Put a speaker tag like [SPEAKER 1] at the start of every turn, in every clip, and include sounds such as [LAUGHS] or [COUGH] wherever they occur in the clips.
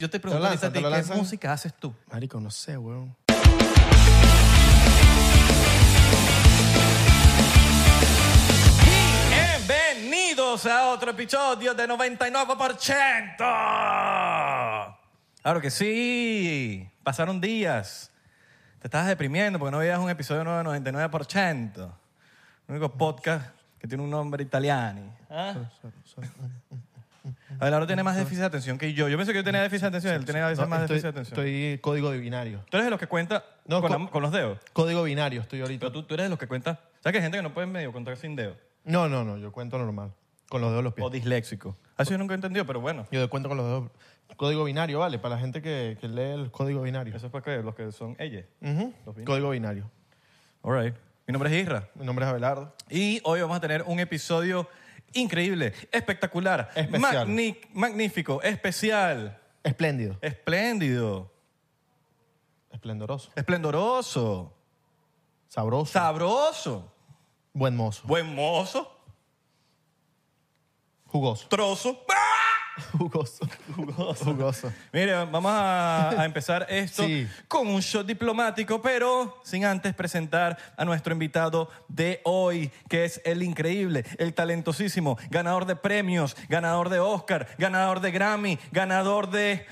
[SPEAKER 1] Yo te
[SPEAKER 2] Te lo
[SPEAKER 1] pregunto ahorita
[SPEAKER 2] lanzan,
[SPEAKER 1] a ti,
[SPEAKER 2] te lo
[SPEAKER 1] ¿qué
[SPEAKER 2] lanzan.
[SPEAKER 1] música haces tú?
[SPEAKER 2] Marico, no sé, weón.
[SPEAKER 1] Bienvenidos a otro episodio de 99%. Claro que sí. Pasaron días. Te estabas deprimiendo porque no veías un episodio nuevo de 99%. El único podcast que tiene un nombre italiano. ¿Ah? Abelardo tiene más déficit de atención que yo. Yo pienso que yo tenía déficit de atención. Él tenía a veces
[SPEAKER 2] No,
[SPEAKER 1] más
[SPEAKER 2] estoy,
[SPEAKER 1] déficit de atención.
[SPEAKER 2] estoy código de binario.
[SPEAKER 1] Tú eres de los que cuenta
[SPEAKER 2] No,
[SPEAKER 1] con, la-
[SPEAKER 2] con-
[SPEAKER 1] con los dedos.
[SPEAKER 2] Código binario estoy ahorita.
[SPEAKER 1] Pero tú, tú eres de los que cuenta. ¿Sabes que hay gente que no puede medio contar sin dedo?
[SPEAKER 2] No, no, no, yo cuento normal. Con los dedos de los pies.
[SPEAKER 1] O disléxico. Ah, Eso yo nunca he entendido, pero bueno.
[SPEAKER 2] Yo cuento con los dedos. Código binario, vale, para la gente que, que lee el código binario.
[SPEAKER 1] Eso es para que los que son ellos.
[SPEAKER 2] Ujú,
[SPEAKER 1] Los bin-
[SPEAKER 2] Código binario.
[SPEAKER 1] All right. Mi nombre es Isra.
[SPEAKER 2] Mi nombre es Abelardo.
[SPEAKER 1] Y hoy vamos a tener un episodio increíble, espectacular,
[SPEAKER 2] Especial.
[SPEAKER 1] magni- magnífico, especial,
[SPEAKER 2] Espléndido.
[SPEAKER 1] espléndido,
[SPEAKER 2] Esplendoroso.
[SPEAKER 1] esplendoroso,
[SPEAKER 2] Sabroso.
[SPEAKER 1] sabroso,
[SPEAKER 2] Buen mozo.
[SPEAKER 1] buen mozo, [LAUGHS]
[SPEAKER 2] Jugoso.
[SPEAKER 1] trozo. ¡Ah!
[SPEAKER 2] Jugoso. Jugoso. Jugoso.
[SPEAKER 1] Mire, vamos a, a empezar esto
[SPEAKER 2] [LAUGHS] Sí.
[SPEAKER 1] con un shot diplomático, pero sin antes presentar a nuestro invitado de hoy, que es el increíble, el talentosísimo, ganador de premios, ganador de Oscar, ganador de Grammy, ganador de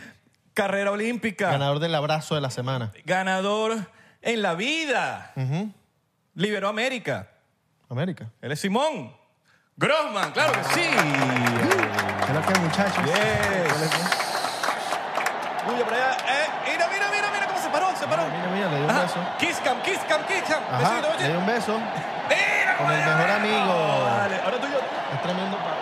[SPEAKER 1] carrera olímpica,
[SPEAKER 2] Ganador del abrazo de la semana.
[SPEAKER 1] ganador en la vida.
[SPEAKER 2] Ujú.
[SPEAKER 1] Liberó a América.
[SPEAKER 2] América.
[SPEAKER 1] Él es Simón. Grossman, claro que sí.
[SPEAKER 2] ¿Qué es lo que hay, muchachos?
[SPEAKER 1] Yes. Uy, por allá. Eh, mira, mira, mira, mira cómo se paró, se paró.
[SPEAKER 2] Mira, mira, le dio un
[SPEAKER 1] Ajá.
[SPEAKER 2] beso.
[SPEAKER 1] Kiss cam, kiss cam, kiss cam.
[SPEAKER 2] Ajá,
[SPEAKER 1] Besito,
[SPEAKER 2] le
[SPEAKER 1] besito.
[SPEAKER 2] dio un beso.
[SPEAKER 1] Mira,
[SPEAKER 2] con el
[SPEAKER 1] mira,
[SPEAKER 2] mejor
[SPEAKER 1] mira.
[SPEAKER 2] amigo.
[SPEAKER 1] Vale, ahora tú y yo.
[SPEAKER 2] Es tremendo para.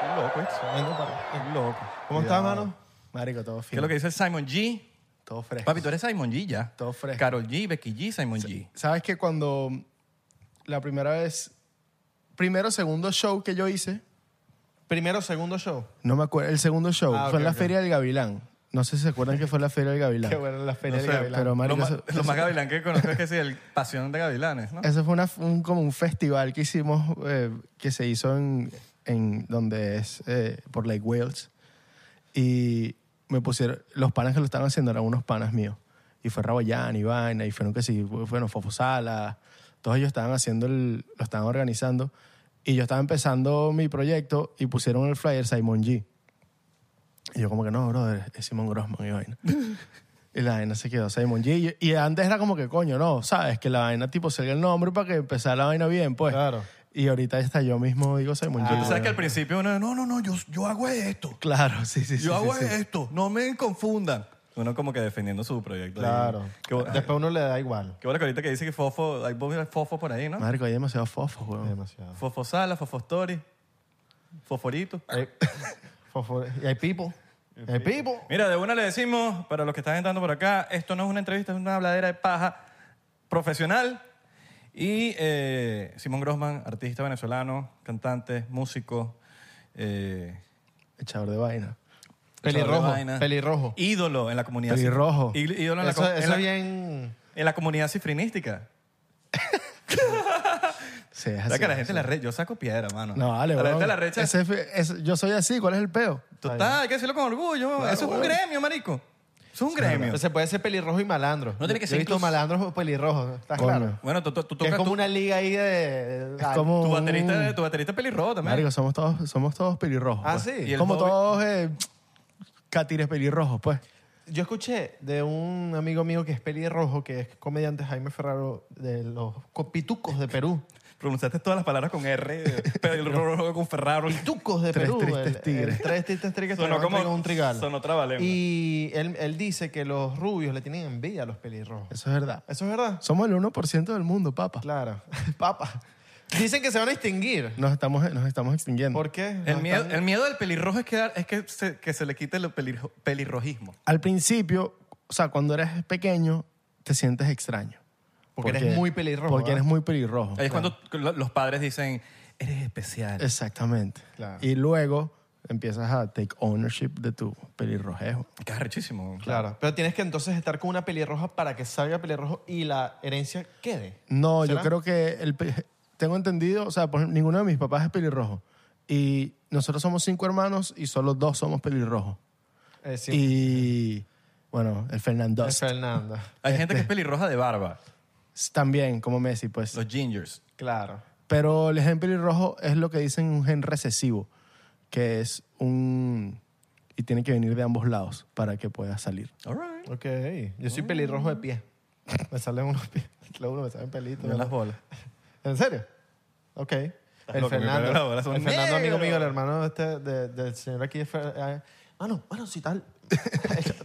[SPEAKER 1] Qué loco, ¿eh?
[SPEAKER 2] Tremendo para.
[SPEAKER 1] Qué loco.
[SPEAKER 2] ¿Cómo estás, mano? Marico, todo
[SPEAKER 1] ¿Qué es lo que dice Simon G?
[SPEAKER 2] Todo fresco.
[SPEAKER 1] Papi, tú eres Simon G ya.
[SPEAKER 2] Todo fresco.
[SPEAKER 1] Carol G, Becky G, Simon G.
[SPEAKER 2] ¿Sabes que cuando la primera vez, primero, segundo show que yo hice, primero, segundo show?
[SPEAKER 3] No me acuerdo. El segundo show
[SPEAKER 2] Ah, ok,
[SPEAKER 3] fue en la
[SPEAKER 2] ok.
[SPEAKER 3] Feria del Gavilán. No sé si se acuerdan que fue la Feria del Gavilán.
[SPEAKER 2] Qué bueno la feria
[SPEAKER 3] No
[SPEAKER 2] de
[SPEAKER 3] sé,
[SPEAKER 2] Gavilán.
[SPEAKER 3] Pero, marico,
[SPEAKER 1] Lo, ma-
[SPEAKER 3] eso,
[SPEAKER 1] lo más gavilán que conozco es que sí, el Pasión de Gavilanes, ¿no?
[SPEAKER 3] eso fue una- un, como un festival que hicimos, eh, que se hizo en, en donde es eh, por Lake Wales. Y me pusieron, los panas que lo estaban haciendo eran unos panas míos. Y fue Raboyán y Vaina, y fueron que sí, bueno, Fofo Sala. Todos ellos estaban haciendo, el- lo estaban organizando. Y yo estaba empezando mi proyecto y pusieron el flyer Simon G. Y yo como que no, brother, es Simon Grossman y
[SPEAKER 1] [LAUGHS]
[SPEAKER 3] vaina. y la vaina se quedó Simon G. Y, y antes era como que, coño, no, ¿sabes? Que la vaina tipo salga el nombre para que empezara la vaina bien, pues.
[SPEAKER 2] Claro.
[SPEAKER 3] Y ahorita está yo mismo digo Simon
[SPEAKER 2] Ah,
[SPEAKER 3] G.
[SPEAKER 1] Tú sabes que al principio uno, no, no, no, yo, yo hago esto.
[SPEAKER 3] Claro, sí, sí, sí.
[SPEAKER 1] Yo
[SPEAKER 3] sí,
[SPEAKER 1] hago
[SPEAKER 3] sí.
[SPEAKER 1] esto. No me confundan. Uno como que defendiendo su proyecto. ahí.
[SPEAKER 2] Claro.
[SPEAKER 1] Qué, bu-
[SPEAKER 2] Después uno le da igual.
[SPEAKER 1] qué bueno que ahorita que dice que Fofo, hay voz de Fofo por ahí, ¿no?
[SPEAKER 3] Marico, hay demasiado fofo, weón.
[SPEAKER 2] Demasiado.
[SPEAKER 1] Fofo Sala, Fofo Story, Foforito.
[SPEAKER 2] Hay- fofo- y hay people. Y Hay people.
[SPEAKER 1] Mira, de una le decimos, para los que están entrando por acá, esto no es una entrevista, es una habladera de paja profesional. Y eh, Simón Grossman, artista venezolano, cantante, músico, eh,
[SPEAKER 3] Echador de vaina.
[SPEAKER 2] Pelirrojo,
[SPEAKER 1] echador de vaina.
[SPEAKER 2] pelirrojo.
[SPEAKER 1] Ídolo en la comunidad.
[SPEAKER 3] Pelirrojo.
[SPEAKER 1] cif- í- Ídolo en la,
[SPEAKER 2] Eso,
[SPEAKER 1] co- en
[SPEAKER 2] eso
[SPEAKER 1] la-
[SPEAKER 2] es bien...
[SPEAKER 1] en la comunidad cifrinística.
[SPEAKER 3] Sí, es
[SPEAKER 1] O
[SPEAKER 3] así.
[SPEAKER 1] sea, que la gente la re... Yo saco piedra, mano.
[SPEAKER 3] No, vale,
[SPEAKER 1] A La
[SPEAKER 3] weón.
[SPEAKER 1] gente la recha.
[SPEAKER 3] Ese fue- ese- yo soy así, ¿cuál es el peo?
[SPEAKER 1] Total, hay que decirlo con orgullo. Eso es un gremio, marico. Eso es un gremio.
[SPEAKER 2] Pero se puede ser pelirrojo y malandro.
[SPEAKER 1] No tiene que
[SPEAKER 2] Yo
[SPEAKER 1] ser
[SPEAKER 2] he visto
[SPEAKER 1] inclus-
[SPEAKER 2] malandros o pelirrojos. ¿Estás
[SPEAKER 3] Coño.
[SPEAKER 2] claro?
[SPEAKER 1] Bueno, tú, tú- tú
[SPEAKER 2] Que es
[SPEAKER 1] tocas
[SPEAKER 2] como
[SPEAKER 1] tu,
[SPEAKER 2] una liga ahí de...
[SPEAKER 3] Es como
[SPEAKER 1] tu
[SPEAKER 3] un-
[SPEAKER 1] baterista, tu baterista pelirrojo también.
[SPEAKER 3] Marico, somos todos, somos todos pelirrojos.
[SPEAKER 2] Ah,
[SPEAKER 3] pues.
[SPEAKER 2] sí.
[SPEAKER 1] Y el
[SPEAKER 3] Como
[SPEAKER 1] Bobby-
[SPEAKER 3] todos eh, catires pelirrojos, pues.
[SPEAKER 2] Yo escuché de un amigo mío que es pelirrojo, que es comediante Jaime Ferraro de los Copitucos de Perú.
[SPEAKER 1] Pronunciaste todas las palabras con R, [LAUGHS] pelirrojo con Ferraro.
[SPEAKER 2] [LAUGHS] Pitucos de
[SPEAKER 3] Tres
[SPEAKER 2] Perú.
[SPEAKER 3] tristes
[SPEAKER 2] el-
[SPEAKER 3] tigres.
[SPEAKER 2] el tres tristes tigres.
[SPEAKER 1] Sonó
[SPEAKER 2] Sonó
[SPEAKER 1] como-
[SPEAKER 2] como un trigal.
[SPEAKER 1] sonó trabalengua.
[SPEAKER 2] Y él, él dice que los rubios le tienen envidia a los pelirrojos.
[SPEAKER 3] Eso es verdad.
[SPEAKER 2] ¿Eso es verdad?
[SPEAKER 3] Somos el 1% del mundo, papa.
[SPEAKER 2] Claro. [LAUGHS] Papa. Dicen que se van a extinguir.
[SPEAKER 3] Nos estamos, nos estamos extinguiendo.
[SPEAKER 2] ¿Por qué?
[SPEAKER 1] El
[SPEAKER 2] No
[SPEAKER 1] miedo,
[SPEAKER 2] están-
[SPEAKER 1] el miedo del pelirrojo es, quedar, es que, se, que se le quite el pelirro- pelirrojismo.
[SPEAKER 3] Al principio, o sea, cuando eres pequeño, te sientes extraño.
[SPEAKER 2] Porque eres muy pelirrojo,
[SPEAKER 3] Porque
[SPEAKER 2] ¿verdad?
[SPEAKER 3] eres muy pelirrojo.
[SPEAKER 1] Ahí es cuando lo- los padres dicen, eres especial.
[SPEAKER 3] Exactamente.
[SPEAKER 2] Claro.
[SPEAKER 3] Y luego empiezas a take ownership de tu pelirrojejo.
[SPEAKER 1] Qué arrechísimo.
[SPEAKER 2] Claro, pero tienes que entonces estar con una pelirroja para que salga pelirrojo y la herencia quede.
[SPEAKER 3] No,
[SPEAKER 2] ¿Será?
[SPEAKER 3] yo creo que el pe- [LAUGHS] tengo entendido, o sea, por ejemplo, ninguno de mis papás es pelirrojo. Y nosotros somos cinco hermanos y solo dos somos pelirrojos.
[SPEAKER 2] Eh, sí,
[SPEAKER 3] Y bueno, el Fernando
[SPEAKER 2] es Fernanda.
[SPEAKER 1] Hay gente que
[SPEAKER 2] Este.
[SPEAKER 1] es pelirroja de barba,
[SPEAKER 3] también, como Messi, pues.
[SPEAKER 1] los gingers.
[SPEAKER 2] Claro.
[SPEAKER 3] Pero el gen pelirrojo es lo que dicen un gen recesivo, que es un... y tiene que venir de ambos lados para que pueda salir.
[SPEAKER 1] All right.
[SPEAKER 2] Ok. Yo soy pelirrojo de pie.
[SPEAKER 1] Mm.
[SPEAKER 2] Me salen unos pies. Lo uno me [LAUGHS] salen pelitos.
[SPEAKER 1] Ven las bolas.
[SPEAKER 2] ¿En serio? Ok. El
[SPEAKER 1] loco, mi
[SPEAKER 2] Fernando.
[SPEAKER 1] pelo ahora son
[SPEAKER 2] El Fernando, amigo
[SPEAKER 1] negros.
[SPEAKER 2] mío, el hermano este, de- del señor aquí. de Fer- eh, Mano, mano, si tal. [LAUGHS]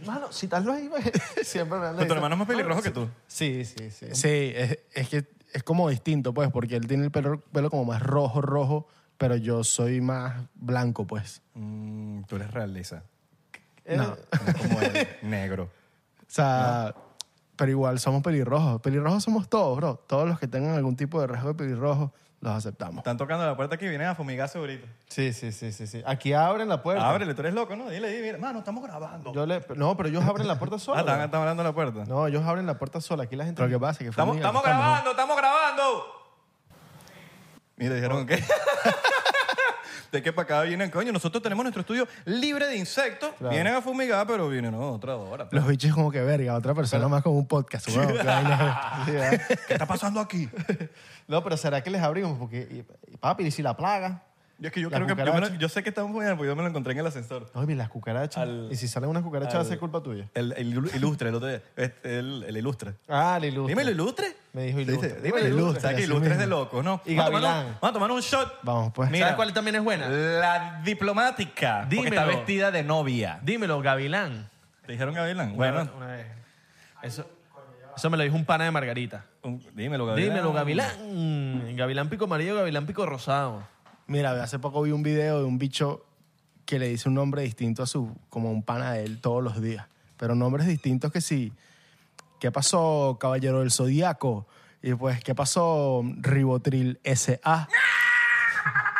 [SPEAKER 2] mano, si tal lo ahí. [LAUGHS] Siempre me anda
[SPEAKER 1] Pero tu
[SPEAKER 2] diciendo,
[SPEAKER 1] hermano es más pelirrojo que tú.
[SPEAKER 2] Ah, Sí, sí, sí.
[SPEAKER 3] Sí, es, es que es como distinto, pues, porque él tiene el pelo, pelo como más rojo, rojo, pero yo soy más blanco, pues.
[SPEAKER 1] Mm, tú eres realeza.
[SPEAKER 2] Eh,
[SPEAKER 3] No.
[SPEAKER 1] No como él, negro.
[SPEAKER 3] O sea, pero igual somos pelirrojos. Pelirrojos somos todos, bro. Todos los que tengan algún tipo de rasgo de pelirrojo, los aceptamos.
[SPEAKER 1] Están tocando la puerta aquí, vienen a fumigar segurito.
[SPEAKER 2] Sí, sí, sí, sí, sí. Aquí abren la puerta.
[SPEAKER 1] Ábrele, tú eres loco, ¿no? Dile, dile, mira, mano, estamos grabando.
[SPEAKER 2] Yo le- no, pero ellos abren la puerta
[SPEAKER 1] ah,
[SPEAKER 2] sola.
[SPEAKER 1] están, están hablando a la puerta.
[SPEAKER 2] No, ellos abren la puerta sola. Aquí la gente.
[SPEAKER 3] Pero lo que pasa es que fue
[SPEAKER 1] Estamos,
[SPEAKER 3] Miguel,
[SPEAKER 1] estamos
[SPEAKER 3] ¿no?
[SPEAKER 1] grabando, estamos grabando. Mira, dijeron que. De que para acá vienen, coño. Nosotros tenemos nuestro estudio libre de insectos. Vienen a fumigar, pero vienen no, otra hora.
[SPEAKER 3] Los bichos como que verga, otra persona más con un podcast,
[SPEAKER 2] [LAUGHS]
[SPEAKER 3] bro. Qué vaina es.
[SPEAKER 2] Sí, ¿verdad?
[SPEAKER 1] ¿Qué está pasando aquí?
[SPEAKER 2] no, pero ¿será que les abrimos? Porque, y- y, papi, ¿y si la plaga?
[SPEAKER 1] Yo es que yo
[SPEAKER 2] Las
[SPEAKER 1] creo que. Yo, me lo-
[SPEAKER 2] cucarachas.
[SPEAKER 1] yo sé que estamos fumigan porque pues yo me lo encontré en el ascensor.
[SPEAKER 2] No, y las cucarachas.
[SPEAKER 1] Al-
[SPEAKER 2] y si salen unas cucarachas, va a
[SPEAKER 1] al-
[SPEAKER 2] ser culpa tuya.
[SPEAKER 1] El, el ilu- ilustre, el otro día. Este, El, el ilustre.
[SPEAKER 2] Ah, el ilustre.
[SPEAKER 1] Dímelo, ilustre.
[SPEAKER 2] Me dijo
[SPEAKER 1] Se dice,
[SPEAKER 2] ilustre.
[SPEAKER 1] Dímelo,
[SPEAKER 3] Ilustre,
[SPEAKER 1] ilustre. ¿Sabes que
[SPEAKER 3] así
[SPEAKER 1] ilustre es de
[SPEAKER 3] mismo.
[SPEAKER 1] loco, no?
[SPEAKER 2] Y
[SPEAKER 1] Vamos a tomar un-
[SPEAKER 2] gavilán.
[SPEAKER 1] Vamos a tomar un shot.
[SPEAKER 3] Vamos, pues.
[SPEAKER 1] Mira,
[SPEAKER 4] también es buena?
[SPEAKER 1] La diplomática. Porque está
[SPEAKER 4] Dímelo.
[SPEAKER 1] vestida de novia.
[SPEAKER 4] Dímelo, Gavilán.
[SPEAKER 1] ¿Te dijeron Gavilán? Bueno,
[SPEAKER 4] Una vez. Eso, eso me lo dijo un pana de Margarita.
[SPEAKER 1] un- dímelo, Gavilán.
[SPEAKER 4] Dímelo, Gavilán. Gavilán pico amarillo, Gavilán pico rosado.
[SPEAKER 3] Mira, hace poco vi un video de un bicho que le dice un nombre distinto a su, como a un pana de él todos los días. Pero nombres distintos que sí. ¿Qué pasó, Caballero del Zodíaco? Y pues, ¿qué pasó, Ribotril S.A.? [LAUGHS]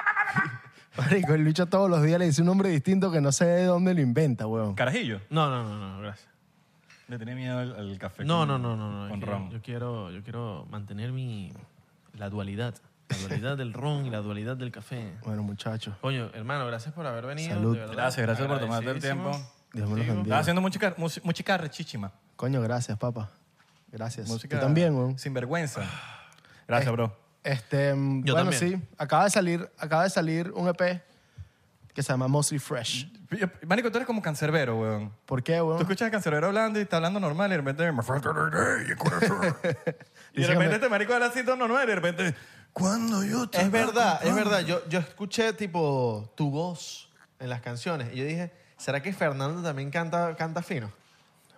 [SPEAKER 3] Marico, el bicho todos los días le dice un nombre distinto que no sé de dónde lo inventa, weón.
[SPEAKER 1] Carajillo.
[SPEAKER 4] No, no, no, no, gracias.
[SPEAKER 1] Le tenía miedo al, al café.
[SPEAKER 4] No,
[SPEAKER 1] con-
[SPEAKER 4] no, no, no. no.
[SPEAKER 1] Con
[SPEAKER 4] yo,
[SPEAKER 1] ron.
[SPEAKER 4] yo quiero, yo quiero mantener mi, la dualidad. La dualidad del ron y la dualidad del café.
[SPEAKER 3] Bueno, muchachos,
[SPEAKER 4] Coño, hermano, gracias por haber venido.
[SPEAKER 3] Salud.
[SPEAKER 4] de verdad.
[SPEAKER 1] Gracias, gracias por tomarte el tiempo.
[SPEAKER 4] Agradecidísimo.
[SPEAKER 3] Dios me los
[SPEAKER 1] Estaba
[SPEAKER 3] bendiga.
[SPEAKER 1] haciendo música, mus- música rechísima.
[SPEAKER 3] Coño, gracias, papá. Gracias.
[SPEAKER 1] Música
[SPEAKER 3] Tú también, weón.
[SPEAKER 1] Sin vergüenza. Gracias, bro.
[SPEAKER 3] Este, mm,
[SPEAKER 4] Yo
[SPEAKER 3] bueno,
[SPEAKER 4] también.
[SPEAKER 3] sí, acaba de salir, acaba de salir un EP que se llama Mostly Fresh.
[SPEAKER 1] Marico, tú eres como cancerbero, weón.
[SPEAKER 3] ¿Por qué,
[SPEAKER 1] Tú
[SPEAKER 3] weón?
[SPEAKER 1] escuchas a cancerbero hablando y está hablando normal y de repente... "Me falta el aire, corazón". y de
[SPEAKER 3] Dígame.
[SPEAKER 1] repente este marico habla así todo normal y de repente... Cuando yo te
[SPEAKER 2] Es verdad, es verdad. Yo, yo escuché, tipo, tu voz en las canciones. Y yo dije, ¿será que Fernando también canta, canta fino?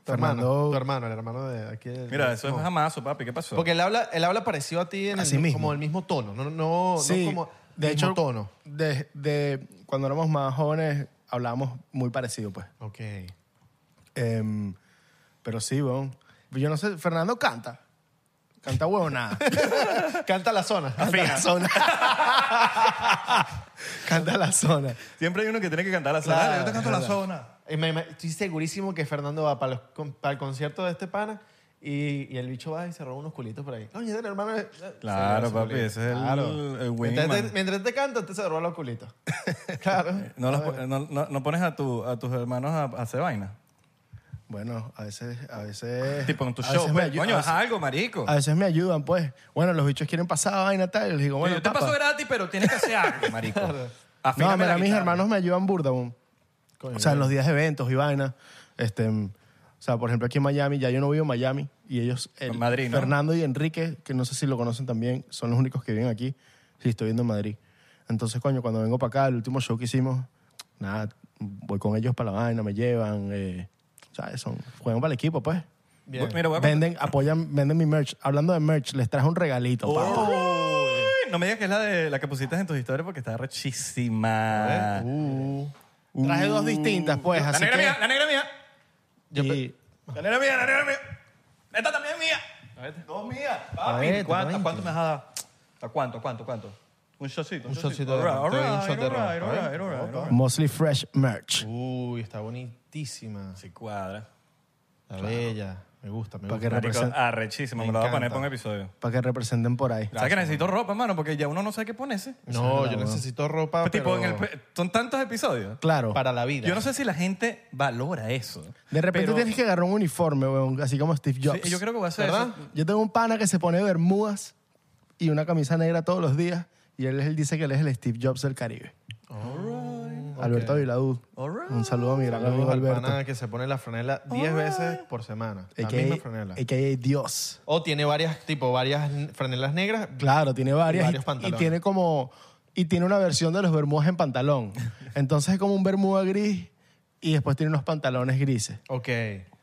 [SPEAKER 2] Tu hermano.
[SPEAKER 3] Fernando-
[SPEAKER 2] Tu hermano, el hermano de aquí. del-
[SPEAKER 1] Mira, eso es
[SPEAKER 2] Simón.
[SPEAKER 1] jamazo, papi. ¿Qué pasó?
[SPEAKER 2] Porque él habla, él habla parecido a ti en
[SPEAKER 3] Así
[SPEAKER 2] el,
[SPEAKER 3] mismo.
[SPEAKER 2] como el mismo tono. No, no,
[SPEAKER 3] Sí,
[SPEAKER 2] no como
[SPEAKER 3] de
[SPEAKER 2] mismo
[SPEAKER 3] hecho,
[SPEAKER 2] tono.
[SPEAKER 3] de- de- cuando éramos más jóvenes hablábamos muy parecido, pues.
[SPEAKER 2] Ok.
[SPEAKER 3] Em, pero sí, weón. Yo no sé, Fernando canta.
[SPEAKER 1] [LAUGHS]
[SPEAKER 3] Canta huevonada.
[SPEAKER 2] Canta la zona.
[SPEAKER 3] Canta la zona. [LAUGHS] canta la zona.
[SPEAKER 1] Siempre hay uno que tiene que cantar la zona.
[SPEAKER 2] Claro,
[SPEAKER 1] Dale, yo te canto
[SPEAKER 2] es
[SPEAKER 1] la
[SPEAKER 2] verdad.
[SPEAKER 1] zona.
[SPEAKER 2] Eh, me- me- Estoy segurísimo que Fernando va para, los con- para el concierto de este pana y, y el bicho va y se roba unos culitos por ahí. Coño, dale, hermano. eh, eh,
[SPEAKER 1] Claro,
[SPEAKER 2] se roba
[SPEAKER 1] papi,
[SPEAKER 2] su culito.
[SPEAKER 1] ese es el- el wingman.
[SPEAKER 2] mientras, te, mientras te canta, te se roba los culitos.
[SPEAKER 1] [LAUGHS]
[SPEAKER 2] claro.
[SPEAKER 1] No, los po- no- no- no pones a, tu- a tus hermanos a, a hacer vaina.
[SPEAKER 3] Bueno, a veces, a veces.
[SPEAKER 1] Tipo en tu
[SPEAKER 3] Eh, a
[SPEAKER 1] show.
[SPEAKER 3] veces me
[SPEAKER 1] pues,
[SPEAKER 3] ayu-
[SPEAKER 1] coño,
[SPEAKER 3] a
[SPEAKER 1] haz
[SPEAKER 3] veces-
[SPEAKER 1] algo, marico.
[SPEAKER 3] A veces me ayudan, pues. Bueno, los bichos quieren pasar vaina tal. Y les digo, bueno,
[SPEAKER 1] yo te
[SPEAKER 3] papá.
[SPEAKER 1] paso gratis, pero tienes que hacer algo,
[SPEAKER 3] [LAUGHS]
[SPEAKER 1] marico. Afíname
[SPEAKER 3] No,
[SPEAKER 1] la
[SPEAKER 3] mira, mis
[SPEAKER 1] guitarra.
[SPEAKER 3] hermanos me ayudan burda, weón. O sea, en los días de eventos y vaina. Este, mm, o sea, por ejemplo, aquí en Miami, ya yo no vivo en Miami. Y ellos, el-
[SPEAKER 1] En Madrid, ¿no?
[SPEAKER 3] Fernando y Enrique, que no sé si lo conocen también, son los únicos que viven aquí. Sí, estoy viendo en Madrid. Entonces, coño, cuando vengo para acá, el último show que hicimos, nada, voy con ellos para la vaina, me llevan. eh, ¿Sabes? Son, juegan para el equipo, pues.
[SPEAKER 1] Voy- Mira, voy a Oh.
[SPEAKER 3] Venden, apoyan, venden mi merch. Hablando de merch, les traje un regalito. pa.
[SPEAKER 1] Uy, no me digas que es la de la que pusiste en tus historias porque está rechísima.
[SPEAKER 3] Uh, Traje dos distintas, pues.
[SPEAKER 1] la
[SPEAKER 3] Así
[SPEAKER 1] negra
[SPEAKER 3] que,
[SPEAKER 1] mía, la negra mía.
[SPEAKER 3] y-
[SPEAKER 1] La negra mía, la negra mía. Esta también es mía. Dos mías. Papi,
[SPEAKER 2] Vete,
[SPEAKER 1] ¿cuánto,
[SPEAKER 2] vente.
[SPEAKER 1] ¿cuánto me has dado? ¿A cuánto, cuánto, cuánto? Un shotcito.
[SPEAKER 2] Un shotcito de ron,
[SPEAKER 1] All right,
[SPEAKER 2] un
[SPEAKER 1] all
[SPEAKER 2] shot
[SPEAKER 1] right,
[SPEAKER 2] de ron.
[SPEAKER 1] all right, all right, all right, all right.
[SPEAKER 3] Mostly Fresh Merch.
[SPEAKER 2] Uy, está bonitísima.
[SPEAKER 1] Sí, cuadra.
[SPEAKER 2] Está bella. Me gusta, me
[SPEAKER 3] Pa'
[SPEAKER 2] gusta.
[SPEAKER 3] que-
[SPEAKER 1] Marico,
[SPEAKER 3] representa-
[SPEAKER 1] arrechísimo.
[SPEAKER 2] Me
[SPEAKER 1] Me lo voy a poner
[SPEAKER 2] encanta.
[SPEAKER 1] para un episodio.
[SPEAKER 3] Para que representen por ahí.
[SPEAKER 1] ¿Sabes que necesito ropa, mano? Porque ya uno no sabe qué ponerse.
[SPEAKER 2] No, yo
[SPEAKER 3] Sácala,
[SPEAKER 2] necesito ropa
[SPEAKER 1] Pues, tipo, en el
[SPEAKER 2] pero
[SPEAKER 1] pe- son tantos episodios.
[SPEAKER 3] Claro.
[SPEAKER 2] para la vida.
[SPEAKER 1] Yo no sé si la gente valora eso.
[SPEAKER 3] De repente
[SPEAKER 1] pero-
[SPEAKER 3] tienes que agarrar un uniforme, weón, así como Steve
[SPEAKER 1] Sí,
[SPEAKER 3] Jobs.
[SPEAKER 1] yo creo que voy a hacer
[SPEAKER 2] ¿Verdad?
[SPEAKER 1] eso.
[SPEAKER 3] Yo tengo un pana que se pone bermudas y una camisa negra todos los días y él, él dice que él es el Steve Jobs del Caribe. Alberto Viladú.
[SPEAKER 1] Alright.
[SPEAKER 3] Un saludo a mi gran
[SPEAKER 2] Saludos
[SPEAKER 3] amigo
[SPEAKER 2] al
[SPEAKER 3] Alberto. Ah.
[SPEAKER 2] pana que se pone la franela 10 veces por semana. La misma franela.
[SPEAKER 3] AKA, AKA Dios.
[SPEAKER 2] O tiene varias, tipo, varias n- franelas negras.
[SPEAKER 3] Claro, tiene
[SPEAKER 2] Y
[SPEAKER 3] varias. Y,
[SPEAKER 2] varios pantalones.
[SPEAKER 3] y tiene como. Y tiene una versión de los bermudas
[SPEAKER 2] [LAUGHS]
[SPEAKER 3] en pantalón. Entonces es como un bermuda gris y después tiene unos pantalones grises.
[SPEAKER 2] Ok.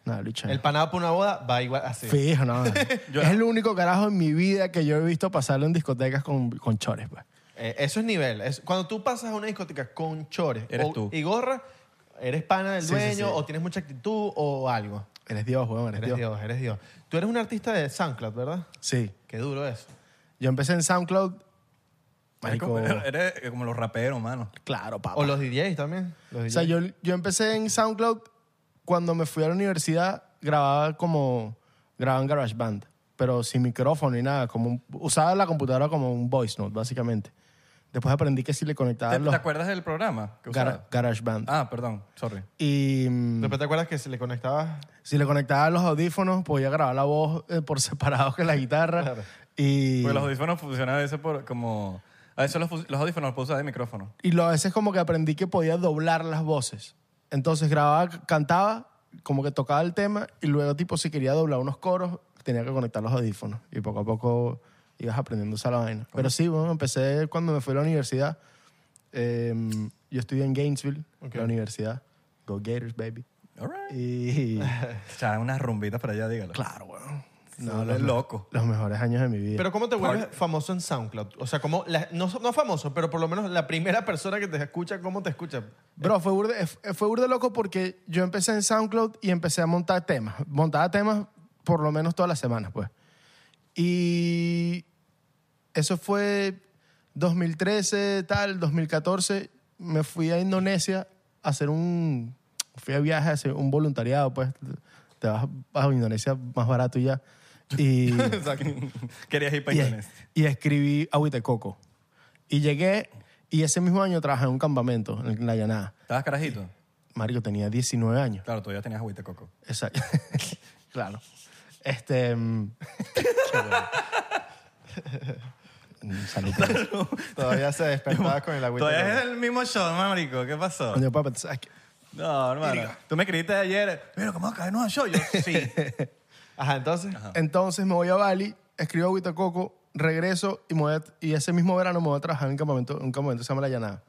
[SPEAKER 3] Nada, lucha.
[SPEAKER 2] El panado para una boda va igual así.
[SPEAKER 3] Fijo, no. no.
[SPEAKER 1] Yo-
[SPEAKER 3] es el único carajo en mi vida que yo he visto pasarlo en discotecas con, con chores, pues.
[SPEAKER 2] Eh, eso es nivel. Es, cuando tú pasas a una discoteca con chores
[SPEAKER 1] Eres
[SPEAKER 2] o-
[SPEAKER 1] tú.
[SPEAKER 2] y gorra, eres pana del
[SPEAKER 3] Sí, sí,
[SPEAKER 2] dueño
[SPEAKER 3] sí.
[SPEAKER 2] o tienes mucha actitud o algo.
[SPEAKER 3] Eres Dios, weón, eres,
[SPEAKER 2] Eres
[SPEAKER 3] Dios.
[SPEAKER 2] Dios. eres Dios. Tú eres un artista de SoundCloud, ¿verdad?
[SPEAKER 3] Sí.
[SPEAKER 2] Qué duro eso.
[SPEAKER 3] Yo empecé en SoundCloud.
[SPEAKER 1] Eres
[SPEAKER 3] Marico.
[SPEAKER 1] como, [LAUGHS] eres como los raperos, mano.
[SPEAKER 3] Claro, papá.
[SPEAKER 2] O los DJs también. Los
[SPEAKER 3] O sea,
[SPEAKER 2] DJs.
[SPEAKER 3] yo, yo empecé en SoundCloud cuando me fui a la universidad, grababa como. grababa en GarageBand, pero sin micrófono ni nada. Como un- usaba la computadora como un voice note, básicamente. Después aprendí que si le conectaba
[SPEAKER 1] ¿Te,
[SPEAKER 3] los
[SPEAKER 1] te acuerdas del programa? que
[SPEAKER 3] Gara-
[SPEAKER 1] usaba?
[SPEAKER 3] GarageBand.
[SPEAKER 1] Ah, perdón, sorry.
[SPEAKER 3] Y mm,
[SPEAKER 2] Después te acuerdas que se le conectabas
[SPEAKER 3] si le conectaba los audífonos, podía grabar la voz eh, por [LAUGHS] separado que la guitarra.
[SPEAKER 2] Claro.
[SPEAKER 3] Y,
[SPEAKER 1] Porque los audífonos funcionan a veces por, como... A veces los, fu- los audífonos los puedo usar de micrófono.
[SPEAKER 3] y lo, a veces como que aprendí que podía doblar las voces. Entonces grababa, c- cantaba, como que tocaba el tema y luego tipo si quería doblar unos coros tenía que conectar los audífonos y poco a poco ibas aprendiendo esa la vaina. Pero sí, bueno, empecé cuando me fui a la universidad. Em, yo estudié en Gainesville,
[SPEAKER 2] Ok.
[SPEAKER 3] la universidad. Go Gators, baby.
[SPEAKER 1] All right.
[SPEAKER 3] Y [LAUGHS]
[SPEAKER 1] O sea, unas rumbitas para allá, dígalo.
[SPEAKER 3] claro, bueno.
[SPEAKER 1] No, es
[SPEAKER 3] [LAUGHS]
[SPEAKER 1] loco.
[SPEAKER 3] Los mejores años de mi vida.
[SPEAKER 2] Pero ¿cómo te vuelves famoso en SoundCloud? O sea, como la- no, no famoso, pero por lo menos la primera persona que te escucha, ¿cómo te escucha?
[SPEAKER 3] Bro, fue burde, eh, fue burde loco porque yo empecé en SoundCloud y empecé a montar temas. Montaba temas por lo menos todas las semanas, pues. Y eso fue 2013, tal, 2014. Me fui a Indonesia a hacer un... Fui a viaje a hacer un voluntariado, pues. Te vas a Indonesia más barato y ya. Y...
[SPEAKER 1] Exacto. [LAUGHS] Querías ir para
[SPEAKER 3] y,
[SPEAKER 1] Indonesia.
[SPEAKER 3] y escribí Agüita de Coco. Y llegué, y ese mismo año trabajé en un campamento en la llanada.
[SPEAKER 1] ¿Estabas carajito?
[SPEAKER 3] Mario tenía 19 años.
[SPEAKER 1] Claro, todavía tenías agüita de coco.
[SPEAKER 3] Exacto. [LAUGHS] claro. Este. mm, [LAUGHS] Mm, salud por eso.
[SPEAKER 2] Todavía se despertaba con el agüita.
[SPEAKER 1] Todavía es el mismo show, marico. ¿Qué pasó?
[SPEAKER 3] Coño, papá, ¿tú sabes qué?
[SPEAKER 1] No, hermano. Tú me escribiste ayer, pero ¿cómo acá no yo? Yo
[SPEAKER 3] [LAUGHS]
[SPEAKER 1] sí.
[SPEAKER 2] Ajá, entonces.
[SPEAKER 3] Entonces me voy a Bali, escribo Agüita de Coco, regreso y, me voy a- y ese mismo verano me voy a trabajar en un campamento, en un campamento que se llama La Llanada.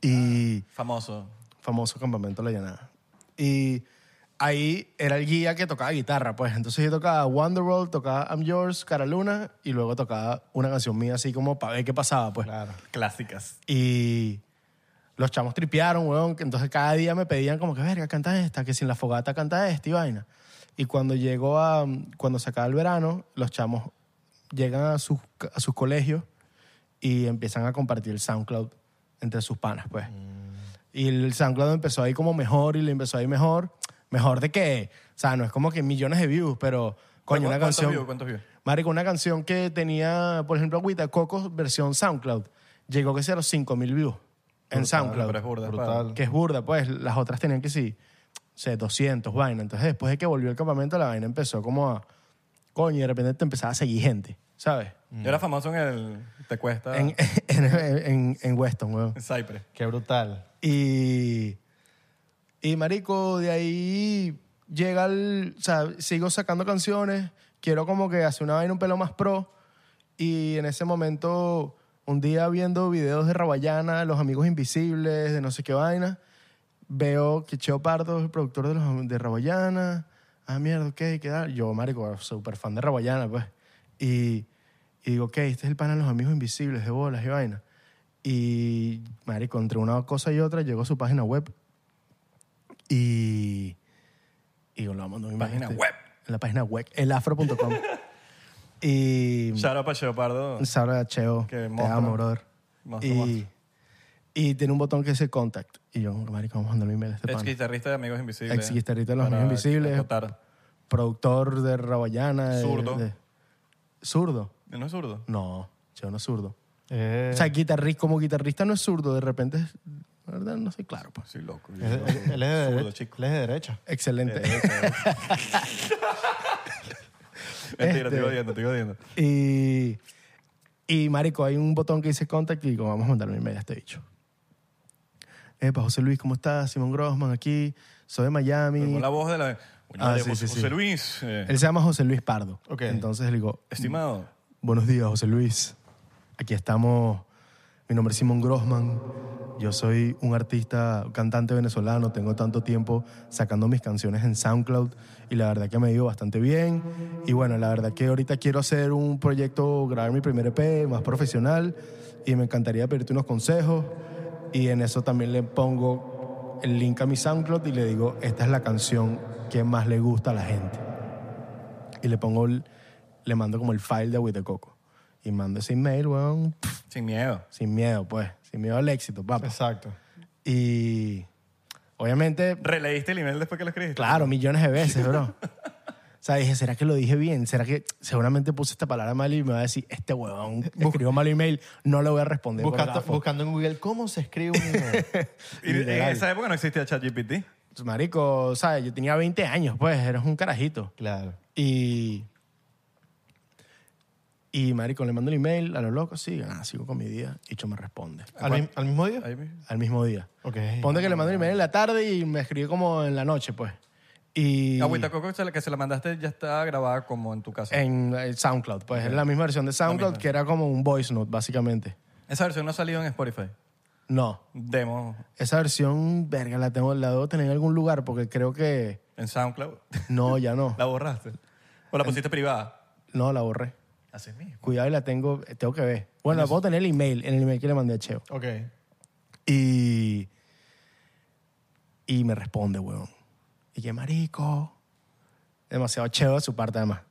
[SPEAKER 3] Y.
[SPEAKER 1] Famoso.
[SPEAKER 3] famoso campamento La Llanada. Y ahí era el guía que tocaba guitarra, pues. Entonces yo tocaba Wonderworld, tocaba I'm Yours, Cara Luna, y luego tocaba una canción mía así como para ver qué pasaba, pues.
[SPEAKER 2] Claro.
[SPEAKER 1] Clásicas.
[SPEAKER 3] Y los chamos tripearon, weón. que Entonces cada día me pedían como que, verga, canta esta, que sin la fogata canta esta y vaina. Y cuando llegó a, cuando se acaba el verano, los chamos llegan a sus, ca- a sus colegios y empiezan a compartir el SoundCloud entre sus panas,
[SPEAKER 1] Mm.
[SPEAKER 3] pues. Y el SoundCloud empezó ahí como mejor y le empezó ahí mejor. Mejor de que, o sea, no es como que millones de views, pero coño, una
[SPEAKER 1] ¿Cuántos
[SPEAKER 3] canción.
[SPEAKER 1] views? ¿Cuántos views?
[SPEAKER 3] Marico, una canción que tenía, por ejemplo, Agüita Cocos versión SoundCloud. Llegó que sea los 5000 views en SoundCloud.
[SPEAKER 1] Pero es burda.
[SPEAKER 2] Brutal.
[SPEAKER 3] Que es burda, pues. Las otras tenían que sí, o sea, 200 vaina. Entonces, después de que volvió el campamento, la vaina empezó como a. Coño, y de repente te empezaba a seguir gente, ¿sabes?
[SPEAKER 1] pana. Yo era famoso en el... Te cuesta...
[SPEAKER 3] Mm. En, [LAUGHS]
[SPEAKER 1] En,
[SPEAKER 3] en, en, en Weston, weón.
[SPEAKER 1] Cypress.
[SPEAKER 2] Qué brutal.
[SPEAKER 3] Y, y marico, de ahí llega el... O sea, sigo sacando canciones, quiero como que hacer una vaina un pelo más pro. Y en ese momento, un día viendo videos de Rabayana, Los Amigos Invisibles, de no sé qué vaina, veo que Cheo Pardo es el productor de, los, Am- de Rabayana. Ah, mierda, ok, ¿qué tal? Yo, marico, súper fan de Rabayana, pues. Y, y Y digo, ok, este es el pana de los amigos invisibles, de bolas y vaina. Y, marico, entre una cosa y otra, llegó a su página web y... Y yo le voy a mandar una imagen
[SPEAKER 1] Página
[SPEAKER 3] de-
[SPEAKER 1] web.
[SPEAKER 3] La página web, elafro.com. y...
[SPEAKER 1] [LAUGHS] Shout out para Cheo Pardo.
[SPEAKER 3] Sara Cheo,
[SPEAKER 1] Que
[SPEAKER 3] te
[SPEAKER 1] monstruo.
[SPEAKER 3] amo, brother.
[SPEAKER 1] Monstruo,
[SPEAKER 3] Y,
[SPEAKER 1] monstruo.
[SPEAKER 3] y tiene un botón que dice contact. Y yo, marico, vamos a mandarle un email a este
[SPEAKER 1] Ex
[SPEAKER 3] pana.
[SPEAKER 1] guitarrista de Amigos Invisibles.
[SPEAKER 3] Ex guitarrista de los
[SPEAKER 1] Para
[SPEAKER 3] Amigos Invisibles.
[SPEAKER 1] acotar.
[SPEAKER 3] Productor de Rabayana. de-
[SPEAKER 1] Zurdo.
[SPEAKER 3] de- ¿Zurdo?
[SPEAKER 1] ¿No es zurdo?
[SPEAKER 3] No, Cheo no es zurdo.
[SPEAKER 2] Eh,
[SPEAKER 3] O sea, guitarrista, como guitarrista no es zurdo, de repente, es- la verdad, no soy claro. pues.
[SPEAKER 1] Sí, loco.
[SPEAKER 2] él, Eh, él- él es de
[SPEAKER 1] Zurdo,
[SPEAKER 2] derecha,
[SPEAKER 1] chico.
[SPEAKER 2] él es de derecha.
[SPEAKER 3] Excelente.
[SPEAKER 1] Mentira,
[SPEAKER 3] Este-
[SPEAKER 1] te odiando, te odiando.
[SPEAKER 3] [LAUGHS] Y, y marico, hay un botón que dice contact y digo, vamos a mandarle un email a este bicho. Epa, José Luis, ¿cómo estás? Simón Grossman aquí, soy de
[SPEAKER 1] Pero
[SPEAKER 3] Miami.
[SPEAKER 1] Con la voz de la... Coño,
[SPEAKER 3] Ah,
[SPEAKER 1] de
[SPEAKER 3] sí,
[SPEAKER 1] José,
[SPEAKER 3] sí, sí.
[SPEAKER 1] José Luis. eh,
[SPEAKER 3] Él se llama José Luis Pardo.
[SPEAKER 2] Ok.
[SPEAKER 3] Entonces le digo,
[SPEAKER 1] Estimado.
[SPEAKER 3] buenos días, José Luis. Aquí estamos, mi nombre es Simón Grossman. Yo soy un artista, un cantante venezolano, tengo tanto tiempo sacando mis canciones en SoundCloud y la verdad que me ha ido bastante bien. Y bueno, la verdad que ahorita quiero hacer un proyecto, grabar mi primer EP más profesional y me encantaría pedirte unos consejos. Y en eso también le pongo el link a mi SoundCloud y le digo, esta es la canción que más le gusta a la gente. Y le pongo, el- le mando como el file de With the Coco. Y mando ese email, weón, pf,
[SPEAKER 1] Sin miedo.
[SPEAKER 3] sin miedo, pues, sin miedo al éxito, papá.
[SPEAKER 1] Pues.
[SPEAKER 2] Exacto.
[SPEAKER 3] Y obviamente,
[SPEAKER 1] ¿Releíste el email después que lo escribiste?
[SPEAKER 3] claro, millones de veces, bro. O sea, dije, ¿será que lo dije bien? ¿Será que seguramente puse esta palabra mal y me va a decir, este huevón escribió mal email, no le voy a responder? por
[SPEAKER 2] Buscando,
[SPEAKER 3] gafo"?
[SPEAKER 2] buscando en Google cómo se escribe un email. [LAUGHS]
[SPEAKER 1] Y en
[SPEAKER 3] Literal.
[SPEAKER 1] esa época no existía ChatGPT.
[SPEAKER 3] Marico, ¿sabes? Yo tenía 20 años, pues, eras un carajito.
[SPEAKER 2] claro.
[SPEAKER 3] Y. Y, marico, le mando el email a los locos, sí, ah, sigo con mi día. Y yo me responde
[SPEAKER 2] ¿Al, mi- al mismo día?
[SPEAKER 1] Ahí mismo.
[SPEAKER 3] al mismo día.
[SPEAKER 2] Ok.
[SPEAKER 3] Ponte que le mando el email en la tarde y me escribió como en la noche, pues. Y.
[SPEAKER 1] Agüita Coco, se la- que se la mandaste, ya está grabada como en tu casa.
[SPEAKER 3] En eh, SoundCloud, pues es la misma versión de SoundCloud que era como un voice note, básicamente.
[SPEAKER 1] Esa versión no ha salido en Spotify.
[SPEAKER 3] No,
[SPEAKER 1] Demo
[SPEAKER 3] esa versión, verga, la tengo, la debo tener en algún lugar porque creo [LAUGHS] que.
[SPEAKER 1] en SoundCloud.
[SPEAKER 3] No, ya no.
[SPEAKER 1] ¿La borraste? ¿O la pusiste privada?
[SPEAKER 3] No, la borré.
[SPEAKER 1] Así mismo.
[SPEAKER 3] Cuidado y la tengo, tengo que ver. Bueno, la puedo tener en el email, en el email que le mandé a Cheo.
[SPEAKER 2] Ok.
[SPEAKER 3] Y. Y me responde, weón. Y que, marico. Demasiado cheo de su parte, además.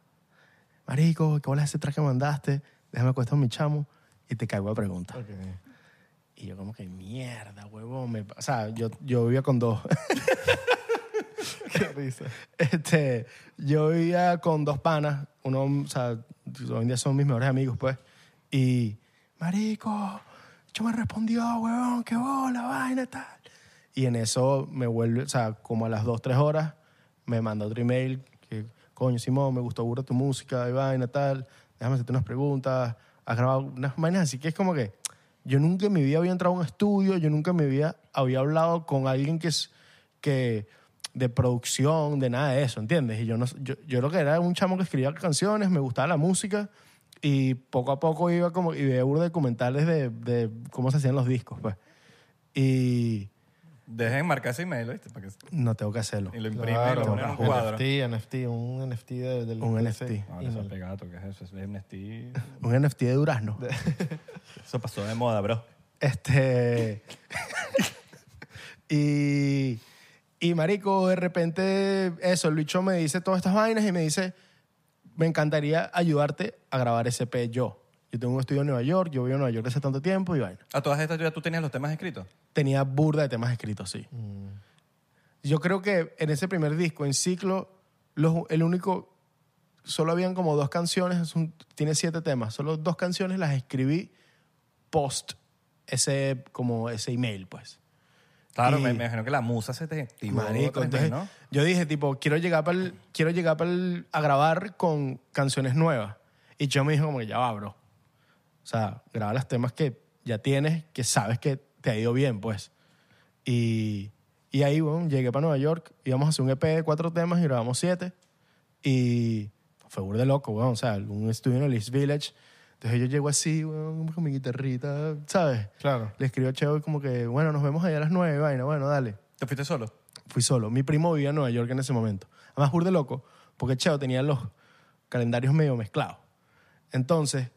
[SPEAKER 3] Marico, ¿qué bola es ese track que mandaste? Déjame acostar a mi chamo. Y te caigo de pregunta.
[SPEAKER 2] Ok.
[SPEAKER 3] Y yo, como que, mierda, huevón. me- O sea, yo, yo vivía con dos.
[SPEAKER 2] [LAUGHS] Qué risa.
[SPEAKER 3] este, yo vivía con dos panas, uno, o sea, hoy en día son mis mejores amigos, pues, y, marico, yo me respondió, huevón, qué bola, vaina, tal. Y en eso me vuelve, o sea, como a las dos, tres horas, me manda otro email que, coño, Simón, me gustó burda tu música y vaina, tal, déjame hacerte unas preguntas, has grabado unas vainas, así que es como que yo nunca en mi vida había entrado a un estudio, yo nunca en mi vida había hablado con alguien que... es- que de producción, de nada de eso, ¿entiendes? Y yo, no, yo, yo lo que era un chamo que escribía canciones, me gustaba la música y poco a poco iba como y veía burda de documentales de, de cómo se hacían los discos, pues. Y
[SPEAKER 1] Dejen marcar ese email, ¿viste? Para que-
[SPEAKER 3] no tengo que hacerlo.
[SPEAKER 1] Y lo imprime y
[SPEAKER 2] Claro,
[SPEAKER 1] lo ponen en un cuadro.
[SPEAKER 2] NFT, NFT, un NFT de- del...
[SPEAKER 3] Un
[SPEAKER 2] del-
[SPEAKER 3] NFT.
[SPEAKER 1] No, eso es pegato, ¿qué es eso? Es NFT.
[SPEAKER 3] Un NFT de durazno.
[SPEAKER 1] Eso pasó de moda, bro.
[SPEAKER 3] Este. y. Y marico, de repente, eso, Lucho me dice todas estas vainas y me dice, me encantaría ayudarte a grabar ese P yo. Yo tengo un estudio en Nueva York, yo vivo en Nueva York hace tanto tiempo y vaina.
[SPEAKER 1] A todas estas ya tú tenías los temas escritos.
[SPEAKER 3] Tenía burda de temas escritos, sí. Yo creo que en ese primer disco, en ciclo, los- el único, solo habían como dos canciones, es un- tiene siete temas, solo dos canciones las escribí post ese, como ese email, pues.
[SPEAKER 1] Claro,
[SPEAKER 3] Y-
[SPEAKER 1] me, me imagino que la musa se te activó.
[SPEAKER 3] Marico,
[SPEAKER 1] otra vez,
[SPEAKER 3] entonces,
[SPEAKER 1] ¿no?
[SPEAKER 3] yo dije, tipo, quiero llegar, pa'l- quiero llegar pa'l- a grabar con canciones nuevas. Y yo me dijo, como que ya va, bro. O sea, graba los temas que ya tienes, que sabes que te ha ido bien, pues. Y, y ahí, bueno, llegué para Nueva York, íbamos a hacer un EP de cuatro temas y grabamos siete. Y fue burda de loco, weón. O sea, un estudio en el East Village. Entonces yo llego así, weón, con mi guitarrita, ¿sabes?
[SPEAKER 2] Claro.
[SPEAKER 3] Le escribo a Cheo y como que, bueno, nos vemos allá a las nueve, vaina, bueno, dale
[SPEAKER 1] ¿Te fuiste solo?
[SPEAKER 3] fui solo. Mi primo vivía en Nueva York en ese momento. Además, jurde loco, porque Cheo tenía los calendarios medio mezclados. Entonces,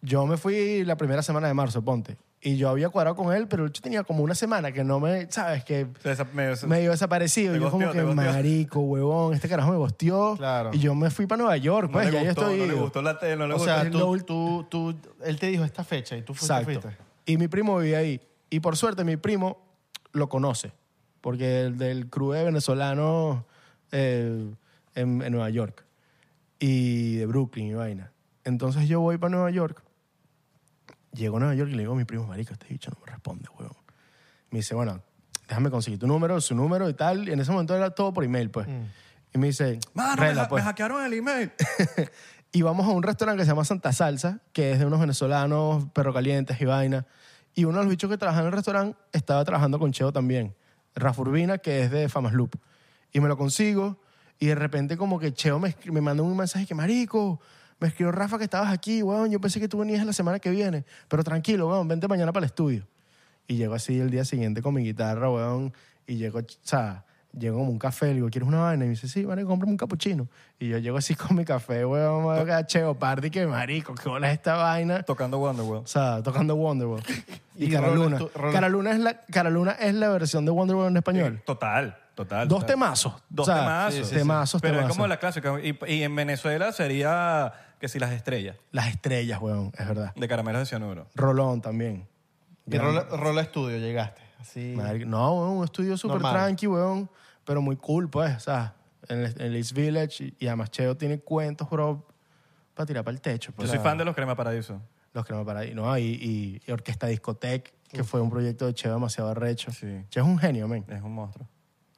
[SPEAKER 3] yo me fui la primera semana de marzo, ponte. Y yo había cuadrado con él, pero yo tenía como una semana que no me, ¿sabes? Que
[SPEAKER 1] Desa- me-
[SPEAKER 3] medio desaparecido.
[SPEAKER 1] Te
[SPEAKER 3] Y yo como
[SPEAKER 1] gosteó,
[SPEAKER 3] que,
[SPEAKER 1] te gosteó.
[SPEAKER 3] marico, huevón, este carajo me gosteó.
[SPEAKER 2] Claro.
[SPEAKER 3] Y yo me fui para Nueva York,
[SPEAKER 1] no
[SPEAKER 3] pues,
[SPEAKER 1] le
[SPEAKER 3] ya
[SPEAKER 1] gustó,
[SPEAKER 3] yo estoy...
[SPEAKER 1] no le gustó la tele, no le
[SPEAKER 2] O
[SPEAKER 1] gustó.
[SPEAKER 2] sea,
[SPEAKER 3] lo
[SPEAKER 2] tú,
[SPEAKER 3] ul-
[SPEAKER 2] tú, tú, él te dijo esta fecha y tú fuiste.
[SPEAKER 3] Exacto.
[SPEAKER 2] fuiste.
[SPEAKER 3] Y mi primo vivía ahí. Y por suerte mi primo lo conoce, porque el del crew de venezolanos eh, en, en Nueva York y de Brooklyn y vaina. Entonces yo voy para Nueva York, llego a Nueva York y le digo a mi primo, marico, este bicho no me responde, huevón. Me dice, bueno, déjame conseguir tu número, su número y tal. Y en ese momento era todo por email, pues.
[SPEAKER 2] Mm.
[SPEAKER 3] Y me dice,
[SPEAKER 1] Mano, me,
[SPEAKER 3] "Rela,
[SPEAKER 1] ha-
[SPEAKER 3] pues".
[SPEAKER 1] me hackearon el
[SPEAKER 3] [LAUGHS]
[SPEAKER 1] email.
[SPEAKER 3] Y vamos a un restaurante que se llama Santa Salsa, que es de unos venezolanos, perro calientes y vaina. Y uno de los bichos que trabajaba en el restaurante estaba trabajando con Cheo también, Rafa Urbina, que es de Famas Loop. Y me lo consigo y de repente como que Cheo me, escri- me manda un mensaje que, marico, me escribió Rafa que estabas aquí, weón, yo pensé que tú venías la semana que viene, pero tranquilo, weón, vente mañana para el estudio. Y llego así el día siguiente con mi guitarra, weón. Y llego, o sea, llego como un café, le digo, ¿quieres una vaina? Y me dice, sí, vale, cómprame un capuchino. Y yo llego así [LAUGHS] con mi café, weón, weón, que cheo, party, que marico, qué bola es esta vaina.
[SPEAKER 1] Tocando Wonder, weón.
[SPEAKER 3] O sea, tocando Wonderwall. Y,
[SPEAKER 2] Y
[SPEAKER 3] Cara
[SPEAKER 2] Rola
[SPEAKER 3] Luna.
[SPEAKER 2] estu- Rola-
[SPEAKER 3] Cara Luna es la, Cara Luna es la versión de Wonderwall en español.
[SPEAKER 1] Total, total.
[SPEAKER 3] Dos
[SPEAKER 1] total.
[SPEAKER 3] temazos.
[SPEAKER 1] Dos
[SPEAKER 3] O sea,
[SPEAKER 1] temazos. Sí, sí, sí.
[SPEAKER 3] temazos,
[SPEAKER 1] Pero es
[SPEAKER 3] temazos.
[SPEAKER 1] como la clásica. Y, y en Venezuela sería que si las estrellas
[SPEAKER 3] Las estrellas, weón, es verdad.
[SPEAKER 1] de caramelos de cianuro.
[SPEAKER 3] Rolón también.
[SPEAKER 2] Y Rola, Rola Studio llegaste. Así.
[SPEAKER 3] Marico, No, weón, un estudio súper
[SPEAKER 2] Normal.
[SPEAKER 3] tranqui, weón, pero muy cool, pues, o sea, en el, en el East Village y, y además Cheo tiene cuentos, bro, para tirar para el techo. pues,
[SPEAKER 1] Yo soy fan de los Crema Paradiso.
[SPEAKER 3] Los Crema Paradis, ¿no? Y, y, y Orquesta Discotec, que fue un proyecto de Cheo demasiado arrecho.
[SPEAKER 1] Sí.
[SPEAKER 3] Cheo es un genio, men.
[SPEAKER 1] Es un monstruo.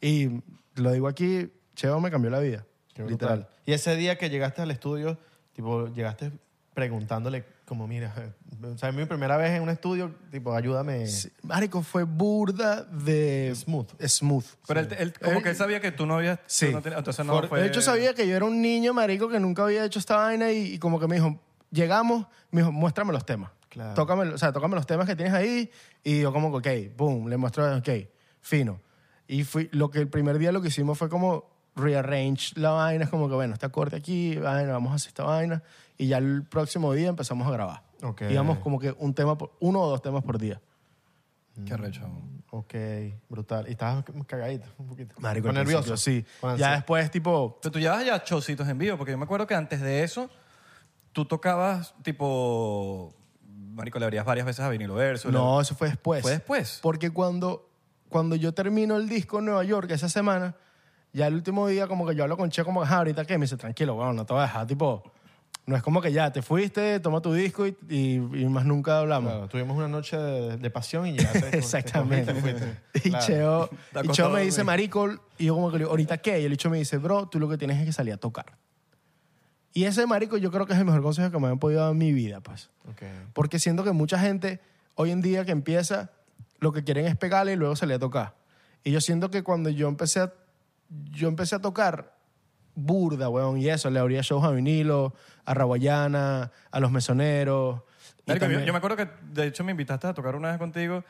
[SPEAKER 3] Y lo digo aquí, Cheo me cambió la vida,
[SPEAKER 2] Qué brutal.
[SPEAKER 3] literal.
[SPEAKER 2] Y ese día que llegaste al estudio, tipo, llegaste preguntándole, como, mira, [LAUGHS] o sea, es mi primera vez en un estudio, tipo, ayúdame.
[SPEAKER 3] Sí, Marico, fue burda de...
[SPEAKER 2] Smooth.
[SPEAKER 3] Smooth.
[SPEAKER 1] Pero él, él- como que él sabía que tú no habías... tú
[SPEAKER 3] Sí.
[SPEAKER 1] no tenías- entonces no
[SPEAKER 3] Por-
[SPEAKER 1] fue...
[SPEAKER 3] De hecho, sabía que yo era un niño, marico, que nunca había hecho esta vaina y, y como que me dijo, llegamos, me dijo, muéstrame los temas.
[SPEAKER 2] Claro.
[SPEAKER 3] Tócame, o sea, tócame los temas que tienes ahí y yo como que, ok, boom, le muestro, ok, fino. Y fui, lo que el primer día lo que hicimos fue como rearrange la vaina, es como que, bueno, está corte aquí, vaina, vamos a hacer esta vaina y ya el próximo día empezamos a grabar.
[SPEAKER 2] Ok.
[SPEAKER 3] Íbamos como que un tema, por, uno o dos temas por día.
[SPEAKER 1] Qué recho.
[SPEAKER 2] Ok, brutal. Y estabas cagadito un poquito.
[SPEAKER 3] Marico,
[SPEAKER 2] O
[SPEAKER 3] al
[SPEAKER 2] nervioso.
[SPEAKER 3] principio Sí.
[SPEAKER 2] Con
[SPEAKER 3] Ya
[SPEAKER 2] ansiedad.
[SPEAKER 3] después, tipo,
[SPEAKER 1] Pero tú llevabas ya showcitos en vivo, porque yo me acuerdo que antes de eso tú tocabas tipo... Marico, le abrías varias veces a Vinilo Verso. le-
[SPEAKER 3] No, eso fue después.
[SPEAKER 1] ¿Fue después?
[SPEAKER 3] Porque cuando, cuando yo termino el disco en Nueva York esa semana, ya el último día como que yo hablo con Che como que "Ajá, ahorita que me dice, tranquilo, bueno, no te voy a dejar, tipo, no es como que ya te fuiste, toma tu disco y, y- y más nunca hablamos.
[SPEAKER 2] Claro, tuvimos una noche de, de pasión y llegaste.
[SPEAKER 3] [LAUGHS] Exactamente.
[SPEAKER 2] te fuiste.
[SPEAKER 3] [LAUGHS] Y
[SPEAKER 2] Claro.
[SPEAKER 3] Cheo,
[SPEAKER 1] Te ha
[SPEAKER 3] y Cheo
[SPEAKER 1] costado
[SPEAKER 3] me
[SPEAKER 1] dormir.
[SPEAKER 3] dice, marico, y yo como que le digo, ¿ahorita qué? Y el bicho me dice, bro, tú lo que tienes es que salir a tocar. Y ese marico yo creo que es el mejor consejo que me han podido dar en mi vida, pues.
[SPEAKER 2] Ok.
[SPEAKER 3] Porque siento que mucha gente hoy en día que empieza, lo que quieren es pegarle y luego se le toca. Y yo siento que cuando yo empecé a, yo empecé a tocar burda, weón, y eso, le abría shows a vinilo, a Raguayana, a los mesoneros. y
[SPEAKER 1] Marico, yo,
[SPEAKER 3] también-
[SPEAKER 1] yo me acuerdo que de hecho me invitaste a tocar una vez contigo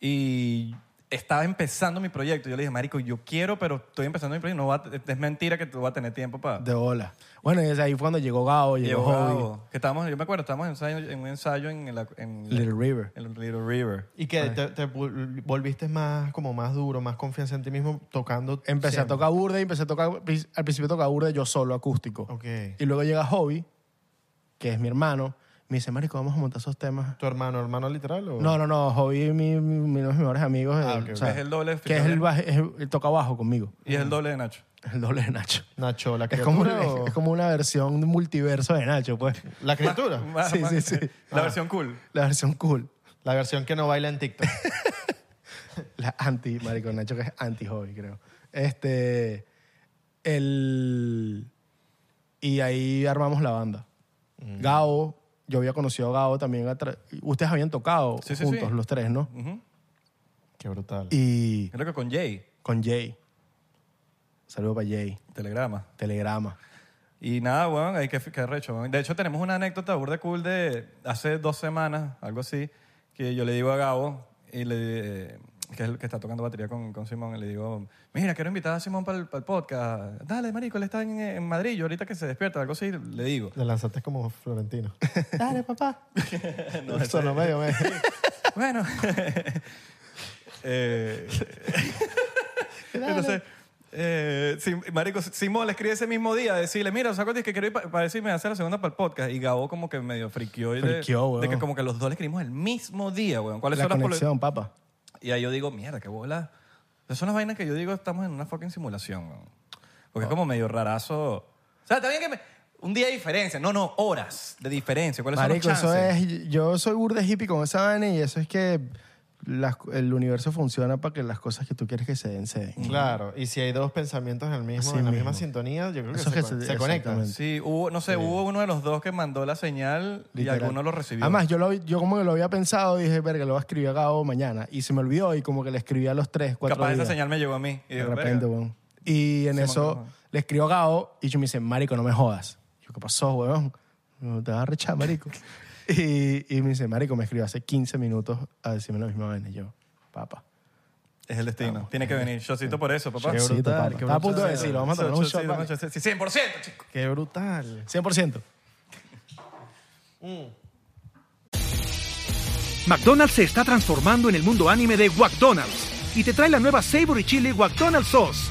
[SPEAKER 1] y estaba empezando mi proyecto. Yo le dije, Marico, yo quiero, pero estoy empezando mi proyecto. No va a- es mentira que tú vas a tener tiempo para.
[SPEAKER 3] De bola. Bueno, y desde ahí fue cuando llegó Gao, llegó,
[SPEAKER 1] Llegó
[SPEAKER 3] Hobby,
[SPEAKER 1] Gabo, que estábamos, yo me acuerdo, estábamos en, ensayo- en un ensayo en, la- en la-
[SPEAKER 3] Little River.
[SPEAKER 1] en Little River.
[SPEAKER 2] Y que te, te vol- volviste más, como más duro, más confianza en ti mismo tocando.
[SPEAKER 3] Empecé a
[SPEAKER 2] siempre.
[SPEAKER 3] tocar burda y empecé a tocar, al principio tocaba burda yo solo, acústico.
[SPEAKER 2] Ok.
[SPEAKER 3] Y luego llega Hobby, que es mi hermano, me dice, marico, vamos a montar esos temas
[SPEAKER 2] ¿Tu hermano, hermano literal? O?
[SPEAKER 3] No, no, no. Hobby, mi, mi- uno de mis mejores amigos.
[SPEAKER 2] Ah,
[SPEAKER 3] eh,
[SPEAKER 2] ok, ok.
[SPEAKER 1] Es el doble de
[SPEAKER 3] Que es el, baje- es el- el toca bajo conmigo.
[SPEAKER 1] Y es el doble de Nacho.
[SPEAKER 3] El doble de Nacho.
[SPEAKER 2] Nacho, la
[SPEAKER 3] Es como,
[SPEAKER 2] criatura. o-
[SPEAKER 3] es, es como una versión de multiverso de Nacho, pues.
[SPEAKER 2] La criatura.
[SPEAKER 1] Más-
[SPEAKER 3] Sí,
[SPEAKER 1] más-
[SPEAKER 3] sí, sí. Ah.
[SPEAKER 1] La versión cool.
[SPEAKER 3] La versión cool.
[SPEAKER 2] La versión que no baila en
[SPEAKER 3] [LAUGHS]
[SPEAKER 2] TikTok.
[SPEAKER 3] La anti, marico, Nacho que es anti-hobby, creo. Este. El. Y ahí armamos la banda.
[SPEAKER 1] Mm.
[SPEAKER 3] Gao, yo había conocido a Gao también. a tra- Ustedes habían tocado
[SPEAKER 1] Sí, sí, sí.
[SPEAKER 3] juntos los tres, ¿no?
[SPEAKER 1] Ujú.
[SPEAKER 2] Qué brutal.
[SPEAKER 3] Y
[SPEAKER 1] Creo que con Jay,
[SPEAKER 3] con Jay. Saludo para Jay.
[SPEAKER 1] Telegrama.
[SPEAKER 3] Telegrama.
[SPEAKER 1] Y nada, weón, hay que qué recho, weón. De hecho, tenemos una anécdota burda cool de hace dos semanas, algo así, que yo le digo a Gabo y le que es el que está tocando batería con, con Simón, y le digo, mira, quiero invitar a Simón para el, para el podcast. Dale, marico, él está en, en Madrid, yo ahorita que se despierta, algo así, le digo.
[SPEAKER 2] Le lanzaste como
[SPEAKER 3] [LAUGHS]
[SPEAKER 2] Florentino. Dale, papá.
[SPEAKER 1] [LAUGHS] No,
[SPEAKER 2] Eso no eh. medio medio.
[SPEAKER 1] bueno. [LAUGHS] Eh, entonces, eh, Sim- Marico, Simón le escribe ese mismo día, decirle, mira, saco que quiero ir pa- para decirme hacer la segunda para el podcast. Y Gabo como que medio friqueó. y de-
[SPEAKER 3] Friqueó,
[SPEAKER 1] de,
[SPEAKER 3] weón.
[SPEAKER 1] que como que los dos le escribimos el mismo día, weón. ¿Cuáles
[SPEAKER 3] La
[SPEAKER 1] son las polo-
[SPEAKER 3] conexión, papá.
[SPEAKER 1] Y ahí yo digo, mierda, qué bola. Esas son las vainas que yo digo, estamos en una fucking simulación, weón.
[SPEAKER 3] Ah.
[SPEAKER 1] Porque es como medio rarazo. O sea, está bien que me- un día de diferencia. No, no, horas de diferencia. ¿Cuáles
[SPEAKER 3] Marico,
[SPEAKER 1] son los
[SPEAKER 3] eso
[SPEAKER 1] chances?
[SPEAKER 3] es. Yo soy burda hippie con esa vaina y eso es que las- el universo funciona para que las cosas que tú quieres que se den, se den.
[SPEAKER 2] Claro, y si hay dos pensamientos en, el mismo,
[SPEAKER 3] Así
[SPEAKER 2] en la misma
[SPEAKER 3] mismo.
[SPEAKER 2] sintonía, yo creo que
[SPEAKER 3] Eso
[SPEAKER 2] se,
[SPEAKER 3] es que
[SPEAKER 2] con-
[SPEAKER 3] se-
[SPEAKER 2] se conectan.
[SPEAKER 3] exactamente.
[SPEAKER 1] Sí, hubo, no sé, hubo uno de los dos que mandó la señal
[SPEAKER 3] Literal. Ah,
[SPEAKER 1] y alguno lo recibió.
[SPEAKER 3] Además, yo, lo, yo como que lo había pensado, dije, verga, lo voy a escribir a Gabo mañana. Y se me olvidó y como que le escribí a los tres, cuatro
[SPEAKER 1] Capaz esa
[SPEAKER 3] días.
[SPEAKER 1] señal me llegó a mí. Y
[SPEAKER 3] de
[SPEAKER 1] digo, "Verga".
[SPEAKER 3] repente, weón. Y en
[SPEAKER 1] Se
[SPEAKER 3] eso
[SPEAKER 1] mandó, ajá.
[SPEAKER 3] le escribo a Gabo y yo me dice, marico, no me jodas. Yo, ¿qué pasó, weón? No te vas a
[SPEAKER 1] [LAUGHS]
[SPEAKER 3] rechazar, marico. y, y me dice, marico, me escribió hace 15 minutos a decirme la misma vaina. Y yo, papá.
[SPEAKER 1] es el destino. Tiene que venir. Shotcito por eso, papá.
[SPEAKER 3] Qué
[SPEAKER 1] Shotcito,
[SPEAKER 3] brutal,
[SPEAKER 2] brutal, qué
[SPEAKER 3] Estaba a punto de
[SPEAKER 2] brutal.
[SPEAKER 3] decirlo, vamos a tomar un
[SPEAKER 1] shotcito,
[SPEAKER 3] shot. vale.
[SPEAKER 1] shotcito. Sí, 100%, chico.
[SPEAKER 2] ¡Qué brutal!
[SPEAKER 3] 100%.
[SPEAKER 5] McDonald's se está transformando en el mundo anime de McDonald's y te trae la nueva Savory Chili McDonald's Sauce.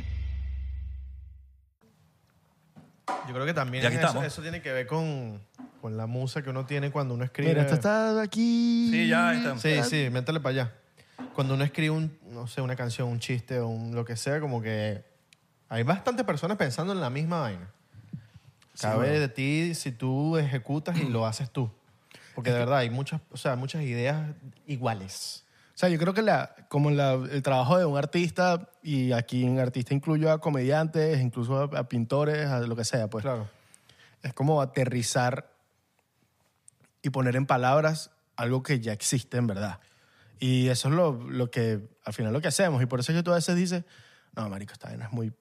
[SPEAKER 2] Yo creo que también
[SPEAKER 1] Ya
[SPEAKER 2] es
[SPEAKER 1] aquí
[SPEAKER 2] eso,
[SPEAKER 1] estamos.
[SPEAKER 2] eso tiene que ver con, con la musa que uno tiene cuando uno escribe.
[SPEAKER 3] Mira, esto está aquí.
[SPEAKER 1] Sí, ya está.
[SPEAKER 2] Sí, sí, métele para allá. Cuando uno escribe un, no sé, una canción, un chiste o un lo que sea, como que hay bastantes personas pensando en la misma vaina. Cabe de ti si tú ejecutas y lo haces tú. Porque de verdad hay muchas, o sea, muchas ideas iguales.
[SPEAKER 3] O sea, yo creo que la, como la- el trabajo de un artista, y aquí en artista incluyo a comediantes, incluso a, a pintores, a lo que sea, pues.
[SPEAKER 2] Claro.
[SPEAKER 3] Es como aterrizar y poner en palabras algo que ya existe en verdad. Y eso es lo, lo que, al final, lo que hacemos. Y por eso es que tú a veces dices, no, marico, esta vaina es muy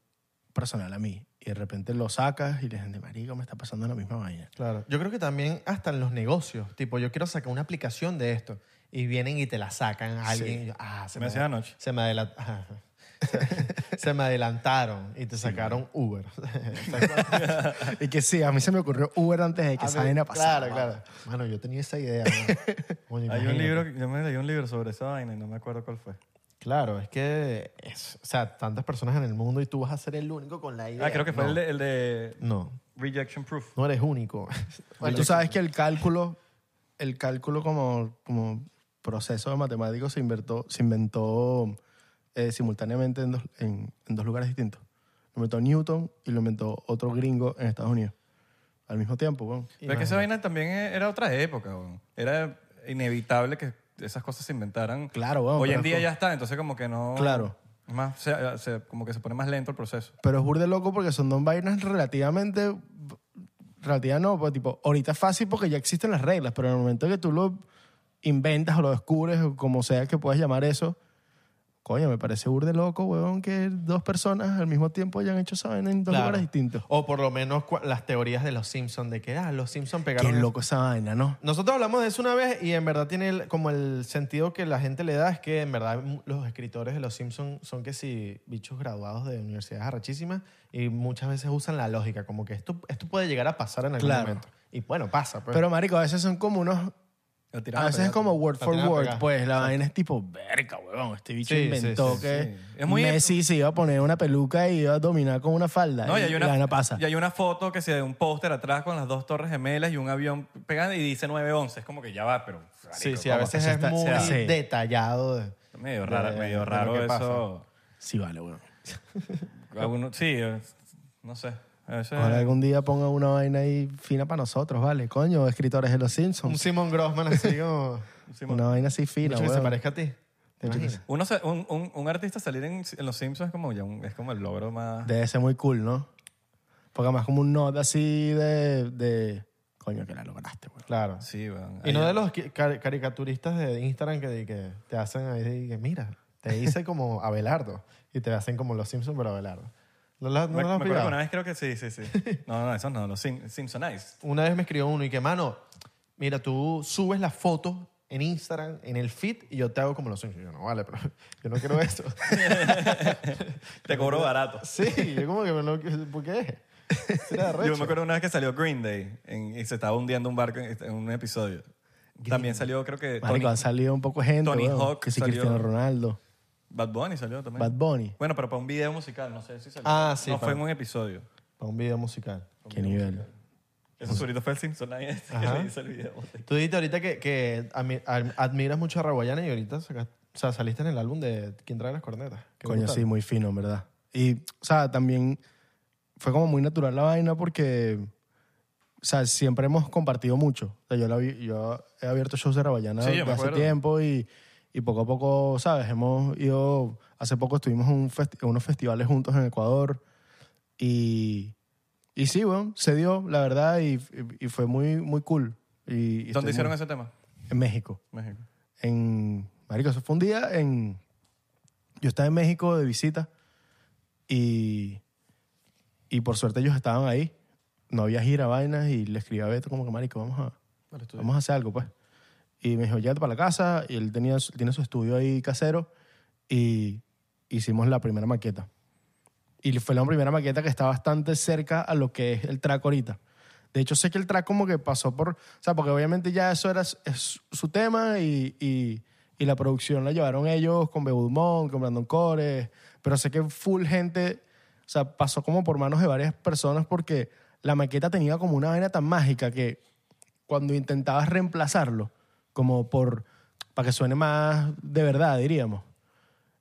[SPEAKER 3] personal a mí. Y de repente lo sacas y la gente, marico, me está pasando la
[SPEAKER 2] [LAUGHS]
[SPEAKER 3] misma vaina.
[SPEAKER 2] Claro. Yo creo que también hasta en los negocios, tipo, yo quiero sacar una aplicación de esto y vienen y te la sacan a alguien. y yo, ah, se
[SPEAKER 1] Me hacía anoche.
[SPEAKER 2] Se me, adela- ajá. [LAUGHS] Se- se me adelantaron y te sacaron Uber.
[SPEAKER 3] y que sí, a mí se me ocurrió Uber antes de
[SPEAKER 2] [LAUGHS]
[SPEAKER 3] que
[SPEAKER 2] A
[SPEAKER 3] esa
[SPEAKER 2] ver,
[SPEAKER 3] vaina pasara.
[SPEAKER 2] Claro, claro. Mano, yo tenía esa idea.
[SPEAKER 1] [LAUGHS]
[SPEAKER 2] mano. Coño,
[SPEAKER 1] Hay un
[SPEAKER 2] imagínate.
[SPEAKER 1] libro, yo me leí un libro sobre esa vaina y no me acuerdo cuál fue.
[SPEAKER 2] Claro, es que, es- o sea, tantas personas en el mundo y tú vas a ser el único con la idea.
[SPEAKER 1] Ah, creo que fue
[SPEAKER 2] No,
[SPEAKER 1] el, de, el de
[SPEAKER 2] No,
[SPEAKER 1] Rejection Proof.
[SPEAKER 2] no eres único.
[SPEAKER 3] Y tú sabes que el cálculo, el cálculo como, como proceso matemático se inventó, se inventó eh, simultáneamente en dos, en, en dos lugares distintos. Lo inventó Newton y lo inventó otro gringo en Estados Unidos. Al mismo tiempo, weón.
[SPEAKER 1] Pero es que esa vaina también e- era otra época, weón. Era inevitable que esas cosas se inventaran.
[SPEAKER 3] Claro, weón,
[SPEAKER 1] Hoy en
[SPEAKER 3] pero
[SPEAKER 1] día
[SPEAKER 3] fue-
[SPEAKER 1] ya está, entonces como que no...
[SPEAKER 3] Claro.
[SPEAKER 1] Más, se- se- como que se pone más lento el proceso.
[SPEAKER 3] Pero es burde loco porque son dos vainas relativamente. Relativamente no, pues tipo, ahorita es fácil porque ya existen las reglas, pero en el momento que tú lo inventas o lo descubres, o como sea que puedas llamar eso, coño, me parece burde loco, weón, que dos personas al mismo tiempo hayan hecho esa vaina en dos
[SPEAKER 2] Claro.
[SPEAKER 3] lugares distintos.
[SPEAKER 2] [LAUGHS] O por lo menos cua- las teorías de los Simpsons, de que, ah, los Simpsons
[SPEAKER 3] Qué
[SPEAKER 2] pegaron.
[SPEAKER 3] loco esa vaina, ¿no?
[SPEAKER 2] Nosotros hablamos de eso una vez y en verdad tiene el- como el sentido que la gente le da es que en verdad mu- los escritores de los Simpsons son que si bichos graduados de universidades arrachísimas y muchas veces usan la lógica, como que esto, esto puede llegar a pasar en algún
[SPEAKER 3] Claro.
[SPEAKER 2] momento. Y bueno, pasa. Pues.
[SPEAKER 3] Pero, marico, a veces son como unos.
[SPEAKER 1] La
[SPEAKER 3] A
[SPEAKER 1] tiraban
[SPEAKER 3] veces es
[SPEAKER 1] pegada.
[SPEAKER 3] como word
[SPEAKER 2] La
[SPEAKER 3] for
[SPEAKER 2] tiran a
[SPEAKER 3] word,
[SPEAKER 2] pegar.
[SPEAKER 3] pues la vaina es tipo, verga, weón, este bicho
[SPEAKER 2] Sí, sí,
[SPEAKER 3] inventó
[SPEAKER 2] sí,
[SPEAKER 3] que
[SPEAKER 1] sí. Es muy-
[SPEAKER 3] Messi se iba a poner una peluca y iba a dominar con una falda.
[SPEAKER 1] No, y
[SPEAKER 3] y,
[SPEAKER 1] hay una,
[SPEAKER 3] la vaina pasa.
[SPEAKER 1] y hay una foto que se de un póster atrás con las dos torres gemelas y un avión pegando y dice 911. Es como que ya va, pero. marico,
[SPEAKER 2] sí, sí, a
[SPEAKER 1] ¿cómo?
[SPEAKER 2] veces
[SPEAKER 3] Eso
[SPEAKER 2] es
[SPEAKER 3] está-
[SPEAKER 2] muy
[SPEAKER 3] se hace.
[SPEAKER 2] detallado. de-
[SPEAKER 1] Medio raro,
[SPEAKER 2] de- de
[SPEAKER 1] medio
[SPEAKER 2] lo
[SPEAKER 1] raro
[SPEAKER 2] que pasa.
[SPEAKER 1] eso.
[SPEAKER 3] Sí, vale, weón.
[SPEAKER 1] Alguno- sí, eh, no sé. A veces-
[SPEAKER 3] Ojalá algún día ponga una vaina ahí fina para nosotros, ¿vale? Coño, escritores de los
[SPEAKER 2] Un
[SPEAKER 3] Simpsons.
[SPEAKER 2] Simon Grossman así [LAUGHS] como...
[SPEAKER 1] Simón.
[SPEAKER 3] Una vaina así fina,
[SPEAKER 2] mucho que se
[SPEAKER 3] weón.
[SPEAKER 2] parezca a ti. ¿Te
[SPEAKER 3] Mucho que
[SPEAKER 2] imaginas?
[SPEAKER 1] Uno se- un, un- un artista salir en, en Los Simpsons es como, ya un- es como el logro más.
[SPEAKER 3] Debe ser muy cool, ¿no? Porque además como un nod así de... de- coño, que la lograste, güey.
[SPEAKER 2] Claro.
[SPEAKER 1] Sí, weón.
[SPEAKER 2] Y no de los qui- cari- caricaturistas de Instagram que, di- que te hacen ahí, de que mira, te hice como Abelardo. Y te hacen como los Simpsons, pero Abelardo. ¿No la- no
[SPEAKER 1] me,
[SPEAKER 2] la
[SPEAKER 1] me
[SPEAKER 2] has
[SPEAKER 1] acuerdo que
[SPEAKER 2] pillado?
[SPEAKER 1] una vez creo que sí, sí, sí.
[SPEAKER 2] [LAUGHS]
[SPEAKER 1] No, no, esos no, los Sim- Simpsonites.
[SPEAKER 2] Una vez me escribió uno y que, mano, mira, tú subes las fotos en Instagram, en el feed, y yo te hago como los Simpsons. Y Yo, no, vale, pero [LAUGHS] yo no quiero eso. [LAUGHS]
[SPEAKER 1] Te cobró barato.
[SPEAKER 2] sí, yo como que, no, ¿por qué? Era
[SPEAKER 1] Yo me
[SPEAKER 2] arrecho.
[SPEAKER 1] acuerdo una vez que salió Green Day en- y se estaba hundiendo un barco en, en un episodio. También salió, creo que
[SPEAKER 3] Marico,
[SPEAKER 1] Tony-
[SPEAKER 3] han salido un poco gente,
[SPEAKER 1] Tony
[SPEAKER 3] weón.
[SPEAKER 1] Hawk
[SPEAKER 3] que si
[SPEAKER 1] salió.
[SPEAKER 3] Cristiano Ronaldo,
[SPEAKER 1] Bad Bunny salió también.
[SPEAKER 3] Bad Bunny.
[SPEAKER 1] Bueno, pero para un video musical, no sé si salió.
[SPEAKER 2] Ah, sí,
[SPEAKER 1] No,
[SPEAKER 2] para-
[SPEAKER 1] fue en un episodio.
[SPEAKER 2] Para un video musical.
[SPEAKER 3] Qué nivel.
[SPEAKER 1] Eso ahorita fue el [LAUGHS] Simpsonite este que
[SPEAKER 2] Ajá.
[SPEAKER 1] le hizo el video.
[SPEAKER 2] Tú dijiste ahorita que, que ami- al- admiras mucho a Raguayana y ahorita saca- o sea, saliste en el álbum de ¿Quién trae las cornetas? Qué
[SPEAKER 3] Coño,
[SPEAKER 2] brutal.
[SPEAKER 3] sí, muy fino, en verdad. Y, o sea, también fue como muy natural la vaina porque, o sea, siempre hemos compartido mucho. O sea, yo, la vi- yo he abierto shows de Rabayana
[SPEAKER 1] Sí, yo me
[SPEAKER 3] desde hace
[SPEAKER 1] acuerdo.
[SPEAKER 3] tiempo y, y poco a poco, ¿sabes? Hemos ido, hace poco estuvimos en un festi- en unos festivales juntos en Ecuador y, y sí, bueno, se dio, la verdad, y, y- y fue muy, muy cool. Y, y
[SPEAKER 1] ¿Dónde
[SPEAKER 3] estoy
[SPEAKER 1] hicieron
[SPEAKER 3] muy-
[SPEAKER 1] ese tema?
[SPEAKER 3] En México
[SPEAKER 1] México.
[SPEAKER 3] en marico eso fue un día en yo estaba en México de visita y y por suerte ellos estaban ahí no había gira vainas y le escribí a Beto como que marico vamos a vamos a hacer algo pues y me dijo llévate para la casa y él tenía su- tiene su estudio ahí casero y hicimos la primera maqueta y fue la primera maqueta que está bastante cerca a lo que es el track ahorita. De hecho, sé que el track como que pasó por... O sea, porque obviamente ya eso era s- es su tema y, y- y la producción la llevaron ellos con Bedumont, con Brandon Cores, pero sé que full gente... O sea, pasó como por manos de varias personas porque la maqueta tenía como una vaina tan mágica que cuando intentabas reemplazarlo, como por... para que suene más de verdad, diríamos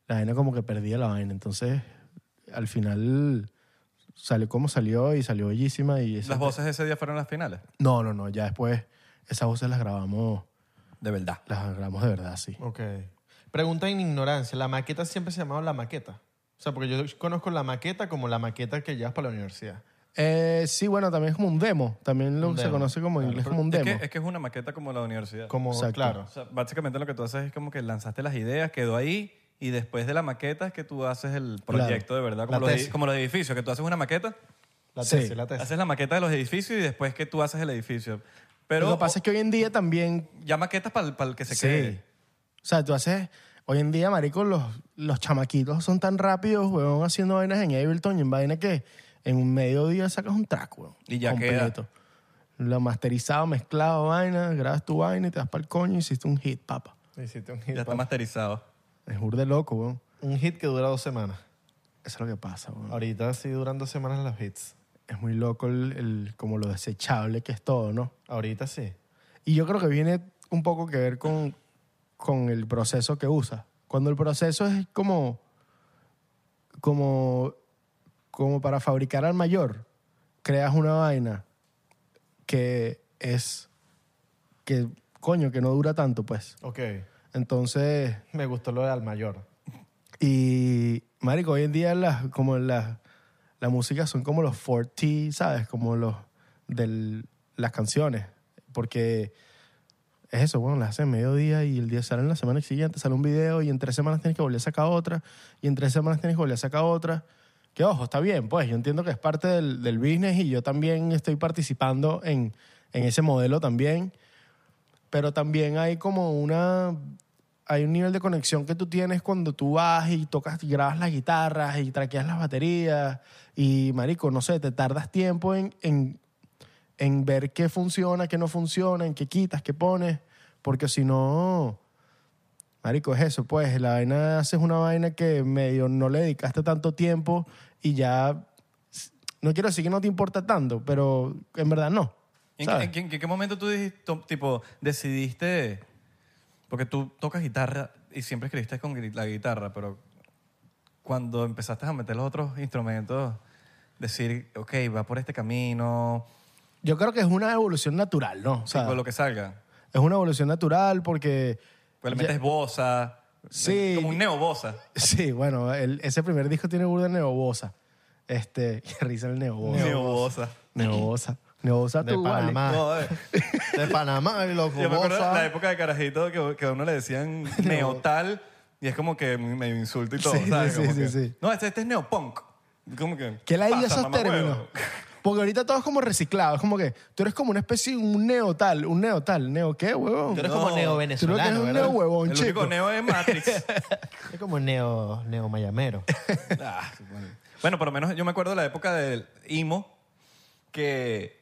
[SPEAKER 3] la vaina como que perdía la vaina. Entonces, al final salió como salió y salió bellísima. Y esa-
[SPEAKER 1] Las voces de ese día fueron las finales.
[SPEAKER 3] No, no, no. Ya después esas voces las grabamos,
[SPEAKER 1] De verdad.
[SPEAKER 3] las grabamos de verdad, sí.
[SPEAKER 2] Ok. Pregunta en ignorancia. ¿La maqueta siempre se llamaba la maqueta? O sea, porque yo conozco la maqueta como la maqueta que llevas para la universidad.
[SPEAKER 3] Eh, sí, bueno, también es como un demo. También lo
[SPEAKER 2] Un
[SPEAKER 3] que se
[SPEAKER 2] demo,
[SPEAKER 3] conoce como en
[SPEAKER 2] claro,
[SPEAKER 3] inglés
[SPEAKER 2] pero
[SPEAKER 3] como un
[SPEAKER 1] Es
[SPEAKER 3] demo.
[SPEAKER 1] que, es que es una maqueta como la universidad.
[SPEAKER 2] Como,
[SPEAKER 3] Exacto.
[SPEAKER 2] claro.
[SPEAKER 1] O sea, básicamente lo que tú haces es como que lanzaste las ideas, quedó ahí y después de la maqueta es que tú haces el proyecto de verdad, como
[SPEAKER 2] La
[SPEAKER 1] los, edi-
[SPEAKER 2] tesis.
[SPEAKER 1] como los edificios, que tú haces una maqueta,
[SPEAKER 2] La
[SPEAKER 3] Sí.
[SPEAKER 2] tesis, la tesis.
[SPEAKER 1] haces la maqueta de los edificios y después que tú haces el edificio. Pero
[SPEAKER 3] lo que pasa es que hoy en día también
[SPEAKER 1] ya maquetas para el que se
[SPEAKER 3] Sí.
[SPEAKER 1] quede.
[SPEAKER 3] O sea, tú haces. Hoy en día, marico, los, los chamaquitos son tan rápidos, weón, haciendo vainas en Ableton y en vainas que en un mediodía sacas un track, weón.
[SPEAKER 1] Y ya
[SPEAKER 3] Lo masterizado, mezclado, vaina, grabas tu vaina y te das para el coño y hiciste un hit, papa.
[SPEAKER 2] Hiciste un
[SPEAKER 1] Ya
[SPEAKER 2] hit.
[SPEAKER 1] está masterizado.
[SPEAKER 3] Es burde loco, weón.
[SPEAKER 2] Un hit que dura dos semanas.
[SPEAKER 3] Eso es lo que pasa, weón.
[SPEAKER 2] Ahorita sí duran dos semanas los hits.
[SPEAKER 3] Es muy loco el, el- como lo desechable que es todo, ¿no?
[SPEAKER 2] Ahorita sí.
[SPEAKER 3] Y yo creo que viene un poco que ver con, con el proceso que usa. Cuando el proceso es como, como, como para fabricar al mayor, creas una vaina que es, que coño, que no dura tanto, pues.
[SPEAKER 2] Ok.
[SPEAKER 3] Entonces,
[SPEAKER 2] Me gustó lo de al mayor.
[SPEAKER 3] y, marico, hoy en día las, como las, la música son como los 4T, ¿sabes? Como los de las canciones. Porque es eso, bueno, las hacen mediodía y el día salen la semana siguiente, sale un video y en tres semanas tienes que volver a sacar otra y en tres semanas tienes que volver a sacar otra. Que ojo, está bien, pues yo entiendo que es parte del, del business y yo también estoy participando en, en ese modelo también. Pero también hay como una hay un nivel de conexión que tú tienes cuando tú vas y tocas, y grabas las guitarras y traqueas las baterías y, marico, no sé, te tardas tiempo en, en, en ver qué funciona, qué no funciona, en qué quitas, qué pones, porque si no, marico, es eso, pues, la vaina, haces una vaina que medio no le dedicaste tanto tiempo y ya, no quiero decir que no te importa tanto, pero en verdad no.
[SPEAKER 1] ¿En, qué-
[SPEAKER 3] ¿sabes?
[SPEAKER 1] en qué- en qué momento tú dijiste, to- tipo, decidiste, porque tú tocas guitarra y siempre escribiste con gui- la guitarra, pero cuando empezaste a meter los otros instrumentos, decir, ok, va por este camino,
[SPEAKER 3] Yo creo que es una evolución natural, ¿no? O
[SPEAKER 1] sí,
[SPEAKER 3] sea,
[SPEAKER 1] con lo que salga.
[SPEAKER 3] es una evolución natural porque... [LAUGHS]
[SPEAKER 1] Pues le
[SPEAKER 3] ya-
[SPEAKER 1] metes bosa,
[SPEAKER 3] Sí.
[SPEAKER 1] como un neobosa.
[SPEAKER 3] Sí, bueno, el- ese primer [LAUGHS] disco tiene burda de neobosa. Este, qué risa el neobosa.
[SPEAKER 1] Neobosa.
[SPEAKER 3] Neobosa. Negosa
[SPEAKER 2] De
[SPEAKER 3] tú, vale.
[SPEAKER 2] Panamá.
[SPEAKER 1] No, eh,
[SPEAKER 2] De Panamá, y loco.
[SPEAKER 1] [LAUGHS] Yo me acuerdo
[SPEAKER 2] goza.
[SPEAKER 1] la época de carajito que, que a uno le
[SPEAKER 3] [LAUGHS]
[SPEAKER 1] decían neotal y es como que me insulto y todo,
[SPEAKER 3] Sí,
[SPEAKER 1] ¿sabes?
[SPEAKER 3] sí,
[SPEAKER 1] Como
[SPEAKER 3] sí,
[SPEAKER 1] que,
[SPEAKER 3] sí.
[SPEAKER 1] No, este, este es neopunk. Como que,
[SPEAKER 3] ¿Qué la
[SPEAKER 1] pasa,
[SPEAKER 3] esos
[SPEAKER 1] mamá,
[SPEAKER 3] términos?
[SPEAKER 1] huevo.
[SPEAKER 3] [LAUGHS] Porque ahorita todo es como reciclado. Es como que tú eres como una especie, un neo tal, un neo tal, neo qué, huevón.
[SPEAKER 4] Tú eres
[SPEAKER 3] Tú
[SPEAKER 4] como
[SPEAKER 1] No.
[SPEAKER 3] lo que eres
[SPEAKER 4] neo-venezolano,
[SPEAKER 3] un
[SPEAKER 4] ¿verdad?
[SPEAKER 3] neo huevón,
[SPEAKER 1] El único
[SPEAKER 3] chico.
[SPEAKER 1] neo es
[SPEAKER 3] [LAUGHS]
[SPEAKER 1] Matrix.
[SPEAKER 2] Es como neo, neo mayamero.
[SPEAKER 1] Ah, bueno. bueno, por lo menos yo me acuerdo de la época del IMO, que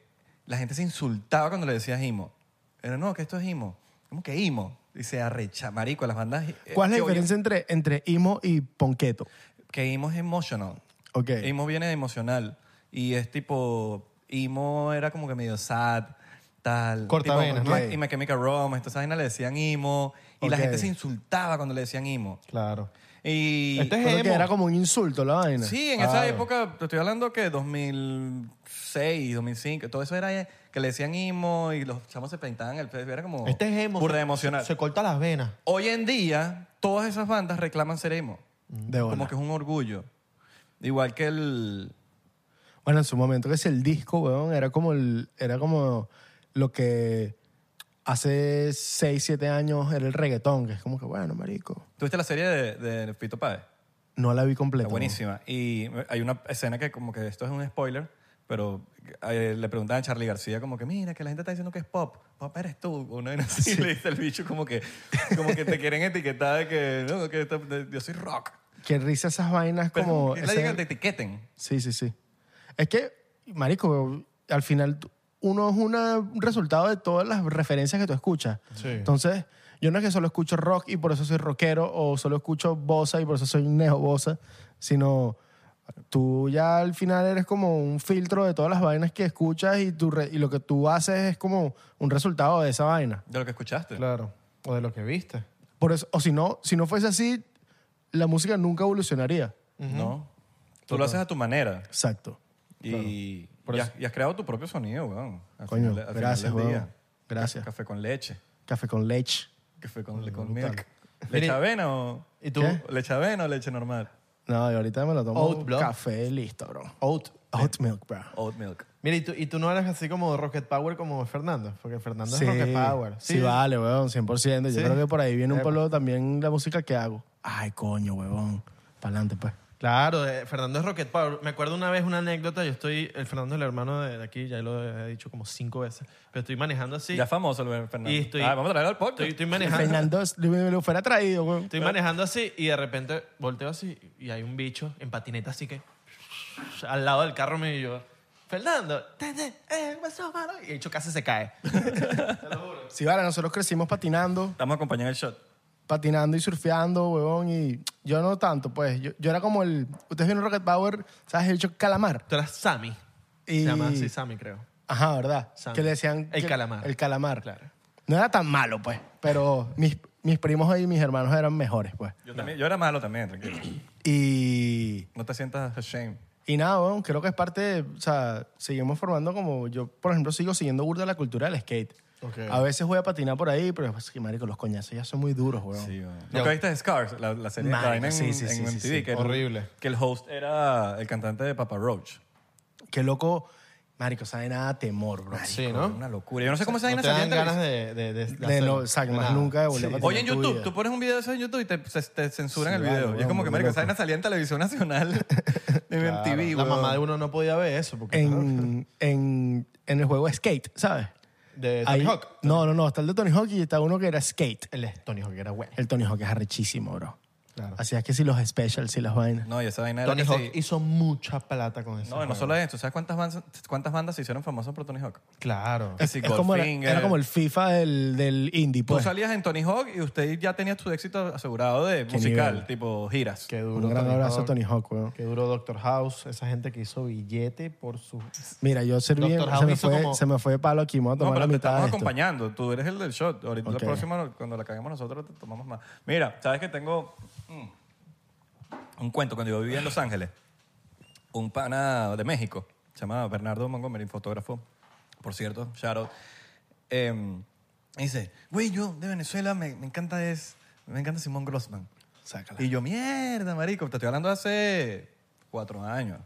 [SPEAKER 1] la gente se insultaba cuando le decías IMO. Era, no, que esto es IMO. ¿Cómo que IMO? Y se arrecha, marico, las bandas... eh,
[SPEAKER 3] ¿Cuál es
[SPEAKER 1] que
[SPEAKER 3] la
[SPEAKER 1] hoy-
[SPEAKER 3] diferencia entre, entre emo y ponqueto?
[SPEAKER 1] Que IMO es emotional.
[SPEAKER 3] Ok.
[SPEAKER 1] Emo viene de emocional. Y es tipo. Emo era como que medio sad, tal.
[SPEAKER 2] Cortavenas,
[SPEAKER 1] tipo,
[SPEAKER 3] ¿no?
[SPEAKER 1] Y My Chemical Romance. Entonces, a vaina le decían Emo. Y la
[SPEAKER 3] Ok.
[SPEAKER 1] gente se insultaba cuando le decían Emo.
[SPEAKER 2] [LAUGHS] Claro.
[SPEAKER 1] Y.
[SPEAKER 2] Este es
[SPEAKER 3] Creo que
[SPEAKER 2] emo.
[SPEAKER 3] era como un insulto la vaina.
[SPEAKER 1] Sí, en esa época, te estoy hablando que 2006, 2005, todo eso era eh, que le decían Emo y los chamos se pintaban el pelo. Era como.
[SPEAKER 2] Este es emo.
[SPEAKER 1] burda
[SPEAKER 2] se-
[SPEAKER 1] de emocional.
[SPEAKER 2] Se corta las venas.
[SPEAKER 1] Hoy en día, todas esas bandas reclaman ser Emo.
[SPEAKER 3] De bola.
[SPEAKER 1] Como que es un orgullo. Igual que el.
[SPEAKER 3] Bueno, en su momento que es el disco, weón, era como, el- era como lo que hace 6, 7 años era el reggaetón, que es como que, bueno, marico.
[SPEAKER 1] ¿Tuviste la serie de, de Pito Páez?
[SPEAKER 3] No la vi completa.
[SPEAKER 1] Está buenísima. Y hay una escena que como que esto es un spoiler, pero eh, le preguntaban a Charlie García como que, mira, que la gente está diciendo que es pop. Pop eres tú. Uno era así, le dice el bicho como que, como que te quieren etiquetar de que, no, que esto- de- yo soy rock.
[SPEAKER 3] weón. Que risa esas vainas
[SPEAKER 1] Pero
[SPEAKER 3] como...
[SPEAKER 1] que
[SPEAKER 3] ese-
[SPEAKER 1] le digan, te etiqueten.
[SPEAKER 3] Sí, sí, sí. Es que, marico, weón, al final tú- uno es una- un resultado de todas las referencias que tú escuchas.
[SPEAKER 2] Sí.
[SPEAKER 3] Entonces, yo no es que solo escucho rock y por eso soy rockero, o solo escucho bossa y por eso soy neo-bossa, sino tú ya al final eres como un filtro de todas las vainas que escuchas y, tu re- y lo que tú haces es como un resultado de esa vaina.
[SPEAKER 1] De lo que escuchaste.
[SPEAKER 2] Claro. O de lo que viste.
[SPEAKER 3] Por eso, o si no, si no fuese así, la música nunca evolucionaría.
[SPEAKER 1] No. Tú lo haces a tu manera.
[SPEAKER 3] Exacto.
[SPEAKER 1] Y, y has, y has creado tu propio sonido, weón. Al
[SPEAKER 3] Coño,
[SPEAKER 1] final- al final
[SPEAKER 3] gracias,
[SPEAKER 1] del día.
[SPEAKER 3] weón. Gracias.
[SPEAKER 1] Café con leche.
[SPEAKER 3] Café con leche.
[SPEAKER 1] Café con, con milk. ¿Leche avena o...?
[SPEAKER 2] ¿Y tú?
[SPEAKER 3] ¿Qué?
[SPEAKER 1] ¿Leche avena o leche normal?
[SPEAKER 3] No, y ahorita me lo tomo
[SPEAKER 2] Oat, bro.
[SPEAKER 3] café y listo, bro.
[SPEAKER 2] Out.
[SPEAKER 3] Oat milk, bro.
[SPEAKER 1] Oat milk.
[SPEAKER 2] Mira, ¿y tú, y tú no eres así como Rocket Power como Fernando. Porque Fernando es Rocket Power.
[SPEAKER 3] sí, vale, weón, 100%. Yo
[SPEAKER 2] Sí.
[SPEAKER 3] creo que por ahí viene un
[SPEAKER 2] Epa.
[SPEAKER 3] polo también la música que hago. Ay, coño, weón. Pa'lante, pues.
[SPEAKER 2] Claro, eh,
[SPEAKER 4] Eh, Fernando es Rocket Power. Me acuerdo una vez una anécdota. Yo estoy. El Fernando es el hermano de de aquí, ya lo he dicho como cinco veces. Pero estoy manejando así.
[SPEAKER 1] Ya es famoso el Fernando.
[SPEAKER 4] Y estoy-
[SPEAKER 1] Ah, vamos a traerlo al podcast.
[SPEAKER 4] Estoy, estoy manejando.
[SPEAKER 3] Fernando, si me lo fuera traído, weón.
[SPEAKER 4] Estoy manejando así y de repente volteo así y hay un bicho en patineta así que al lado del carro me yo, Fernando, te- te- eh, ¿qué pasó, mano?" y el bicho casi se cae.
[SPEAKER 3] Sí, vale, nosotros crecimos patinando,
[SPEAKER 1] Estamos acompañando el shot.
[SPEAKER 3] patinando y surfeando, weón, y yo no tanto, pues. Yo, yo era como el... Ustedes vieron Rocket Power, ¿sabes? El hecho calamar.
[SPEAKER 4] Tú eras Sammy.
[SPEAKER 3] Y-
[SPEAKER 4] Se llama así Sammy, creo.
[SPEAKER 3] Ajá, ¿verdad?
[SPEAKER 4] Sam.
[SPEAKER 3] Que le decían...
[SPEAKER 4] El
[SPEAKER 3] que-
[SPEAKER 4] calamar.
[SPEAKER 3] El calamar.
[SPEAKER 4] Claro.
[SPEAKER 3] No era tan malo, pues. Pero mis, mis primos y mis hermanos eran mejores, pues.
[SPEAKER 1] Yo, también, yo era malo también, tranquilo.
[SPEAKER 3] Y,
[SPEAKER 1] No te sientas ashamed.
[SPEAKER 3] y nada, weón, creo que es parte, de- o sea, seguimos formando como yo, por ejemplo, sigo siguiendo burda la cultura del skate.
[SPEAKER 2] Ok.
[SPEAKER 3] A veces voy a patinar por ahí, pero es que, marico, los coñazos ya son muy duros, weón.
[SPEAKER 1] Sí, weón. ¿No que viste Scars? La, la serie
[SPEAKER 3] Marico,
[SPEAKER 1] la vaina en,
[SPEAKER 3] sí, sí,
[SPEAKER 1] en
[SPEAKER 3] sí,
[SPEAKER 1] MTV.
[SPEAKER 3] sí, sí.
[SPEAKER 1] Que era-
[SPEAKER 2] Horrible.
[SPEAKER 1] que el host era el cantante de Papa Roach.
[SPEAKER 3] Qué loco, marico, sabe nada temor, bro.
[SPEAKER 2] sí, ¿no?
[SPEAKER 1] Una locura. Yo no sé cómo esa
[SPEAKER 2] No
[SPEAKER 1] vaina
[SPEAKER 2] te
[SPEAKER 1] salía en
[SPEAKER 2] dan ganas
[SPEAKER 1] televisión.
[SPEAKER 2] de, de, de, de
[SPEAKER 3] De no,
[SPEAKER 2] hacerlo.
[SPEAKER 3] o sea, que más
[SPEAKER 2] Nada.
[SPEAKER 3] nunca de volver a patinar
[SPEAKER 1] Oye, en
[SPEAKER 3] tu
[SPEAKER 1] YouTube,
[SPEAKER 3] vida.
[SPEAKER 1] tú pones un video de eso en YouTube y te, se- te censuran
[SPEAKER 3] Sí,
[SPEAKER 1] el video.
[SPEAKER 3] vale,
[SPEAKER 1] y es como
[SPEAKER 3] weón,
[SPEAKER 1] que,
[SPEAKER 3] muy
[SPEAKER 1] marico,
[SPEAKER 3] loco.
[SPEAKER 1] esa vaina salía en televisión nacional
[SPEAKER 3] [LAUGHS]
[SPEAKER 1] en
[SPEAKER 2] Claro,
[SPEAKER 1] MTV,
[SPEAKER 2] La
[SPEAKER 1] weón.
[SPEAKER 2] mamá de uno no podía ver eso. Porque,
[SPEAKER 3] En, en, en el juego Skate, ¿sabes?
[SPEAKER 2] De Tony
[SPEAKER 3] Ahí-
[SPEAKER 2] Hawk.
[SPEAKER 3] No, no, no, está el de Tony Hawk y está uno que era Skate.
[SPEAKER 2] El Tony Hawk era bueno.
[SPEAKER 3] El Tony Hawk es arrechísimo, bro.
[SPEAKER 2] Claro.
[SPEAKER 3] Así es que si los specials, si las vainas.
[SPEAKER 1] No, y esa vaina era
[SPEAKER 2] Tony
[SPEAKER 1] que
[SPEAKER 2] Hawk
[SPEAKER 1] sí.
[SPEAKER 2] hizo mucha plata con eso.
[SPEAKER 1] No, y no solo eso. ¿Sabes cuántas bandas, cuántas bandas se hicieron famosas por Tony Hawk?
[SPEAKER 2] Claro.
[SPEAKER 1] Que sí,
[SPEAKER 3] [LAUGHS] Es como la-
[SPEAKER 1] Goldfinger.
[SPEAKER 3] era como el FIFA del, del indie,
[SPEAKER 1] Tú
[SPEAKER 3] pues.
[SPEAKER 1] salías en Tony Hawk y usted ya tenía su éxito asegurado de
[SPEAKER 3] Qué
[SPEAKER 1] musical,
[SPEAKER 3] nivel.
[SPEAKER 1] tipo giras.
[SPEAKER 2] Qué duro.
[SPEAKER 3] Un gran
[SPEAKER 2] Tony
[SPEAKER 3] abrazo
[SPEAKER 2] Hawk.
[SPEAKER 3] a Tony Hawk, weón.
[SPEAKER 2] Qué duro Doctor House. Esa gente que hizo billete por su...
[SPEAKER 3] Mira, yo serví,
[SPEAKER 2] Doctor
[SPEAKER 3] se
[SPEAKER 2] House
[SPEAKER 3] me,
[SPEAKER 2] hizo
[SPEAKER 3] fue,
[SPEAKER 2] como-
[SPEAKER 3] se me fue de palo aquí, me voy a
[SPEAKER 1] No,
[SPEAKER 3] tomar
[SPEAKER 1] pero
[SPEAKER 3] la
[SPEAKER 1] te
[SPEAKER 3] mitad
[SPEAKER 1] estamos
[SPEAKER 3] de esto.
[SPEAKER 1] acompañando. Tú eres el del shot. Ahorita
[SPEAKER 3] Ok.
[SPEAKER 1] la próxima, cuando la caguemos nosotros, te tomamos más. Mira, sabes que tengo mm, un cuento. Cuando yo vivía en Los Ángeles, un pana de México, se llama Bernardo Montgomery, fotógrafo, por cierto, shout out. em, dice, güey, yo de Venezuela me, me encanta es, me encanta Simón Grossman.
[SPEAKER 3] Sácala.
[SPEAKER 1] Y yo, mierda, marico, te estoy hablando de hace cuatro años.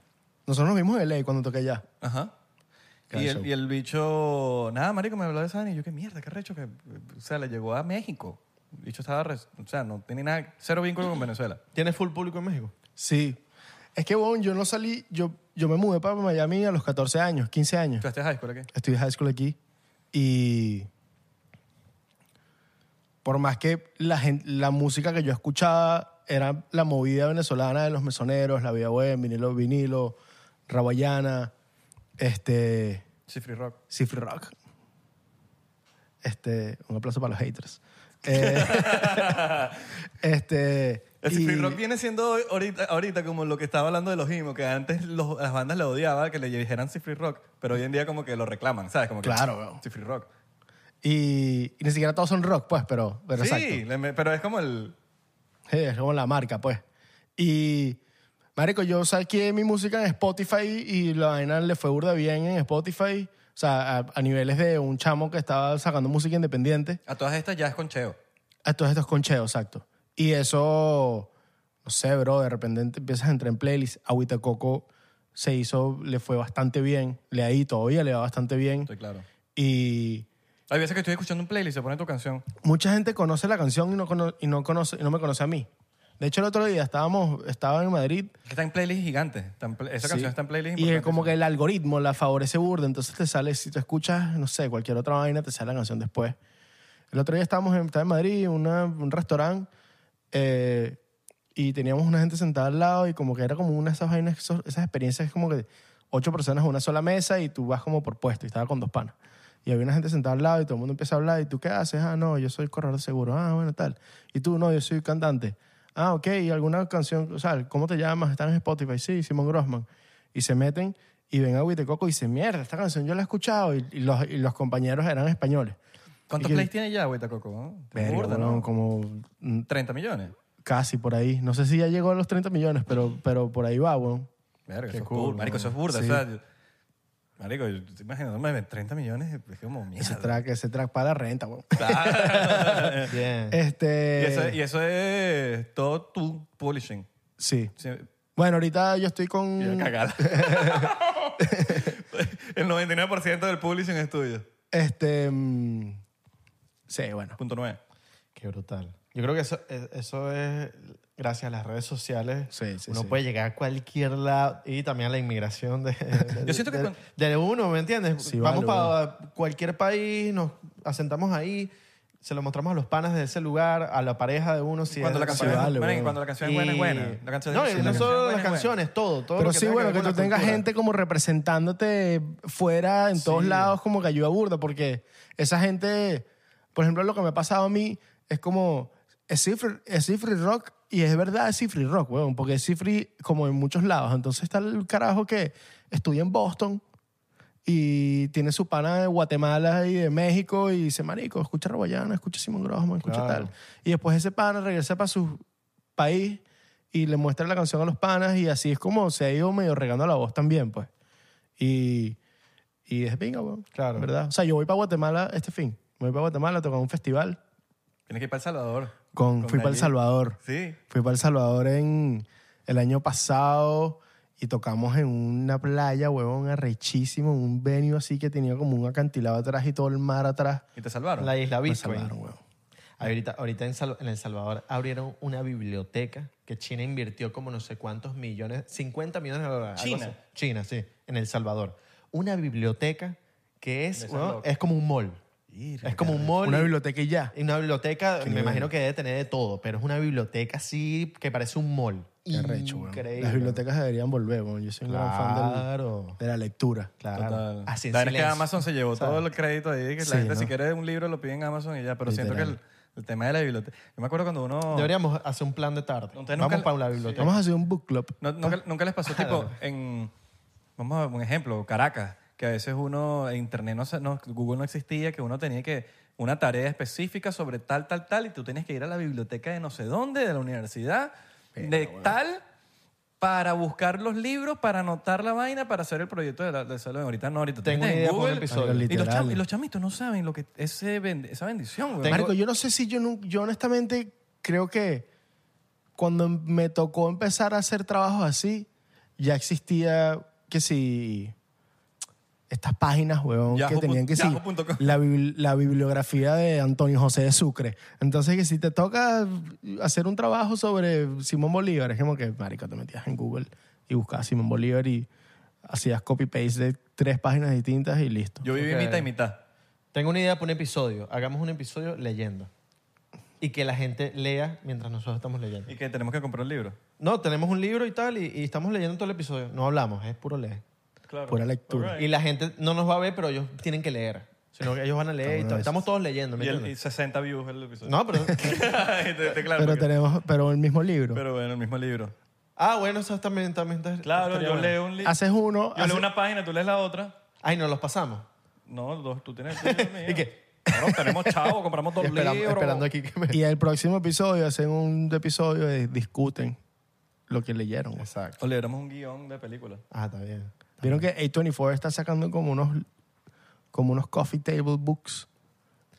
[SPEAKER 3] Nosotros nos vimos en LA cuando toqué allá.
[SPEAKER 1] Ajá. Y el, y el bicho, nada, marico, me habló de Sani. Y yo, qué mierda, qué recho que... O sea, le llegó a México. El bicho estaba... res- o sea, no tiene nada... Cero vínculo con Venezuela.
[SPEAKER 2] ¿Tienes full público en México?
[SPEAKER 3] Sí. Es que, bueno, yo no salí, yo, yo me mudé para Miami a los 14 años, 15 años.
[SPEAKER 1] ¿Estudiaste high school aquí?
[SPEAKER 3] Estudié high school aquí y por más que la, gen- la música que yo escuchaba era la movida venezolana de los mesoneros, la vida web, vinilo, vinilo, rabayana, este...
[SPEAKER 1] Cifri Rock.
[SPEAKER 3] Cifre Rock. Este, un aplauso para los haters. Eh, [LAUGHS] este.
[SPEAKER 1] El
[SPEAKER 3] y-
[SPEAKER 1] Cifri Rock viene siendo ahorita, ahorita como lo que estaba hablando de los emo, que antes los- las bandas le odiaban que le dijeran Cifri Rock, pero hoy en día como que lo reclaman, ¿sabes? Como que,
[SPEAKER 3] Claro, weón.
[SPEAKER 1] Cifri Rock.
[SPEAKER 3] y, y ni siquiera todos son rock, pues, pero, pero
[SPEAKER 1] sí,
[SPEAKER 3] exacto.
[SPEAKER 1] le me- pero es como el...
[SPEAKER 3] Sí, es como la marca, pues. Y, marico, yo saqué mi música en Spotify y la vaina le fue burda bien en Spotify. O sea, a, a niveles de un chamo que estaba sacando música independiente.
[SPEAKER 1] A todas estas ya es concheo.
[SPEAKER 3] a todos estos concheos, exacto. Y eso, no sé, bro, de repente te empiezas a entrar en playlists. Agüita Coco se hizo, le fue bastante bien. Le ahí todavía le va bastante bien.
[SPEAKER 1] Estoy claro.
[SPEAKER 3] Y
[SPEAKER 1] Hay veces que estoy escuchando un playlist y se pone tu canción.
[SPEAKER 3] mucha gente conoce la canción y no, cono- y no, conoce, y no me conoce a mí. De hecho, el otro día estábamos, estaba en Madrid.
[SPEAKER 1] Es que está en playlists gigantes. está en pla- Esa
[SPEAKER 3] sí,
[SPEAKER 1] canción está en playlists
[SPEAKER 3] Y es
[SPEAKER 1] importantes.
[SPEAKER 3] como que el algoritmo la favorece burda. Entonces te sale, si tú escuchas, no sé, cualquier otra vaina, te sale la canción después. El otro día estábamos en, estaba en Madrid, en una- un restaurante, eh, y teníamos una gente sentada al lado, y como que era como una de esas vainas, esos- esas experiencias, como que ocho personas en una sola mesa, y tú vas como por puesto, y estaba con dos panas. Y había una gente sentada al lado, y todo el mundo empieza a hablar, y tú, ¿qué haces? Ah, no, yo soy corredor de seguro. Ah, bueno, tal. Y tú, no, yo soy cantante. Ah, ok, ¿y alguna canción? O sea, ¿cómo te llamas? ¿Están en Spotify? Sí, Simón Grossman. Y se meten y ven a Huitecoco y dicen, mierda, esta canción yo la he escuchado. Y, y los, y los compañeros eran españoles.
[SPEAKER 1] ¿Cuántos
[SPEAKER 3] y que-
[SPEAKER 1] plays tiene ya, Agüita Coco? no? Tiene
[SPEAKER 3] Verga,
[SPEAKER 1] burda,
[SPEAKER 3] weón,
[SPEAKER 1] ¿no?
[SPEAKER 3] como mm,
[SPEAKER 1] 30 millones.
[SPEAKER 3] casi por ahí. No sé si ya llegó a los 30 millones, pero, pero por ahí va, weón.
[SPEAKER 1] Verga,
[SPEAKER 3] Qué
[SPEAKER 1] eso es
[SPEAKER 3] cool,
[SPEAKER 1] burda. Marico, eso es burda.
[SPEAKER 3] sí.
[SPEAKER 1] o sea, yo- marico, yo te imagino, me ven 30 millones, es como
[SPEAKER 3] Ese
[SPEAKER 1] mierda.
[SPEAKER 3] track, ese track para la renta, weón.
[SPEAKER 1] [LAUGHS]
[SPEAKER 2] Bien.
[SPEAKER 1] Eh. y,
[SPEAKER 3] Este,
[SPEAKER 1] eso, y eso es todo tu publishing.
[SPEAKER 3] Sí.
[SPEAKER 1] Sí,
[SPEAKER 3] Bueno, ahorita yo estoy con...
[SPEAKER 1] y la
[SPEAKER 3] [LAUGHS]
[SPEAKER 1] cagada. El 99% del publishing es tuyo.
[SPEAKER 3] Este... mm, sí, bueno.
[SPEAKER 1] Punto 9.
[SPEAKER 2] Qué brutal. Yo creo que eso, e- eso es gracias a las redes sociales.
[SPEAKER 3] Sí, sí,
[SPEAKER 2] uno
[SPEAKER 3] sí.
[SPEAKER 2] puede llegar a cualquier lado y también a la inmigración de,
[SPEAKER 3] Eh,
[SPEAKER 2] de-
[SPEAKER 1] Yo siento que
[SPEAKER 2] de-
[SPEAKER 1] cuando-
[SPEAKER 2] de uno, ¿me entiendes?
[SPEAKER 3] Sí,
[SPEAKER 2] Vamos
[SPEAKER 3] vale,
[SPEAKER 2] para cualquier país, nos asentamos ahí, se lo mostramos a los panas de ese lugar, a la pareja de uno. Si
[SPEAKER 1] Cuando la,
[SPEAKER 2] es-
[SPEAKER 1] canción
[SPEAKER 3] eh, sí,
[SPEAKER 1] es,
[SPEAKER 3] vale,
[SPEAKER 1] marico,
[SPEAKER 3] weón.
[SPEAKER 1] cuando la canción es
[SPEAKER 2] y-
[SPEAKER 1] buena, es buena. La canción
[SPEAKER 2] no,
[SPEAKER 1] sí,
[SPEAKER 2] y
[SPEAKER 1] la
[SPEAKER 2] no
[SPEAKER 1] canción es
[SPEAKER 2] solo
[SPEAKER 1] buena,
[SPEAKER 2] las
[SPEAKER 1] es buena.
[SPEAKER 2] canciones, todo. todo
[SPEAKER 3] Pero
[SPEAKER 2] lo que
[SPEAKER 3] sí,
[SPEAKER 2] tenga
[SPEAKER 3] bueno, que
[SPEAKER 2] ver
[SPEAKER 3] tú
[SPEAKER 2] con la
[SPEAKER 3] tengas
[SPEAKER 2] cultura.
[SPEAKER 3] gente como representándote fuera en todos
[SPEAKER 2] Sí.
[SPEAKER 3] lados, como que ayuda burda, porque esa gente, por ejemplo, lo que me ha pasado a mí es como, es cifri, es cifri rock y es verdad, es cifri rock, weón, porque es cifri como en muchos lados. Entonces está el carajo que estudia en Boston y tiene su pana de Guatemala y de México y dice, marico, escucha Rabayana, escucha Simon Grossman, escucha
[SPEAKER 2] Claro.
[SPEAKER 3] tal. Y después ese pana regresa para su país y le muestra la canción a los panas y así es como se ha ido medio regando la voz también, pues. Y, y es pinga, weón.
[SPEAKER 2] Claro.
[SPEAKER 3] ¿Verdad? O sea, yo voy para Guatemala este fin. Voy para Guatemala a tocar un festival.
[SPEAKER 1] Tienes que ir para El Salvador.
[SPEAKER 3] Con, fui para El
[SPEAKER 1] Nayib.
[SPEAKER 3] Salvador.
[SPEAKER 1] Sí.
[SPEAKER 3] Fui para El Salvador en el año pasado y tocamos en una playa, huevón, arrechísimo, en un venue así que tenía como un acantilado atrás y todo el mar atrás.
[SPEAKER 1] Y te salvaron.
[SPEAKER 2] La isla
[SPEAKER 3] Me
[SPEAKER 2] Bitcoin.
[SPEAKER 3] salvaron, huevón.
[SPEAKER 4] Ahorita, ahorita en, Sal- en El Salvador abrieron una biblioteca que China invirtió como no sé cuántos millones, 50 millones de dólares. algo
[SPEAKER 1] China.
[SPEAKER 4] así. China, sí, en El Salvador. Una biblioteca que es,
[SPEAKER 1] San
[SPEAKER 4] weón,
[SPEAKER 1] Loco.
[SPEAKER 4] es como un mall. es como un mall.
[SPEAKER 3] Una
[SPEAKER 4] y-
[SPEAKER 3] biblioteca y ya.
[SPEAKER 4] y una biblioteca, me
[SPEAKER 3] nivel.
[SPEAKER 4] imagino que debe tener de todo, pero es una biblioteca así que parece un mall.
[SPEAKER 3] Qué arrecho, weón.
[SPEAKER 4] Increíble.
[SPEAKER 3] Las bibliotecas deberían volver, weón. Yo soy un gran fan del-
[SPEAKER 4] Claro.
[SPEAKER 3] de la lectura.
[SPEAKER 4] Claro.
[SPEAKER 1] Total.
[SPEAKER 4] Así en
[SPEAKER 1] la verdad es que
[SPEAKER 4] silencio.
[SPEAKER 1] Amazon se llevó todo el crédito ahí. Que
[SPEAKER 3] Sí,
[SPEAKER 1] la gente,
[SPEAKER 3] ¿no?
[SPEAKER 1] si quiere un libro, lo pide en Amazon y ya. Pero siento que
[SPEAKER 3] Literal.
[SPEAKER 1] el, el tema de la biblioteca. Yo me acuerdo cuando uno.
[SPEAKER 4] Deberíamos hacer un plan de tarde.
[SPEAKER 1] Ustedes nunca-
[SPEAKER 4] Vamos para la biblioteca.
[SPEAKER 3] Vamos a hacer un book club.
[SPEAKER 1] No-
[SPEAKER 4] Ah.
[SPEAKER 1] nunca, nunca les pasó, tipo, en. Vamos a ver, un ejemplo, Caracas, que a veces uno, en internet, no, se- no, Google no existía, que uno tenía que. Una tarea específica sobre tal, tal, tal, y tú tienes que ir a la biblioteca de no sé dónde, de la universidad, de tal, para buscar los libros, para anotar la vaina, para hacer el proyecto de, la, de salud. Ahorita no, ahorita tú
[SPEAKER 4] Tengo
[SPEAKER 1] metes
[SPEAKER 4] una
[SPEAKER 1] en
[SPEAKER 4] idea para un
[SPEAKER 1] Google,
[SPEAKER 4] episodio.
[SPEAKER 3] Algo
[SPEAKER 1] Y los,
[SPEAKER 3] literal.
[SPEAKER 1] cham- y los chamitos no saben lo que ese bend- esa bendición, güey.
[SPEAKER 4] Tengo-
[SPEAKER 3] Marico, yo no sé si yo, nun- yo honestamente creo que cuando me tocó empezar a hacer trabajos así, ya existía que si estas páginas, huevón, que
[SPEAKER 1] Yahoo punto-
[SPEAKER 3] tenían que sí,
[SPEAKER 1] yahoo.com.
[SPEAKER 3] la, bibli- la bibliografía de Antonio José de Sucre. Entonces, que si te toca hacer un trabajo sobre Simón Bolívar, es como que, marica, te metías en Google y buscabas Simón Bolívar y hacías copy-paste de tres páginas distintas y listo.
[SPEAKER 1] Yo viví
[SPEAKER 2] Ok.
[SPEAKER 1] mitad y mitad.
[SPEAKER 2] Tengo una idea para un episodio. Hagamos un episodio leyendo. Y que la gente lea mientras nosotros estamos leyendo.
[SPEAKER 1] Y que tenemos que comprar el libro.
[SPEAKER 2] No, tenemos un libro y tal, y, y estamos leyendo todo el episodio. No hablamos, es puro leer.
[SPEAKER 1] Claro.
[SPEAKER 3] Pura lectura.
[SPEAKER 2] Y la gente no nos va a ver, pero ellos tienen que leer. Sino que ellos van a leer y todo. Estamos todos leyendo. ¿me
[SPEAKER 1] Y, el, y
[SPEAKER 2] entiendes?
[SPEAKER 1] 60 views el episodio.
[SPEAKER 2] No, pero.
[SPEAKER 1] [LAUGHS] Este- este, claro,
[SPEAKER 3] pero
[SPEAKER 1] porque-
[SPEAKER 3] tenemos, pero el mismo libro.
[SPEAKER 1] pero bueno, el mismo libro.
[SPEAKER 2] Ah, bueno, eso también. también está-
[SPEAKER 1] Claro,
[SPEAKER 2] estaría
[SPEAKER 1] yo
[SPEAKER 2] bueno.
[SPEAKER 1] leo un libro.
[SPEAKER 3] haces uno,
[SPEAKER 1] Yo
[SPEAKER 3] haces-
[SPEAKER 1] leo una página, tú lees la otra.
[SPEAKER 2] Ay, nos los pasamos.
[SPEAKER 1] No, dos, tú tienes el tuyo, [LAUGHS] el mío.
[SPEAKER 2] ¿Y qué?
[SPEAKER 1] Claro, tenemos chavo, compramos dos
[SPEAKER 6] Esperando,
[SPEAKER 1] libros.
[SPEAKER 6] esperando aquí que me...
[SPEAKER 3] y el próximo episodio hacen un episodio de discuten lo que leyeron. güey.
[SPEAKER 6] Exacto.
[SPEAKER 1] O leeremos un guión de película.
[SPEAKER 2] Ah, está bien.
[SPEAKER 3] Vieron que A24 está sacando como unos, como unos coffee table books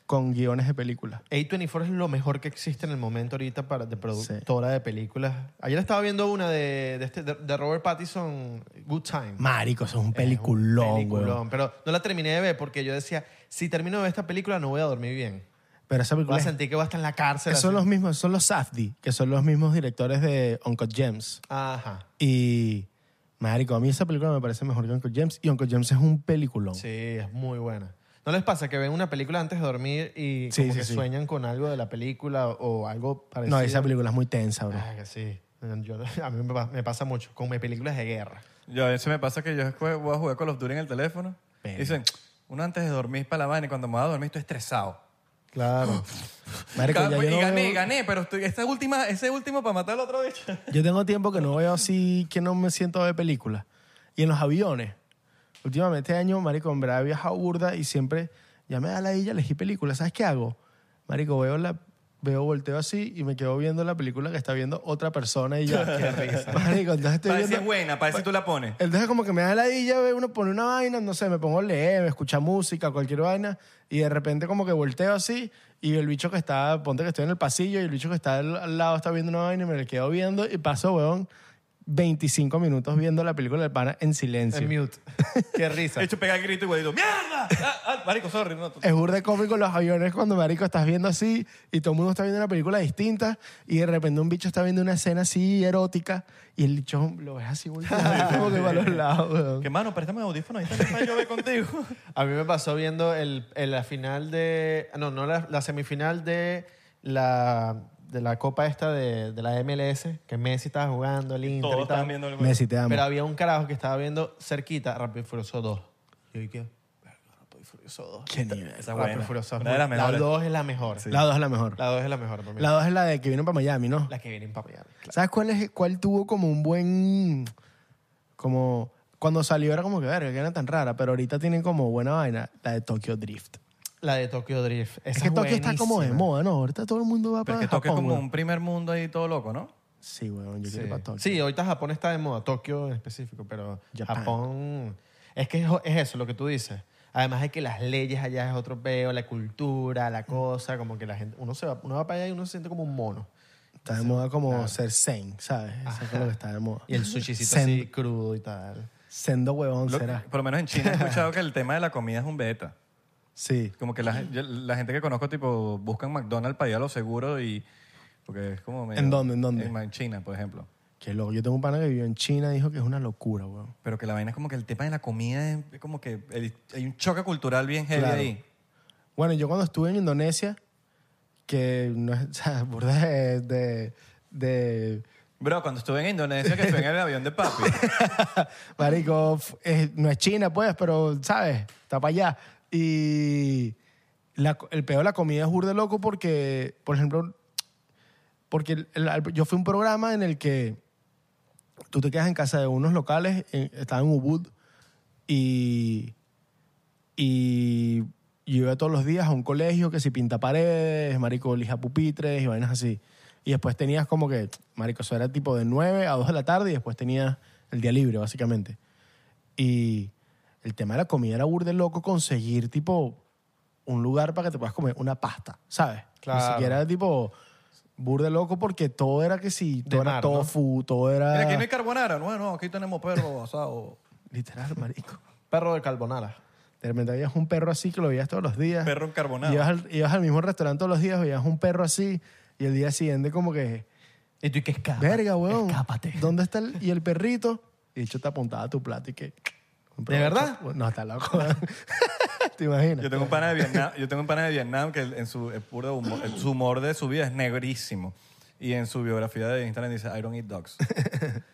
[SPEAKER 3] con guiones de películas.
[SPEAKER 2] A24 es lo mejor que existe en el momento ahorita para, de productora
[SPEAKER 3] Sí.
[SPEAKER 2] de películas. Ayer estaba viendo una de, de, este- de- de Robert Pattinson, Good Time.
[SPEAKER 3] Marico, eso es un
[SPEAKER 2] Es un
[SPEAKER 3] peliculón, güey.
[SPEAKER 2] peliculón, Pero no la terminé de ver porque yo decía, si termino de ver esta película no voy a dormir bien.
[SPEAKER 3] Pero esa
[SPEAKER 2] Voy
[SPEAKER 3] película...
[SPEAKER 2] a
[SPEAKER 3] es-
[SPEAKER 2] sentir que voy a estar en la cárcel.
[SPEAKER 3] esos son
[SPEAKER 2] así.
[SPEAKER 3] los mismos, son los Safdie, que son los mismos directores de Uncle James.
[SPEAKER 2] Ajá.
[SPEAKER 3] Y, marico, a mí esa película me parece mejor que Uncle James. Y Uncle James es un peliculón.
[SPEAKER 2] Sí, es muy buena. ¿No les pasa que ven una película antes de dormir y
[SPEAKER 3] Sí,
[SPEAKER 2] como
[SPEAKER 3] sí,
[SPEAKER 2] que
[SPEAKER 3] sí.
[SPEAKER 2] sueñan con algo de la película o algo parecido?
[SPEAKER 3] no, esa película es muy tensa, bro.
[SPEAKER 2] Ah, que sí. Yo- [LAUGHS] a mí me, pa- me pasa mucho con mis películas de guerra.
[SPEAKER 1] Yo a veces me pasa que yo jue- voy a jugar Call of Duty en el teléfono.
[SPEAKER 3] Verga.
[SPEAKER 1] Dicen, uno antes de dormir para la vaina y cuando me voy a dormir estoy estresado.
[SPEAKER 2] Claro.
[SPEAKER 1] [GASPS]
[SPEAKER 3] Marico, ya
[SPEAKER 1] Ca-
[SPEAKER 3] yo
[SPEAKER 1] y
[SPEAKER 3] no
[SPEAKER 1] gané,
[SPEAKER 3] veo-
[SPEAKER 1] gané, pero estoy, esta última, ese último para matar al otro bicho.
[SPEAKER 3] Yo tengo tiempo que no veo así, que no me siento a ver películas. Y en los aviones. Últimamente este año, marico, en verdad he viajado burda y siempre ya me da la ella, elegí películas. ¿Sabes qué hago? Marico, veo la veo volteo así y me quedo viendo la película que está viendo otra persona y ya. qué
[SPEAKER 1] [LAUGHS]
[SPEAKER 3] risa. Marico, entonces estoy
[SPEAKER 1] Para decir
[SPEAKER 3] viendo
[SPEAKER 1] es buena, para decir tú la pones.
[SPEAKER 3] entonces como que me da la ella, ve, uno pone una vaina, no sé, me pongo a leer, me escucha música, cualquier vaina, y de repente como que volteo así, y el bicho que está, ponte que estoy en el pasillo, y el bicho que está al, al lado está viendo una vaina y me le quedo viendo, y paso, weón, 25 minutos viendo la película del pana en silencio.
[SPEAKER 2] En
[SPEAKER 3] [LAUGHS]
[SPEAKER 2] mute. Qué risa.
[SPEAKER 1] De hecho, pega el grito igualito. ¡Mierda! Ah, ah, marico, sorry. No, tú-
[SPEAKER 3] Es burda de cómico los aviones cuando, marico, estás viendo así y todo el mundo está viendo una película distinta y de repente un bicho está viendo una escena así erótica y el bicho lo ves así volteando como que para los lados, weón.
[SPEAKER 1] Que mano, préstame el audífono, ahí está el yo ve
[SPEAKER 3] [LAUGHS]
[SPEAKER 1] contigo.
[SPEAKER 2] A mí me pasó viendo el, el- la final de. No, no la, la semifinal de la, de la copa esta de, de la MLS, que Messi estaba jugando, el Inter.
[SPEAKER 1] Todos
[SPEAKER 2] y tal.
[SPEAKER 1] están viendo el juego.
[SPEAKER 3] Messi, te amo.
[SPEAKER 2] Pero había un carajo que estaba viendo cerquita Rápido y Furioso 2. Y yo dije, "Verga, Rápido y Furioso 2.
[SPEAKER 3] Qué nivel.
[SPEAKER 1] Esa es
[SPEAKER 2] Rápido y
[SPEAKER 1] buena.
[SPEAKER 2] Furioso
[SPEAKER 1] Una de las
[SPEAKER 2] La
[SPEAKER 1] mejores.
[SPEAKER 2] 2 es la mejor.
[SPEAKER 3] La dos es la mejor.
[SPEAKER 2] La 2 es la mejor para mí.
[SPEAKER 3] La dos es la de que vino para Miami, ¿no?
[SPEAKER 2] La que viene para Miami.
[SPEAKER 3] ¿Sabes cuál, es, cuál tuvo como un buen... Como... Cuando salió era como que, verga, que era tan rara, pero ahorita tienen como buena vaina la de Tokyo Drift.
[SPEAKER 2] La de Tokyo Drift. Esa
[SPEAKER 3] es que Tokio está como de
[SPEAKER 2] buenísima.
[SPEAKER 3] moda, ¿no? Ahorita todo el mundo va
[SPEAKER 1] Pero
[SPEAKER 3] para
[SPEAKER 1] es que toque
[SPEAKER 3] Japón,
[SPEAKER 1] como
[SPEAKER 3] weón.
[SPEAKER 1] un primer mundo ahí todo loco, ¿no?
[SPEAKER 3] Sí, weón, yo quiero ir para
[SPEAKER 2] Sí.
[SPEAKER 3] Tokio.
[SPEAKER 2] Sí, ahorita Japón está de moda, Tokio en específico, pero
[SPEAKER 3] Japán.
[SPEAKER 2] Japón es que es, es eso lo que tú dices. Además es que las leyes allá es otro peo, la cultura, la cosa, como que la gente, uno se va, uno va para allá y uno se siente como un mono.
[SPEAKER 3] Está de moda como ser zen, ¿sabes? Eso es lo que está de moda.
[SPEAKER 2] ah. Y el sushicito
[SPEAKER 3] Zen-
[SPEAKER 2] así crudo y tal.
[SPEAKER 3] Sendo huevón
[SPEAKER 1] Lo-
[SPEAKER 3] será.
[SPEAKER 1] por lo menos en China
[SPEAKER 3] [LAUGHS]
[SPEAKER 1] he escuchado que el tema de la comida es un beta.
[SPEAKER 3] Sí.
[SPEAKER 1] Como que la, gen- yo- la gente que conozco, tipo, buscan McDonald's para ir a lo seguro y... Porque es como medio-
[SPEAKER 3] ¿En dónde, en dónde?
[SPEAKER 1] En, China, por ejemplo.
[SPEAKER 3] Qué loco. Yo tengo un pana que vivió en China y dijo que es una locura, weón.
[SPEAKER 1] Pero que la vaina es como que el tema de la comida es es como que el- hay un choque cultural bien heavy
[SPEAKER 3] Claro.
[SPEAKER 1] ahí.
[SPEAKER 3] Bueno, yo cuando estuve en Indonesia, que no es, [LAUGHS] o sea, burda de- de- de
[SPEAKER 1] Bro, cuando estuve en Indonesia, que estuve en el avión de papi,
[SPEAKER 3] Marico, f- es- no es China, pues, pero, ¿sabes? Está para allá. Y la co- el peor de la comida es burde loco porque, por ejemplo, porque el- el- yo fui a un programa en el que tú te quedas en casa de unos locales, en- estaba en Ubud, y, y yo iba todos los días a un colegio que si pinta paredes, marico, lija pupitres y vainas así. Y después tenías como que, marico, eso era tipo de 9 a 2 de la tarde y después tenías el día libre, básicamente. Y el tema de la comida era burde loco conseguir tipo un lugar para que te puedas comer una pasta, ¿sabes? Ni
[SPEAKER 2] Claro.
[SPEAKER 3] siquiera era tipo burde loco porque todo era que si,
[SPEAKER 2] De
[SPEAKER 3] todo era
[SPEAKER 2] mar, ¿no?
[SPEAKER 3] tofu, todo era...
[SPEAKER 1] Mira, aquí no hay carbonara. No, no, aquí tenemos perro asado.
[SPEAKER 3] Literal, marico.
[SPEAKER 2] Perro de carbonara.
[SPEAKER 3] De repente veías un perro así que lo veías todos los días.
[SPEAKER 1] Perro encarbonado.
[SPEAKER 3] Ibas al, ibas al mismo restaurante todos los días, veías un perro así y el día siguiente como que,
[SPEAKER 4] Y tú, ¿y qué escapa?
[SPEAKER 3] verga, weón.
[SPEAKER 4] Escápate.
[SPEAKER 3] ¿Dónde está el, y el perrito? Y de hecho te apuntaba a tu plato y que...
[SPEAKER 4] ¿De verdad?
[SPEAKER 3] No, está loco. [LAUGHS] ¿Te imaginas?
[SPEAKER 1] Yo tengo un pana de Vietnam, yo tengo un pana de Vietnam que en su, el puro humor, el- su humor de su vida es negrísimo. Y en su biografía de Instagram dice, I don't eat dogs.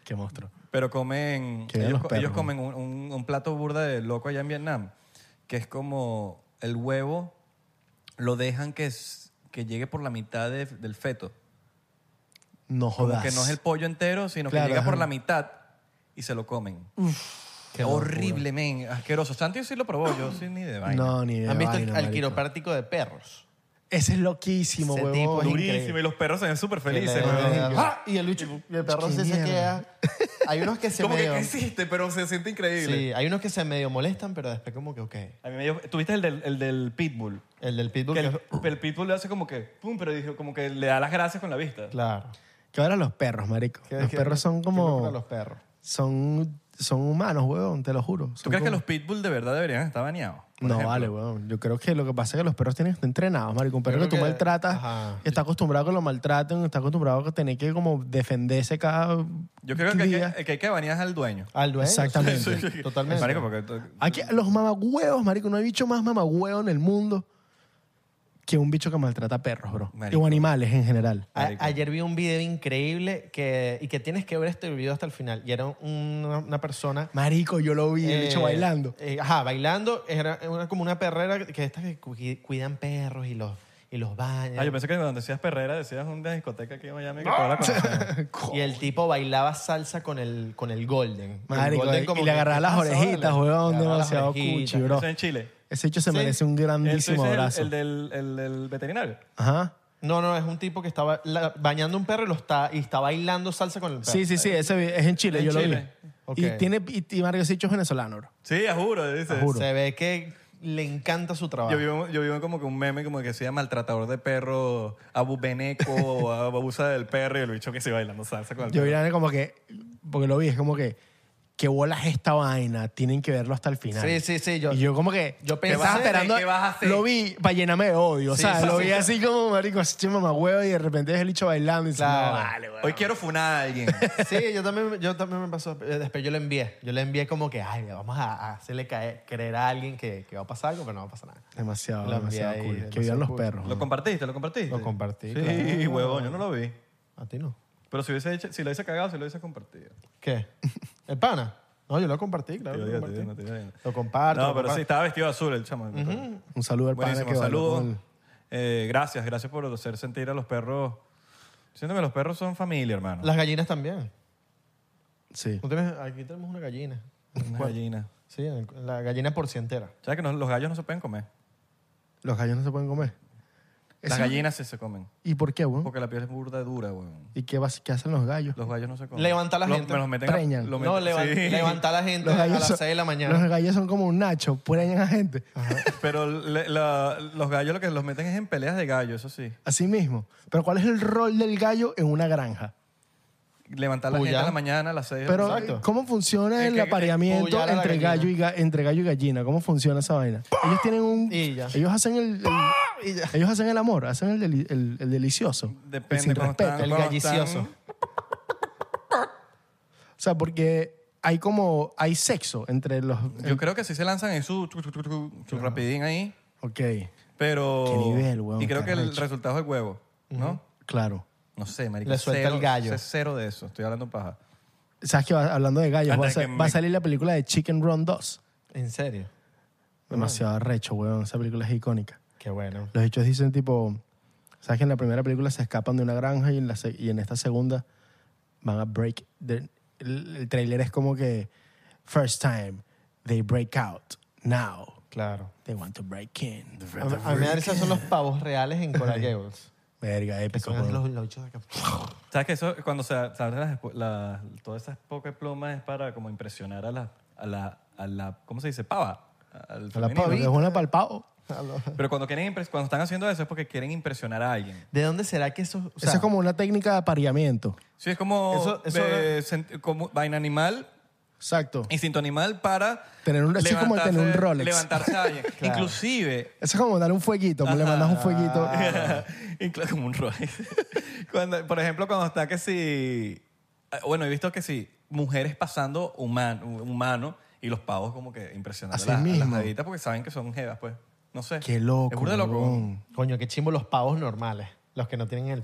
[SPEAKER 3] Qué monstruo.
[SPEAKER 1] Pero comen,
[SPEAKER 3] Que vean
[SPEAKER 1] ellos,
[SPEAKER 3] los
[SPEAKER 1] co- ellos
[SPEAKER 3] perros.
[SPEAKER 1] comen un, un- un plato burda de loco allá en Vietnam, que es como el huevo, lo dejan que, es- que llegue por la mitad de- del feto.
[SPEAKER 3] No
[SPEAKER 1] Como
[SPEAKER 3] jodas.
[SPEAKER 1] que no es el pollo entero, sino
[SPEAKER 3] Ah, Claro,
[SPEAKER 1] que llega por
[SPEAKER 3] ajá.
[SPEAKER 1] la mitad y se lo comen. Horrible, men, asqueroso. Santi sí lo probó, yo sí ni de vaina.
[SPEAKER 3] No, ni de
[SPEAKER 4] ¿Han visto
[SPEAKER 3] vaina,
[SPEAKER 4] el, al
[SPEAKER 3] marico.
[SPEAKER 4] quiropráctico de perros?
[SPEAKER 3] Ese es loquísimo,
[SPEAKER 4] Ese
[SPEAKER 3] huevón.
[SPEAKER 4] tipo es
[SPEAKER 3] Durísimo.
[SPEAKER 1] Durísimo, y los perros se ven súper
[SPEAKER 4] Que
[SPEAKER 1] felices.
[SPEAKER 4] le-
[SPEAKER 1] weón.
[SPEAKER 4] ¡Ah! Y el lucho.
[SPEAKER 2] Y el perro
[SPEAKER 3] Qué
[SPEAKER 2] sí se
[SPEAKER 3] mierda.
[SPEAKER 2] queda. Hay unos
[SPEAKER 1] [LAUGHS]
[SPEAKER 2] que se
[SPEAKER 1] Como que
[SPEAKER 2] medio.
[SPEAKER 1] existe, pero se siente increíble.
[SPEAKER 2] Sí, hay unos que se medio molestan, pero después como que ok.
[SPEAKER 1] A mí me dio- ¿Tuviste el del, el del pitbull?
[SPEAKER 2] El del pitbull.
[SPEAKER 1] Que
[SPEAKER 2] Que
[SPEAKER 1] el, el pitbull le hace como que, pum, pero dijo como que le da las gracias con la vista.
[SPEAKER 2] Claro.
[SPEAKER 3] Que ahora los perros, marico.
[SPEAKER 2] Que-
[SPEAKER 3] los
[SPEAKER 2] que-
[SPEAKER 3] perros son
[SPEAKER 2] que locura Los
[SPEAKER 3] como...
[SPEAKER 2] perros.
[SPEAKER 3] Son, son humanos, huevón, te lo juro.
[SPEAKER 1] ¿Tú
[SPEAKER 3] Son
[SPEAKER 1] crees que
[SPEAKER 3] como-
[SPEAKER 1] los pitbull de verdad deberían estar baneados? Por
[SPEAKER 3] No,
[SPEAKER 1] ejemplo.
[SPEAKER 3] vale, weón. Yo creo que lo que pasa es que los perros tienen que estar entrenados, marico. Un perro que
[SPEAKER 2] creo
[SPEAKER 3] tú
[SPEAKER 2] que-
[SPEAKER 3] maltratas,
[SPEAKER 2] ajá.
[SPEAKER 3] que está acostumbrado a que lo maltraten, está acostumbrado a que tener que como defenderse cada
[SPEAKER 1] Yo creo que, hay
[SPEAKER 3] día.
[SPEAKER 1] que el que hay que banear es al dueño.
[SPEAKER 2] Al Ah, dueño.
[SPEAKER 3] Exactamente.
[SPEAKER 2] sí, sí, [LAUGHS] Totalmente.
[SPEAKER 1] Marico, porque tú-
[SPEAKER 3] Aquí los mamagüeos, marico. No hay bicho más mamagüeo en el mundo que un bicho que maltrata perros, bro.
[SPEAKER 1] Marico.
[SPEAKER 3] O animales en general.
[SPEAKER 4] A-
[SPEAKER 1] Marico.
[SPEAKER 4] ayer vi un video increíble que...
[SPEAKER 2] Y que tienes que ver este video hasta el final. Y era una, una persona.
[SPEAKER 3] Marico, yo lo vi, el bicho
[SPEAKER 2] eh,
[SPEAKER 3] bailando.
[SPEAKER 2] eh, ajá, bailando. Era una- como una perrera que estas que cu- cuidan perros y los, y los bañan.
[SPEAKER 1] Ah, yo pensé que cuando decías perrera decías una discoteca aquí en Miami que toda la conocemos.
[SPEAKER 2] y el tipo bailaba salsa con el, con el Golden. el
[SPEAKER 3] Marico,
[SPEAKER 2] golden
[SPEAKER 3] y-
[SPEAKER 2] como
[SPEAKER 3] y
[SPEAKER 2] que,
[SPEAKER 3] le agarraba
[SPEAKER 2] ¿qué
[SPEAKER 3] las
[SPEAKER 2] pasó, vale?
[SPEAKER 3] orejitas,
[SPEAKER 2] Le
[SPEAKER 3] weón,
[SPEAKER 2] agarraba las
[SPEAKER 3] demasiado
[SPEAKER 2] orejitas.
[SPEAKER 3] cuchi, bro.
[SPEAKER 1] Eso en Chile.
[SPEAKER 3] Ese bicho se
[SPEAKER 2] Sí.
[SPEAKER 3] merece un grandísimo
[SPEAKER 1] Ese es el-
[SPEAKER 3] abrazo.
[SPEAKER 1] El, del, el del veterinario.
[SPEAKER 3] Ajá.
[SPEAKER 2] No, no, es un tipo que estaba la- bañando un perro y, lo está, y está bailando salsa con el perro.
[SPEAKER 3] Sí, sí, sí, ese vi- es en Chile,
[SPEAKER 1] En
[SPEAKER 3] yo lo vi.
[SPEAKER 1] Chile.
[SPEAKER 2] Ok.
[SPEAKER 3] Y tiene y, y Mario Sicho es venezolano, bro.
[SPEAKER 1] Sí, a juro. dices.
[SPEAKER 3] A juro.
[SPEAKER 2] Se ve que le encanta su
[SPEAKER 1] Yo
[SPEAKER 2] trabajo.
[SPEAKER 1] vi, un- yo vi un- como que un meme como que decía maltratador de perro, abubeneco, [LAUGHS] o abusa del perro y el bicho que se bailando salsa con el
[SPEAKER 3] Yo
[SPEAKER 1] perro.
[SPEAKER 3] vi como que, porque lo vi, es como que, ¿qué bolas es esta vaina? Tienen que verlo hasta el final.
[SPEAKER 2] Sí, sí, sí. Yo,
[SPEAKER 3] y yo como que,
[SPEAKER 2] yo
[SPEAKER 3] me
[SPEAKER 2] pensé,
[SPEAKER 3] estaba esperando,
[SPEAKER 1] ¿qué vas a hacer?
[SPEAKER 3] lo vi para llenarme de odio,
[SPEAKER 2] Sí,
[SPEAKER 3] o sea,
[SPEAKER 2] sí,
[SPEAKER 3] lo
[SPEAKER 2] sí.
[SPEAKER 3] vi así como, marico, así mamá huevo y de repente es el bicho bailando y dice,
[SPEAKER 2] Claro.
[SPEAKER 3] no, vale, weón.
[SPEAKER 1] Hoy quiero funar a alguien.
[SPEAKER 2] sí, yo también, yo también me pasó. Eh, Después yo le envié. Yo le envié como que, ay, vamos a, a hacerle caer- creer a alguien que, que va a pasar algo, pero no va a pasar nada.
[SPEAKER 3] Demasiado,
[SPEAKER 2] Lo envié
[SPEAKER 3] demasiado
[SPEAKER 2] ahí,
[SPEAKER 3] cool. que
[SPEAKER 2] demasiado
[SPEAKER 3] vivan los
[SPEAKER 2] cool.
[SPEAKER 3] perros.
[SPEAKER 1] ¿Lo compartiste? ¿Lo compartiste?
[SPEAKER 2] Lo
[SPEAKER 1] Sí,
[SPEAKER 2] compartí, claro.
[SPEAKER 1] huevón, yo no lo vi.
[SPEAKER 2] A ti no.
[SPEAKER 1] Pero si, hubiese hecho- si lo hubiese cagado, si lo hubiese compartido.
[SPEAKER 2] ¿Qué? ¿El pana? No, yo lo compartí, claro.
[SPEAKER 1] Te
[SPEAKER 2] Lo
[SPEAKER 1] digo, te
[SPEAKER 2] compartí.
[SPEAKER 1] digo, te digo.
[SPEAKER 2] Lo comparto.
[SPEAKER 1] No,
[SPEAKER 2] lo
[SPEAKER 1] pero sí,
[SPEAKER 2] comparto.
[SPEAKER 1] estaba vestido de azul el chamo.
[SPEAKER 3] Un saludo al padre
[SPEAKER 1] Buenísimo,
[SPEAKER 3] que bailó
[SPEAKER 1] saludos.
[SPEAKER 3] con-
[SPEAKER 1] Eh, gracias, gracias por hacer sentir a los perros. Siento que los perros son familia, hermano.
[SPEAKER 2] Las gallinas también.
[SPEAKER 3] Sí.
[SPEAKER 2] ¿No tienes- aquí tenemos una gallina.
[SPEAKER 1] Una gallina.
[SPEAKER 2] Sí, en el- la gallina porcientera.
[SPEAKER 1] ¿Sabes que no- los gallos no se pueden comer?
[SPEAKER 3] Los gallos no se pueden comer.
[SPEAKER 1] Las
[SPEAKER 3] Eso-
[SPEAKER 1] gallinas sí se comen.
[SPEAKER 3] ¿Y por qué, weón?
[SPEAKER 1] Porque la piel es burda y dura, weón.
[SPEAKER 3] ¿Y qué, vas- qué hacen los gallos?
[SPEAKER 1] Los gallos no se comen.
[SPEAKER 2] Levanta a la
[SPEAKER 1] Los-
[SPEAKER 2] gente.
[SPEAKER 1] Me los meten a-
[SPEAKER 3] Preñan.
[SPEAKER 1] lo
[SPEAKER 2] No,
[SPEAKER 1] meten-
[SPEAKER 2] levan-
[SPEAKER 1] sí.
[SPEAKER 2] levanta a la gente
[SPEAKER 3] Los
[SPEAKER 2] a
[SPEAKER 3] gallos
[SPEAKER 2] las
[SPEAKER 3] son-
[SPEAKER 2] 6 de la
[SPEAKER 3] Los
[SPEAKER 2] mañana.
[SPEAKER 3] gallos son como un nacho, pueden a gente.
[SPEAKER 1] [LAUGHS] Pero le- la- los gallos lo que los meten es en peleas de gallo, eso sí.
[SPEAKER 3] Así mismo. Pero ¿cuál es el rol del gallo en una granja?
[SPEAKER 1] Levantar a la
[SPEAKER 2] Puya.
[SPEAKER 1] gente a la mañana a las 6
[SPEAKER 3] Pero
[SPEAKER 2] Exacto.
[SPEAKER 3] ¿cómo funciona
[SPEAKER 1] Es
[SPEAKER 3] el
[SPEAKER 1] que-
[SPEAKER 3] apareamiento
[SPEAKER 2] pullar a la
[SPEAKER 3] entre
[SPEAKER 2] gallina.
[SPEAKER 3] gallo y ga- entre gallo y gallina? ¿Cómo funciona esa vaina? Ellos tienen un
[SPEAKER 2] Y ya.
[SPEAKER 3] ellos hacen el, el- ellos hacen el amor, hacen el, deli- el- el delicioso, el
[SPEAKER 1] Depende
[SPEAKER 3] sin
[SPEAKER 1] cuando
[SPEAKER 3] respeto.
[SPEAKER 1] están-
[SPEAKER 2] El
[SPEAKER 1] cuando
[SPEAKER 2] gallicioso.
[SPEAKER 1] están-
[SPEAKER 3] O sea, porque hay como hay sexo entre los
[SPEAKER 1] Yo creo que sí se lanzan en su, chu, chu, chu, chu, su rapidín ahí,
[SPEAKER 3] Ok,
[SPEAKER 1] pero...
[SPEAKER 3] Qué nivel, weón,
[SPEAKER 1] Y creo
[SPEAKER 3] qué
[SPEAKER 1] que el
[SPEAKER 3] arrecho.
[SPEAKER 1] resultado es el huevo, ¿no?
[SPEAKER 3] claero.
[SPEAKER 1] No sé, marico.
[SPEAKER 2] Le suelta
[SPEAKER 1] cero-
[SPEAKER 2] el gallo.
[SPEAKER 1] sé cero de eso. Estoy hablando paja.
[SPEAKER 3] Sabes que va- hablando de gallos,
[SPEAKER 1] Antes
[SPEAKER 3] va a,
[SPEAKER 1] de
[SPEAKER 3] sa-
[SPEAKER 1] que
[SPEAKER 3] va a
[SPEAKER 1] me-
[SPEAKER 3] salir la película de Chicken Run 2.
[SPEAKER 2] En serio.
[SPEAKER 3] Demasiado recho, weón. Esa película es icónica.
[SPEAKER 2] Qué bueno.
[SPEAKER 3] Los hechos dicen tipo, ¿sabes que en la primera película se escapan de una granja y en, la se- y en esta segunda van a break? the- el, el trailer es como que, first time, they break out, now,
[SPEAKER 2] Claro.
[SPEAKER 3] they want to break in.
[SPEAKER 2] A, a mí me da risa son los pavos reales en Coral Gables.
[SPEAKER 3] Verga,
[SPEAKER 2] Que
[SPEAKER 3] épico.
[SPEAKER 2] son
[SPEAKER 3] weón.
[SPEAKER 2] los, los bichos de acá.
[SPEAKER 1] ¿Sabes que eso, cuando se, se abren las, espu- la- todas esas pocas plumas es para como impresionar a la, a la, a la ¿cómo se dice? Pava. Al
[SPEAKER 3] A la
[SPEAKER 1] femenino.
[SPEAKER 3] pavita. Es una palpao.
[SPEAKER 1] Pero cuando, quieren impres- cuando están haciendo eso es porque quieren impresionar a alguien.
[SPEAKER 2] ¿De dónde será que eso? o sea,
[SPEAKER 3] Eso es como una técnica de apareamiento.
[SPEAKER 1] Sí, es como,
[SPEAKER 2] Eso- eso
[SPEAKER 1] de sent- como vaina animal,
[SPEAKER 3] Exacto.
[SPEAKER 1] Instinto animal para...
[SPEAKER 3] Tener un- así como
[SPEAKER 1] levantarse-
[SPEAKER 3] tener un Rolex.
[SPEAKER 1] Levantarse a
[SPEAKER 3] [LAUGHS]
[SPEAKER 1] alguien. Inclusive,
[SPEAKER 3] Eso es como darle un fueguito. pues, Le mandas
[SPEAKER 1] [LAUGHS]
[SPEAKER 3] un fueguito.
[SPEAKER 1] Inclu- como un Rolex. [LAUGHS] Cuando- por ejemplo, cuando está que si... eh, Bueno, he visto que si mujeres pasando human- humano y los pavos como que impresionando
[SPEAKER 3] Así
[SPEAKER 1] a la- a las
[SPEAKER 3] mismo.
[SPEAKER 1] jevas porque saben que son jevas, pues. No sé.
[SPEAKER 3] Qué
[SPEAKER 1] Es
[SPEAKER 3] loco.
[SPEAKER 1] burda de loco.
[SPEAKER 3] huevón.
[SPEAKER 2] Coño, qué chimbo los pavos normales. Los que no tienen el...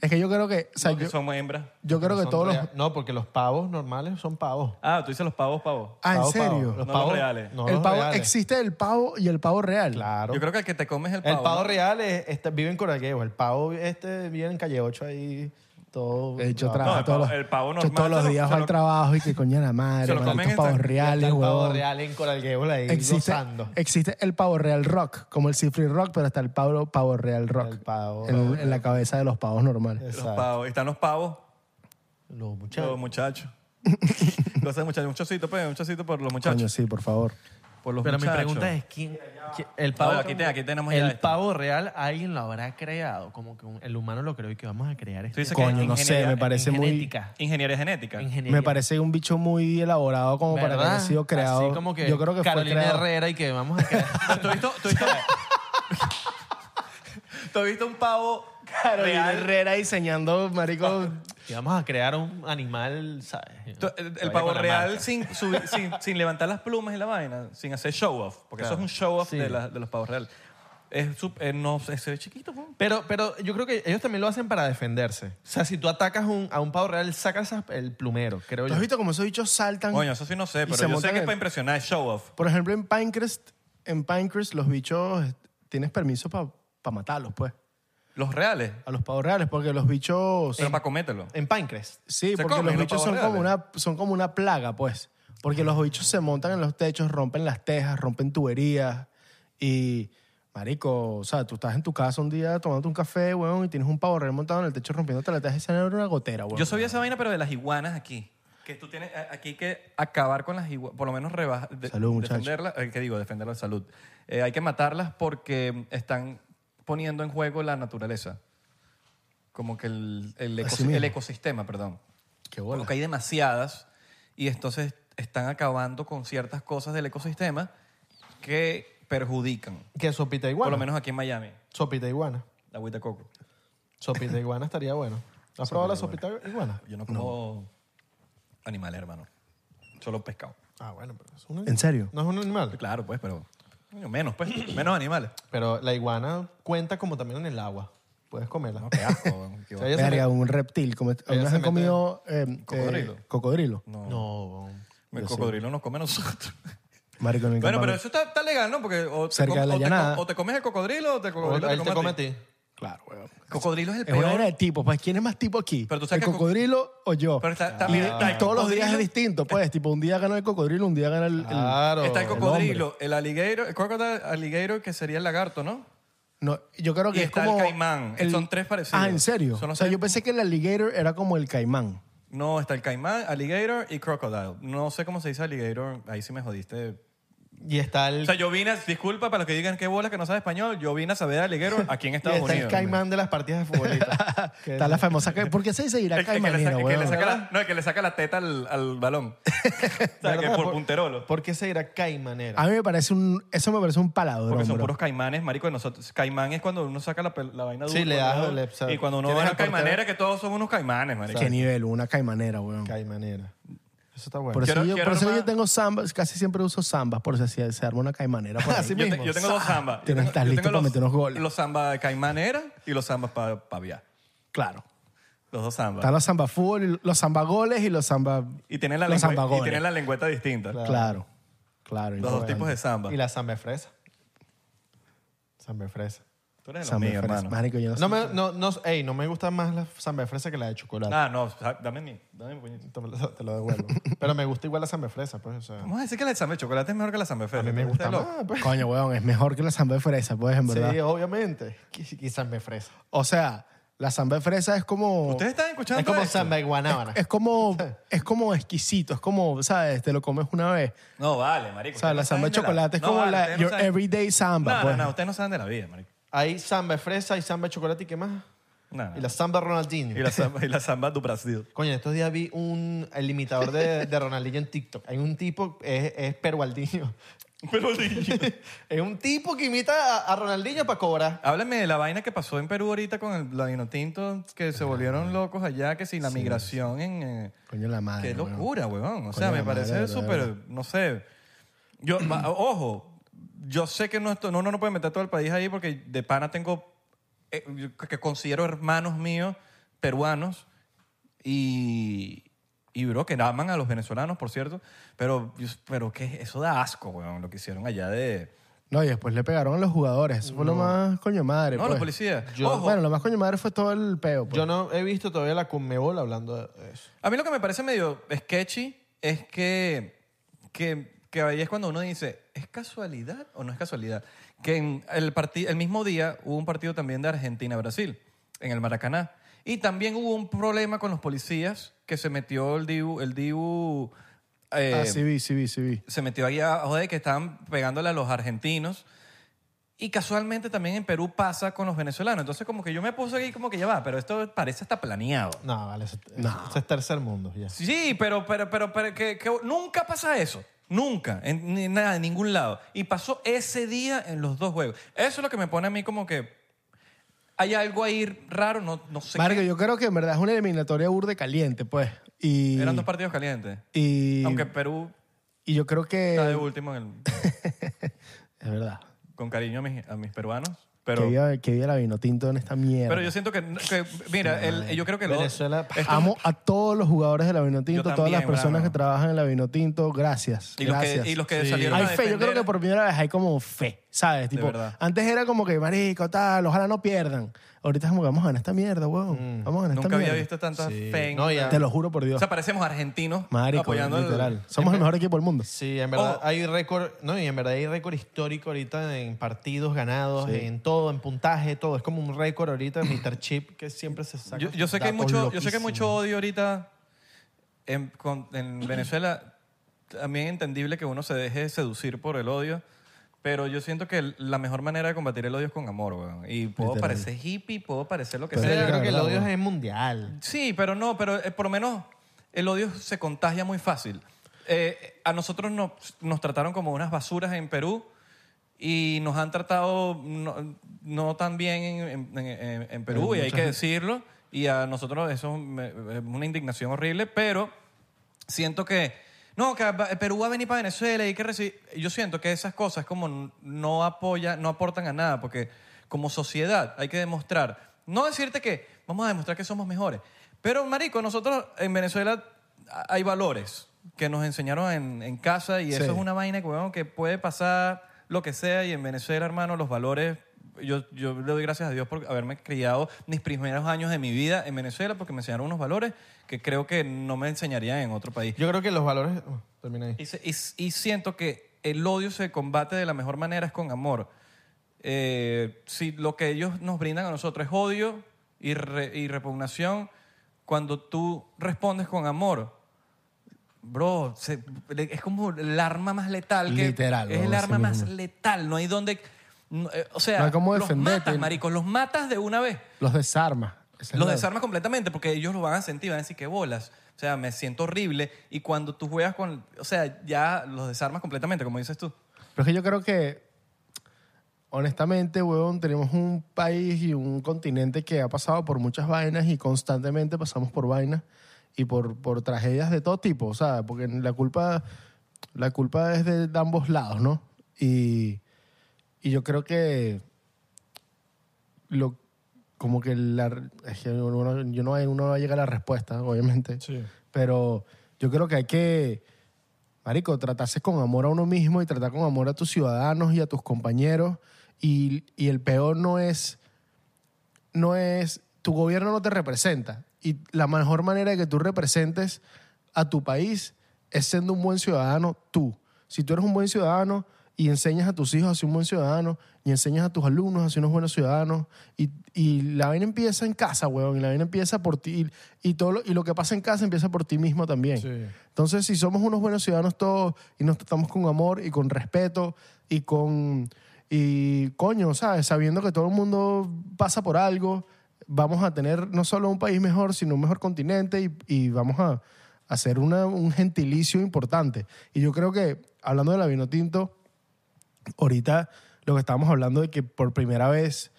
[SPEAKER 3] Es que yo creo que. O sea,
[SPEAKER 1] No, que
[SPEAKER 3] yo,
[SPEAKER 1] somos hembras.
[SPEAKER 3] yo creo que
[SPEAKER 2] Son
[SPEAKER 3] todos los.
[SPEAKER 2] rea- No, porque los pavos normales son pavos.
[SPEAKER 1] Ah, tú dices los pavos, pavos.
[SPEAKER 3] Ah, ¿en
[SPEAKER 2] Pavo, pavo.
[SPEAKER 3] serio?
[SPEAKER 2] Los
[SPEAKER 1] No
[SPEAKER 2] pavos
[SPEAKER 1] los reales.
[SPEAKER 2] no
[SPEAKER 3] el
[SPEAKER 2] los
[SPEAKER 3] pavo,
[SPEAKER 2] reales.
[SPEAKER 3] Existe el pavo y el pavo real.
[SPEAKER 2] Claro.
[SPEAKER 1] Yo creo que el que te comes es el pavo.
[SPEAKER 2] el pavo
[SPEAKER 1] ¿no?
[SPEAKER 2] real es- este, vive en Coragueo. El pavo este vive en Calle 8 ahí. Todo.
[SPEAKER 3] He hecho
[SPEAKER 2] No,
[SPEAKER 3] trabajo
[SPEAKER 1] No, el
[SPEAKER 3] todos
[SPEAKER 1] pavo-
[SPEAKER 3] los,
[SPEAKER 1] el pavo
[SPEAKER 3] yo
[SPEAKER 1] normal
[SPEAKER 3] todos
[SPEAKER 1] se
[SPEAKER 3] los
[SPEAKER 1] lo-
[SPEAKER 3] días
[SPEAKER 1] se
[SPEAKER 3] va al
[SPEAKER 1] lo-
[SPEAKER 3] trabajo y que coño de la
[SPEAKER 1] se
[SPEAKER 3] madre,
[SPEAKER 1] lo
[SPEAKER 3] malditos
[SPEAKER 1] comen en
[SPEAKER 3] pavos
[SPEAKER 1] esta-
[SPEAKER 3] reales,
[SPEAKER 2] el pavo
[SPEAKER 3] huevón.
[SPEAKER 2] real en Coragueo ahí
[SPEAKER 3] Existe,
[SPEAKER 2] gozando.
[SPEAKER 3] existe el pavo real rock, como el cifri rock, pero está el pavo, pavo real rock.
[SPEAKER 2] El pavo
[SPEAKER 3] en,
[SPEAKER 2] real
[SPEAKER 3] en la cabeza de los pavos normales.
[SPEAKER 1] Los pavos. Están los pavos.
[SPEAKER 2] Los muchachos.
[SPEAKER 1] Los
[SPEAKER 3] [LAUGHS]
[SPEAKER 1] muchachos. Entonces, muchachos, un chocito, pues, un chocito por los muchachos.
[SPEAKER 3] Coño, sí, por favor.
[SPEAKER 1] Por los
[SPEAKER 4] Pero mi
[SPEAKER 1] muchachos.
[SPEAKER 4] pregunta es, ¿quién? qui- El pavo,
[SPEAKER 1] No, aquí te- aquí tenemos ya
[SPEAKER 4] El
[SPEAKER 1] esto.
[SPEAKER 4] pavo real, ¿alguien lo habrá creado? Como que un- el humano lo creó y que vamos a crear
[SPEAKER 1] Tú
[SPEAKER 4] este.
[SPEAKER 1] dices
[SPEAKER 3] Coño,
[SPEAKER 1] que
[SPEAKER 3] no sé,
[SPEAKER 1] ingeniería-
[SPEAKER 3] me parece
[SPEAKER 4] en
[SPEAKER 3] muy...
[SPEAKER 4] genética.
[SPEAKER 1] Ingeniería genética.
[SPEAKER 4] Ingeniería.
[SPEAKER 3] Me parece un bicho muy elaborado como para que
[SPEAKER 4] ¿Verdad?
[SPEAKER 3] haya sido creado.
[SPEAKER 4] Así como que
[SPEAKER 3] Yo creo que
[SPEAKER 4] Carolina
[SPEAKER 3] fue creado.
[SPEAKER 4] Herrera y que vamos a crear.
[SPEAKER 3] [LAUGHS]
[SPEAKER 1] ¿Tú has visto, tú has visto- tú has visto un pavo
[SPEAKER 3] Carolina
[SPEAKER 1] real?
[SPEAKER 3] Herrera diseñando, marico...
[SPEAKER 1] [LAUGHS]
[SPEAKER 4] que vamos a crear un animal, ¿sabes?
[SPEAKER 1] Tú- El, el
[SPEAKER 4] Vaya
[SPEAKER 1] pavo
[SPEAKER 4] con la
[SPEAKER 1] real
[SPEAKER 4] marca.
[SPEAKER 1] sin, subi-
[SPEAKER 3] [LAUGHS]
[SPEAKER 1] sin, sin levantar las plumas y la vaina, sin hacer show off, porque eso es un show off de, la- de los pavos real. Es, sup- eh, no, se se ve chiquito, po.
[SPEAKER 4] Pero, pero yo creo que ellos también lo hacen para defenderse. O sea, si tú atacas un- a un pavo real, sacas a- el plumero, creo
[SPEAKER 3] ¿Tú
[SPEAKER 4] yo.
[SPEAKER 3] has visto cómo esos bichos saltan?
[SPEAKER 1] Coño, eso sí no sé,
[SPEAKER 3] Y se
[SPEAKER 1] pero yo sé
[SPEAKER 3] montan
[SPEAKER 1] que es
[SPEAKER 3] en-
[SPEAKER 1] para impresionar, es show off.
[SPEAKER 3] Por ejemplo, en Pinecrest, en Pinecrest los bichos eh, tienes permiso para matarlos, pues.
[SPEAKER 1] Los reales,
[SPEAKER 3] A los pavos reales, porque los bichos.
[SPEAKER 1] pero para comértelo.
[SPEAKER 4] En Pinecrest.
[SPEAKER 3] sí,
[SPEAKER 1] se
[SPEAKER 3] porque
[SPEAKER 1] comen
[SPEAKER 3] los
[SPEAKER 1] los
[SPEAKER 3] bichos
[SPEAKER 1] pavos
[SPEAKER 3] son como,
[SPEAKER 1] reales.
[SPEAKER 3] una, son como una plaga, pues. Porque los bichos se montan en los techos, rompen las tejas, rompen tuberías. Y, marico, o sea, tú estás en tu casa un día tomando un café, weón, y tienes un pavo real montado en el techo rompiéndote la teja y se abre una gotera, weón.
[SPEAKER 1] Yo sabía esa vaina, pero de las iguanas aquí. Que tú tienes a- aquí que acabar con las iguanas, por lo menos rebajar.
[SPEAKER 3] Salud, muchacho.
[SPEAKER 1] defenderlas, eh, ¿qué digo? Defenderlas, salud. Eh, hay que matarlas porque están poniendo en juego la naturaleza. Como que el, el,
[SPEAKER 3] Así
[SPEAKER 1] ecosi-
[SPEAKER 3] mismo.
[SPEAKER 1] el ecosistema, perdón.
[SPEAKER 3] Qué
[SPEAKER 1] Porque hay demasiadas y entonces están acabando con ciertas cosas del ecosistema que perjudican.
[SPEAKER 2] Que sopita de
[SPEAKER 1] Por lo
[SPEAKER 2] iguana.
[SPEAKER 1] menos aquí en Miami,
[SPEAKER 2] Sopita de iguana.
[SPEAKER 1] la agüita de coco.
[SPEAKER 2] Sopita de iguana estaría bueno. ¿Has probado la sopita de iguana?
[SPEAKER 1] Yo no como animales, hermano. Solo pescado.
[SPEAKER 2] Ah, bueno, pero es un
[SPEAKER 3] ¿En serio?
[SPEAKER 2] No es un animal.
[SPEAKER 1] Claro, pues, pero coño, menos, pues, [COUGHS] menos animales.
[SPEAKER 2] Pero la iguana cuenta como también en el agua. Puedes comerla.
[SPEAKER 1] No, qué asco, weón, qué asco.
[SPEAKER 2] O sea, ella se
[SPEAKER 3] Verga,
[SPEAKER 2] me-
[SPEAKER 3] un reptil. Como, ¿alguna
[SPEAKER 2] se
[SPEAKER 3] vez han
[SPEAKER 2] mete-
[SPEAKER 3] comido eh,
[SPEAKER 1] Cocodrilo.
[SPEAKER 3] eh, cocodrilo?
[SPEAKER 1] No,
[SPEAKER 2] No, weón.
[SPEAKER 1] el cocodrilo nos come a
[SPEAKER 2] [LAUGHS]
[SPEAKER 1] nosotros.
[SPEAKER 3] Marico, me
[SPEAKER 1] Bueno,
[SPEAKER 3] encanta.
[SPEAKER 1] pero eso está, está legal, ¿no? Porque o te,
[SPEAKER 3] Cerca
[SPEAKER 1] com-
[SPEAKER 3] de la
[SPEAKER 1] o te
[SPEAKER 3] llanada.
[SPEAKER 1] com- o te comes el cocodrilo o te
[SPEAKER 2] O-
[SPEAKER 1] cocodrilo
[SPEAKER 2] él te come a
[SPEAKER 1] ti.
[SPEAKER 2] ti.
[SPEAKER 3] Claro, weón.
[SPEAKER 1] Cocodrilo es el
[SPEAKER 3] Es una era
[SPEAKER 1] peor.
[SPEAKER 3] de tipo, pues ¿quién es más tipo aquí?
[SPEAKER 1] Pero tú sabes
[SPEAKER 3] ¿El
[SPEAKER 1] que el co-
[SPEAKER 3] cocodrilo o yo?
[SPEAKER 1] Pero está- está-
[SPEAKER 3] y,
[SPEAKER 1] mira, está
[SPEAKER 3] y
[SPEAKER 1] el
[SPEAKER 3] todos los días es
[SPEAKER 1] cocodrilo. Ah.
[SPEAKER 3] distinto, pues. Tipo, un día gana el cocodrilo, un día gana el... el-
[SPEAKER 2] Claro.
[SPEAKER 1] Está el
[SPEAKER 3] hombre.
[SPEAKER 1] cocodrilo, el, alligator, el crocodile alligator que sería el lagarto, ¿no?
[SPEAKER 3] No, yo creo que
[SPEAKER 1] Y
[SPEAKER 3] es
[SPEAKER 1] está el
[SPEAKER 3] como...
[SPEAKER 1] caimán. Son tres parecidos.
[SPEAKER 3] Ah, ¿en serio?
[SPEAKER 1] Son
[SPEAKER 3] O
[SPEAKER 1] los
[SPEAKER 3] sea,
[SPEAKER 1] tres-
[SPEAKER 3] yo pensé que el alligator era como el caimán.
[SPEAKER 1] No, está el caimán, alligator y crocodile. No sé cómo se dice alligator, ahí sí me jodiste.
[SPEAKER 2] Y está
[SPEAKER 1] O
[SPEAKER 2] el,
[SPEAKER 1] sea, yo vine, a- disculpa para los que digan que bola que no sabe español, yo vine a saber alligator aquí en
[SPEAKER 2] [LAUGHS] y
[SPEAKER 1] Estados
[SPEAKER 2] está el
[SPEAKER 1] Unidos.
[SPEAKER 2] caimán de las partidas de futbolita. Que-
[SPEAKER 3] Está la famosa... ca- ¿Por qué se dice
[SPEAKER 1] El-
[SPEAKER 3] irá
[SPEAKER 1] el que le
[SPEAKER 3] caimanero,
[SPEAKER 1] saca- que le
[SPEAKER 3] weón?
[SPEAKER 1] saca la- No, el que le saca la teta al, al
[SPEAKER 2] [LAUGHS]
[SPEAKER 1] balón. o sea, que
[SPEAKER 2] ¿verdad?
[SPEAKER 1] por punterolo.
[SPEAKER 2] ¿Por qué se dirá caimanera?
[SPEAKER 3] A mí me parece un... Eso me parece un paladrón,
[SPEAKER 1] Porque son
[SPEAKER 3] bro.
[SPEAKER 1] puros caimanes, marico, de nosotros. Caimán es cuando uno saca la, pel- la vaina dura.
[SPEAKER 2] Sí, le da-
[SPEAKER 1] cuando-
[SPEAKER 2] le- o sea,
[SPEAKER 1] Y cuando uno ve
[SPEAKER 2] tienes
[SPEAKER 1] una
[SPEAKER 2] al portero.
[SPEAKER 1] caimanera, que todos son unos caimanes, marico.
[SPEAKER 3] Qué nivel, una caimanera, weón.
[SPEAKER 2] Caimanera. Eso está bueno.
[SPEAKER 3] Por eso,
[SPEAKER 1] Quiero-
[SPEAKER 3] yo,
[SPEAKER 1] quiero
[SPEAKER 3] por eso
[SPEAKER 1] armar-
[SPEAKER 3] yo tengo zambas, casi siempre uso zambas, por si así se arma una caimanera.
[SPEAKER 1] [LAUGHS]
[SPEAKER 3] por ahí.
[SPEAKER 2] Así
[SPEAKER 1] Yo, te-
[SPEAKER 2] mismo.
[SPEAKER 1] yo tengo
[SPEAKER 2] [LAUGHS]
[SPEAKER 1] dos zambas.
[SPEAKER 3] Tú
[SPEAKER 1] Yo
[SPEAKER 3] no
[SPEAKER 1] tengo-
[SPEAKER 3] estás
[SPEAKER 1] yo
[SPEAKER 3] listo
[SPEAKER 1] tengo los-
[SPEAKER 3] para meter unos goles.
[SPEAKER 1] Los zambas caimanera y los zambas para aviar.
[SPEAKER 3] Claro.
[SPEAKER 1] Los dos
[SPEAKER 3] Están
[SPEAKER 1] zambas.
[SPEAKER 3] los samba fútbol, los samba goles y los samba.
[SPEAKER 1] Y tienen la,
[SPEAKER 3] los
[SPEAKER 1] lengüe-
[SPEAKER 3] zambagoles.
[SPEAKER 1] y tienen la lengüeta distinta.
[SPEAKER 3] Claro,
[SPEAKER 1] Los
[SPEAKER 3] claro.
[SPEAKER 1] dos
[SPEAKER 3] importante.
[SPEAKER 1] tipos de zamba.
[SPEAKER 2] Y la samba de fresa. Samba de fresa.
[SPEAKER 1] Tú eres
[SPEAKER 3] Samba
[SPEAKER 1] mío,
[SPEAKER 3] de fresa.
[SPEAKER 1] hermano.
[SPEAKER 3] Marico, yo
[SPEAKER 2] No
[SPEAKER 3] no, sé.
[SPEAKER 2] me, no, no, ey, no me gusta más la samba de fresa que la de chocolate.
[SPEAKER 1] Ah, no, sa- dame mi, dame mi puñito.
[SPEAKER 2] Te lo, te lo devuelvo. Pero me gusta igual la samba de fresa, pues. O sea,
[SPEAKER 1] Vamos a decir que la samba de chocolate es mejor que la samba de fresa.
[SPEAKER 2] a mí me
[SPEAKER 1] ¿Tú
[SPEAKER 2] gusta
[SPEAKER 1] estás loco?
[SPEAKER 2] más, pues.
[SPEAKER 3] Coño, weón, es mejor que la samba de fresa, pues, en verdad.
[SPEAKER 2] Sí, obviamente. Y, y samba de fresa.
[SPEAKER 3] O sea, la samba de fresa es como.
[SPEAKER 1] Ustedes están escuchando
[SPEAKER 2] Es como
[SPEAKER 1] esto?
[SPEAKER 2] samba de guanábana.
[SPEAKER 3] Es como, es como exquisito, es como, ¿sabes? Te lo comes una vez.
[SPEAKER 1] No vale, marico.
[SPEAKER 3] O sea,
[SPEAKER 1] ustedes
[SPEAKER 3] la
[SPEAKER 1] no
[SPEAKER 3] samba
[SPEAKER 1] saben
[SPEAKER 3] de chocolate
[SPEAKER 1] la-
[SPEAKER 3] es
[SPEAKER 1] no
[SPEAKER 3] como
[SPEAKER 1] vale,
[SPEAKER 3] la
[SPEAKER 1] ustedes no
[SPEAKER 3] your
[SPEAKER 1] saben-
[SPEAKER 3] everyday samba.
[SPEAKER 1] No,
[SPEAKER 3] pues.
[SPEAKER 1] no, no, ustedes no saben de la vida, marico.
[SPEAKER 2] Hay samba de fresa, hay samba de chocolate y qué más.
[SPEAKER 1] No.
[SPEAKER 2] Y la samba Ronaldinho.
[SPEAKER 1] Ah. Y la samba, y la samba do
[SPEAKER 3] [LAUGHS]
[SPEAKER 1] Brasil.
[SPEAKER 2] Coño, estos días vi un el imitador de, de Ronaldinho en TikTok. Hay un tipo, es, es Perualdinho. [LAUGHS]
[SPEAKER 1] Pero niño.
[SPEAKER 2] Es un tipo que imita a, a Ronaldinho para cobrar.
[SPEAKER 1] Háblame de la vaina que pasó en Perú ahorita con el la vino tinto, que se volvieron locos allá, que si la migración en... eh,
[SPEAKER 3] Coño la madre.
[SPEAKER 1] Qué
[SPEAKER 3] weón.
[SPEAKER 1] locura, weón. O sea, me
[SPEAKER 3] Coño, la madre,
[SPEAKER 1] parece
[SPEAKER 3] de
[SPEAKER 1] súper,
[SPEAKER 3] verdad.
[SPEAKER 1] no sé. Yo, va- [COUGHS] ojo, yo sé que no, esto- no, no, no puede meter todo el país ahí porque de pana tengo, eh, yo que considero hermanos míos peruanos y, y bro, que aman a los venezolanos, por cierto, pero, pero que eso da asco, weón, lo que hicieron allá de...
[SPEAKER 3] No, y después le pegaron a los jugadores. Eso fue lo más coño madre.
[SPEAKER 1] No, los
[SPEAKER 3] pues.
[SPEAKER 1] policías.
[SPEAKER 3] Yo-
[SPEAKER 1] Ojo.
[SPEAKER 3] Bueno, lo más coño madre fue todo el peo. pues.
[SPEAKER 2] Yo no he visto todavía la Conmebol hablando de eso.
[SPEAKER 1] A mí lo que me parece medio sketchy es que, que, que ahí es cuando uno dice, ¿es casualidad o no es casualidad? Que en el, parti- el mismo día hubo un partido también de Argentina-Brasil, en el Maracaná. Y también hubo un problema con los policías que se metió el Dibu. El Dibu eh,
[SPEAKER 3] ah, sí vi, sí vi, sí vi.
[SPEAKER 1] se metió ahí a joder que estaban pegándole a los argentinos. Y casualmente también en Perú pasa con los venezolanos. Entonces como que yo me puse ahí como que ya va, pero esto parece hasta planeado.
[SPEAKER 2] No, vale, eso, eso es tercer mundo ya.
[SPEAKER 1] Sí, pero, pero, pero, pero que, que nunca pasa eso. Nunca, en ni- nada, en ningún lado. Y pasó ese día en los dos juegos. Eso es lo que me pone a mí como que hay algo ahí raro, no, no sé
[SPEAKER 3] Marico,
[SPEAKER 1] qué.
[SPEAKER 3] yo creo que en verdad es una eliminatoria burde caliente, pues. Y,
[SPEAKER 1] Eran dos partidos calientes.
[SPEAKER 3] y,
[SPEAKER 1] Aunque Perú
[SPEAKER 3] y yo creo que...
[SPEAKER 1] está de último en el-
[SPEAKER 3] Es verdad.
[SPEAKER 1] con cariño a mis, a mis peruanos. Pero,
[SPEAKER 3] que, viva, que viva la vino tinto en esta mierda.
[SPEAKER 1] pero yo siento que, que- mira, el- yo creo que lo-
[SPEAKER 2] Venezuela, ah,
[SPEAKER 1] esto-
[SPEAKER 3] Amo a todos los jugadores de la vino tinto,
[SPEAKER 1] Yo
[SPEAKER 3] todas las
[SPEAKER 1] también,
[SPEAKER 3] personas
[SPEAKER 1] bravo.
[SPEAKER 3] que trabajan en la vino tinto. Gracias.
[SPEAKER 1] y, los
[SPEAKER 3] gracias.
[SPEAKER 1] que, y los que salieron
[SPEAKER 3] Hay
[SPEAKER 1] a
[SPEAKER 3] fe, yo creo
[SPEAKER 1] defender-
[SPEAKER 3] que por primera vez hay como fe, ¿sabes? Tipo,
[SPEAKER 1] verdad.
[SPEAKER 3] antes era como que, marico, tal, ojalá no pierdan. Ahorita es como que vamos a ganar esta mierda, weón. Vamos a ganar
[SPEAKER 1] Mm. Nunca
[SPEAKER 3] esta
[SPEAKER 1] había
[SPEAKER 3] mierda.
[SPEAKER 1] visto tanta fe. en-
[SPEAKER 2] No, ya.
[SPEAKER 3] Te lo juro por Dios.
[SPEAKER 1] O sea, parecemos argentinos
[SPEAKER 3] Marico,
[SPEAKER 1] apoyando al-
[SPEAKER 3] literal. Somos el mejor equipo del mundo.
[SPEAKER 2] Sí, en verdad
[SPEAKER 1] Ojo.
[SPEAKER 2] hay récord, no, y en verdad hay récord histórico ahorita en partidos ganados, en todo, en puntaje, todo. Es como un récord ahorita, Mr. Chip, que siempre se saca.
[SPEAKER 1] Yo, yo sé que hay
[SPEAKER 2] datos
[SPEAKER 1] mucho, yo sé que hay mucho
[SPEAKER 2] loquísimos.
[SPEAKER 1] odio ahorita en, con- en Venezuela. También es entendible que uno se deje seducir por el odio, pero yo siento que el- la mejor manera de combatir el odio es con amor, weón. Y puedo
[SPEAKER 3] Literal.
[SPEAKER 1] parecer hippie, puedo parecer lo que
[SPEAKER 2] Sí,
[SPEAKER 3] Pero
[SPEAKER 2] yo
[SPEAKER 1] sea.
[SPEAKER 2] creo que el
[SPEAKER 3] verdad,
[SPEAKER 2] odio
[SPEAKER 3] güey.
[SPEAKER 2] es mundial.
[SPEAKER 1] Sí, pero no, pero eh, por lo menos el odio se contagia muy fácil. Eh, a nosotros nos, nos trataron como unas basuras en Perú y nos han tratado no, no tan bien en, en- en- en Perú, y hay que decirlo. Y a nosotros eso me- es una indignación horrible, pero siento que no que va- Perú va a venir para Venezuela y hay que recibir yo siento que esas cosas como n- no apoya no aportan a nada porque como sociedad hay que demostrar no decirte que vamos a demostrar que somos mejores pero marico nosotros en Venezuela a- hay valores que nos enseñaron en, en casa y
[SPEAKER 3] Sí.
[SPEAKER 1] eso es una vaina que, weón, que puede pasar lo que sea y en Venezuela hermano los valores yo, yo le doy gracias a Dios por haberme criado mis primeros años de mi vida en Venezuela porque me enseñaron unos valores que creo que no me enseñarían en otro país.
[SPEAKER 2] Yo creo que los valores. oh, termina ahí.
[SPEAKER 1] Y, se- y- y siento que el odio se combate de la mejor manera es con amor. Eh, si lo que ellos nos brindan a nosotros es odio y, re- y repugnación, cuando tú respondes con amor, bro, se- le- es como el arma más letal. Que,
[SPEAKER 3] Literal,
[SPEAKER 1] Es
[SPEAKER 3] bro,
[SPEAKER 1] el
[SPEAKER 3] así
[SPEAKER 1] arma más
[SPEAKER 3] mismo.
[SPEAKER 1] letal. No hay donde... no, eh, o sea,
[SPEAKER 3] No hay cómo
[SPEAKER 1] los
[SPEAKER 3] defenderte.
[SPEAKER 1] matas, maricos, los matas de una vez.
[SPEAKER 3] Los desarma. Esa es
[SPEAKER 1] Los
[SPEAKER 3] la-
[SPEAKER 1] desarma completamente porque ellos lo van a sentir, van a decir que bolas. O sea, me siento horrible. Y cuando tú juegas con. O sea, ya los desarmas completamente, como dices tú.
[SPEAKER 3] Pero es que yo creo que, honestamente, weón, tenemos un país y un continente que ha pasado por muchas vainas y constantemente pasamos por vainas y por, por tragedias de todo tipo, o sea, porque la culpa, la culpa es de, de ambos lados, ¿no? Y, y yo creo que lo como que la es que uno, yo no uno va a llegar a la respuesta obviamente pero yo creo que hay que Marico, tratarse con amor a uno mismo y tratar con amor a tus ciudadanos y a tus compañeros. Y, y el peor no es, no es, tu gobierno no te representa. Y la mejor manera de que tú representes a tu país es siendo un buen ciudadano tú. Si tú eres un buen ciudadano y enseñas a tus hijos a ser un buen ciudadano y enseñas a tus alumnos a ser unos buenos ciudadanos y, y la vaina empieza en casa, weón, y la vaina empieza por ti y, y todo lo, y lo que pasa en casa empieza por ti mismo también. Entonces, si somos unos buenos ciudadanos todos y nos tratamos con amor y con respeto y con. Y coño, ¿sabes? Sabiendo que todo el mundo pasa por algo, vamos a tener no solo un país mejor, sino un mejor continente y, y vamos a hacer una, un gentilicio importante. Y yo creo que, hablando de la vino tinto, ahorita lo que estábamos hablando de que por primera vez,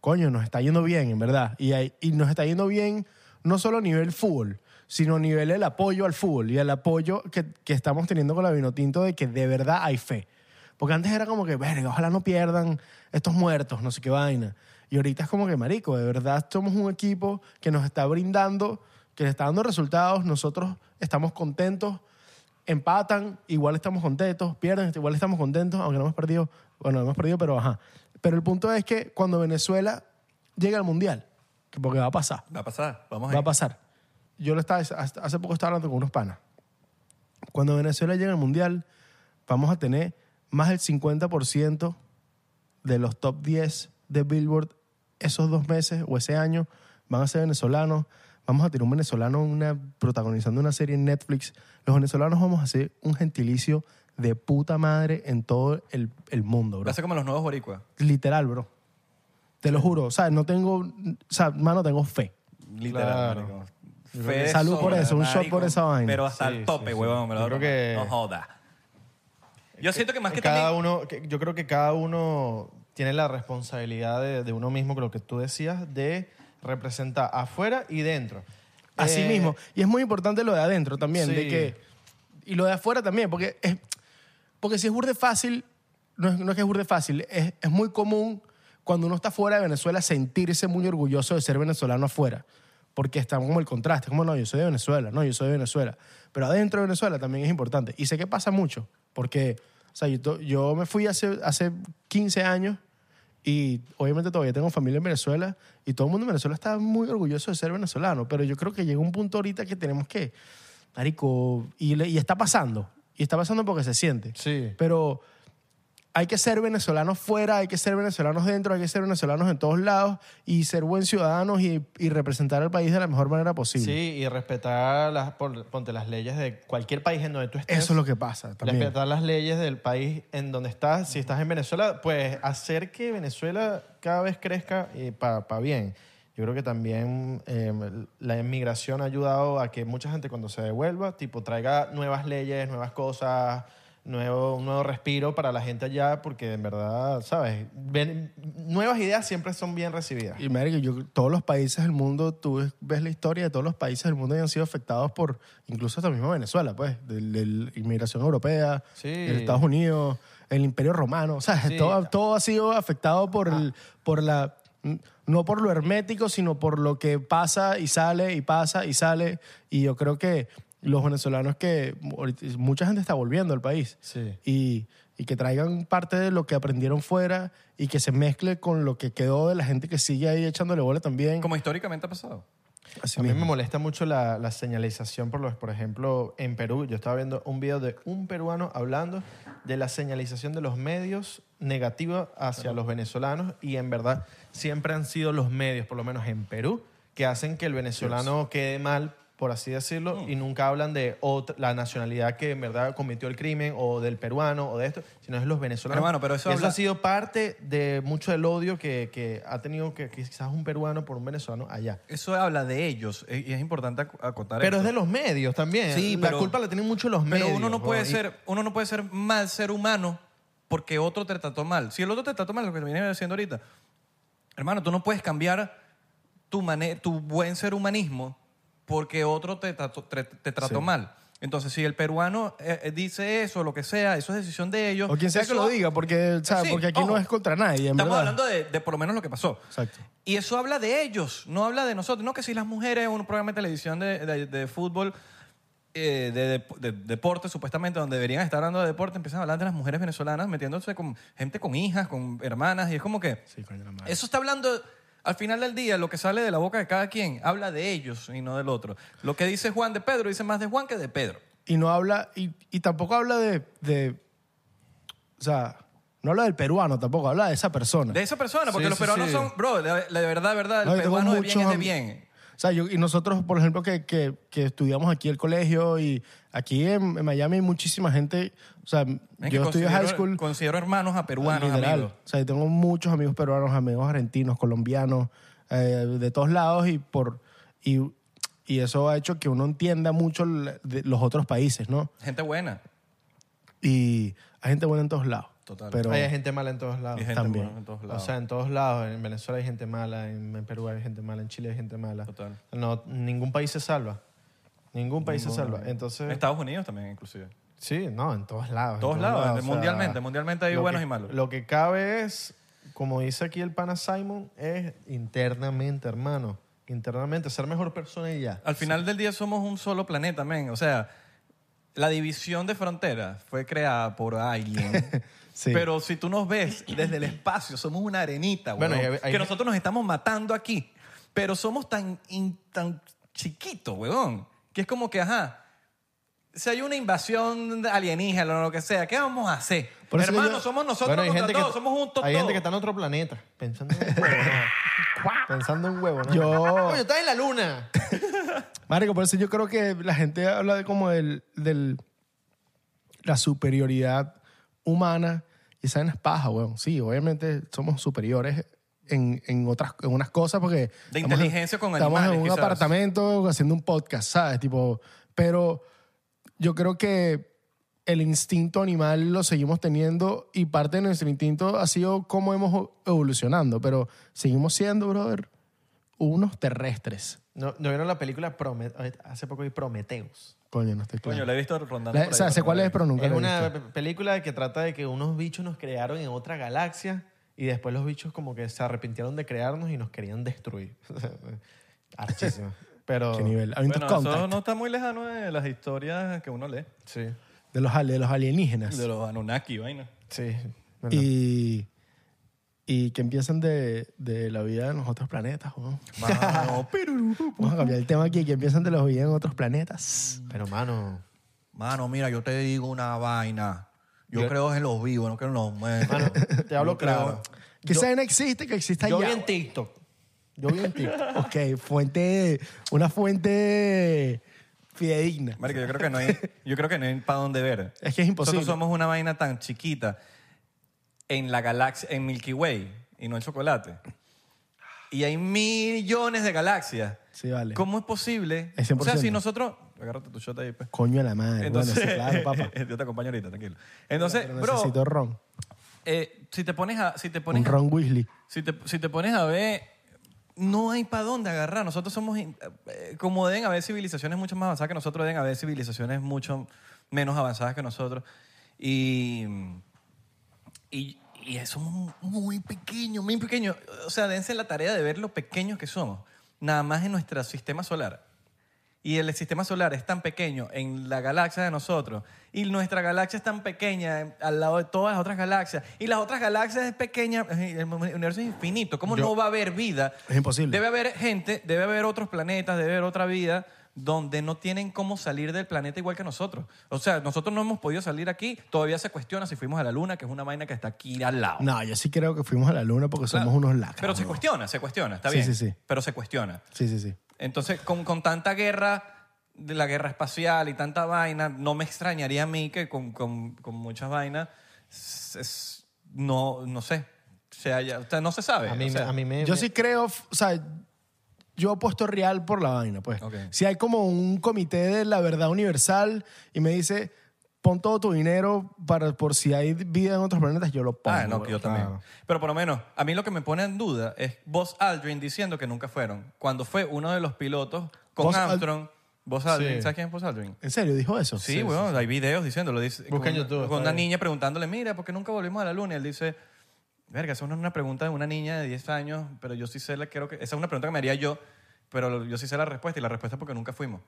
[SPEAKER 3] coño, nos está yendo bien, en verdad. Y, hay- y nos está yendo bien no solo a nivel fútbol, sino a nivel del apoyo al fútbol y el apoyo que, que estamos teniendo con la Vinotinto de que de verdad hay fe. Porque antes era como que, verga, ojalá no pierdan estos muertos, no sé qué vaina. Y ahorita es como que, marico, de verdad somos un equipo que nos está brindando, que le está dando resultados, nosotros estamos contentos empatan, igual estamos contentos, pierden, igual estamos contentos, aunque no hemos perdido, bueno, no hemos perdido, pero ajá. Pero el punto es que cuando Venezuela llega al Mundial, que porque va a pasar,
[SPEAKER 1] Va a pasar, vamos
[SPEAKER 3] va
[SPEAKER 1] a
[SPEAKER 3] a pasar. Yo lo estaba, hasta- hace poco estaba hablando con unos panas. Cuando Venezuela llega al Mundial, vamos a tener más del 50% de los top 10 de Billboard esos dos meses o ese año van a ser venezolanos. Vamos a tener un venezolano una, protagonizando una serie en Netflix. Los venezolanos vamos a hacer un gentilicio de puta madre en todo el, el mundo,
[SPEAKER 1] Va
[SPEAKER 3] bro.
[SPEAKER 1] a ser como los nuevos boricuas.
[SPEAKER 3] Literal, bro. Te lo juro. O sea, no tengo... O sea, mano, tengo fe.
[SPEAKER 1] Literal,
[SPEAKER 2] Claro.
[SPEAKER 1] marico. Fe de
[SPEAKER 3] Salud por
[SPEAKER 1] sobra,
[SPEAKER 3] eso, un shot
[SPEAKER 1] marico.
[SPEAKER 3] por esa vaina.
[SPEAKER 1] Pero hasta
[SPEAKER 2] Sí,
[SPEAKER 1] el tope,
[SPEAKER 2] sí, sí.
[SPEAKER 1] huevón, me lo
[SPEAKER 2] Yo
[SPEAKER 1] voy a
[SPEAKER 2] creo
[SPEAKER 1] tomar.
[SPEAKER 2] que-
[SPEAKER 1] No joda. Yo siento que más que
[SPEAKER 2] cada
[SPEAKER 1] también...
[SPEAKER 2] uno, que- yo creo que cada uno tiene la responsabilidad de, de uno mismo, con lo que tú decías, de representar afuera y dentro.
[SPEAKER 3] Así
[SPEAKER 2] Eh,
[SPEAKER 3] mismo. Y es muy importante lo de adentro también, de
[SPEAKER 2] sí.
[SPEAKER 3] que... Y lo de afuera también, porque es... Porque si es burde fácil, no es, no es que es burde fácil, es, es muy común cuando uno está fuera de Venezuela sentirse muy orgulloso de ser venezolano afuera. Porque está como el contraste, como no, yo soy de Venezuela, no, yo soy de Venezuela. Pero adentro de Venezuela también es importante. Y sé que pasa mucho, porque, o sea, yo, to- yo me fui hace, hace 15 años y obviamente todavía tengo familia en Venezuela y todo el mundo en Venezuela está muy orgulloso de ser venezolano, pero yo creo que llega un punto ahorita que tenemos que, marico, y, le- y está pasando, y está pasando porque se siente.
[SPEAKER 2] Sí.
[SPEAKER 3] Pero hay que ser venezolanos fuera, hay que ser venezolanos dentro, hay que ser venezolanos en todos lados y ser buen ciudadanos y, y representar al país de la mejor manera posible.
[SPEAKER 2] Sí, y respetar las, pon- ponte las leyes de cualquier país en donde tú estés.
[SPEAKER 3] Eso es lo que pasa también.
[SPEAKER 2] Respetar las leyes del país en donde estás. Si estás en Venezuela, pues hacer que Venezuela cada vez crezca para bien. Yo creo que también eh, la inmigración ha ayudado a que mucha gente cuando se devuelva, tipo, traiga nuevas leyes, nuevas cosas, nuevo, un nuevo respiro para la gente allá, porque en verdad, ¿sabes? Ven- nuevas ideas siempre son bien recibidas.
[SPEAKER 3] Y marico, yo, todos los países del mundo, tú ves- ves la historia de todos los países del mundo y han sido afectados por, incluso hasta mismo Venezuela, pues, de la inmigración europea,
[SPEAKER 2] Sí.
[SPEAKER 3] el Estados Unidos, el Imperio Romano, o sea,
[SPEAKER 2] Sí.
[SPEAKER 3] todo, todo ha sido afectado por, el, por la, no por lo hermético, sino por lo que pasa y sale y pasa y sale. Y yo creo que los venezolanos que, ahorita- mucha gente está volviendo al país
[SPEAKER 2] Sí.
[SPEAKER 3] y, y que traigan parte de lo que aprendieron fuera y que se mezcle con lo que quedó de la gente que sigue ahí echándole bola también.
[SPEAKER 1] Como históricamente ha pasado.
[SPEAKER 3] Así
[SPEAKER 2] A mí
[SPEAKER 3] mismo.
[SPEAKER 2] me molesta mucho la, la señalización, por, los, por ejemplo, en Perú. Yo estaba viendo un video de un peruano hablando de la señalización de los medios negativa hacia los venezolanos y en verdad siempre han sido los medios, por lo menos en Perú, que hacen que el venezolano quede mal, por así decirlo,
[SPEAKER 1] Mm.
[SPEAKER 2] y nunca hablan de otra- la nacionalidad que en verdad cometió el crimen o del peruano o de esto, sino es los venezolanos.
[SPEAKER 1] Hermano, pero eso
[SPEAKER 2] Y
[SPEAKER 1] habla-
[SPEAKER 2] ha sido parte de mucho del odio que, que ha tenido que, quizás un peruano por un venezolano allá.
[SPEAKER 1] Eso habla de ellos eh, y es importante ac- acotar
[SPEAKER 2] Pero es
[SPEAKER 1] esto.
[SPEAKER 2] de los medios también.
[SPEAKER 1] Sí,
[SPEAKER 2] la
[SPEAKER 1] pero-
[SPEAKER 2] culpa la tienen mucho los medios.
[SPEAKER 1] Pero uno no puede
[SPEAKER 2] weón. Y-
[SPEAKER 1] ser, uno no puede ser mal ser humano porque otro te trató mal. Si el otro te trató mal, lo que te viene diciendo ahorita, hermano, tú no puedes cambiar tu, mane- tu buen ser humanismo porque otro te trató, te, te trató mal. Entonces, si el peruano eh, eh, dice eso, lo que sea, eso es decisión de ellos.
[SPEAKER 3] o quien sea
[SPEAKER 1] Eso-
[SPEAKER 3] que lo diga, porque, o sea,
[SPEAKER 1] Sí,
[SPEAKER 3] porque aquí
[SPEAKER 1] ojo.
[SPEAKER 3] no es contra nadie. En
[SPEAKER 1] Estamos
[SPEAKER 3] verdad.
[SPEAKER 1] hablando de, de por lo menos lo que pasó.
[SPEAKER 3] Exacto.
[SPEAKER 1] Y eso habla de ellos, no habla de nosotros. No que si las mujeres, un programa de televisión de, de- de fútbol, eh, de, dep- de deporte, supuestamente, donde deberían estar hablando de deporte, empiezan a hablar de las mujeres venezolanas metiéndose con gente con hijas, con hermanas, y es como que... Eso está hablando... Al final del día, lo que sale de la boca de cada quien habla de ellos y no del otro. Lo que dice Juan de Pedro dice más de Juan que de Pedro.
[SPEAKER 3] Y no habla, y, y tampoco habla de, de- O sea, no habla del peruano tampoco, habla de esa persona.
[SPEAKER 1] De esa persona, porque
[SPEAKER 2] Sí,
[SPEAKER 1] los
[SPEAKER 2] sí,
[SPEAKER 1] peruanos
[SPEAKER 2] sí.
[SPEAKER 1] son... Bro, la, la verdad, verdad, el
[SPEAKER 3] No, yo tengo
[SPEAKER 1] peruano de bien es
[SPEAKER 3] muchos
[SPEAKER 1] de
[SPEAKER 3] am-
[SPEAKER 1] bien.
[SPEAKER 3] O sea, yo, y nosotros, por ejemplo, que, que- que estudiamos aquí el colegio y aquí en, en Miami hay muchísima gente. O sea,
[SPEAKER 1] Ven que
[SPEAKER 3] yo estudié high
[SPEAKER 1] considero-
[SPEAKER 3] school.
[SPEAKER 1] Considero hermanos a peruanos,
[SPEAKER 3] Literal.
[SPEAKER 1] amigos.
[SPEAKER 3] O sea, yo tengo muchos amigos peruanos, amigos argentinos, colombianos, eh, de todos lados y por y, y eso ha hecho que uno entienda mucho l- de los otros países, ¿no?
[SPEAKER 1] Gente buena.
[SPEAKER 3] Y hay gente buena en todos lados.
[SPEAKER 1] Total.
[SPEAKER 3] Pero
[SPEAKER 2] Hay gente mala en todos lados.
[SPEAKER 1] Y gente
[SPEAKER 3] También.
[SPEAKER 1] buena en todos lados.
[SPEAKER 2] O sea, en todos lados. En Venezuela hay gente mala, en en Perú hay gente mala, en Chile hay gente mala.
[SPEAKER 1] Total.
[SPEAKER 2] No, ningún país se salva. Ningún país se salva. Entonces,
[SPEAKER 1] En Estados Unidos también, inclusive.
[SPEAKER 2] sí, no, en todos lados. en
[SPEAKER 1] Todos lados, mundialmente, mundialmente hay
[SPEAKER 2] lo que-
[SPEAKER 1] buenos y malos.
[SPEAKER 2] Lo que cabe es, como dice aquí el pana Simon, es internamente, hermano. Internamente, ser mejor persona y ya.
[SPEAKER 1] Al final del día somos un solo planeta, men. O sea, la división de fronteras fue creada por
[SPEAKER 2] [LAUGHS]
[SPEAKER 1] alguien.
[SPEAKER 3] Sí.
[SPEAKER 1] Pero si tú nos ves desde el espacio, somos una arenita,
[SPEAKER 2] Bueno,
[SPEAKER 1] weón,
[SPEAKER 2] y hay- hay-
[SPEAKER 1] que nosotros nos estamos matando aquí. Pero somos tan, in- tan chiquitos, weón, que es como que, ajá, si hay una invasión alienígena o lo que sea, ¿qué vamos a hacer?
[SPEAKER 3] Por eso
[SPEAKER 1] Hermano,
[SPEAKER 3] yo-
[SPEAKER 1] somos nosotros
[SPEAKER 2] Bueno,
[SPEAKER 1] contra todos,
[SPEAKER 2] que-
[SPEAKER 1] somos juntos
[SPEAKER 2] Hay gente
[SPEAKER 1] todos.
[SPEAKER 2] que está en otro planeta, pensando en
[SPEAKER 1] [LAUGHS]
[SPEAKER 2] un huevo. ¿no? pensando en huevo, ¿no?
[SPEAKER 3] Yo-
[SPEAKER 2] Coño, estás en la luna.
[SPEAKER 3] Marico, por eso yo creo que la gente habla de como del, del la superioridad humana y esa vaina es paja, weón. Sí, obviamente somos superiores en, en otras en unas cosas porque
[SPEAKER 1] De
[SPEAKER 3] estamos en-
[SPEAKER 1] inteligencia con
[SPEAKER 3] estamos en
[SPEAKER 1] animales,
[SPEAKER 3] un
[SPEAKER 1] quizás.
[SPEAKER 3] apartamento haciendo un podcast, ¿sabes? Tipo, pero yo creo que el instinto animal lo seguimos teniendo y parte de nuestro instinto ha sido cómo hemos evolucionando, pero seguimos siendo, brother, unos terrestres.
[SPEAKER 2] No, no vieron la película Prome- hace poco vi Prometeus.
[SPEAKER 3] Coño, no estoy claro.
[SPEAKER 1] Coño, la he visto rondando.
[SPEAKER 3] La-
[SPEAKER 1] por ahí,
[SPEAKER 3] o sea, sé
[SPEAKER 1] pero no
[SPEAKER 3] cuál
[SPEAKER 1] la
[SPEAKER 3] es,
[SPEAKER 1] vi.
[SPEAKER 3] pero nunca
[SPEAKER 2] Es
[SPEAKER 3] la he
[SPEAKER 2] una
[SPEAKER 3] visto.
[SPEAKER 2] pe- película que trata de que unos bichos nos crearon en otra galaxia y después los bichos como que se arrepintieron de crearnos y nos querían destruir. [LAUGHS] Archísimo. Pero
[SPEAKER 3] ¿Qué nivel? I mean,
[SPEAKER 1] Bueno, eso
[SPEAKER 3] Contact,
[SPEAKER 1] no está muy lejano de las historias que uno lee.
[SPEAKER 2] sí,
[SPEAKER 3] de, los, ali- de los alienígenas.
[SPEAKER 1] De los Anunnaki, vaina.
[SPEAKER 2] sí. bueno.
[SPEAKER 3] y, y que empiezan de, de la vida en los otros planetas. weón.
[SPEAKER 1] [LAUGHS] Mano,
[SPEAKER 3] Vamos a cambiar el tema aquí, que empiezan de la vida en otros planetas.
[SPEAKER 2] Pero mano,
[SPEAKER 1] mano, mira, yo te digo una vaina. Yo,
[SPEAKER 2] Yo-
[SPEAKER 1] creo en los vivos, no creo en los muertos.
[SPEAKER 2] mano, te hablo
[SPEAKER 1] Yo creo-
[SPEAKER 2] claro.
[SPEAKER 3] Que esa no existe, que exista
[SPEAKER 2] Yo
[SPEAKER 3] ya.
[SPEAKER 2] vi en TikTok. Yo vi en TikTok.
[SPEAKER 3] Ok, fuente, una fuente fidedigna.
[SPEAKER 1] Marico, yo creo que no hay, yo creo que no hay para dónde ver.
[SPEAKER 3] Es que es imposible.
[SPEAKER 1] Nosotros somos una vaina tan chiquita en la galaxia, en Milky Way y no el chocolate. Y hay millones de galaxias.
[SPEAKER 3] Sí, vale.
[SPEAKER 1] ¿Cómo es posible?
[SPEAKER 3] Es
[SPEAKER 1] O sea,
[SPEAKER 3] 100%.
[SPEAKER 1] si nosotros, agárrate tu shot ahí, pues.
[SPEAKER 3] Coño a la madre.
[SPEAKER 1] Entonces,
[SPEAKER 3] bueno, sí,
[SPEAKER 1] [LAUGHS]
[SPEAKER 3] claro, papá.
[SPEAKER 1] yo te acompaño ahorita, tranquilo. Entonces,
[SPEAKER 3] Pero
[SPEAKER 1] bro,
[SPEAKER 3] necesito ron.
[SPEAKER 1] eh, si te pones a, si te pones
[SPEAKER 3] Un
[SPEAKER 1] a-
[SPEAKER 3] ron Weasley.
[SPEAKER 1] Si te, si te pones a ver, no hay para dónde agarrar. Nosotros somos, in- eh, como deben haber civilizaciones mucho más avanzadas que nosotros, deben haber civilizaciones mucho menos avanzadas que nosotros. Y, y, y somos muy pequeños, muy pequeños. O sea, dense la tarea de ver lo pequeños que somos, nada más en nuestro sistema solar. Y el sistema solar es tan pequeño en la galaxia de nosotros. Y nuestra galaxia es tan pequeña en- al lado de todas las otras galaxias. Y las otras galaxias es pequeña. El universo es infinito. ¿Cómo no va a haber vida?
[SPEAKER 3] Es imposible.
[SPEAKER 1] Debe haber gente, debe haber otros planetas, debe haber otra vida donde no tienen cómo salir del planeta igual que nosotros. O sea, nosotros no hemos podido salir aquí. Todavía se cuestiona si fuimos a la Luna, que es una vaina que está aquí al lado.
[SPEAKER 3] No, yo sí creo que fuimos a la luna porque
[SPEAKER 1] Claro.
[SPEAKER 3] somos unos lacras.
[SPEAKER 1] Pero se
[SPEAKER 3] bro.
[SPEAKER 1] cuestiona, se cuestiona, está
[SPEAKER 3] Sí,
[SPEAKER 1] bien.
[SPEAKER 3] sí, sí.
[SPEAKER 1] Pero se cuestiona.
[SPEAKER 3] Sí, sí, sí.
[SPEAKER 1] Entonces, con, con tanta guerra, de la guerra espacial y tanta vaina, no me extrañaría a mí que con, con- con muchas vainas, s- s- no, no sé, se haya- o sea, no se sabe.
[SPEAKER 2] A mí,
[SPEAKER 1] o
[SPEAKER 2] me-
[SPEAKER 1] sea,
[SPEAKER 2] a mí me...
[SPEAKER 3] Yo
[SPEAKER 2] me-
[SPEAKER 3] sí creo, f- o sea, yo apuesto real por la vaina, pues.
[SPEAKER 1] Ok.
[SPEAKER 3] Si hay como un comité de la verdad universal y me dice, pon todo tu dinero para, por si hay vida en otros planetas, yo lo pongo.
[SPEAKER 1] Ah, no,
[SPEAKER 3] güey.
[SPEAKER 1] yo también.
[SPEAKER 2] claro.
[SPEAKER 1] Pero por lo menos, a mí lo que me pone en duda es Buzz Aldrin diciendo que nunca fueron. Cuando fue uno de los pilotos con
[SPEAKER 3] Buzz Ald-
[SPEAKER 1] Armstrong, Buzz Aldrin,
[SPEAKER 2] Sí.
[SPEAKER 1] ¿sabes quién es Buzz Aldrin?
[SPEAKER 3] ¿En serio dijo eso?
[SPEAKER 1] Sí, weón, hay videos diciéndolo. Dice,
[SPEAKER 2] Busca en
[SPEAKER 1] con-
[SPEAKER 2] YouTube,
[SPEAKER 1] Con
[SPEAKER 2] está
[SPEAKER 1] una
[SPEAKER 2] bien.
[SPEAKER 1] niña preguntándole, mira, ¿por qué nunca volvimos a la luna? Y él dice, verga, esa es una pregunta de una niña de 10 años, pero yo sí sé, la, creo que, esa es una pregunta que me haría yo, pero yo sí sé la respuesta y la respuesta es porque nunca fuimos.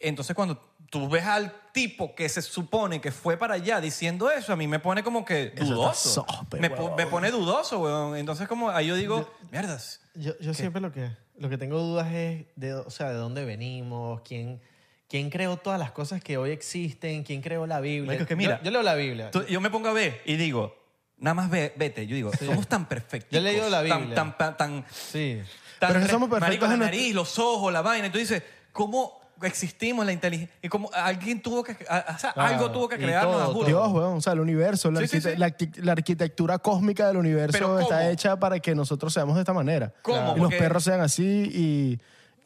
[SPEAKER 1] Entonces, cuando tú ves al tipo que se supone que fue para allá diciendo eso, a mí me pone como que
[SPEAKER 3] Eso está
[SPEAKER 1] dudoso.
[SPEAKER 3] sope,
[SPEAKER 1] me, po-
[SPEAKER 3] weón.
[SPEAKER 1] me pone dudoso, weón. Entonces, como ahí yo digo, mierdas.
[SPEAKER 2] Yo, yo siempre lo que, lo que tengo dudas es de, o sea, de dónde venimos, quién, quién creó todas las cosas que hoy existen, quién creó la Biblia.
[SPEAKER 1] Marico, es que mira,
[SPEAKER 2] yo, yo leo la Biblia.
[SPEAKER 1] Tú- yo me pongo a ver y digo, nada más ve- vete. Yo digo, somos tan perfectos.
[SPEAKER 2] Yo he leído la Biblia.
[SPEAKER 1] Tan, tan, tan,
[SPEAKER 2] sí.
[SPEAKER 1] tan
[SPEAKER 3] Pero que
[SPEAKER 1] re-
[SPEAKER 3] somos perfectos
[SPEAKER 1] marico, la
[SPEAKER 3] en nuestra-
[SPEAKER 1] nariz, los ojos, la vaina. Y tú dices, ¿cómo, existimos, la inteligencia. Y como alguien tuvo que. a- o sea,
[SPEAKER 2] Claro,
[SPEAKER 1] algo tuvo que
[SPEAKER 2] y
[SPEAKER 1] crearnos,
[SPEAKER 2] todo,
[SPEAKER 1] Arjuro.
[SPEAKER 3] Dios, weón, o sea, el universo, la,
[SPEAKER 1] Sí, sí,
[SPEAKER 3] arquite-
[SPEAKER 1] sí.
[SPEAKER 3] la arqui- la arquitectura cósmica del
[SPEAKER 1] Pero
[SPEAKER 3] universo está
[SPEAKER 1] ¿cómo?
[SPEAKER 3] hecha para que nosotros seamos de esta manera.
[SPEAKER 1] ¿Cómo?
[SPEAKER 3] Y los
[SPEAKER 1] Porque-
[SPEAKER 3] perros sean así y...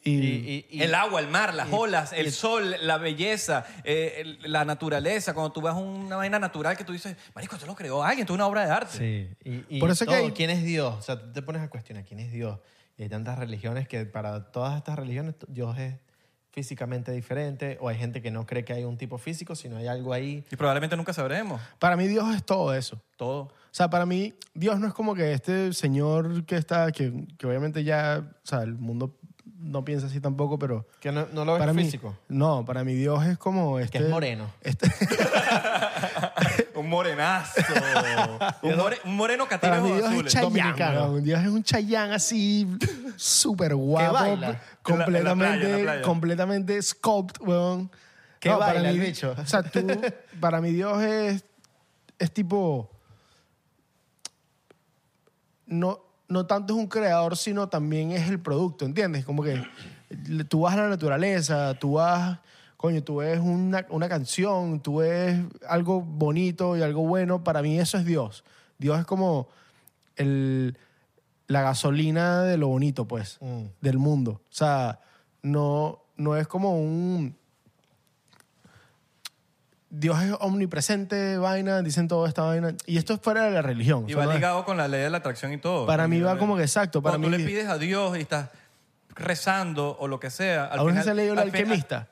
[SPEAKER 3] y-
[SPEAKER 2] Y- y- y-
[SPEAKER 1] el agua, el mar, las olas, el sol, la belleza, eh, el- la naturaleza. Cuando tú vas a una vaina natural que tú dices, Marico, esto lo creó alguien, esto es una obra de arte.
[SPEAKER 2] Sí. Y, y
[SPEAKER 3] Por eso es que
[SPEAKER 2] todo,
[SPEAKER 3] hay-
[SPEAKER 2] ¿Quién es Dios? O sea, tú te pones a cuestionar quién es Dios. Y hay tantas religiones que para todas estas religiones t- Dios es físicamente diferente o hay gente que no cree que hay un tipo físico, sino hay algo ahí.
[SPEAKER 1] Y probablemente nunca sabremos
[SPEAKER 3] Para mí Dios es todo eso.
[SPEAKER 1] todo.
[SPEAKER 3] O sea, para mí, Dios no es como que este señor que está, que, que obviamente ya, o sea, el mundo no piensa así tampoco, pero
[SPEAKER 2] Que no, no lo ves
[SPEAKER 3] para mí,
[SPEAKER 2] físico.
[SPEAKER 3] no, para mí Dios es como este,
[SPEAKER 2] Que es moreno.
[SPEAKER 3] este-
[SPEAKER 1] [LAUGHS] Un
[SPEAKER 3] [LAUGHS]
[SPEAKER 1] morenazo. un, more- un moreno
[SPEAKER 3] para mí
[SPEAKER 1] catíreo
[SPEAKER 3] Dios es
[SPEAKER 1] azul.
[SPEAKER 3] Chayán,
[SPEAKER 2] dominicano.
[SPEAKER 3] weón. Dios es un Chayán así súper guapo,
[SPEAKER 2] baila.
[SPEAKER 3] completamente,
[SPEAKER 1] En la- en la playa, en la playa.
[SPEAKER 3] completamente scoped, weón.
[SPEAKER 2] Que baila
[SPEAKER 3] para mí,
[SPEAKER 2] el bicho.
[SPEAKER 3] O
[SPEAKER 2] [LAUGHS]
[SPEAKER 3] sea, tú, para mí Dios es, es tipo, no, no tanto es un creador, sino también es el producto, ¿entiendes? Como que le- tú vas a la naturaleza, tú vas, coño, tú ves una, una canción, tú ves algo bonito y algo bueno. Para mí eso es Dios. Dios es como el, la gasolina de lo bonito, pues,
[SPEAKER 2] Mm.
[SPEAKER 3] del mundo. O sea, no, no es como un... Dios es omnipresente, vaina, dicen toda esta vaina. Y esto es fuera de la religión.
[SPEAKER 1] Y
[SPEAKER 3] o sea,
[SPEAKER 1] va
[SPEAKER 3] no es-
[SPEAKER 1] ligado con la ley de la atracción y todo.
[SPEAKER 3] para mí va como que exacto. Para
[SPEAKER 1] Cuando
[SPEAKER 3] mí,
[SPEAKER 1] tú le pides a Dios y estás rezando o lo que sea. Al
[SPEAKER 3] ¿Alguna vez
[SPEAKER 1] final,
[SPEAKER 3] se leyó El
[SPEAKER 1] al fin-
[SPEAKER 3] Alquimista?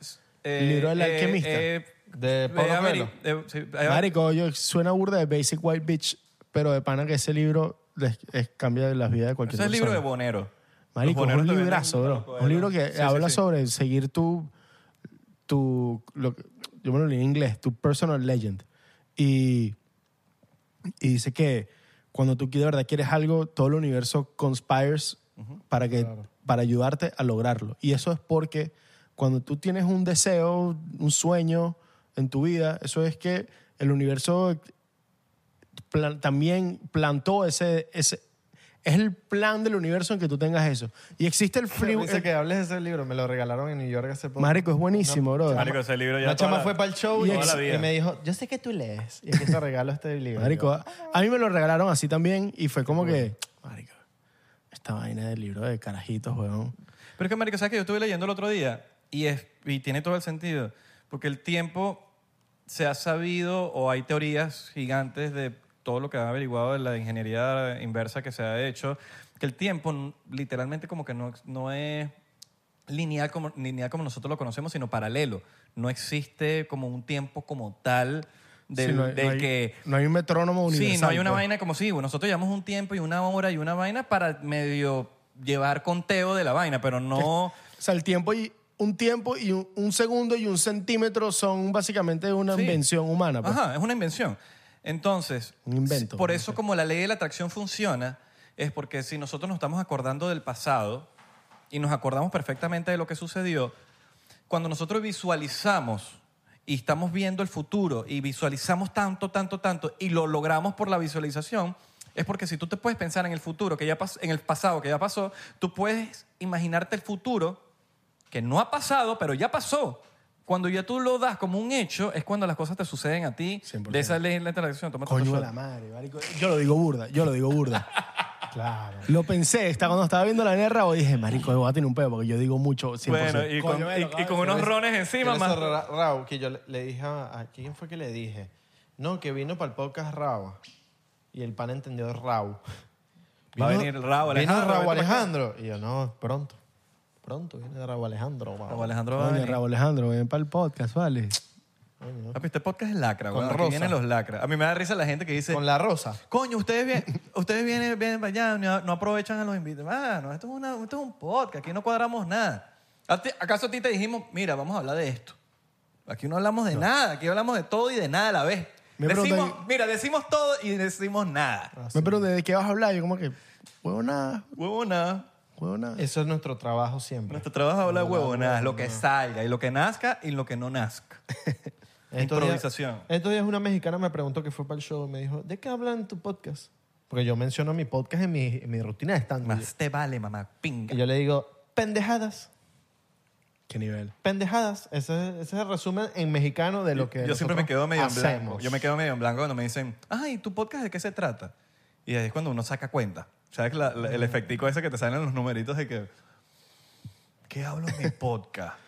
[SPEAKER 1] eh,
[SPEAKER 3] El libro del
[SPEAKER 1] eh,
[SPEAKER 3] Alquimista.
[SPEAKER 1] eh,
[SPEAKER 2] De
[SPEAKER 1] eh,
[SPEAKER 2] Paulo
[SPEAKER 1] Ameri-
[SPEAKER 2] Coelho.
[SPEAKER 1] eh, sí, eh,
[SPEAKER 3] Marico, yo, suena burda de Basic White Bitch, pero de pana que ese libro les, es- cambia las vidas de cualquier
[SPEAKER 1] Ese es el
[SPEAKER 3] persona.
[SPEAKER 1] libro de Bonero.
[SPEAKER 3] Marico,
[SPEAKER 1] Los
[SPEAKER 3] es un
[SPEAKER 1] boneros te venden
[SPEAKER 3] librazo,
[SPEAKER 1] un
[SPEAKER 3] bro.
[SPEAKER 1] poco de
[SPEAKER 3] Un libro que
[SPEAKER 1] los- Sí, sí,
[SPEAKER 3] habla
[SPEAKER 1] sí.
[SPEAKER 3] sobre seguir tu... tu lo que- yo me lo leí en inglés, tu personal legend. Y, y dice que cuando tú de verdad quieres algo, todo el universo conspires para, que, para ayudarte a lograrlo. Y eso es porque cuando tú tienes un deseo, un sueño en tu vida, eso es que el universo plan- también plantó ese, ese... Es el plan del universo en que tú tengas eso. Y existe el free...
[SPEAKER 2] Dice que hables de ese libro, me lo regalaron en New York hace poco.
[SPEAKER 3] Marico, es buenísimo, bro.
[SPEAKER 1] Marico, ese libro ya
[SPEAKER 2] Una
[SPEAKER 1] toda
[SPEAKER 2] chama
[SPEAKER 1] la-
[SPEAKER 2] fue para el show y,
[SPEAKER 3] Y ex-
[SPEAKER 1] toda la vida.
[SPEAKER 2] y me dijo, yo sé que tú lees. Y aquí te regalo este libro.
[SPEAKER 3] Marico, ah. a, a mí me lo regalaron así también y fue como que, marico, esta vaina del libro de carajitos, weón.
[SPEAKER 1] Pero es que, marico, ¿sabes que Yo estuve leyendo el otro día y, es, y tiene todo el sentido. Porque el tiempo se ha sabido o hay teorías gigantes de todo lo que ha averiguado de la ingeniería inversa que se ha hecho, que el tiempo n- literalmente como que no, no es lineal como, lineal como nosotros lo conocemos, sino paralelo. No existe como un tiempo como tal del,
[SPEAKER 3] Sí, no hay-
[SPEAKER 1] del
[SPEAKER 3] no hay-
[SPEAKER 1] que...
[SPEAKER 3] No hay un metrónomo universal.
[SPEAKER 1] Sí, no hay una
[SPEAKER 3] pues.
[SPEAKER 1] vaina como si nosotros llevamos un tiempo y una hora y una vaina para medio llevar conteo de la vaina, pero no...
[SPEAKER 3] O sea, el tiempo y un tiempo y un, un segundo y un centímetro son básicamente una
[SPEAKER 1] Sí.
[SPEAKER 3] invención humana. pues.
[SPEAKER 1] Ajá, es una invención. Entonces,
[SPEAKER 3] Un invento,
[SPEAKER 1] por
[SPEAKER 3] no
[SPEAKER 1] eso como la ley de la atracción funciona, es porque si nosotros nos estamos acordando del pasado y nos acordamos perfectamente de lo que sucedió, cuando nosotros visualizamos y estamos viendo el futuro y visualizamos tanto, tanto, tanto y lo logramos por la visualización, es porque si tú te puedes pensar en el futuro que ya pasó, en el pasado que ya pasó, tú puedes imaginarte el futuro que no ha pasado, pero ya pasó. Cuando ya tú lo das como un hecho, es cuando las cosas te suceden a ti.
[SPEAKER 3] 100%.
[SPEAKER 1] De esa ley de la interacción. Toma
[SPEAKER 3] Coño
[SPEAKER 1] otro
[SPEAKER 3] de
[SPEAKER 1] shot.
[SPEAKER 3] la madre, marico. Yo lo digo burda, yo lo digo [LAUGHS] burda.
[SPEAKER 2] Claro.
[SPEAKER 3] lo pensé, está cuando estaba viendo la guerra, o dije, marico, voy a tener un pedo porque yo digo mucho 100%.
[SPEAKER 1] Bueno, y con,
[SPEAKER 2] Coño,
[SPEAKER 1] y-
[SPEAKER 2] bueno,
[SPEAKER 1] y con unos rones encima
[SPEAKER 2] Yo le
[SPEAKER 1] más.
[SPEAKER 2] cerré a Rao, que yo le, le dije a, a- ¿Quién fue que le dije? No, que vino para el podcast Rao. Y el pan entendió Rao.
[SPEAKER 1] Va a
[SPEAKER 2] Vino-
[SPEAKER 1] venir Rao
[SPEAKER 2] Vino
[SPEAKER 1] Alejandro,
[SPEAKER 2] Rao
[SPEAKER 1] vente pa' acá.
[SPEAKER 2] Alejandro. Y yo, no, pronto. Pronto viene Rao Alejandro. guau.
[SPEAKER 1] Raúl Alejandro va a
[SPEAKER 3] Coño,
[SPEAKER 1] venir.
[SPEAKER 3] Raúl Alejandro, ven para el podcast, ¿vale?
[SPEAKER 2] Coño.
[SPEAKER 1] Papi, este podcast es lacra.
[SPEAKER 2] Con
[SPEAKER 1] weón. Aquí
[SPEAKER 2] rosa.
[SPEAKER 1] vienen los lacras. A mí me da risa la gente que dice...
[SPEAKER 2] Con la rosa.
[SPEAKER 1] Coño, ustedes vienen, ustedes vienen, vienen para allá, no, no aprovechan a los invitados. Mano, esto es, una- esto es un podcast, aquí no cuadramos nada. ¿A ti- ¿Acaso a ti te dijimos, mira, vamos a hablar de esto? Aquí no hablamos de nada, aquí hablamos de todo y de nada a la vez.
[SPEAKER 3] Me
[SPEAKER 1] Decimos-
[SPEAKER 3] preguntan- Ah.
[SPEAKER 1] mira, decimos todo y decimos nada.
[SPEAKER 3] Me pregunté, ¿de qué vas a hablar? Yo como que, huevona,
[SPEAKER 1] Huevona.
[SPEAKER 3] huevona.
[SPEAKER 2] Eso es nuestro trabajo siempre.
[SPEAKER 1] Nuestro trabajo es hablar huevonadas, lo que salga, y lo que nazca y lo que no nazca.
[SPEAKER 2] Estos días-
[SPEAKER 1] Improvisación.
[SPEAKER 2] Estos días una mexicana me preguntó que fue para el show y me dijo, ¿de qué hablan en tu podcast? Porque yo menciono mi podcast en mi, en mi rutina de stand
[SPEAKER 1] Más te vale, mamá, pinga.
[SPEAKER 2] Y yo le digo, pendejadas.
[SPEAKER 3] ¿Qué nivel?
[SPEAKER 2] Pendejadas. Ese, ese es el resumen en mexicano de lo que
[SPEAKER 1] yo siempre me
[SPEAKER 2] nosotros
[SPEAKER 1] quedo medio en blanco.
[SPEAKER 2] hacemos.
[SPEAKER 1] Yo me quedo medio en blanco cuando me dicen, ay, ¿tu podcast de qué se trata? Y ahí es cuando uno saca cuenta. ¿Sabes? La- la- el efectico ese que te salen los numeritos de que, ¿qué hablo en mi podcast? [LAUGHS]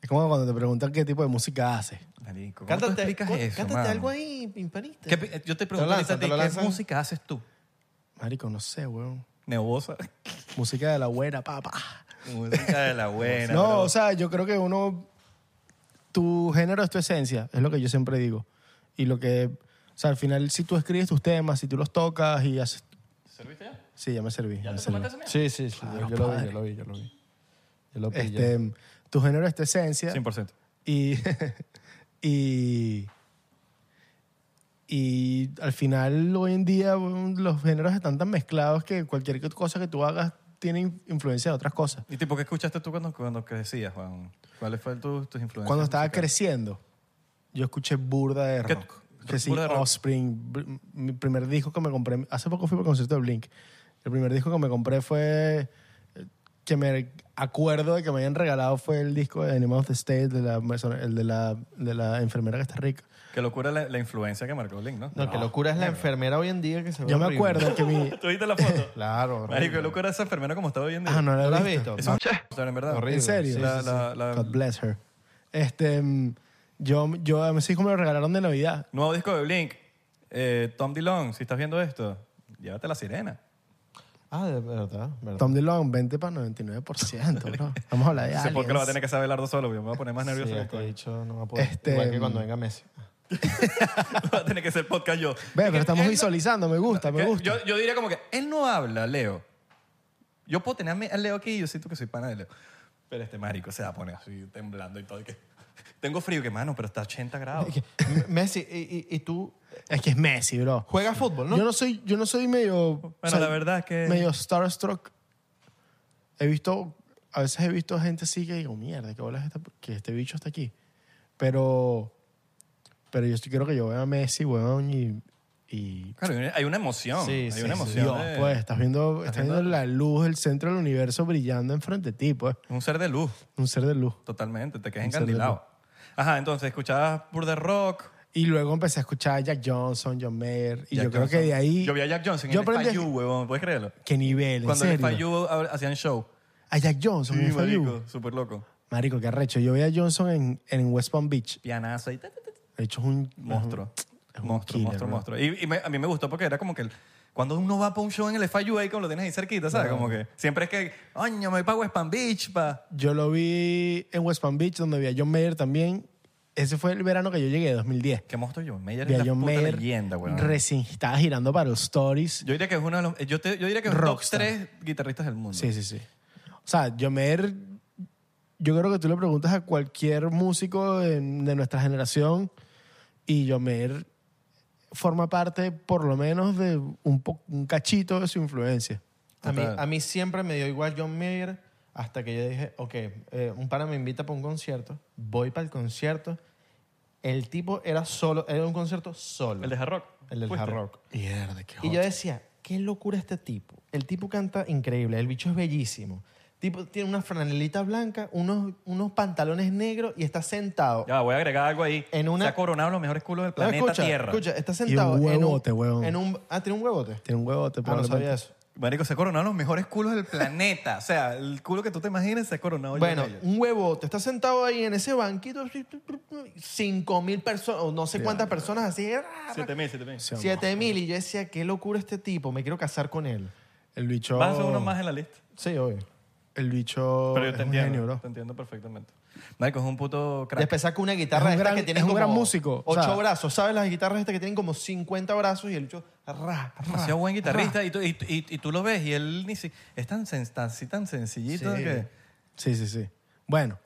[SPEAKER 3] Es como cuando te preguntan qué tipo de música haces.
[SPEAKER 1] Marico, ¿cómo tú
[SPEAKER 2] Cántate,
[SPEAKER 1] explicas
[SPEAKER 2] co-
[SPEAKER 1] eso,
[SPEAKER 2] cántate
[SPEAKER 1] mano?
[SPEAKER 2] algo ahí, pimpanita.
[SPEAKER 1] ¿Qué pi- yo te pregunto, ahorita
[SPEAKER 2] lanzan,
[SPEAKER 1] a ti,
[SPEAKER 2] te lo
[SPEAKER 1] ¿qué
[SPEAKER 2] lanzan.
[SPEAKER 1] música haces tú?
[SPEAKER 3] Marico, no sé, weón.
[SPEAKER 1] Nebulosa.
[SPEAKER 3] Música de la güera, papá.
[SPEAKER 1] música de la buena.
[SPEAKER 3] No,
[SPEAKER 1] bro.
[SPEAKER 3] o sea, yo creo que uno. Tu género es tu esencia, es lo que yo siempre digo. Y lo que. O sea, al final, si tú escribes tus temas, si tú los tocas y haces.
[SPEAKER 4] ¿Serviste ya?
[SPEAKER 3] Sí, ya me serví. ya me serví.
[SPEAKER 7] Sí, sí, sí.
[SPEAKER 3] Claro,
[SPEAKER 7] yo, lo vi,
[SPEAKER 3] padre.
[SPEAKER 7] yo lo vi, yo lo vi. Yo lo pillé.
[SPEAKER 3] Este, tu género es tu esencia.
[SPEAKER 1] 100%.
[SPEAKER 3] Y, [LAUGHS] y, y al final, hoy en día, weón, los géneros están tan mezclados que cualquier cosa que tú hagas tiene in- influencia de otras cosas.
[SPEAKER 1] ¿Y tipo qué escuchaste tú cuando, cuando crecías, Juan? ¿Cuáles fueron tus, tus influencias?
[SPEAKER 3] Cuando estaba
[SPEAKER 1] musicales?
[SPEAKER 3] creciendo, yo escuché burda de
[SPEAKER 1] ¿Qué-
[SPEAKER 3] rock. Que sí,
[SPEAKER 1] burda de rock?
[SPEAKER 3] Offspring. br- Mi primer disco que me compré... Hace poco fui por el concierto de Blink. El primer disco que me compré fue... eh, Que me acuerdo de que me habían regalado fue el disco de Animal of the State, de la, mesona- el de la, de la enfermera que está rica.
[SPEAKER 1] Qué locura la, la influencia que marcó Link, ¿no?
[SPEAKER 2] No, que locura es la enfermera hoy en día que se ve
[SPEAKER 3] Yo me
[SPEAKER 2] horrible.
[SPEAKER 1] [LAUGHS]
[SPEAKER 3] acuerdo que mi...
[SPEAKER 1] ¿Tú viste la foto?
[SPEAKER 2] Claro.
[SPEAKER 1] Marico,
[SPEAKER 2] horrible.
[SPEAKER 1] qué locura esa enfermera como estaba hoy en día.
[SPEAKER 3] Ah, no
[SPEAKER 2] ¿No
[SPEAKER 3] la
[SPEAKER 2] la
[SPEAKER 3] he
[SPEAKER 2] has
[SPEAKER 3] visto.
[SPEAKER 2] visto?
[SPEAKER 1] Es un en verdad.
[SPEAKER 3] ¿En serio?
[SPEAKER 1] La- la- la-
[SPEAKER 3] God bless her. Este, mm, yo, yo a mis hijos me lo regalaron de Navidad.
[SPEAKER 1] Nuevo disco de Blink. Eh, Tom DeLonge, si estás viendo esto, llévate la sirena.
[SPEAKER 2] Ah, de verdad. verdad.
[SPEAKER 3] Tom DeLonge, 20 para 99%,
[SPEAKER 1] [LAUGHS]
[SPEAKER 3] bro. Vamos a hablar de
[SPEAKER 1] No sé por qué lo va a
[SPEAKER 3] aliens.
[SPEAKER 1] tener que saber Lardo solo, porque me va a poner más nervioso.
[SPEAKER 2] Sí,
[SPEAKER 1] que
[SPEAKER 2] este
[SPEAKER 1] estoy.
[SPEAKER 2] bicho no va a poder.
[SPEAKER 3] Este,
[SPEAKER 2] Igual que
[SPEAKER 3] mm.
[SPEAKER 2] cuando venga Messi.
[SPEAKER 1] [LAUGHS] va a tener que ser podcast yo.
[SPEAKER 3] Ve,
[SPEAKER 1] Y que
[SPEAKER 3] pero estamos
[SPEAKER 1] él no-
[SPEAKER 3] visualizando, me gusta, me
[SPEAKER 1] que
[SPEAKER 3] gusta.
[SPEAKER 1] Yo, yo diría como que él no habla, Leo. Yo puedo tener a mi- a Leo aquí y yo siento que soy pana de Leo. Pero este marico se va a poner así temblando y todo. y que, [LAUGHS] tengo frío, que mano, pero está a 80
[SPEAKER 3] [LAUGHS]
[SPEAKER 1] grados.
[SPEAKER 2] M- Messi, y, y- y tú
[SPEAKER 3] Es que es Messi, bro.
[SPEAKER 2] juegas fútbol, ¿no?
[SPEAKER 3] Yo no soy, yo no soy medio... Bueno,
[SPEAKER 1] la verdad es que-
[SPEAKER 3] Medio starstruck. He visto... A veces he visto gente así que digo, mierda, qué bolas esta- que este bicho está aquí. Pero... Pero yo estoy- quiero que yo vea a Messi, weón, y... y
[SPEAKER 1] Claro, hay una- hay una emoción.
[SPEAKER 2] Sí,
[SPEAKER 1] hay
[SPEAKER 2] sí,
[SPEAKER 1] una
[SPEAKER 2] sí.
[SPEAKER 1] emoción.
[SPEAKER 3] Dios,
[SPEAKER 1] de-
[SPEAKER 3] pues, estás viendo, estás
[SPEAKER 1] viendo-
[SPEAKER 3] viendo la luz, el centro del universo brillando enfrente de ti, pues.
[SPEAKER 1] Un ser de luz,
[SPEAKER 3] Un ser de luz.
[SPEAKER 1] totalmente. Te quedas
[SPEAKER 3] Un ser de
[SPEAKER 1] encandilado. Ajá, entonces escuchabas Pur de Rock.
[SPEAKER 3] Y luego empecé a escuchar a Jack Johnson, John Mayer, y
[SPEAKER 1] Jack
[SPEAKER 3] yo creo
[SPEAKER 1] Johnson.
[SPEAKER 3] que de ahí...
[SPEAKER 1] Yo vi a Jack Johnson
[SPEAKER 3] Yo
[SPEAKER 1] en el
[SPEAKER 3] aprendí-
[SPEAKER 1] FIU, huevón, ¿puedes creerlo?
[SPEAKER 3] ¿Qué nivel?
[SPEAKER 1] Cuando
[SPEAKER 3] ¿en
[SPEAKER 1] en el
[SPEAKER 3] serio?
[SPEAKER 1] FIU hacían show.
[SPEAKER 3] A Jack Johnson, en
[SPEAKER 1] Sí,
[SPEAKER 3] el FIU.
[SPEAKER 1] marico, súper loco.
[SPEAKER 3] Marico, qué arrecho. Yo vi a Johnson en, en West Palm Beach.
[SPEAKER 1] Pianazo y ta, ta, ta, ta.
[SPEAKER 3] De hecho, es un...
[SPEAKER 1] Monstruo.
[SPEAKER 3] es un
[SPEAKER 1] monstruo,
[SPEAKER 3] killer,
[SPEAKER 1] monstruo,
[SPEAKER 3] bro.
[SPEAKER 1] monstruo. Y, y me- a mí me gustó porque era como que el- cuando uno va para un show en el FIU ahí como lo tienes ahí cerquita, ¿sabes? Como que siempre es que, oño, me voy para West Palm Beach, pa.
[SPEAKER 3] Yo lo vi en West Palm Beach, donde vi a John Mayer también. Ese fue el verano que yo llegué, 2010.
[SPEAKER 1] Qué monstruo John Mayer
[SPEAKER 3] Vi
[SPEAKER 1] es
[SPEAKER 3] a
[SPEAKER 1] la
[SPEAKER 3] John
[SPEAKER 1] puta
[SPEAKER 3] Mayer.
[SPEAKER 1] leyenda, weón.
[SPEAKER 3] recién estaba girando para los stories.
[SPEAKER 1] Yo diría que es uno de los, yo, te- yo diría que es un top
[SPEAKER 3] Rockstar.
[SPEAKER 1] tres guitarristas del mundo.
[SPEAKER 3] Sí, sí, sí. O sea, John Mayer, yo creo que tú le preguntas a cualquier músico de, de nuestra generación y John Mayer forma parte, por lo menos, de un, po- un cachito de su influencia.
[SPEAKER 2] A mí,
[SPEAKER 1] Total.
[SPEAKER 2] a mí siempre me dio igual John Mayer hasta que yo dije, ok, eh, un pana me invita para un concierto, voy para el concierto. El tipo era solo, era un concierto solo.
[SPEAKER 1] El de Hard Rock.
[SPEAKER 2] El del
[SPEAKER 1] Fuiste.
[SPEAKER 2] Hard Rock.
[SPEAKER 3] Mierda, qué
[SPEAKER 2] Y yo decía, qué locura este tipo. El tipo canta increíble, el bicho es bellísimo. Tipo tiene una franelita blanca, unos, unos pantalones negros y está sentado.
[SPEAKER 1] Ya, voy a agregar algo ahí.
[SPEAKER 2] En una-
[SPEAKER 1] Se ha coronado los mejores culos del
[SPEAKER 2] No,
[SPEAKER 1] planeta
[SPEAKER 2] escucha,
[SPEAKER 1] Tierra.
[SPEAKER 2] escucha, está
[SPEAKER 3] un
[SPEAKER 2] sentado en
[SPEAKER 3] huevote, huevón.
[SPEAKER 2] en un- ah, tiene un huevote.
[SPEAKER 3] Tiene un huevote,
[SPEAKER 2] Ah, no sabía eso.
[SPEAKER 1] Marico, se ha coronado los mejores culos del planeta. o sea, el culo que tú te imagines se ha coronado John
[SPEAKER 2] Bueno,
[SPEAKER 1] Mayer.
[SPEAKER 2] un huevo, te estás sentado ahí en ese banquito, así, tu, tu, tu, cinco mil personas, o no sé cuántas personas así, ra, ra,
[SPEAKER 1] Siete mil, siete mil.
[SPEAKER 3] Sí,
[SPEAKER 2] siete mil, y yo decía, qué locura este tipo, me quiero casar con él.
[SPEAKER 3] El bicho...
[SPEAKER 1] Vas a ser uno más en la lista.
[SPEAKER 2] Sí, obvio.
[SPEAKER 3] El bicho
[SPEAKER 1] Pero yo te
[SPEAKER 3] es un
[SPEAKER 1] entiendo,
[SPEAKER 3] genio, bro.
[SPEAKER 1] te entiendo perfectamente. Marico, es un puto crack.
[SPEAKER 2] Después saca una guitarra
[SPEAKER 3] Es un
[SPEAKER 2] esta
[SPEAKER 3] gran-
[SPEAKER 2] que tiene
[SPEAKER 3] es un
[SPEAKER 2] como
[SPEAKER 3] gran músico, o
[SPEAKER 2] ocho
[SPEAKER 3] sea.
[SPEAKER 2] brazos, ¿sabes? Las guitarras estas que tienen como 50 brazos y el bicho, ra, ra.
[SPEAKER 1] demasiado buen
[SPEAKER 2] ah.
[SPEAKER 1] guitarrista y tú, y, y- y tú lo ves y él ni si, es tan, sen- tan- así tan sencillito
[SPEAKER 3] Sí.
[SPEAKER 1] que
[SPEAKER 3] Sí, sí, sí. Bueno,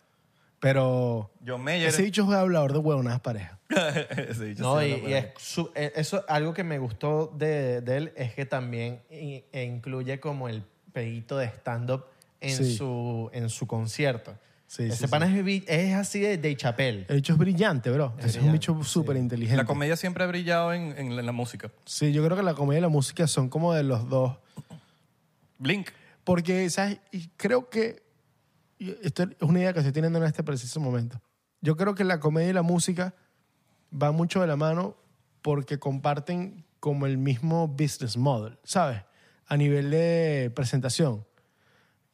[SPEAKER 3] pero...
[SPEAKER 1] John Mayer
[SPEAKER 3] Ese bicho es hablador de huevonadas parejas.
[SPEAKER 1] [LAUGHS] Ese bicho
[SPEAKER 2] No,
[SPEAKER 1] sí
[SPEAKER 2] y,
[SPEAKER 1] era
[SPEAKER 2] y
[SPEAKER 1] bueno.
[SPEAKER 2] es su- eh, eso algo que me gustó de, de él es que también i- e incluye como el pedito de stand-up en,
[SPEAKER 3] Sí.
[SPEAKER 2] su, en su concierto.
[SPEAKER 3] Sí,
[SPEAKER 2] Ese
[SPEAKER 3] sí, Eh,
[SPEAKER 2] pana es bi- es, así de, de chapel.
[SPEAKER 3] El bicho es brillante, bro. Ese es un
[SPEAKER 2] brillante,
[SPEAKER 3] bicho súper inteligente.
[SPEAKER 1] la comedia siempre ha brillado en, en la- en la música.
[SPEAKER 3] Sí, yo creo que la comedia y la música son como de los dos.
[SPEAKER 1] Blink.
[SPEAKER 3] Porque, ¿sabes? Y creo que yo- esto es una idea que estoy teniendo en este preciso momento. Yo creo que la comedia y la música van mucho de la mano porque comparten como el mismo business model, ¿sabes? A nivel de presentación.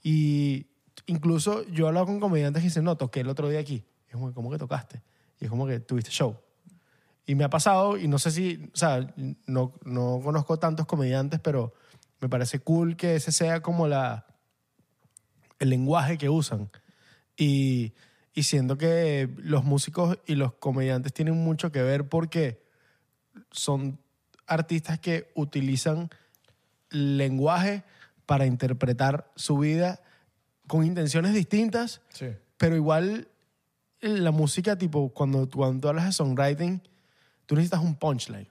[SPEAKER 3] Y incluso yo he hablado con comediantes que dicen, no, toqué el otro día aquí. Y es como, ¿cómo que tocaste? Y es como que tuviste show. Y me ha pasado, y no sé si, o sea, no, no conozco tantos comediantes, pero me parece cool que ese sea como la, el lenguaje que usan. Y, y siento que los músicos y los comediantes tienen mucho que ver porque son artistas que utilizan lenguaje para interpretar su vida con intenciones distintas,
[SPEAKER 7] Sí.
[SPEAKER 3] pero igual en la música, tipo, cuando, cuando tú hablas de songwriting, tú necesitas un punchline.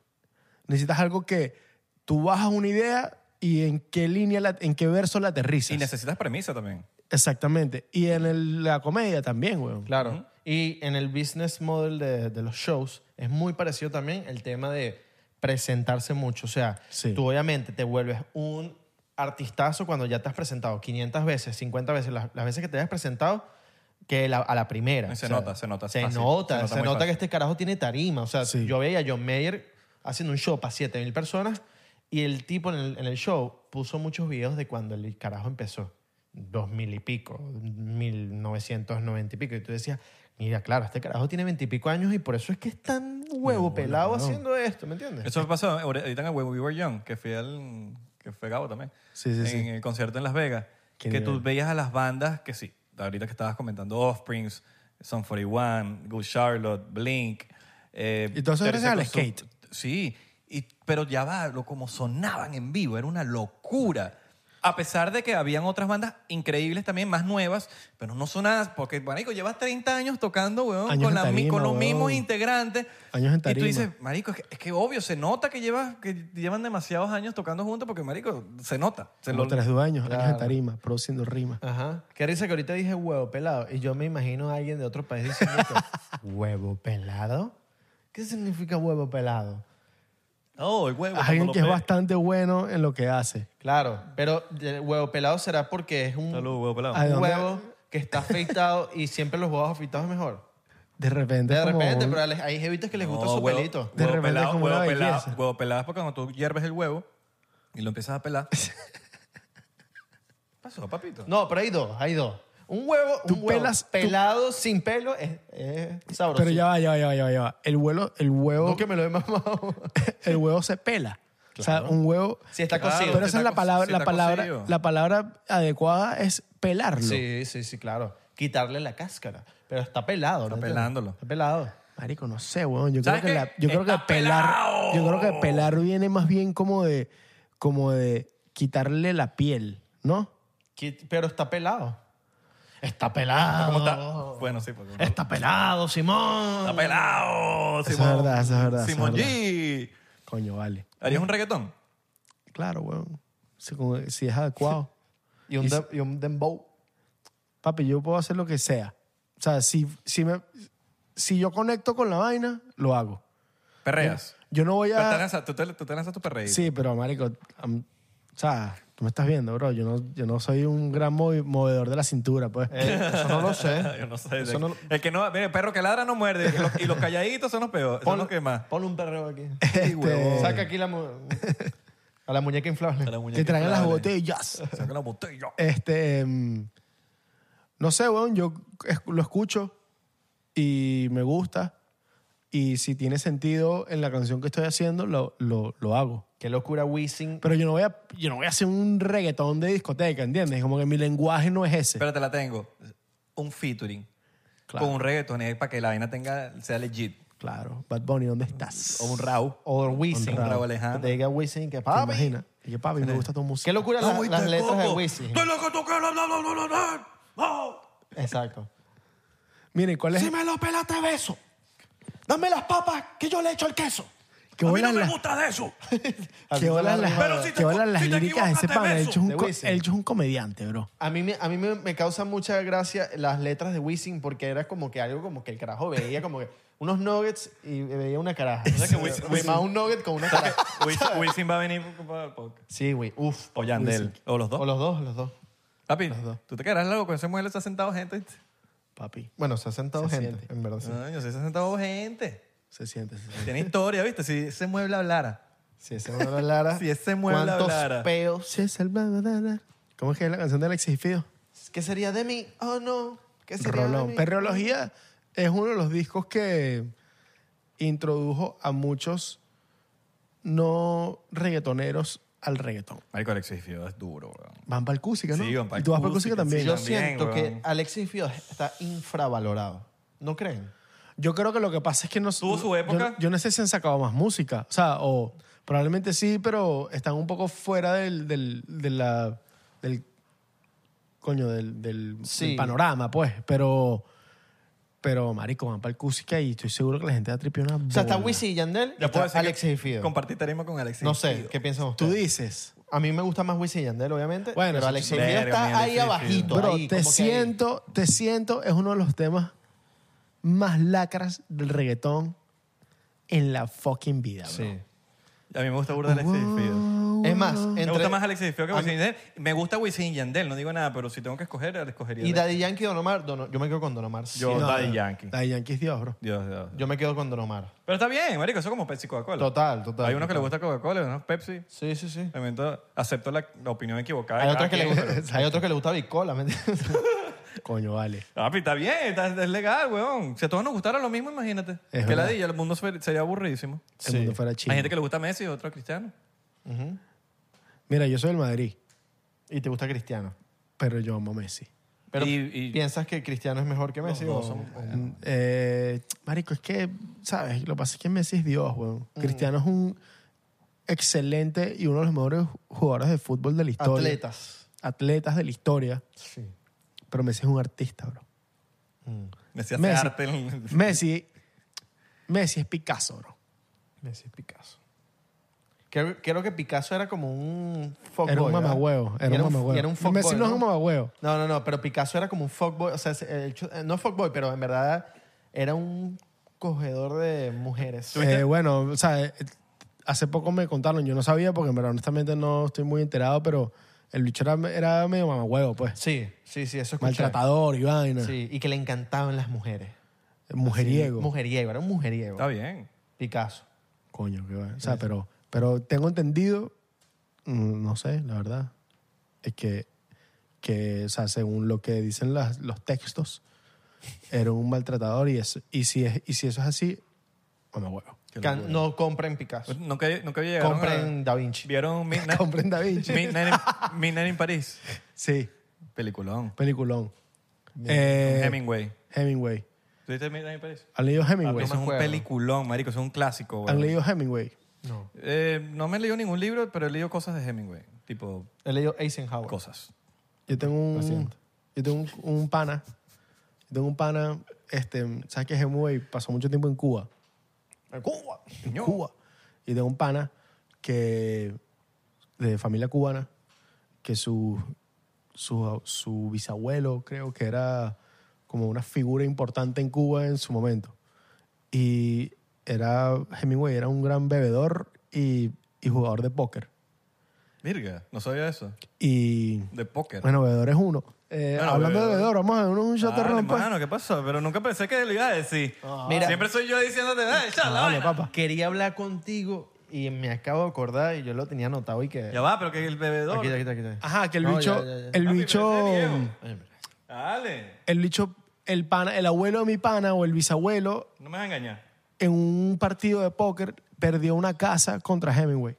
[SPEAKER 3] Necesitas algo que tú bajas una idea y en qué línea, la- en qué verso la aterrizas.
[SPEAKER 1] Y necesitas premisa también.
[SPEAKER 3] Exactamente. Y en el- la comedia también, weón.
[SPEAKER 2] Claro.
[SPEAKER 1] Ujú.
[SPEAKER 2] Y en el business model de, de los shows es muy parecido también el tema de presentarse mucho. O sea,
[SPEAKER 3] Sí.
[SPEAKER 2] tú obviamente te vuelves un artistazo cuando ya te has presentado 500 veces, 50 veces, las, las veces que te hayas presentado, que la- a la primera.
[SPEAKER 1] Se nota, se nota
[SPEAKER 2] Se
[SPEAKER 1] fácil.
[SPEAKER 2] nota,
[SPEAKER 1] Se nota
[SPEAKER 2] se nota,
[SPEAKER 1] muy
[SPEAKER 2] que
[SPEAKER 1] fácil.
[SPEAKER 2] este carajo tiene tarima. O sea,
[SPEAKER 3] Sí.
[SPEAKER 2] yo veía a John Mayer haciendo un show para 7000 personas y el tipo en el, en el show puso muchos videos de cuando el carajo empezó. 2000 y pico, 1990 y pico. Y tú decías, mira, claro, este carajo tiene 20 y pico años y por eso es que es tan huevo pelado haciendo esto, ¿me entiendes?
[SPEAKER 1] Eso me pasó ahorita en el We Were Young, que fui al. que fue Gabo también.
[SPEAKER 3] Sí, sí,
[SPEAKER 1] en
[SPEAKER 3] sí.
[SPEAKER 1] el concierto en Las Vegas.
[SPEAKER 3] Qué
[SPEAKER 1] que tú
[SPEAKER 3] nivel.
[SPEAKER 1] veías a las bandas que sí, ahorita que estabas comentando Offsprings, Son 41, Good Charlotte, Blink. eh,
[SPEAKER 3] Y todo eso
[SPEAKER 1] Thirty
[SPEAKER 3] gracias al
[SPEAKER 1] Seconds to-
[SPEAKER 3] skate.
[SPEAKER 1] Sí, y, pero ya va, lo, como sonaban en vivo, era una locura. A pesar de que habían otras bandas increíbles también, más nuevas, pero no sonadas, porque, marico, llevas 30 años tocando, weón,
[SPEAKER 3] Años
[SPEAKER 1] con,
[SPEAKER 3] en
[SPEAKER 1] la mi-
[SPEAKER 3] tarima,
[SPEAKER 1] con los
[SPEAKER 3] weón.
[SPEAKER 1] mismos integrantes.
[SPEAKER 3] Años en
[SPEAKER 1] Y tú
[SPEAKER 3] tarima.
[SPEAKER 1] dices, Marico, es que, es que obvio, se nota que, llevas, que llevan demasiados años tocando juntos porque, Marico, se nota. Se
[SPEAKER 3] Como
[SPEAKER 1] lo-
[SPEAKER 3] tras dos años, años en
[SPEAKER 2] Claro.
[SPEAKER 3] tarima, produciendo rimas.
[SPEAKER 2] Ajá. Qué risa que ahorita dije huevo pelado y yo me imagino a alguien de otro país diciendo que, huevo pelado. ¿Qué significa huevo pelado?
[SPEAKER 1] Oh, el huevo.
[SPEAKER 3] Alguien
[SPEAKER 1] cuando
[SPEAKER 3] que
[SPEAKER 1] lo
[SPEAKER 3] es
[SPEAKER 1] pe-
[SPEAKER 3] bastante bueno en lo que hace.
[SPEAKER 2] Claro, pero el huevo pelado será porque es un
[SPEAKER 1] Salud, huevo pelado.
[SPEAKER 3] Ay, ¿dónde?
[SPEAKER 2] huevo que está afeitado y siempre los huevos afeitados es mejor.
[SPEAKER 3] De repente.
[SPEAKER 2] De
[SPEAKER 3] es como
[SPEAKER 2] repente,
[SPEAKER 3] un-
[SPEAKER 2] pero les- hay jevitas que les gusta
[SPEAKER 1] No,
[SPEAKER 2] su
[SPEAKER 1] huevo-
[SPEAKER 2] pelito.
[SPEAKER 3] De
[SPEAKER 1] Huevo
[SPEAKER 3] repente es
[SPEAKER 1] pelado,
[SPEAKER 3] como una
[SPEAKER 1] huevo pelado.
[SPEAKER 3] belleza.
[SPEAKER 1] Huevo pelado es porque cuando tú hierves el huevo y lo empiezas a
[SPEAKER 3] [LAUGHS]
[SPEAKER 1] pelar. ¿Qué pasó, papito?
[SPEAKER 2] No, pero hay dos, hay dos. Un huevo,
[SPEAKER 3] Tú
[SPEAKER 2] un huevo
[SPEAKER 3] pelas- tú-
[SPEAKER 2] pelado sin pelo es, es sabroso.
[SPEAKER 3] Pero ya va, ya va, ya va, ya va, ya va. El, huevo, el, huevo,
[SPEAKER 2] No que me lo he mamado. [LAUGHS]
[SPEAKER 3] el huevo se pela. O sea, un huevo...
[SPEAKER 2] Si está
[SPEAKER 1] Claro.
[SPEAKER 2] cocido.
[SPEAKER 3] Ah, pero
[SPEAKER 1] si
[SPEAKER 3] esa es
[SPEAKER 1] está
[SPEAKER 3] la
[SPEAKER 1] co-
[SPEAKER 3] palabra,
[SPEAKER 1] si
[SPEAKER 3] la,
[SPEAKER 1] está
[SPEAKER 3] palabra,
[SPEAKER 1] cocido.
[SPEAKER 3] la palabra adecuada es pelarlo.
[SPEAKER 2] Sí, sí, sí, claro. Quitarle la cáscara. Pero está pelado.
[SPEAKER 1] Está
[SPEAKER 2] ¿no?
[SPEAKER 1] pelándolo.
[SPEAKER 2] Está pelado.
[SPEAKER 3] Marico, no sé, weón. Yo creo
[SPEAKER 1] ¿Sabes
[SPEAKER 3] que,
[SPEAKER 1] qué?
[SPEAKER 3] la- yo creo que
[SPEAKER 1] Está
[SPEAKER 3] pelar.
[SPEAKER 1] pelado.
[SPEAKER 3] Yo creo que pelar viene más bien como de, como de quitarle la piel, ¿no?
[SPEAKER 2] Qui- Pero está pelado.
[SPEAKER 3] Está pelado.
[SPEAKER 1] ¿Cómo está? Bueno, sí, porque. Está
[SPEAKER 2] Está pelado, Simón.
[SPEAKER 1] pelado,
[SPEAKER 3] Eso es
[SPEAKER 1] Simón.
[SPEAKER 3] verdad, eso es verdad, eso es
[SPEAKER 1] Simón
[SPEAKER 3] verdad.
[SPEAKER 1] G.
[SPEAKER 3] Coño, vale.
[SPEAKER 1] ¿Harías un reggaetón?
[SPEAKER 3] Claro, weón. Si, como- si es
[SPEAKER 1] [LAUGHS]
[SPEAKER 3] adecuado.
[SPEAKER 2] Y un,
[SPEAKER 3] Y-
[SPEAKER 2] dem- y un dembow.
[SPEAKER 3] Papi, yo puedo hacer lo que sea. O sea, si, si, me, si yo conecto con la vaina, lo hago.
[SPEAKER 1] Perreas.
[SPEAKER 3] Yo no voy
[SPEAKER 1] Pero te
[SPEAKER 3] a...
[SPEAKER 1] lanzas- tú, te, tú te lanzas tu perreíto.
[SPEAKER 3] Sí, pero, marico, am- o sea, tú me estás viendo, bro. Yo no, yo no soy un gran movi- movedor de la cintura, pues. [LAUGHS]
[SPEAKER 2] Eh, eso no lo sé.
[SPEAKER 1] [LAUGHS] Yo no sé.
[SPEAKER 2] Eso no lo-
[SPEAKER 1] El que no, mire, el perro que ladra no muerde. Y los, y los calladitos son los peores. Son los que más.
[SPEAKER 2] [LAUGHS] Ponle un perreo
[SPEAKER 3] [LAUGHS]
[SPEAKER 2] aquí.
[SPEAKER 3] Este,
[SPEAKER 2] Saca aquí la mu- a la muñeca inflable.
[SPEAKER 1] A la muñeca
[SPEAKER 3] que traigan las
[SPEAKER 1] inflable. [LAUGHS]
[SPEAKER 3] botellas.
[SPEAKER 1] Saca la botella.
[SPEAKER 3] Este, em, no sé, weón, yo es- lo escucho y me gusta. Y si tiene sentido en la canción que estoy haciendo, lo, lo, lo hago.
[SPEAKER 2] Qué locura Wisin.
[SPEAKER 3] Pero yo no, voy a, yo no voy a hacer un reggaetón de discoteca, ¿entiendes? Como que mi lenguaje no es ese.
[SPEAKER 1] Pero te la tengo. Un featuring.
[SPEAKER 3] Claro.
[SPEAKER 1] Con un reggaetonero para que la vaina tenga, sea legit.
[SPEAKER 3] claro. Bad Bunny, ¿dónde estás?
[SPEAKER 1] O un Rau.
[SPEAKER 2] O Wisin.
[SPEAKER 1] Honrado Alejandro.
[SPEAKER 2] Que te diga Wisin que
[SPEAKER 3] ¿Te
[SPEAKER 2] papi.
[SPEAKER 3] imaginas? Y que papi, me gusta tu música.
[SPEAKER 2] Qué locura la- las letras de
[SPEAKER 1] lo
[SPEAKER 2] Wisin.
[SPEAKER 1] que tú quieras, bla, bla, bla, bla, bla. ¡Oh!
[SPEAKER 2] Exacto.
[SPEAKER 3] Miren, ¿cuál es?
[SPEAKER 8] Si me lo pelas, te beso. Dame las papas que yo le echo el queso.
[SPEAKER 3] ¿Qué
[SPEAKER 8] a mí no
[SPEAKER 3] bolas
[SPEAKER 8] me
[SPEAKER 3] las-
[SPEAKER 8] gusta de
[SPEAKER 2] [LAUGHS]
[SPEAKER 8] eso.
[SPEAKER 3] qué bolas las,
[SPEAKER 8] Pero si te
[SPEAKER 3] qué bolas
[SPEAKER 8] equivo-
[SPEAKER 3] las
[SPEAKER 8] si te
[SPEAKER 3] líricas de ese
[SPEAKER 8] equivocas, te
[SPEAKER 3] pana? El
[SPEAKER 8] beso.
[SPEAKER 3] hecho es un
[SPEAKER 2] De
[SPEAKER 3] co-
[SPEAKER 2] Wisin.
[SPEAKER 3] el hecho es un comediante, bro.
[SPEAKER 2] A mí, me, a mí me, me causan mucha gracia las letras de Wisin porque era como que algo como que el carajo veía como que unos nuggets y veía una caraja. O sea,
[SPEAKER 1] que Wisin-
[SPEAKER 2] más un nugget con una caraja.
[SPEAKER 1] Wisin- Wisin va a venir para el podcast.
[SPEAKER 2] Sí, güey. Uf.
[SPEAKER 1] O Yandel.
[SPEAKER 2] Wisin.
[SPEAKER 1] O los dos.
[SPEAKER 2] O los dos, los dos.
[SPEAKER 1] Papi,
[SPEAKER 3] dos.
[SPEAKER 1] tú te quedarás loco con ese mueble, se ha sentado gente. ¿viste?
[SPEAKER 3] Papi,
[SPEAKER 2] Bueno, se ha sentado
[SPEAKER 3] Se
[SPEAKER 2] gente,
[SPEAKER 3] siente.
[SPEAKER 2] en verdad. sí.
[SPEAKER 1] No, yo sé, se ha sentado gente.
[SPEAKER 3] se siente. se siente.
[SPEAKER 1] Tiene historia, ¿viste? Si ese mueble hablara.
[SPEAKER 2] Si ese mueble
[SPEAKER 1] [LAUGHS]
[SPEAKER 2] hablara.
[SPEAKER 1] Si ese mueble
[SPEAKER 2] ¿Cuántos
[SPEAKER 1] hablara.
[SPEAKER 2] peos?
[SPEAKER 3] Sí, es el banana. ¿Cómo es que es la canción del Exigido?
[SPEAKER 2] ¿Qué sería de mí? Oh, no. ¿Qué sería de
[SPEAKER 3] Rolón.
[SPEAKER 2] mí?
[SPEAKER 3] Perreología es uno de los discos que introdujo a muchos no reggaetoneros al reggaetón.
[SPEAKER 1] Marico, Alexis Fío es duro, weón.
[SPEAKER 3] Van para el Cusica, ¿no?
[SPEAKER 1] Sí, van pa'l
[SPEAKER 3] Y tú vas para el
[SPEAKER 1] Cusica,
[SPEAKER 3] Cusica también.
[SPEAKER 1] sí,
[SPEAKER 2] Yo
[SPEAKER 3] yo,
[SPEAKER 1] también,
[SPEAKER 2] siento
[SPEAKER 1] weón.
[SPEAKER 2] que Alexis Fío está infravalorado. ¿No creen?
[SPEAKER 3] creo que lo que pasa es que no...
[SPEAKER 1] ¿Tuvo su época?
[SPEAKER 3] Yo, yo no sé si han sacado más música. O sea, o probablemente sí, pero están un poco fuera del... del, de la, del coño, del, del,
[SPEAKER 2] Sí.
[SPEAKER 3] del panorama, pues. Pero... Pero, marico, van para el Cusica y estoy seguro que la gente va a tripear una
[SPEAKER 2] O sea, está
[SPEAKER 3] bola.
[SPEAKER 2] Wisin y Yandel y
[SPEAKER 1] Ya puedo
[SPEAKER 2] está
[SPEAKER 1] decir
[SPEAKER 2] Alexis y Fío.
[SPEAKER 1] Compartí tarima con Alexis
[SPEAKER 2] No sé,
[SPEAKER 1] Fío.
[SPEAKER 2] ¿qué piensan
[SPEAKER 3] Tú
[SPEAKER 2] ustedes?
[SPEAKER 3] dices...
[SPEAKER 2] A mí me gusta más Wisin y Yandel, obviamente.
[SPEAKER 3] Bueno,
[SPEAKER 2] pero
[SPEAKER 3] eso
[SPEAKER 2] Alexis
[SPEAKER 1] sí.
[SPEAKER 2] Fío
[SPEAKER 1] Verga, mi
[SPEAKER 2] está ahí
[SPEAKER 1] Alexis Fío.
[SPEAKER 2] abajito.
[SPEAKER 3] Bro,
[SPEAKER 2] ahí,
[SPEAKER 3] te
[SPEAKER 2] como que ahí.
[SPEAKER 3] siento, te siento, es uno de los temas más lacras del reggaetón en la fucking vida, bro.
[SPEAKER 2] Sí.
[SPEAKER 1] A mí me gusta burda Alexis Fío.
[SPEAKER 2] Es más,
[SPEAKER 1] Me
[SPEAKER 2] entre-
[SPEAKER 1] gusta más Alexis Fío que
[SPEAKER 2] a mí-
[SPEAKER 1] Wisin y Yandel. Me gusta Wisin y Yandel, no digo nada, pero si tengo que escoger, escogería.
[SPEAKER 2] Y
[SPEAKER 1] Alexis.
[SPEAKER 2] Daddy Yankee y Don Omar. Don- yo me quedo con Don Omar. sí.
[SPEAKER 1] Yo, Daddy Yankee.
[SPEAKER 3] Daddy Yankee es Dios, bro.
[SPEAKER 1] Dios, Dios.
[SPEAKER 2] Yo me quedo con Don Omar.
[SPEAKER 1] Pero está bien, marico, eso es como Pepsi Coca-Cola.
[SPEAKER 2] Total, total.
[SPEAKER 1] Hay unos que
[SPEAKER 2] total.
[SPEAKER 1] le gusta Coca-Cola, unos Pepsi.
[SPEAKER 2] Sí, sí, sí.
[SPEAKER 1] Lamento, acepto la, la opinión equivocada.
[SPEAKER 2] Hay
[SPEAKER 1] de
[SPEAKER 2] otros
[SPEAKER 1] cada
[SPEAKER 2] que le
[SPEAKER 1] quien,
[SPEAKER 2] gusta, hay otros que le gusta Bicola, ¿me entiendes?
[SPEAKER 3] Coño, vale.
[SPEAKER 1] pero- Papi, está bien, está, es legal, weón. Si a todos nos gustara lo mismo, imagínate.
[SPEAKER 3] Es
[SPEAKER 1] que
[SPEAKER 3] verdad.
[SPEAKER 1] la el mundo se- sería aburridísimo.
[SPEAKER 3] El mundo fuera chido.
[SPEAKER 1] Hay gente que le gusta Messi, otro a Cristiano.
[SPEAKER 3] Mira, yo soy del Madrid,
[SPEAKER 2] Y te gusta Cristiano.
[SPEAKER 3] pero yo amo a Messi.
[SPEAKER 2] Pero
[SPEAKER 1] y, y-
[SPEAKER 2] ¿Piensas que Cristiano es mejor que Messi?
[SPEAKER 1] dos
[SPEAKER 2] o-
[SPEAKER 1] son-
[SPEAKER 3] Eh, marico, es que, ¿sabes? Lo que pasa es que Messi es Dios, weón.
[SPEAKER 2] Mm.
[SPEAKER 3] Cristiano es un excelente y uno de los mejores jugadores de fútbol de la historia.
[SPEAKER 2] Atletas.
[SPEAKER 3] Atletas de la historia.
[SPEAKER 2] Sí.
[SPEAKER 3] Pero Messi es un artista, bro.
[SPEAKER 1] Messi hace
[SPEAKER 3] Messi.
[SPEAKER 1] arte. en-
[SPEAKER 3] Messi, Messi es Picasso, bro.
[SPEAKER 2] Messi es Picasso. Creo, creo que Picasso era como un fuckboy.
[SPEAKER 3] Era un
[SPEAKER 2] ¿verdad?
[SPEAKER 3] mamahuevo. Era, un
[SPEAKER 2] y
[SPEAKER 3] mamahuevo.
[SPEAKER 2] Era un fuckboy,
[SPEAKER 3] Messi no es un mamahuevo.
[SPEAKER 2] No, no, no, pero Picasso era como un fuckboy. O sea, se- el cho- eh, no fuckboy, pero en verdad era un cogedor de mujeres.
[SPEAKER 3] Eh, bueno, o sea, eh, hace poco me contaron, yo no sabía porque en verdad honestamente no estoy muy enterado, pero el bicho era, era medio mamahuevo, pues.
[SPEAKER 2] Sí, sí, sí, eso es
[SPEAKER 3] Maltratador y vaina.
[SPEAKER 2] Sí, y que le encantaban las mujeres.
[SPEAKER 3] Mujeriego.
[SPEAKER 2] Sí, mujeriego, era un mujeriego.
[SPEAKER 1] Está bien.
[SPEAKER 2] Picasso.
[SPEAKER 3] Coño, qué va. O sea, pero, pero tengo entendido, mm, no sé, la verdad, es que, que o sea, según lo que dicen las- los textos, era un maltratador y, eso, y, si, es, y si eso es así, mamahuevo.
[SPEAKER 2] Can- no compren Picasso.
[SPEAKER 1] Pues Nunca, nunca
[SPEAKER 3] Pues,
[SPEAKER 1] llegaron
[SPEAKER 2] Compren Da Vinci.
[SPEAKER 1] a... ¿Vieron
[SPEAKER 2] [LAUGHS]
[SPEAKER 1] Midnight,
[SPEAKER 3] Compren Da Vinci.
[SPEAKER 1] Midnight, in, Midnight in París?
[SPEAKER 3] Sí,
[SPEAKER 1] Peliculón.
[SPEAKER 3] peliculón. Eh,
[SPEAKER 1] Hemingway.
[SPEAKER 3] Hemingway.
[SPEAKER 1] ¿Tú viste Midnight in París?
[SPEAKER 3] ¿Han leído
[SPEAKER 1] Papi,
[SPEAKER 3] Hemingway?
[SPEAKER 1] eso es un
[SPEAKER 2] acuerdo.
[SPEAKER 1] peliculón, marico. Eso es un clásico, weón.
[SPEAKER 3] ¿Han leído Hemingway?
[SPEAKER 2] No.
[SPEAKER 1] Eh, no me he leído ningún libro, pero he leído cosas de Hemingway. Tipo,
[SPEAKER 2] He leído Eisenhower.
[SPEAKER 1] cosas.
[SPEAKER 3] Yo tengo un, yo tengo un, un pana. Yo tengo un pana, este, ¿sabes que Hemingway pasó mucho tiempo en Cuba?
[SPEAKER 2] En Cuba.
[SPEAKER 3] En Cuba. Y tengo un pana que, de familia cubana, que su, su, su bisabuelo creo que era como una figura importante en Cuba en su momento. Y era, Hemingway era un gran bebedor y, y jugador de póker.
[SPEAKER 1] Virga, no sabía eso.
[SPEAKER 3] Y
[SPEAKER 1] De póker.
[SPEAKER 3] Bueno, bebedor es uno. Eh,
[SPEAKER 1] Bueno,
[SPEAKER 3] hablando de
[SPEAKER 1] bebedor.
[SPEAKER 3] bebedor, vamos a ver un shot de
[SPEAKER 1] Dale,
[SPEAKER 3] ron, pues.
[SPEAKER 1] mano, Ah, ¿qué pasó? Pero nunca pensé que le iba a decir.
[SPEAKER 2] Ah.
[SPEAKER 1] Mira. Siempre soy yo diciéndote, "Dale, echa la
[SPEAKER 3] Ah, Dale,
[SPEAKER 1] vaina".
[SPEAKER 3] papá.
[SPEAKER 2] Quería hablar contigo y me acabo de acordar y yo lo tenía anotado y que...
[SPEAKER 1] Ya va, pero que el bebedor.
[SPEAKER 2] Aquí, aquí, aquí, aquí.
[SPEAKER 3] Ajá, que el
[SPEAKER 2] No,
[SPEAKER 3] bicho,
[SPEAKER 2] ya, ya, ya.
[SPEAKER 1] Papi,
[SPEAKER 3] el
[SPEAKER 1] pero ese es
[SPEAKER 3] bicho,
[SPEAKER 1] viejo. Dale,
[SPEAKER 3] el bicho, el pana, el abuelo de mi pana o el bisabuelo
[SPEAKER 1] no me vas a engañar.
[SPEAKER 3] en un partido de póker perdió una casa contra Hemingway.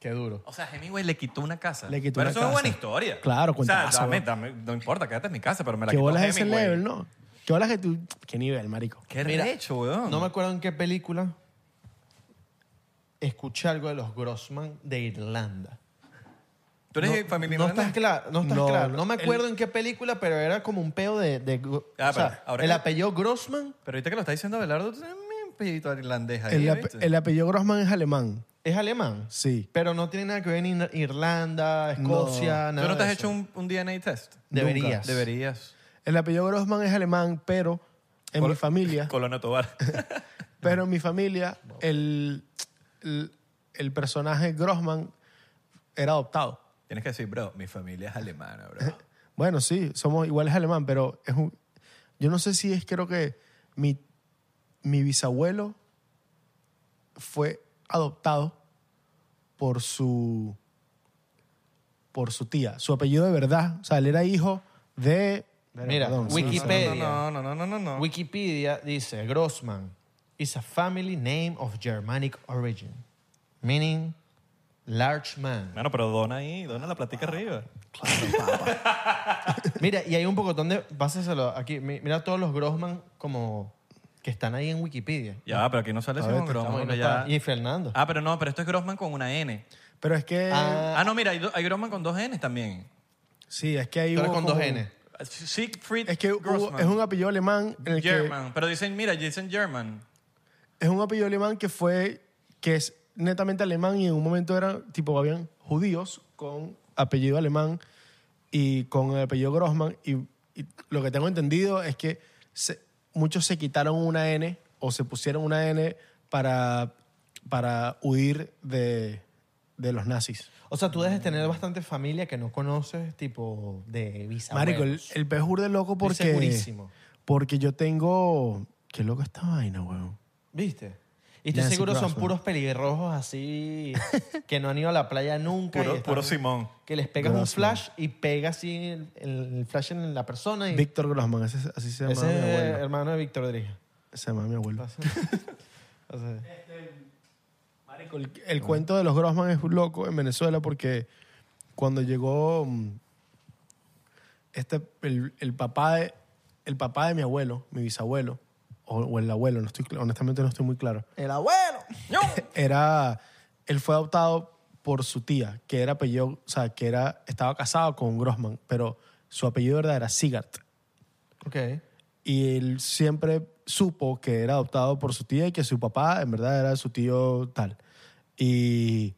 [SPEAKER 2] Qué duro.
[SPEAKER 1] O sea, Hemingway le quitó una casa.
[SPEAKER 3] Le quitó
[SPEAKER 1] pero
[SPEAKER 3] una
[SPEAKER 1] eso es
[SPEAKER 3] casa.
[SPEAKER 1] buena historia.
[SPEAKER 3] Claro,
[SPEAKER 1] O sea,
[SPEAKER 3] cuentazo,
[SPEAKER 1] dame,
[SPEAKER 3] ¿no?
[SPEAKER 1] dame- no importa, quédate en mi casa, pero me la
[SPEAKER 3] Qué
[SPEAKER 1] quitó
[SPEAKER 3] bolas ese
[SPEAKER 1] Hemingway.
[SPEAKER 3] level, ¿no? Qué bolas que tú, qué nivel, marico.
[SPEAKER 1] Qué
[SPEAKER 2] Mira,
[SPEAKER 1] recho, weón.
[SPEAKER 2] No me acuerdo en qué película escuché algo de los Grossman de Irlanda.
[SPEAKER 1] Tú eres familia
[SPEAKER 2] No
[SPEAKER 1] grande?
[SPEAKER 2] estás claro, no estás
[SPEAKER 3] No,
[SPEAKER 2] claro.
[SPEAKER 3] no,
[SPEAKER 2] No me acuerdo en qué película, pero era como un peo de... de-
[SPEAKER 1] Ah,
[SPEAKER 2] o sea,
[SPEAKER 1] pero ahora
[SPEAKER 2] el
[SPEAKER 1] que-
[SPEAKER 2] apellido Grossman
[SPEAKER 1] Pero ahorita que lo está diciendo Belardo, tú tienes un pedito irlandés ahí,
[SPEAKER 3] El, ape-
[SPEAKER 1] ¿viste?
[SPEAKER 3] el apellido Grossman es alemán.
[SPEAKER 2] es alemán.
[SPEAKER 3] Sí.
[SPEAKER 2] Pero no tiene nada que ver en Irlanda, Escocia,
[SPEAKER 1] ¿Tú
[SPEAKER 2] nada
[SPEAKER 1] no te
[SPEAKER 2] de
[SPEAKER 1] has
[SPEAKER 2] eso.
[SPEAKER 1] hecho un, un DNA test?
[SPEAKER 2] Deberías.
[SPEAKER 3] [LAUGHS]
[SPEAKER 1] Deberías.
[SPEAKER 3] El apellido Grossman es alemán, pero
[SPEAKER 1] [LAUGHS]
[SPEAKER 3] en
[SPEAKER 1] Col-
[SPEAKER 3] mi familia,
[SPEAKER 1] Colono Tobar.
[SPEAKER 3] pero en mi familia el, el, el personaje Grossman era adoptado.
[SPEAKER 1] Tienes que decir, bro, mi familia es alemana, bro.
[SPEAKER 3] Bueno, sí, somos iguales alemán, pero es un... Yo no sé si es, creo que mi, mi bisabuelo fue adoptado por su, por su tía. Su apellido de verdad, o sea, él era hijo de...
[SPEAKER 2] Mira,
[SPEAKER 3] perdón, sí,
[SPEAKER 2] Wikipedia.
[SPEAKER 1] No, no, no, no, no, no.
[SPEAKER 2] Wikipedia dice Grossman is a family name of Germanic origin, meaning large
[SPEAKER 1] [LAUGHS]
[SPEAKER 2] man.
[SPEAKER 1] Bueno, pero dona ahí, dona la platica arriba.
[SPEAKER 2] Mira, y hay un pocotón de. Pásaselo aquí. Mi- Mira todos los Grossman como que están ahí en Wikipedia.
[SPEAKER 1] Ya, pero aquí no sale ese
[SPEAKER 3] ver,
[SPEAKER 1] con
[SPEAKER 3] te
[SPEAKER 1] Grossman.
[SPEAKER 2] Estamos-
[SPEAKER 1] hombre, ya.
[SPEAKER 2] Y Fernando.
[SPEAKER 1] Ah, pero no, pero esto es Grossman con una N.
[SPEAKER 3] Pero es que...
[SPEAKER 2] Ah,
[SPEAKER 1] Ah, no, mira, hay, do- hay Grossman con dos Ns también.
[SPEAKER 3] sí, es que ahí
[SPEAKER 2] tú eres
[SPEAKER 3] hubo
[SPEAKER 2] con dos
[SPEAKER 3] como-
[SPEAKER 2] N.
[SPEAKER 1] Siegfried
[SPEAKER 3] Es que hubo-
[SPEAKER 1] Grossman.
[SPEAKER 3] es un apellido alemán en el que...
[SPEAKER 1] German. Pero dicen, mira, dicen German.
[SPEAKER 3] es un apellido alemán que fue que es netamente alemán y en un momento era tipo habían judíos con apellido alemán y con el apellido Grossman y, y lo que tengo entendido es que se- muchos se quitaron una N o se pusieron una N para para huir de, de los nazis.
[SPEAKER 2] O sea, tú debes tener bastante familia que no conoces, tipo de visa.
[SPEAKER 3] Marico, el, el pejur de loco porque
[SPEAKER 2] segurísimo.
[SPEAKER 3] porque yo tengo qué loco esta vaina, weón.
[SPEAKER 2] ¿Viste? Y estoy
[SPEAKER 3] Nancy
[SPEAKER 2] seguro son
[SPEAKER 3] Grossman.
[SPEAKER 2] puros pelirrojos
[SPEAKER 3] [LAUGHS]
[SPEAKER 2] así, que no han ido a la playa nunca. y
[SPEAKER 1] Puro,
[SPEAKER 2] están-
[SPEAKER 1] puro Simón.
[SPEAKER 2] Que les pegas un
[SPEAKER 3] Grossman.
[SPEAKER 2] flash y pega así el, el flash en la persona. Y
[SPEAKER 3] Víctor Grossman, ese- así se llama
[SPEAKER 2] ese
[SPEAKER 3] mi
[SPEAKER 2] es
[SPEAKER 3] abuelo.
[SPEAKER 2] hermano de Víctor
[SPEAKER 3] [LAUGHS]
[SPEAKER 2] Drija.
[SPEAKER 3] Se llama mi abuelo.
[SPEAKER 2] O sea,
[SPEAKER 3] Marico, el, el cuento de los Grossman es loco en Venezuela porque cuando llegó mm, este, el, el papá de, el papá de mi abuelo, mi bisabuelo, o, o el abuelo, no estoy, cl- honestamente no estoy muy claro,
[SPEAKER 8] El abuelo.
[SPEAKER 3] era, él fue adoptado por su tía, que era apellido, o sea, que era, estaba casado con un Grossman, pero su apellido de verdad era Sigart.
[SPEAKER 2] ok.
[SPEAKER 3] Y él siempre supo que era adoptado por su tía y que su papá en verdad era su tío tal. Y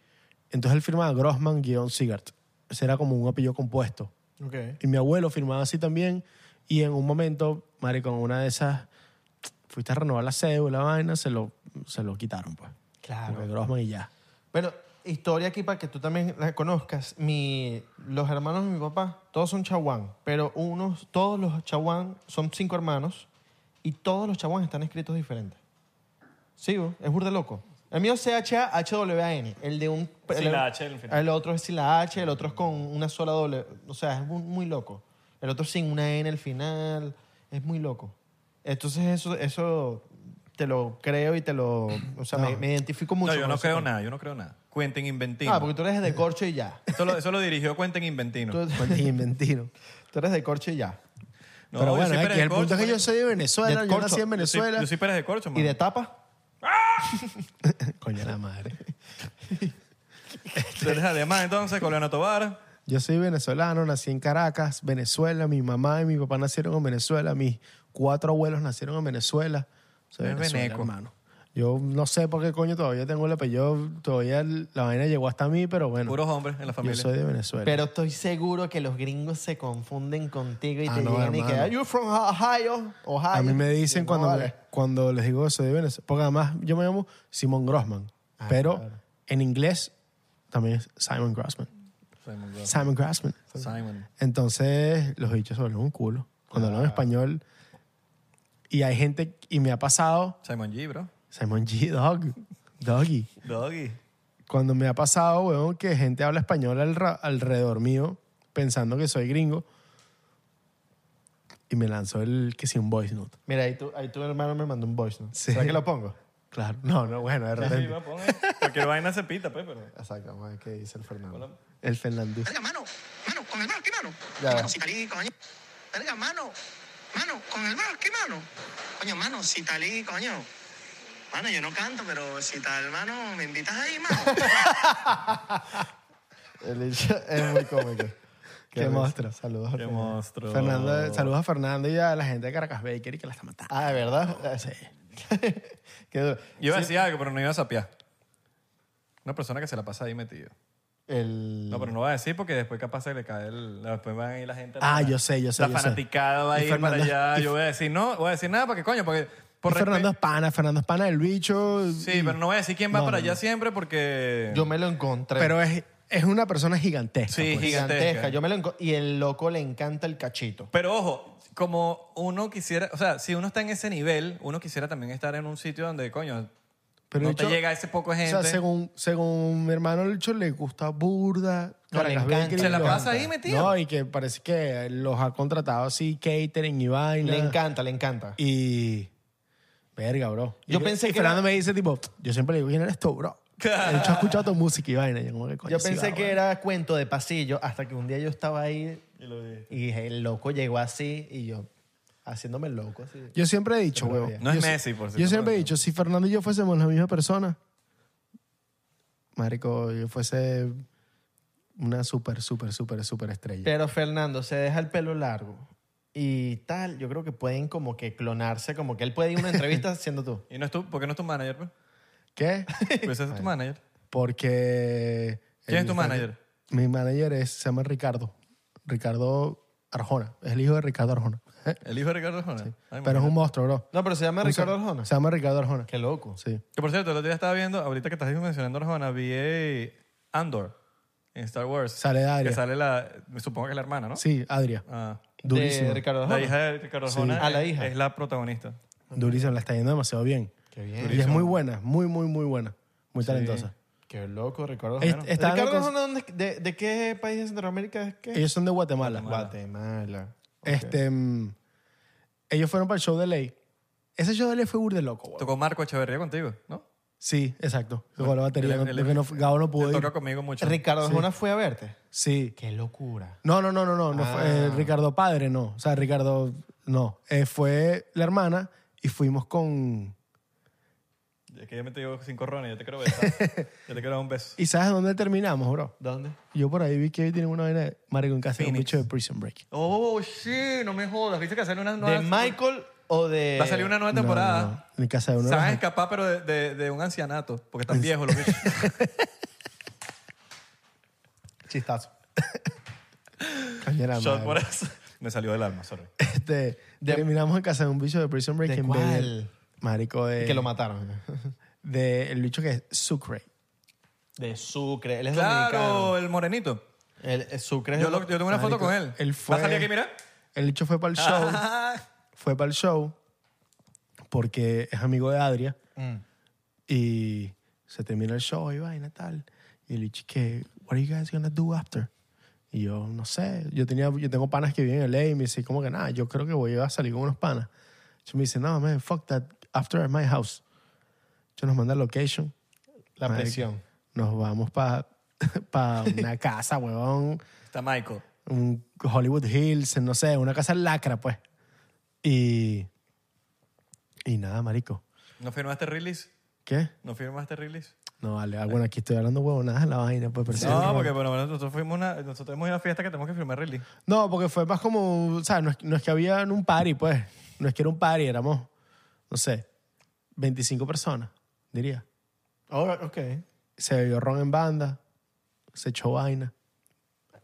[SPEAKER 3] entonces él firmaba Grossman-Sigart. Ese era como un apellido compuesto.
[SPEAKER 2] Okay.
[SPEAKER 3] Y mi abuelo firmaba así también. Y en un momento, marico, en una de esas, fuiste a renovar la cédula, la vaina, se lo, se lo quitaron, pues.
[SPEAKER 2] Claro.
[SPEAKER 3] Porque Grossman y ya.
[SPEAKER 2] Bueno, historia aquí para que tú también la conozcas. Mi, los hermanos de mi papá, todos son chaguán, pero unos, todos los chaguán son cinco hermanos y todos los chaguán están escritos diferentes. Sí, bo, es burde loco. El mío es C-H-A-H-W-A-N. El de un.
[SPEAKER 1] Sí,
[SPEAKER 2] el,
[SPEAKER 1] la H al final.
[SPEAKER 2] el otro es sin la H, el otro es con una sola doble. O sea, es muy, muy loco. El otro sin una N al final. Es muy loco. Entonces, eso, eso te lo creo y te lo. O sea, me, me identifico mucho.
[SPEAKER 1] No, yo
[SPEAKER 2] con
[SPEAKER 1] no
[SPEAKER 2] ese
[SPEAKER 1] creo
[SPEAKER 2] cuento.
[SPEAKER 1] nada, yo no creo nada. Cuenten Inventino.
[SPEAKER 2] Ah, porque tú eres de corcho y ya.
[SPEAKER 1] eso, lo, eso lo dirigió Cuenten Inventino.
[SPEAKER 2] Tú,
[SPEAKER 3] Cuentan Pues, y mentiro.
[SPEAKER 2] tú eres de corcho y ya.
[SPEAKER 1] [LAUGHS] No,
[SPEAKER 3] Pero
[SPEAKER 1] yo
[SPEAKER 3] bueno,
[SPEAKER 1] soy Pérez
[SPEAKER 3] aquí
[SPEAKER 1] de
[SPEAKER 3] el punto
[SPEAKER 1] Corcho,
[SPEAKER 3] es que yo
[SPEAKER 1] marico.
[SPEAKER 3] soy de Venezuela,
[SPEAKER 2] Del
[SPEAKER 3] yo
[SPEAKER 2] corcho.
[SPEAKER 3] nací en
[SPEAKER 1] Yo soy-
[SPEAKER 3] Venezuela.
[SPEAKER 1] Yo soy Pérez de Corcho,
[SPEAKER 2] ¿Y de
[SPEAKER 1] man.
[SPEAKER 2] tapa?
[SPEAKER 3] Coño, la madre.
[SPEAKER 1] Tú eres además entonces, Coliano Tobar.
[SPEAKER 3] Yo soy venezolano, nací en Caracas, Venezuela. Mi mamá y mi papá nacieron en Venezuela. Mis cuatro abuelos nacieron en Venezuela. Soy
[SPEAKER 1] Eres
[SPEAKER 3] Venezuela,
[SPEAKER 1] veneco.
[SPEAKER 3] hermano. Yo no sé por qué coño todavía tengo el apellido. Todavía el- la vaina llegó hasta mí, pero bueno.
[SPEAKER 1] Puros hombres en la
[SPEAKER 3] yo
[SPEAKER 1] familia.
[SPEAKER 3] soy de Venezuela.
[SPEAKER 2] Pero estoy seguro que los gringos se confunden contigo y
[SPEAKER 3] Ah,
[SPEAKER 2] te
[SPEAKER 3] no,
[SPEAKER 2] llegan y que,
[SPEAKER 3] hermano.
[SPEAKER 2] "Are you from Ohio? Ohio.
[SPEAKER 3] a mí me
[SPEAKER 2] Y
[SPEAKER 3] dicen
[SPEAKER 2] no
[SPEAKER 3] cuando, me-
[SPEAKER 2] vale.
[SPEAKER 3] cuando les digo que soy de Venezuela. Porque además yo me llamo Simón Grossman.
[SPEAKER 1] Ah,
[SPEAKER 3] pero en inglés también es Simon Grossman.
[SPEAKER 1] Simon Grossman.
[SPEAKER 3] Simon Grossman.
[SPEAKER 1] Simon.
[SPEAKER 3] Entonces, los bichos se vuelven un culo. Cuando hablan español. Y hay gente, y me ha pasado,
[SPEAKER 1] Simon G, bro.
[SPEAKER 3] Simon G. Dog, Doggy.
[SPEAKER 1] Doggy.
[SPEAKER 3] Cuando me ha pasado, weón, que gente habla español al ra- alrededor mío, pensando que soy gringo. Y me lanzó el que sí, un voice note.
[SPEAKER 2] Mira, ahí tu, ahí tu hermano me mandó un voice, ¿no?
[SPEAKER 3] Sí.
[SPEAKER 2] ¿Será que lo pongo?
[SPEAKER 3] Claro. No, no, bueno, de
[SPEAKER 1] Sí,
[SPEAKER 3] repente.
[SPEAKER 1] me pongo- Cualquier vaina se pita, pues, pero.
[SPEAKER 2] Exacto, vamos a ver qué dice el Fernando.
[SPEAKER 3] El Fernández.
[SPEAKER 9] Verga, mano, mano, con el mar, ¿qué mano?
[SPEAKER 2] Ya.
[SPEAKER 9] Mano, si talí, coño. Verga, mano, mano, con el mar, ¿qué mano? Coño, mano, si talí, coño. Mano, yo no canto, pero si tal, mano, me invitas ahí, mano.
[SPEAKER 2] El bicho [LAUGHS] es muy cómico.
[SPEAKER 3] Qué
[SPEAKER 2] risa.
[SPEAKER 3] monstruo.
[SPEAKER 2] Saludos.
[SPEAKER 1] Qué monstruo.
[SPEAKER 3] Fernando, saludos a Fernando y a la gente de Caracas Bakery que la está matando.
[SPEAKER 2] Ah, ¿de verdad?
[SPEAKER 3] [LAUGHS]
[SPEAKER 2] Sí. qué duro.
[SPEAKER 1] Yo iba a decir algo, pero no iba a sapear. Una persona que se la pasa ahí metido.
[SPEAKER 2] El...
[SPEAKER 1] No, pero no va a decir porque después capaz se le cae el... Después van ahí la gente... a la-
[SPEAKER 3] Ah, yo sé, yo sé,
[SPEAKER 1] La
[SPEAKER 3] yo sé.
[SPEAKER 1] fanaticada va a
[SPEAKER 3] Y
[SPEAKER 1] ir
[SPEAKER 3] Fernando-
[SPEAKER 1] para allá.
[SPEAKER 3] y-
[SPEAKER 1] Yo voy a decir no, voy a decir nada porque coño, porque...
[SPEAKER 3] Y
[SPEAKER 1] Por
[SPEAKER 3] Fernando
[SPEAKER 1] respeto-
[SPEAKER 3] es pana, Fernando es pana, el bicho.
[SPEAKER 1] Sí, pero no voy a decir quién va
[SPEAKER 3] No,
[SPEAKER 1] para
[SPEAKER 3] no,
[SPEAKER 1] allá siempre porque...
[SPEAKER 2] Yo me lo encontré.
[SPEAKER 3] Pero es, es una persona gigantesca.
[SPEAKER 1] Sí,
[SPEAKER 3] pues.
[SPEAKER 1] gigantesca.
[SPEAKER 2] Yo me lo enco- y el loco le encanta el cachito.
[SPEAKER 1] Pero ojo, como uno quisiera, o sea, si uno está en ese nivel, uno quisiera también estar en un sitio donde, coño,
[SPEAKER 3] Pero
[SPEAKER 1] no
[SPEAKER 3] el
[SPEAKER 1] te
[SPEAKER 3] cho-
[SPEAKER 1] llega ese poco de gente.
[SPEAKER 3] O sea, según, según mi hermano, el hecho le gusta burda.
[SPEAKER 2] No, le
[SPEAKER 3] Caracas
[SPEAKER 2] encanta.
[SPEAKER 3] Bakery,
[SPEAKER 1] Se la
[SPEAKER 3] lo-
[SPEAKER 1] pasa ahí metido.
[SPEAKER 3] No, y que parece que los ha contratado así, catering y vaina.
[SPEAKER 2] Le encanta, le encanta.
[SPEAKER 3] Y. Verga, bro.
[SPEAKER 2] Yo
[SPEAKER 3] Y-
[SPEAKER 2] pensé
[SPEAKER 3] y
[SPEAKER 2] que
[SPEAKER 3] Fernando
[SPEAKER 2] era-
[SPEAKER 3] me dice, tipo, yo siempre le digo, ¿quién eres tú, bro? De hecho, he escuchado tu música y vaina. Yo, como que, coño,
[SPEAKER 2] Yo
[SPEAKER 3] Pues sí
[SPEAKER 2] pensé
[SPEAKER 3] va,
[SPEAKER 2] que
[SPEAKER 3] bro.
[SPEAKER 2] era cuento de pasillo hasta que un día yo estaba ahí y el loco llegó así y yo haciéndome el loco así.
[SPEAKER 3] Yo siempre he dicho, huevo.
[SPEAKER 1] No es
[SPEAKER 3] yo si-
[SPEAKER 1] Messi, por
[SPEAKER 3] Yo
[SPEAKER 1] cierto.
[SPEAKER 3] siempre he dicho, si Fernando y yo fuésemos la misma persona, marico, yo fuese una súper, súper, súper, súper estrella.
[SPEAKER 2] Pero Fernando se deja el pelo largo y tal, yo creo que pueden como que clonarse, como que él puede ir a una
[SPEAKER 3] [LAUGHS]
[SPEAKER 2] entrevista siendo tú.
[SPEAKER 1] ¿Y no es tú? ¿Por qué no es tu manager? pues?
[SPEAKER 3] ¿Qué?
[SPEAKER 1] Pues
[SPEAKER 3] [LAUGHS]
[SPEAKER 1] ese es tu manager.
[SPEAKER 3] Porque...
[SPEAKER 1] [LAUGHS] ¿Quién es
[SPEAKER 3] el-
[SPEAKER 1] tu manager?
[SPEAKER 3] Mi manager es, se llama Ricardo. Ricardo Arjona. Es el hijo de Ricardo Arjona.
[SPEAKER 1] El hijo de Ricardo Arjona. Ay,
[SPEAKER 3] Pero es un monstruo, bro.
[SPEAKER 2] No, pero se llama Ricardo Arjona.
[SPEAKER 3] Se llama Ricardo Arjona.
[SPEAKER 2] Qué loco.
[SPEAKER 3] Sí.
[SPEAKER 1] Que por cierto, el otro día estaba viendo, ahorita que estás mencionando a Arjona, vi eh, Andor en Star Wars.
[SPEAKER 3] Sale Adria.
[SPEAKER 1] Que sale la, supongo que es la hermana, ¿no?
[SPEAKER 3] Sí, Adria.
[SPEAKER 1] Ah.
[SPEAKER 3] Durísimo.
[SPEAKER 2] De Ricardo
[SPEAKER 1] La
[SPEAKER 2] Arjona.
[SPEAKER 1] hija de Ricardo Arjona
[SPEAKER 2] Ah, la
[SPEAKER 1] es-
[SPEAKER 2] hija.
[SPEAKER 1] es la protagonista.
[SPEAKER 3] Durísimo. La está yendo demasiado bien.
[SPEAKER 2] Qué bien.
[SPEAKER 3] Y es muy buena. Muy, muy, muy buena. Muy talentosa.
[SPEAKER 2] Qué loco, Ricardo
[SPEAKER 3] Es-
[SPEAKER 2] Arjona.
[SPEAKER 3] está-
[SPEAKER 2] Ricardo
[SPEAKER 3] con-
[SPEAKER 2] Arjona, ¿dónde- de, de qué país de Centroamérica es que?
[SPEAKER 3] Ellos son de Guatemala.
[SPEAKER 2] Guatemala.
[SPEAKER 3] Este, mm, ellos fueron para el show de Ley. Ese show de Ley fue burde loco, güey.
[SPEAKER 1] Tocó Marco Echeverría contigo, ¿no?
[SPEAKER 3] Sí, exacto. Tocó la batería.
[SPEAKER 1] Él-
[SPEAKER 3] no-
[SPEAKER 1] él-
[SPEAKER 3] porque no- Gabo no pudo
[SPEAKER 1] Él
[SPEAKER 3] ir.
[SPEAKER 1] toca conmigo mucho.
[SPEAKER 2] Ricardo Arjona fue a verte.
[SPEAKER 3] Sí.
[SPEAKER 2] Qué locura.
[SPEAKER 3] No, no, no, no, no. no fue- eh, Ricardo padre, no. O sea, Ricardo, no. Eh, fue la hermana y fuimos con...
[SPEAKER 1] Es que ya me te digo cinco rones, yo te quiero besar. yo te quiero dar un beso.
[SPEAKER 3] ¿Y sabes dónde terminamos, bro?
[SPEAKER 2] ¿Dónde?
[SPEAKER 3] Yo por ahí vi que hoy tienen una vaina de Marico en casa, un
[SPEAKER 1] Phoenix.
[SPEAKER 3] bicho de Prison Break.
[SPEAKER 1] Oh, sí, no me jodas. Viste que sale una nueva...
[SPEAKER 2] ¿De Michael o de...?
[SPEAKER 1] Va a salir una nueva temporada.
[SPEAKER 3] No, no, no. En casa de uno
[SPEAKER 1] Se
[SPEAKER 3] de
[SPEAKER 1] van a
[SPEAKER 3] los-
[SPEAKER 1] escapar, pero de, de- de un ancianato, porque están viejos los bichos.
[SPEAKER 2] Chistazo.
[SPEAKER 3] Coño, la
[SPEAKER 1] Shot
[SPEAKER 3] Ah, madre.
[SPEAKER 1] por eso. Me salió del alma, sorry.
[SPEAKER 3] [LAUGHS] Este, terminamos en casa de un bicho de Prison Break.
[SPEAKER 2] ¿De
[SPEAKER 3] que en vez de-
[SPEAKER 2] cuál?
[SPEAKER 3] Marico de...
[SPEAKER 2] Que lo mataron.
[SPEAKER 3] de el bicho que es Sucre.
[SPEAKER 2] [LAUGHS] De Sucre. Él es
[SPEAKER 1] Claro,
[SPEAKER 2] dominicano.
[SPEAKER 1] el morenito.
[SPEAKER 2] Él es Sucre. es
[SPEAKER 1] Yo, lo-
[SPEAKER 2] domin-
[SPEAKER 1] yo tengo una foto
[SPEAKER 3] Marico,
[SPEAKER 1] con él.
[SPEAKER 3] él fue-
[SPEAKER 1] ¿Va a salir aquí, mira?
[SPEAKER 3] El bicho fue para el show. fue para el show porque es amigo de Adria y se termina el show y vaina tal y el bicho que what are you guys gonna do after y yo no sé yo tenía yo tengo panas que viven en LA y me dice como que nada yo creo que voy a salir con unos panas yo me dice no man fuck that after at my house yo nos manda location
[SPEAKER 2] La
[SPEAKER 3] Marico,
[SPEAKER 2] presión.
[SPEAKER 3] nos vamos para [LAUGHS] pa una casa huevón
[SPEAKER 1] [LAUGHS] Está Michael.
[SPEAKER 3] un Hollywood Hills, no sé, una casa lacra, pues. Y. Y nada, marico.
[SPEAKER 1] ¿No firmaste release?
[SPEAKER 3] ¿Qué?
[SPEAKER 1] ¿No firmaste release?
[SPEAKER 3] No, vale. ah, bueno, aquí estoy hablando huevonadas en la vaina, pues. pero sí,
[SPEAKER 1] no,
[SPEAKER 3] no,
[SPEAKER 1] porque bueno, nosotros fuimos una, nosotros hemos ido a una fiesta que tenemos que firmar release.
[SPEAKER 3] No, porque fue más como. O sea, no es, no es que había un party, pues. No es que era un party, éramos, no sé, 25 personas, diría.
[SPEAKER 2] Ahora, ok.
[SPEAKER 3] Se bebió ron en banda, se echó vaina.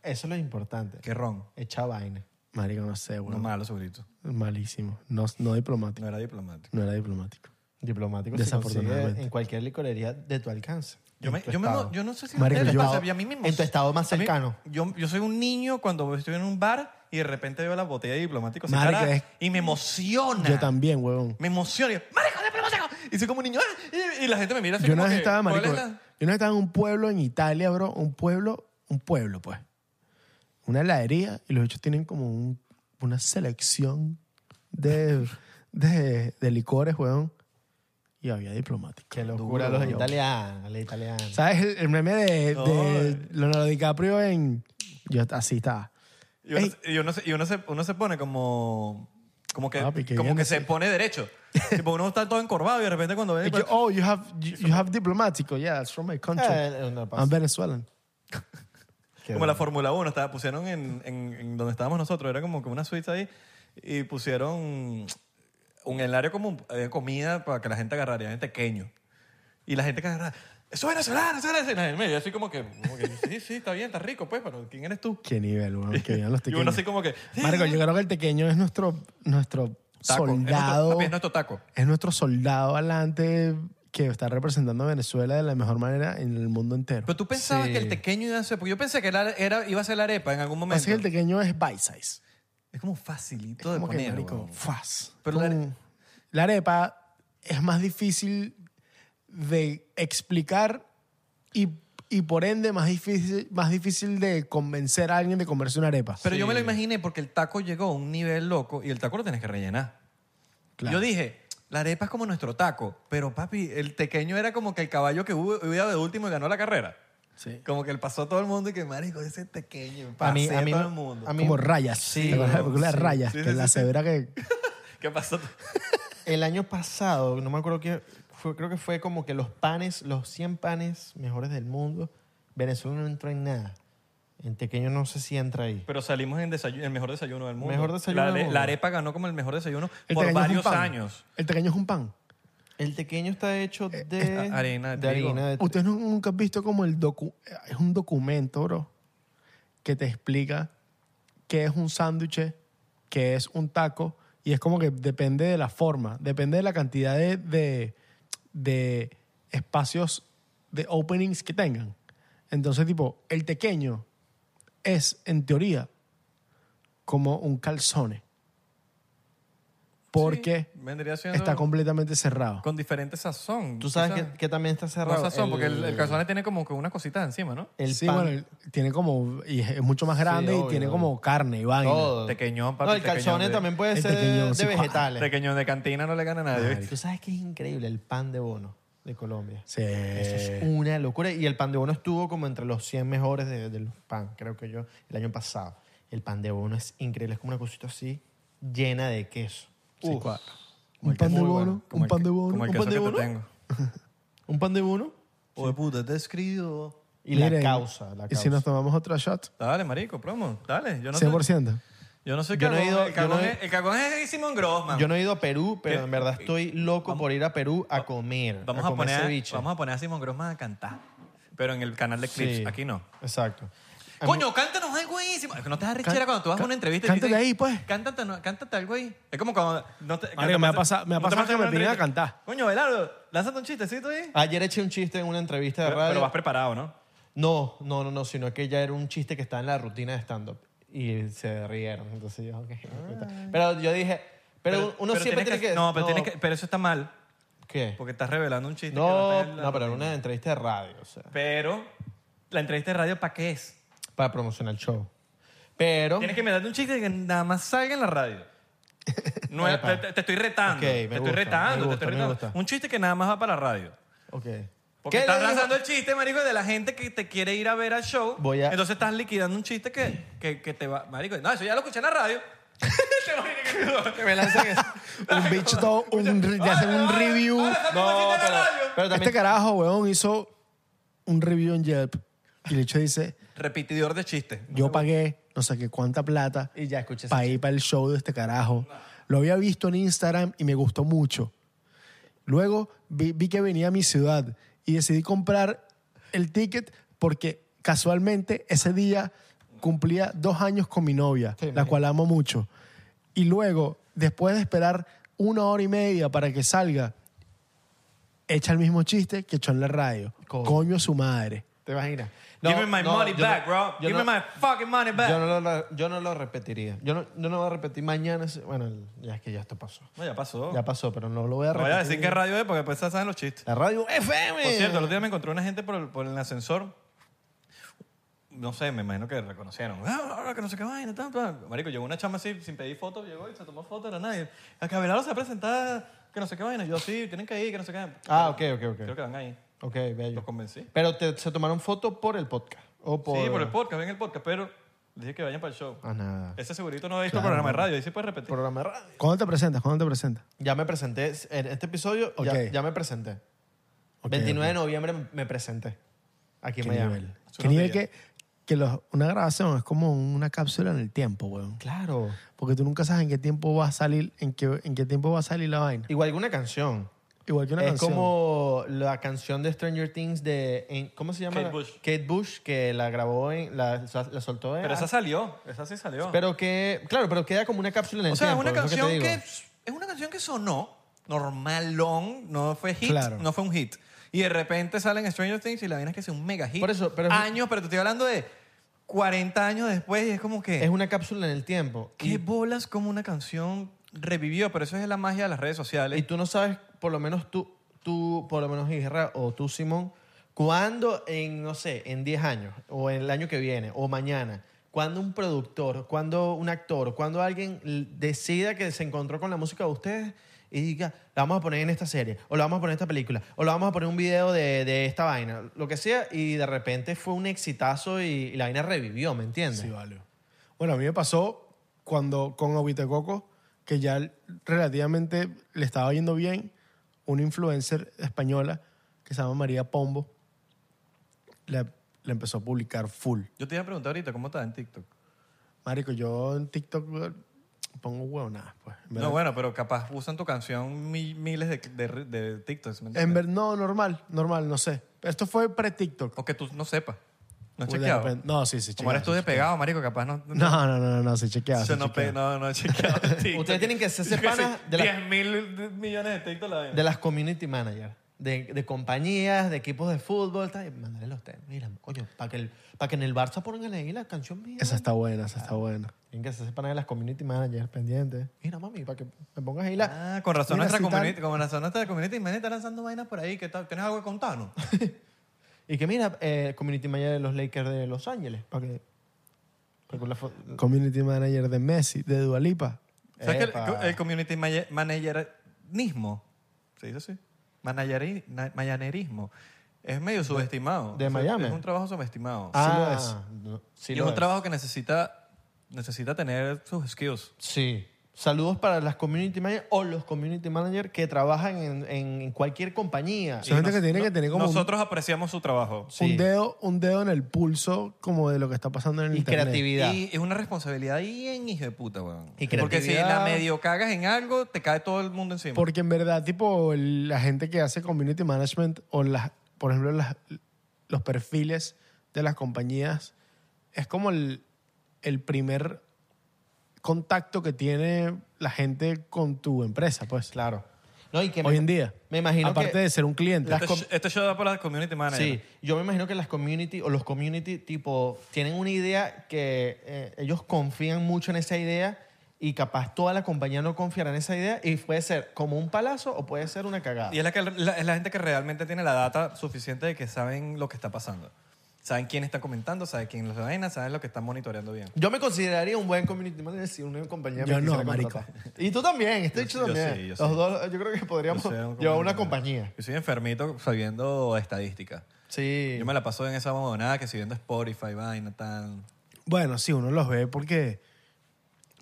[SPEAKER 2] Eso es lo importante.
[SPEAKER 1] Qué ron.
[SPEAKER 2] Echa vaina.
[SPEAKER 3] Marico, no sé,
[SPEAKER 1] No
[SPEAKER 3] bueno.
[SPEAKER 1] malo, segurito.
[SPEAKER 3] Malísimo. No, no diplomático.
[SPEAKER 1] No era diplomático.
[SPEAKER 3] No era diplomático.
[SPEAKER 2] Diplomático
[SPEAKER 3] Desafortunadamente.
[SPEAKER 2] se consigue en cualquier licorería de tu alcance.
[SPEAKER 1] Yo,
[SPEAKER 2] En
[SPEAKER 1] me,
[SPEAKER 2] tu
[SPEAKER 1] yo, me-
[SPEAKER 2] estado.
[SPEAKER 1] yo no sé si
[SPEAKER 3] Marico,
[SPEAKER 1] a ustedes
[SPEAKER 3] yo-
[SPEAKER 1] les pasa, a mí mismo.
[SPEAKER 2] en tu estado más
[SPEAKER 1] A mí-
[SPEAKER 2] cercano.
[SPEAKER 1] yo, yo soy un niño cuando estoy en un bar y de repente veo la botella de diplomático
[SPEAKER 3] Marico,
[SPEAKER 1] secarada
[SPEAKER 3] es-
[SPEAKER 1] y me emociona.
[SPEAKER 3] Yo también, huevón.
[SPEAKER 1] Me emociona. Y yo, ¡Marico, diplomático! Y soy como un niño. ¡ah! Y, y la gente me mira así
[SPEAKER 3] Yo
[SPEAKER 1] como
[SPEAKER 3] una vez
[SPEAKER 1] que,
[SPEAKER 3] estaba,
[SPEAKER 1] ¿cuál
[SPEAKER 3] marico,
[SPEAKER 1] es la-
[SPEAKER 3] yo una vez estaba en un pueblo en Italia, bro, un pueblo, un pueblo, pues. Una heladería y los hechos tienen como un- una selección de, de, de licores, weón. Y había diplomático.
[SPEAKER 2] Qué locura
[SPEAKER 3] Duro,
[SPEAKER 2] los
[SPEAKER 3] weón.
[SPEAKER 2] italianos. Los italianos.
[SPEAKER 3] ¿Sabes el, el meme de,
[SPEAKER 1] No,
[SPEAKER 3] de
[SPEAKER 1] eh.
[SPEAKER 3] Leonardo DiCaprio en... Yo así estaba.
[SPEAKER 1] Y uno,
[SPEAKER 3] Ey.
[SPEAKER 1] se- y uno se, y uno se- uno se pone como... Como que,
[SPEAKER 3] Papi, qué
[SPEAKER 1] como
[SPEAKER 3] bien
[SPEAKER 1] que
[SPEAKER 3] así.
[SPEAKER 1] se pone
[SPEAKER 3] [LAUGHS]
[SPEAKER 1] derecho. tipo, uno está todo encorvado y de repente cuando ve... pues,
[SPEAKER 3] Y yo, oh, you have, you, you have diplomático. Yeah, it's from my country.
[SPEAKER 2] Eh, no pasa.
[SPEAKER 3] I'm Venezuelan.
[SPEAKER 1] como la Fórmula 1, estaba, pusieron en, en- en donde estábamos nosotros, era como que una suite ahí, y pusieron un helario como eh, comida para que la gente agarrara, y la gente pequeño. Y la gente que agarraba, eso es venezolano, eso es venezolano. Y yo así como que, como que, sí, sí, está bien, está rico, pues, pero ¿quién eres tú?
[SPEAKER 3] Qué nivel, weón. Que bien los
[SPEAKER 1] [LAUGHS] Y uno
[SPEAKER 3] tequeños.
[SPEAKER 1] así como que, sí,
[SPEAKER 3] Marico,
[SPEAKER 1] sí,
[SPEAKER 3] yo creo que el tequeño es nuestro, nuestro
[SPEAKER 1] taco. Es nuestro-
[SPEAKER 3] soldado.
[SPEAKER 1] papi, es nuestro taco.
[SPEAKER 3] es nuestro soldado adelante que está representando a Venezuela de la mejor manera en el mundo entero.
[SPEAKER 1] Pero tú pensabas
[SPEAKER 7] Sí.
[SPEAKER 1] que el pequeño iba a ser. Porque yo pensé que era, era- iba a ser la arepa en algún momento.
[SPEAKER 3] Así que el pequeño es bite size.
[SPEAKER 1] es como facilito de
[SPEAKER 3] Como que,
[SPEAKER 1] poner.
[SPEAKER 3] marico,
[SPEAKER 1] weón.
[SPEAKER 3] faz.
[SPEAKER 1] Pero la
[SPEAKER 3] Como-
[SPEAKER 1] are-
[SPEAKER 3] la arepa es más difícil de explicar y, y por ende más difícil, más difícil de convencer a alguien de comerse una arepa.
[SPEAKER 1] Pero yo me lo imaginé porque el taco llegó a un nivel loco y el taco lo tienes que rellenar.
[SPEAKER 3] Claro.
[SPEAKER 1] Yo dije, la arepa es como nuestro taco, pero papi, el pequeño era como que el caballo que hubo, hubiera de último y ganó la carrera.
[SPEAKER 3] Sí.
[SPEAKER 1] Como que él pasó a todo el mundo y que, marico, ese pequeño,
[SPEAKER 2] A mí-
[SPEAKER 1] pasé
[SPEAKER 2] a mí
[SPEAKER 1] todo
[SPEAKER 2] no-
[SPEAKER 1] el mundo.
[SPEAKER 2] a mí-
[SPEAKER 3] Como rayas.
[SPEAKER 1] Sí,
[SPEAKER 3] ¿Te acuerdas de la
[SPEAKER 1] bro,
[SPEAKER 3] película
[SPEAKER 1] sí.
[SPEAKER 3] Rayas,
[SPEAKER 1] Sí,
[SPEAKER 3] que
[SPEAKER 1] sí, sí,
[SPEAKER 3] la
[SPEAKER 1] sí.
[SPEAKER 3] severa que...
[SPEAKER 1] ¿Qué pasó? [LAUGHS]
[SPEAKER 2] El año pasado, no me acuerdo qué, fue, creo que fue como que los panes, los 100 panes mejores del mundo, Venezuela no entró en nada. En pequeño no sé si entra ahí.
[SPEAKER 1] Pero salimos en desayuno, el mejor desayuno del mundo.
[SPEAKER 2] Mejor desayuno
[SPEAKER 1] la,
[SPEAKER 2] del
[SPEAKER 1] are-
[SPEAKER 2] mundo.
[SPEAKER 1] la arepa ganó como el mejor desayuno
[SPEAKER 3] El
[SPEAKER 1] por
[SPEAKER 3] tequeño es un
[SPEAKER 1] varios
[SPEAKER 3] pan.
[SPEAKER 1] años.
[SPEAKER 3] El tequeño es un pan.
[SPEAKER 2] El pequeño está hecho de,
[SPEAKER 1] es- a- Eh, harina de trigo.
[SPEAKER 2] harina de
[SPEAKER 3] Ustedes nu- nunca han visto como el docu... Es un documento, bro, que te explica qué es un sándwich, qué es un taco, y es como que depende de la forma, depende de la cantidad de, de, de espacios, de openings que tengan. Entonces, tipo, el pequeño es, en teoría, como un calzone. Porque
[SPEAKER 1] Sí, vendría siendo
[SPEAKER 3] está completamente cerrado.
[SPEAKER 1] con diferente sazón.
[SPEAKER 2] Tú sabes
[SPEAKER 1] quizás.
[SPEAKER 2] que, que también está
[SPEAKER 1] No
[SPEAKER 2] cerrado.
[SPEAKER 1] sazón, porque el, el calzone tiene como que unas cositas encima, ¿no?
[SPEAKER 2] el
[SPEAKER 3] sí,
[SPEAKER 2] pan.
[SPEAKER 3] bueno, el- tiene como. Y es es mucho más grande y
[SPEAKER 2] obvio,
[SPEAKER 3] tiene
[SPEAKER 2] obvio.
[SPEAKER 3] como carne y vaina.
[SPEAKER 2] Todo.
[SPEAKER 1] Tequeñón, papi,
[SPEAKER 2] No, el
[SPEAKER 1] tequeñón
[SPEAKER 2] calzone
[SPEAKER 1] de-
[SPEAKER 2] también puede
[SPEAKER 3] el
[SPEAKER 2] ser
[SPEAKER 3] tequeñón,
[SPEAKER 2] de,
[SPEAKER 3] sí, guau.
[SPEAKER 2] vegetales.
[SPEAKER 1] Pequeño de cantina no le gana a nadie. ¿viste?
[SPEAKER 2] Tú sabes que es increíble el pan de bono de Colombia.
[SPEAKER 3] Sí.
[SPEAKER 2] Eso
[SPEAKER 1] Eh.
[SPEAKER 2] es una locura. Y el pan de bono estuvo como entre los 100 mejores de, de los pan, creo que yo, el año pasado. El pan de bono es increíble. Es como una cosita así llena de queso. Uf.
[SPEAKER 3] Un pan de
[SPEAKER 2] Muy
[SPEAKER 3] bono,
[SPEAKER 2] bueno.
[SPEAKER 1] Como
[SPEAKER 3] un
[SPEAKER 1] el
[SPEAKER 3] pan de
[SPEAKER 1] que-
[SPEAKER 3] bono,
[SPEAKER 1] como el
[SPEAKER 3] un
[SPEAKER 1] queso
[SPEAKER 3] pan de
[SPEAKER 1] que te
[SPEAKER 3] bono.
[SPEAKER 1] tengo.
[SPEAKER 2] Un pan de bono
[SPEAKER 1] Oye, puta, te escribo.
[SPEAKER 2] y la
[SPEAKER 3] Miren,
[SPEAKER 2] causa. La
[SPEAKER 3] Y
[SPEAKER 2] causa.
[SPEAKER 3] si nos tomamos otro shot,
[SPEAKER 1] Dale, marico, promo, dale. Yo no sé,
[SPEAKER 3] 100%.
[SPEAKER 1] yo no sé
[SPEAKER 2] Yo no he
[SPEAKER 1] cagón,
[SPEAKER 2] ido-
[SPEAKER 1] el
[SPEAKER 2] yo no
[SPEAKER 1] cagón
[SPEAKER 2] he-
[SPEAKER 1] es- el cagón es Simon Grossman.
[SPEAKER 2] Yo no he ido a Perú, pero
[SPEAKER 1] ¿Qué?
[SPEAKER 2] en verdad estoy loco por ir a Perú a comer.
[SPEAKER 1] vamos, a
[SPEAKER 2] a comer
[SPEAKER 1] poner,
[SPEAKER 2] ceviche.
[SPEAKER 1] vamos a poner a Simon Grossman a cantar. Pero en el canal de Clips,
[SPEAKER 2] Sí.
[SPEAKER 1] aquí no.
[SPEAKER 2] Exacto. A mí-
[SPEAKER 1] Coño, cántanos algo ahí. Simon. Es que No te das rechera cuando tú vas a una entrevista. y te
[SPEAKER 3] cántate
[SPEAKER 1] dicen,
[SPEAKER 3] ahí, pues.
[SPEAKER 1] Cántate, no- cántate algo ahí. Es como cuando. No te,
[SPEAKER 3] Marico, me ha pasa- me ha
[SPEAKER 1] no te
[SPEAKER 3] pasado
[SPEAKER 1] pasan
[SPEAKER 3] que me
[SPEAKER 1] una
[SPEAKER 3] pidieron a
[SPEAKER 1] entrevista.
[SPEAKER 3] cantar.
[SPEAKER 1] Coño, Belardo, lánzate un chistecito ahí.
[SPEAKER 2] Ayer eché un chiste en una entrevista de
[SPEAKER 1] Pero,
[SPEAKER 2] radio.
[SPEAKER 1] pero vas preparado, ¿no?
[SPEAKER 2] No, no, no, no, sino que ya era un chiste que estaba en la rutina de stand-up. Y se rieron. Entonces yo, ok. Pero yo dije, pero, uno
[SPEAKER 1] pero
[SPEAKER 2] siempre
[SPEAKER 1] tienes
[SPEAKER 2] tiene que.
[SPEAKER 1] No, pero, tienes que, pero eso está mal.
[SPEAKER 2] ¿Qué?
[SPEAKER 1] Porque estás revelando un chiste. que
[SPEAKER 2] No,
[SPEAKER 1] está en la-
[SPEAKER 2] no, pero era una entrevista de radio, o sea,
[SPEAKER 1] Pero la entrevista de radio, ¿para qué es?
[SPEAKER 2] para promocionar el show. Pero.
[SPEAKER 1] Tienes que meterte un chiste que nada más salga en la
[SPEAKER 2] [LAUGHS]
[SPEAKER 1] radio. No, es- te, te estoy retando.
[SPEAKER 2] Ok, me
[SPEAKER 1] te estoy
[SPEAKER 2] gusta,
[SPEAKER 1] retando,
[SPEAKER 2] me
[SPEAKER 1] te
[SPEAKER 2] gusta,
[SPEAKER 1] estoy
[SPEAKER 2] me
[SPEAKER 1] retando.
[SPEAKER 2] gusta.
[SPEAKER 1] Un chiste que nada más va para la radio.
[SPEAKER 2] Ok.
[SPEAKER 1] Porque
[SPEAKER 2] ¿Qué
[SPEAKER 1] estás
[SPEAKER 2] le dijo?
[SPEAKER 1] lanzando el chiste, marico, de la gente que te quiere ir a ver al show.
[SPEAKER 2] Voy a-
[SPEAKER 1] Entonces estás liquidando un chiste que, que, que te va... Marico, no, eso ya lo escuché en la
[SPEAKER 2] [LAUGHS]
[SPEAKER 1] radio. [LAUGHS] que me lancen eso.
[SPEAKER 3] Un bicho todo,
[SPEAKER 2] [LAUGHS]
[SPEAKER 3] un, re- te hacen un review.
[SPEAKER 1] No, pero...
[SPEAKER 2] Pero
[SPEAKER 3] Este
[SPEAKER 2] también.
[SPEAKER 3] carajo, weón, hizo un review en Yelp. Y el bicho dice,
[SPEAKER 1] [LAUGHS] Repetidor de chistes.
[SPEAKER 3] yo pagué no sé qué cuánta plata
[SPEAKER 2] Y ya escuché ese
[SPEAKER 3] para ir para el show de este carajo. Lo había visto en Instagram y me gustó mucho. Luego vi, vi que venía a mi ciudad y decidí comprar el ticket porque casualmente ese día cumplía dos años con mi novia, la cual amo mucho. Y luego, después de esperar una hora y media para que salga, echa el mismo chiste que echó en la radio.
[SPEAKER 2] Coño.
[SPEAKER 3] Coño su madre.
[SPEAKER 2] ¿Te imaginas?
[SPEAKER 1] Give me my
[SPEAKER 2] no,
[SPEAKER 1] money
[SPEAKER 2] yo no-
[SPEAKER 1] back, bro.
[SPEAKER 2] yo
[SPEAKER 1] Give
[SPEAKER 2] no-
[SPEAKER 1] me my fucking money back.
[SPEAKER 2] Yo no, lo, yo no lo repetiría. Yo no, yo no voy a repetir mañana. ese- Bueno, el- ya es que ya esto pasó.
[SPEAKER 1] No, ya pasó.
[SPEAKER 2] Ya pasó, pero no lo voy a
[SPEAKER 1] No
[SPEAKER 2] repetir.
[SPEAKER 1] voy a decir qué radio es porque después se saben los chistes.
[SPEAKER 2] La radio FM.
[SPEAKER 1] Por cierto, el otro día me encontré una gente por el, por el ascensor. No sé, me imagino que reconocieron. Ah, ahora que no sé qué vaina, tal, tal. Marico, llegó una chama así, sin pedir fotos, llegó y se tomó fotos, era nadie. A Cabelaro se va a presentar, que no sé qué vaina. Yo, sí, tienen que ir, que no sé qué.
[SPEAKER 2] Ah, ok, ok,
[SPEAKER 1] Creo
[SPEAKER 2] ok.
[SPEAKER 1] que van ahí.
[SPEAKER 2] Ok, bello.
[SPEAKER 1] Los convencí.
[SPEAKER 2] Pero te- se tomaron fotos por el podcast. O por...
[SPEAKER 1] Sí, por el podcast, ven el podcast, pero les dije que vayan para el show.
[SPEAKER 2] Ah, nada.
[SPEAKER 1] Ese segurito no ha visto el programa de radio, ahí sí puedes repetir.
[SPEAKER 2] Programa de radio.
[SPEAKER 3] ¿Cuándo te presentas? ¿Cuándo te presentas?
[SPEAKER 2] Ya me presenté. En este episodio ya-
[SPEAKER 3] Ok.
[SPEAKER 2] ya, me presenté.
[SPEAKER 3] Ok,
[SPEAKER 2] 29 de noviembre me presenté. Aquí en
[SPEAKER 3] ¿Qué
[SPEAKER 2] Miami.
[SPEAKER 3] nivel?
[SPEAKER 1] Hace
[SPEAKER 3] ¿Qué
[SPEAKER 1] unos
[SPEAKER 3] nivel
[SPEAKER 1] días.
[SPEAKER 3] que, que los- una grabación es como una cápsula en el tiempo, weón?
[SPEAKER 2] Claro.
[SPEAKER 3] Porque tú nunca sabes en qué tiempo va a salir, en qué, en qué tiempo va a salir la vaina.
[SPEAKER 2] Igual que una canción.
[SPEAKER 3] Igual que una
[SPEAKER 2] es
[SPEAKER 3] canción.
[SPEAKER 2] como la canción de Stranger Things de... en- ¿Cómo se llama?
[SPEAKER 1] Kate
[SPEAKER 2] la-
[SPEAKER 1] Bush.
[SPEAKER 2] Kate Bush, que la grabó en... La, la soltó en...
[SPEAKER 1] Pero esa salió, esa sí salió.
[SPEAKER 2] Pero que... Claro, pero queda como una cápsula en el
[SPEAKER 1] o sea, es
[SPEAKER 2] tiempo,
[SPEAKER 1] una
[SPEAKER 2] es lo
[SPEAKER 1] canción
[SPEAKER 2] te
[SPEAKER 1] que,
[SPEAKER 2] digo.
[SPEAKER 1] es una canción que sonó, normalón, no fue hit,
[SPEAKER 3] Claro.
[SPEAKER 1] no fue un hit. Y de repente salen Stranger Things y la vaina es que es un mega hit.
[SPEAKER 2] Por eso, pero-
[SPEAKER 1] años, pero te estoy hablando de 40 años después y es como que
[SPEAKER 2] Es una cápsula en el tiempo.
[SPEAKER 1] qué bolas como una canción revivió, pero eso es la magia de las redes sociales.
[SPEAKER 2] Y tú no sabes, por lo menos tú, tú por lo menos Isra o tú, Simón, cuándo en, no sé, en 10 años o en el año que viene o mañana, cuando un productor, cuando un actor, cuando alguien l- decida que se encontró con la música de ustedes y diga, la vamos a poner en esta serie o la vamos a poner en esta película o la vamos a poner en un video de, de esta vaina, lo que sea, y de repente fue un exitazo y, y la vaina revivió, ¿me entiendes?
[SPEAKER 3] Sí, vale. Bueno, a mí me pasó cuando con Obite Coco, que ya relativamente le estaba yendo bien, una influencer española que se llama María Pombo, la, la empezó a publicar full.
[SPEAKER 1] Yo te iba a preguntar ahorita cómo estás en TikTok.
[SPEAKER 3] Marico, yo en TikTok weón, pongo huevonadas, pues. En verdad-
[SPEAKER 1] No, bueno, pero capaz usan tu canción mi- miles de, de, de TikToks. ¿me
[SPEAKER 3] en
[SPEAKER 1] entiendes?
[SPEAKER 3] ver- no, normal, normal, no sé. Esto fue pre-TikTok.
[SPEAKER 1] O que tú no sepas. No has
[SPEAKER 3] Uy, de
[SPEAKER 1] chequeado.
[SPEAKER 3] repente- No, sí, sí,
[SPEAKER 1] Como
[SPEAKER 3] chequeado,
[SPEAKER 1] eres tú
[SPEAKER 3] sí,
[SPEAKER 1] de
[SPEAKER 3] chequeado.
[SPEAKER 1] pegado, marico, capaz no...
[SPEAKER 3] No, no, no, no, no, sí, chequeado.
[SPEAKER 1] Yo
[SPEAKER 3] sí,
[SPEAKER 1] no, pe-
[SPEAKER 3] chequeado.
[SPEAKER 1] no, no he chequeado TikTok.
[SPEAKER 2] Ustedes tienen que
[SPEAKER 1] [LAUGHS]
[SPEAKER 2] hacerse
[SPEAKER 1] Yo que sé,
[SPEAKER 2] panas de la-
[SPEAKER 1] 10 mil millones de TikTok la vaina.
[SPEAKER 2] De las community managers, de, de compañías, de equipos de fútbol, tal, y mandarle los temas. Mira, coño, para que, el- pa' que en el Barça pongan ahí la canción mía.
[SPEAKER 3] Esa está buena, esa está buena.
[SPEAKER 2] Tienen que hacerse pana de las community managers pendientes. Mira, mami, para que me pongas ahí la.
[SPEAKER 1] Ah, con razón
[SPEAKER 3] Mira,
[SPEAKER 1] nuestra
[SPEAKER 3] si tal-
[SPEAKER 1] comunidad, con razón nuestra comunidad, imagínate está lanzando vainas por ahí, que tal? ¿Tienes algo que
[SPEAKER 2] [LAUGHS]
[SPEAKER 1] contarnos?
[SPEAKER 2] Y que mira, eh, community manager de los Lakers de Los Ángeles, para que. pa' que la fo-
[SPEAKER 3] Community manager de Messi, de Dualipa.
[SPEAKER 1] ¿Sabes que el-
[SPEAKER 2] Epa.
[SPEAKER 1] el, community maya- managerismo, se dice así, Manageri- na- mayanerismo, es medio subestimado.
[SPEAKER 2] de
[SPEAKER 1] O sea,
[SPEAKER 2] Miami.
[SPEAKER 1] Es un trabajo subestimado.
[SPEAKER 2] Ah, no, sí
[SPEAKER 1] y es
[SPEAKER 2] lo
[SPEAKER 1] un
[SPEAKER 2] es.
[SPEAKER 1] trabajo que necesita, necesita tener sus skills.
[SPEAKER 2] Sí. Saludos para las community managers o los community managers que trabajan en, en cualquier compañía.
[SPEAKER 3] Son gente que tiene que tener como un-
[SPEAKER 1] Nosotros apreciamos su trabajo.
[SPEAKER 2] Sí.
[SPEAKER 3] un, dedo, un dedo en el pulso como de lo que está pasando en el
[SPEAKER 2] Y
[SPEAKER 3] internet.
[SPEAKER 2] creatividad.
[SPEAKER 1] Y es una responsabilidad bien hijo de puta, weón.
[SPEAKER 2] Y
[SPEAKER 1] Porque si
[SPEAKER 2] creatividad.
[SPEAKER 1] la medio cagas en algo, te cae todo el mundo encima.
[SPEAKER 3] Porque en verdad, tipo, el- la gente que hace community management o las, por ejemplo, las, los perfiles de las compañías es como el, el primer contacto que tiene la gente con tu empresa, pues.
[SPEAKER 2] Claro. No, y que
[SPEAKER 3] Hoy
[SPEAKER 2] me-
[SPEAKER 3] en día.
[SPEAKER 2] Me imagino
[SPEAKER 3] Aparte
[SPEAKER 2] que-
[SPEAKER 3] de ser un cliente.
[SPEAKER 2] las
[SPEAKER 1] Este,
[SPEAKER 2] com-
[SPEAKER 1] sh- este show da para las community managers.
[SPEAKER 2] Sí, yo me imagino que las community o los community tipo tienen una idea que eh, ellos confían mucho en esa idea y capaz toda la compañía no confiará en esa idea y puede ser como un palazo o puede ser una cagada.
[SPEAKER 1] Y es la, que, la- es la gente que realmente tiene la data suficiente de que saben lo que está pasando. Saben quién está comentando, saben quién los vaina, saben lo que están monitoreando bien.
[SPEAKER 2] Yo me consideraría un buen community manager si una compañía
[SPEAKER 3] Yo
[SPEAKER 2] me
[SPEAKER 3] no,
[SPEAKER 2] quisiera
[SPEAKER 3] marico.
[SPEAKER 2] contratar. Y tú también, este hecho
[SPEAKER 1] yo
[SPEAKER 2] también.
[SPEAKER 1] sí, yo
[SPEAKER 2] los
[SPEAKER 1] sí.
[SPEAKER 2] dos, yo creo que podríamos
[SPEAKER 1] Yo soy un
[SPEAKER 2] llevar
[SPEAKER 1] community
[SPEAKER 2] una compañía.
[SPEAKER 1] manager. Yo soy enfermito sabiendo estadística.
[SPEAKER 2] Sí.
[SPEAKER 1] Yo me la paso en esa mamonada que si viendo Spotify, vaina, tal.
[SPEAKER 3] Bueno, sí, uno los ve porque...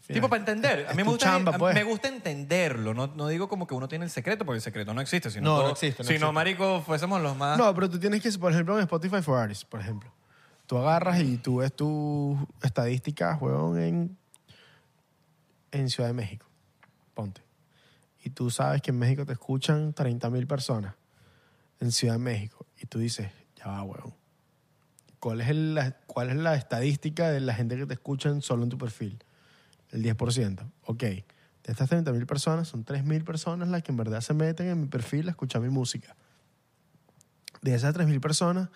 [SPEAKER 1] Tipo para entender. A mí
[SPEAKER 3] es
[SPEAKER 1] me
[SPEAKER 3] tu
[SPEAKER 1] gusta,
[SPEAKER 3] chamba,
[SPEAKER 1] a-
[SPEAKER 3] pues.
[SPEAKER 1] me gusta entenderlo. No, no digo como que uno tiene el secreto, porque el secreto no existe. Sino
[SPEAKER 2] No, no
[SPEAKER 1] todo-
[SPEAKER 2] existe, no
[SPEAKER 1] si
[SPEAKER 2] existe.
[SPEAKER 1] no, marico, fuésemos los más...
[SPEAKER 3] No, pero tú tienes que, por ejemplo, en Spotify for Artists, por ejemplo. Tú agarras y tú ves tus estadísticas, huevón, en, en Ciudad de México. Ponte. Y tú sabes que en México te escuchan 30.000 personas en Ciudad de México. Y tú dices, ya va, huevón. ¿Cuál es, el- la, ¿Cuál es la estadística de la gente que te escuchan solo en tu perfil? El 10%. Ok. De estas 30.000 personas, son 3.000 personas las que en verdad se meten en mi perfil a escuchar mi música. De esas 3.000 personas,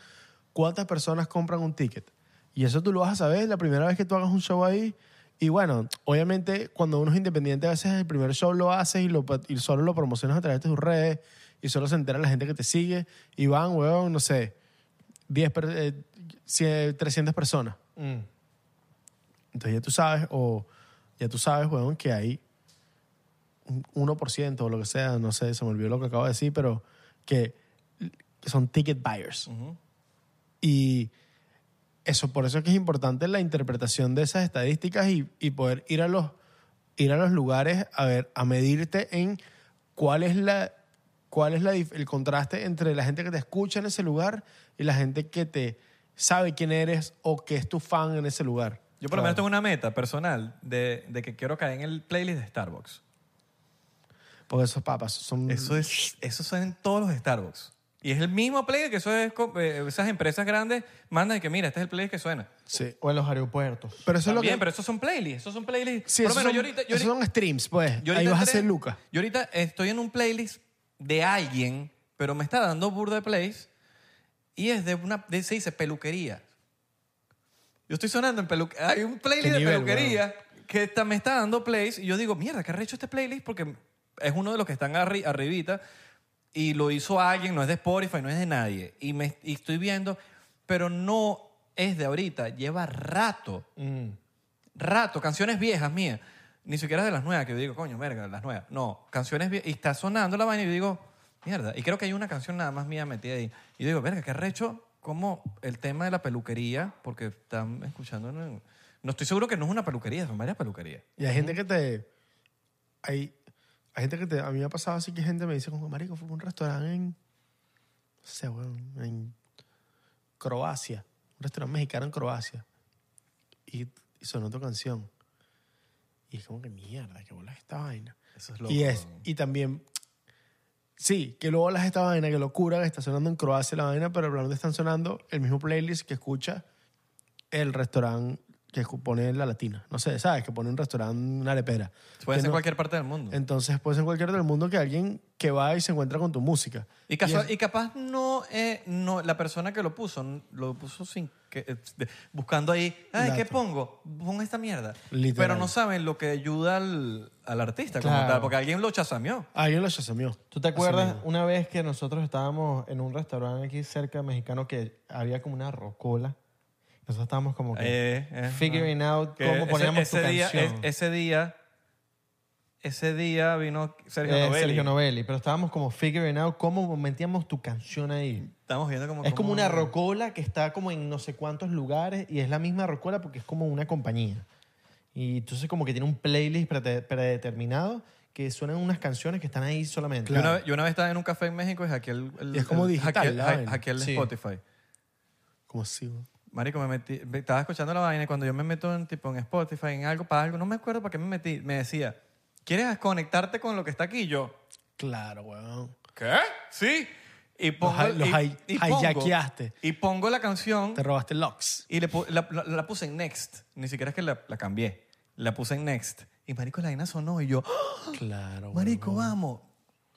[SPEAKER 3] ¿cuántas personas compran un ticket? Y eso tú lo vas a saber la primera vez que tú hagas un show ahí. Y bueno, obviamente cuando uno es independiente a veces el primer show lo haces y, lo, y solo lo promocionas a través de tus redes y solo se entera la gente que te sigue y van, huevón, no sé, 10, per- eh, 100, 300 personas.
[SPEAKER 2] Mm.
[SPEAKER 3] Entonces ya tú sabes, o ya tú sabes, weón, que hay un 1% o lo que sea, no sé, se me olvidó lo que acabo de decir, pero que, que son ticket buyers. Y eso, por eso es que es importante la interpretación de esas estadísticas y, y poder ir a los ir a los lugares a ver, a medirte en cuál es la cuál es la dif- el contraste entre la gente que te escucha en ese lugar y la gente que te sabe quién eres o que es tu fan en ese lugar.
[SPEAKER 1] Yo por lo menos tengo una meta personal de, de que quiero caer en el playlist de Starbucks.
[SPEAKER 3] Porque esos papas son.
[SPEAKER 1] Eso es, eso son en todos los Starbucks. Y es el mismo playlist que eso es, co- eh, esas empresas grandes mandan y que mira, este es el playlist que suena.
[SPEAKER 3] Sí.
[SPEAKER 2] O en los aeropuertos.
[SPEAKER 3] Pero eso
[SPEAKER 1] También,
[SPEAKER 3] es lo que...
[SPEAKER 1] pero esos son playlists, esos son playlists.
[SPEAKER 3] Sí,
[SPEAKER 1] Por
[SPEAKER 3] esos,
[SPEAKER 1] lo menos
[SPEAKER 3] son,
[SPEAKER 1] yo ahorita, yo
[SPEAKER 3] esos
[SPEAKER 1] ahorita-
[SPEAKER 3] son streams, pues.
[SPEAKER 1] yo
[SPEAKER 3] Ahí
[SPEAKER 1] ahorita
[SPEAKER 3] vas a
[SPEAKER 1] entré-
[SPEAKER 3] ser Lucas.
[SPEAKER 1] Yo ahorita estoy en un playlist de alguien, pero me está dando burda de plays y es de una, de- se dice peluquería. Yo estoy sonando en peluquería. Hay un playlist de
[SPEAKER 3] nivel,
[SPEAKER 1] peluquería que está- me está dando plays y yo digo, mierda, ¿qué arrecho este playlist? Porque es uno de los que están arri- arribita y lo hizo alguien, no es de Spotify, no es de nadie. Y, me, y estoy viendo, pero no es de ahorita, lleva rato rato, canciones viejas mías, ni siquiera de las nuevas, que yo digo, coño, verga, las nuevas. No, canciones viejas, y está sonando la vaina y yo digo, mierda, y creo que hay una canción nada más mía metida ahí. Y yo digo, verga, qué recho, como el tema de la peluquería, porque están escuchando, no, no estoy seguro que no es una peluquería, son varias peluquerías.
[SPEAKER 3] Y hay gente que te... Hay, hay gente que te... A mí me ha pasado así que gente me dice, como, marico, fue a un restaurante en... No sé, weón, en Croacia. Un restaurante mexicano en Croacia. Y, y sonó tu canción. Y es como que mierda, qué bolas esta vaina.
[SPEAKER 1] Eso es loco,
[SPEAKER 3] Y, es,
[SPEAKER 1] weón.
[SPEAKER 3] y también... Sí, qué bolas esta vaina, qué locura que está sonando en Croacia la vaina, pero probablemente están sonando el mismo playlist que escucha el restaurante que escu- pone la latina. No sé, ¿sabes? Que pone un restaurante, una arepera.
[SPEAKER 1] Puede
[SPEAKER 3] Que
[SPEAKER 1] ser
[SPEAKER 3] no-
[SPEAKER 1] cualquier parte del mundo.
[SPEAKER 3] entonces puede ser en cualquier del mundo que alguien que va y se encuentra con tu música.
[SPEAKER 1] y, casual-
[SPEAKER 3] es-
[SPEAKER 1] y capaz no, eh, no, la persona que lo puso, n- lo puso sin que, eh, de- buscando ahí, ay, ¿qué
[SPEAKER 3] Dato.
[SPEAKER 1] pongo? Pon esta mierda.
[SPEAKER 3] Literal.
[SPEAKER 1] Pero no saben lo que ayuda al, al artista como
[SPEAKER 2] Claro.
[SPEAKER 1] tal, porque alguien lo chasameó.
[SPEAKER 3] Alguien lo chasameó.
[SPEAKER 2] ¿Tú te acuerdas una vez que nosotros estábamos en un restaurante aquí cerca mexicano que había como una rocola? Nosotros estábamos como que
[SPEAKER 1] Eh, eh,
[SPEAKER 2] figuring out
[SPEAKER 1] que
[SPEAKER 2] cómo
[SPEAKER 1] ese-
[SPEAKER 2] poníamos
[SPEAKER 1] ese,
[SPEAKER 2] tu
[SPEAKER 1] día,
[SPEAKER 2] canción.
[SPEAKER 1] es- ese día, ese día vino Sergio
[SPEAKER 2] Eh,
[SPEAKER 1] Novelli.
[SPEAKER 2] Sergio Novelli. Pero estábamos como figuring out cómo metíamos tu canción ahí.
[SPEAKER 1] Estamos viendo como
[SPEAKER 2] Es como una rocola que está como en no sé cuántos lugares y es la misma rocola porque es como una compañía. Y entonces como que tiene un playlist prete- predeterminado que suenan unas canciones que están ahí solamente.
[SPEAKER 1] Yo, una, vez- yo una vez estaba en un café en México y hackeé el, el-
[SPEAKER 3] Y es como
[SPEAKER 1] el-
[SPEAKER 3] digital,
[SPEAKER 1] hackeé-
[SPEAKER 3] la
[SPEAKER 1] ha-
[SPEAKER 3] vaina.
[SPEAKER 1] hackeé el
[SPEAKER 2] Sí.
[SPEAKER 1] Spotify.
[SPEAKER 3] Como así, güey.
[SPEAKER 1] Marico, me metí, me- estaba escuchando la vaina y cuando yo me meto en, tipo, en Spotify, en algo, para algo, no me acuerdo para qué me metí, me decía, ¿quieres conectarte con lo que está aquí? Y yo,
[SPEAKER 3] Claro, weón.
[SPEAKER 1] ¿qué? Sí. Y pongo,
[SPEAKER 3] hi- los
[SPEAKER 1] y-
[SPEAKER 3] hi-
[SPEAKER 1] y pongo-
[SPEAKER 3] hijackeaste.
[SPEAKER 1] Y pongo la canción
[SPEAKER 3] Te
[SPEAKER 1] [GASPS]
[SPEAKER 3] robaste Lux.
[SPEAKER 1] Y le pu- la, la- la puse en Next. Ni siquiera es que la, la cambié. La puse en Next. Y marico, la vaina sonó. Y yo, ¡Ah!
[SPEAKER 3] Claro,
[SPEAKER 1] marico, vamos.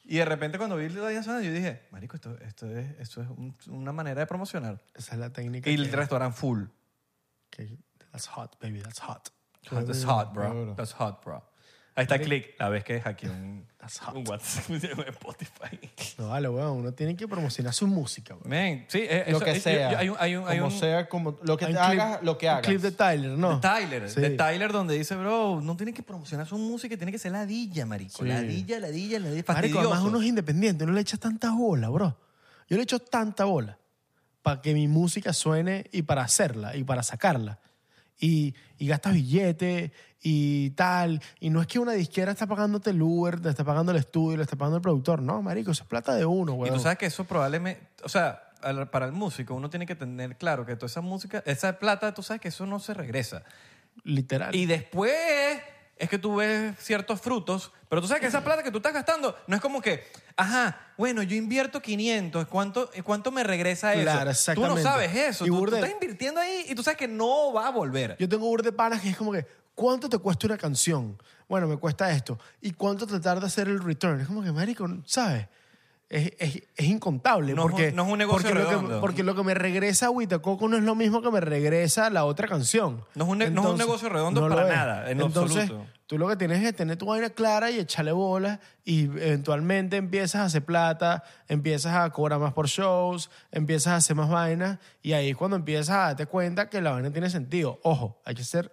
[SPEAKER 1] Y de repente cuando vi la vaina sonando, yo dije, marico, esto, esto es, esto es un- una manera de promocionar.
[SPEAKER 3] Esa es la técnica.
[SPEAKER 1] Y el
[SPEAKER 3] que-
[SPEAKER 1] restaurante full.
[SPEAKER 3] que- that's hot, baby, that's hot.
[SPEAKER 1] That's hot, bro. That's hot, bro. Ahí está click. La vez que es aquí un,
[SPEAKER 3] That's hot.
[SPEAKER 1] un WhatsApp [LAUGHS] un Spotify.
[SPEAKER 3] No vale, weón. Uno tiene que promocionar su música, weón.
[SPEAKER 1] Men, sí, eh,
[SPEAKER 2] lo
[SPEAKER 1] eso-
[SPEAKER 2] que
[SPEAKER 1] eh, yo-
[SPEAKER 2] sea.
[SPEAKER 1] yo- hay un, hay un, hay
[SPEAKER 2] como
[SPEAKER 1] un-
[SPEAKER 2] sea, como lo que
[SPEAKER 3] Hay
[SPEAKER 2] te
[SPEAKER 3] un clip-
[SPEAKER 2] hagas, lo que
[SPEAKER 3] un
[SPEAKER 2] hagas.
[SPEAKER 3] clip de Tyler, ¿no?
[SPEAKER 1] de Tyler,
[SPEAKER 3] Sí.
[SPEAKER 1] de Tyler donde dice, bro, no tiene que promocionar su música, tiene que ser ladilla, marico. Ladilla, ladilla, ladilla,
[SPEAKER 3] Marico,
[SPEAKER 1] fastidioso.
[SPEAKER 3] además uno es independiente, no le echas tanta bola, bro. Yo le echo tanta bola para que mi música suene y para hacerla y para sacarla. Y, y gastas billetes y tal. Y no es que una disquera está pagándote el Uber, te está pagando el estudio, le está pagando el productor. No, marico, eso es plata de uno,
[SPEAKER 1] Y
[SPEAKER 3] güey.
[SPEAKER 1] tú sabes que eso probablemente, o sea, al- para el músico uno tiene que tener claro que toda esa música, esa plata, tú sabes que eso no se regresa.
[SPEAKER 3] Literal.
[SPEAKER 1] Y después es que tú ves ciertos frutos, pero tú sabes que esa plata que tú estás gastando no es como que, ajá, bueno, yo invierto 500, ¿cuánto, cuánto me regresa eso?
[SPEAKER 3] Claro,
[SPEAKER 1] Tú
[SPEAKER 3] exactamente.
[SPEAKER 1] no sabes eso,
[SPEAKER 3] Y
[SPEAKER 1] tú, tú
[SPEAKER 3] burda de-
[SPEAKER 1] estás invirtiendo ahí y tú sabes que no va a volver.
[SPEAKER 3] Yo tengo un de panas que es como que, ¿cuánto te cuesta una canción? Bueno, me cuesta esto. ¿Y cuánto te tarda hacer el return? Es como que, marico, ¿sabes? Es, es- es incontable.
[SPEAKER 1] No es un-
[SPEAKER 3] porque,
[SPEAKER 1] no es un negocio
[SPEAKER 3] porque lo que-
[SPEAKER 1] redondo.
[SPEAKER 3] porque lo que me regresa Huita Coco no es lo mismo que me regresa la otra canción.
[SPEAKER 1] No es un ne- no es un negocio redondo
[SPEAKER 3] lo
[SPEAKER 1] para
[SPEAKER 3] es.
[SPEAKER 1] nada, en lo
[SPEAKER 3] Entonces,
[SPEAKER 1] absoluto.
[SPEAKER 3] tú lo que tienes es tener tu vaina clara y echarle bolas y eventualmente empiezas a hacer plata, empiezas a cobrar más por shows, empiezas a hacer más vainas y ahí es cuando empiezas a darte cuenta que la vaina tiene sentido. Ojo, hay que ser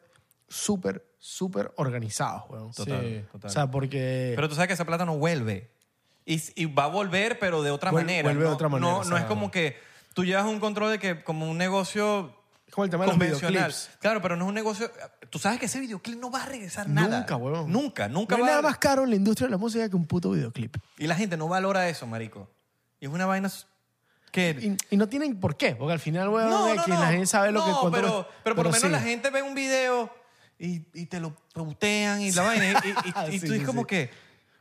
[SPEAKER 3] súper, súper organizados, weón.
[SPEAKER 1] Total,
[SPEAKER 3] Sí.
[SPEAKER 1] total.
[SPEAKER 3] O sea, porque...
[SPEAKER 1] Pero tú sabes que esa plata no vuelve. Y, y va a volver, pero de otra
[SPEAKER 3] Vuel-
[SPEAKER 1] manera.
[SPEAKER 3] vuelve de
[SPEAKER 1] no,
[SPEAKER 3] otra manera,
[SPEAKER 1] No, no es
[SPEAKER 3] claro.
[SPEAKER 1] como que tú llevas un control de que como un negocio
[SPEAKER 3] es como el tema de los
[SPEAKER 1] convencional.
[SPEAKER 3] videoclips.
[SPEAKER 1] Claro, pero no es un negocio... eh, Tú sabes que ese videoclip no va a regresar nada.
[SPEAKER 3] Nunca, weón.
[SPEAKER 1] Nunca, nunca
[SPEAKER 3] No
[SPEAKER 1] va
[SPEAKER 3] hay
[SPEAKER 1] a-
[SPEAKER 3] nada más caro en la industria de la música que un puto videoclip.
[SPEAKER 1] Y la gente no valora eso, marico. Y es una vaina que...
[SPEAKER 3] Y, y no tienen por qué, porque al final, weón, es que la gente sabe lo que
[SPEAKER 1] No,
[SPEAKER 3] cuánto
[SPEAKER 1] pero,
[SPEAKER 3] cuesta.
[SPEAKER 1] pero por lo menos
[SPEAKER 3] sí.
[SPEAKER 1] la gente ve un video y, y te lo putean y la vaina.
[SPEAKER 3] [LAUGHS]
[SPEAKER 1] Y, y- y- y
[SPEAKER 3] Sí,
[SPEAKER 1] tú
[SPEAKER 3] sí,
[SPEAKER 1] es como
[SPEAKER 3] sí.
[SPEAKER 1] que,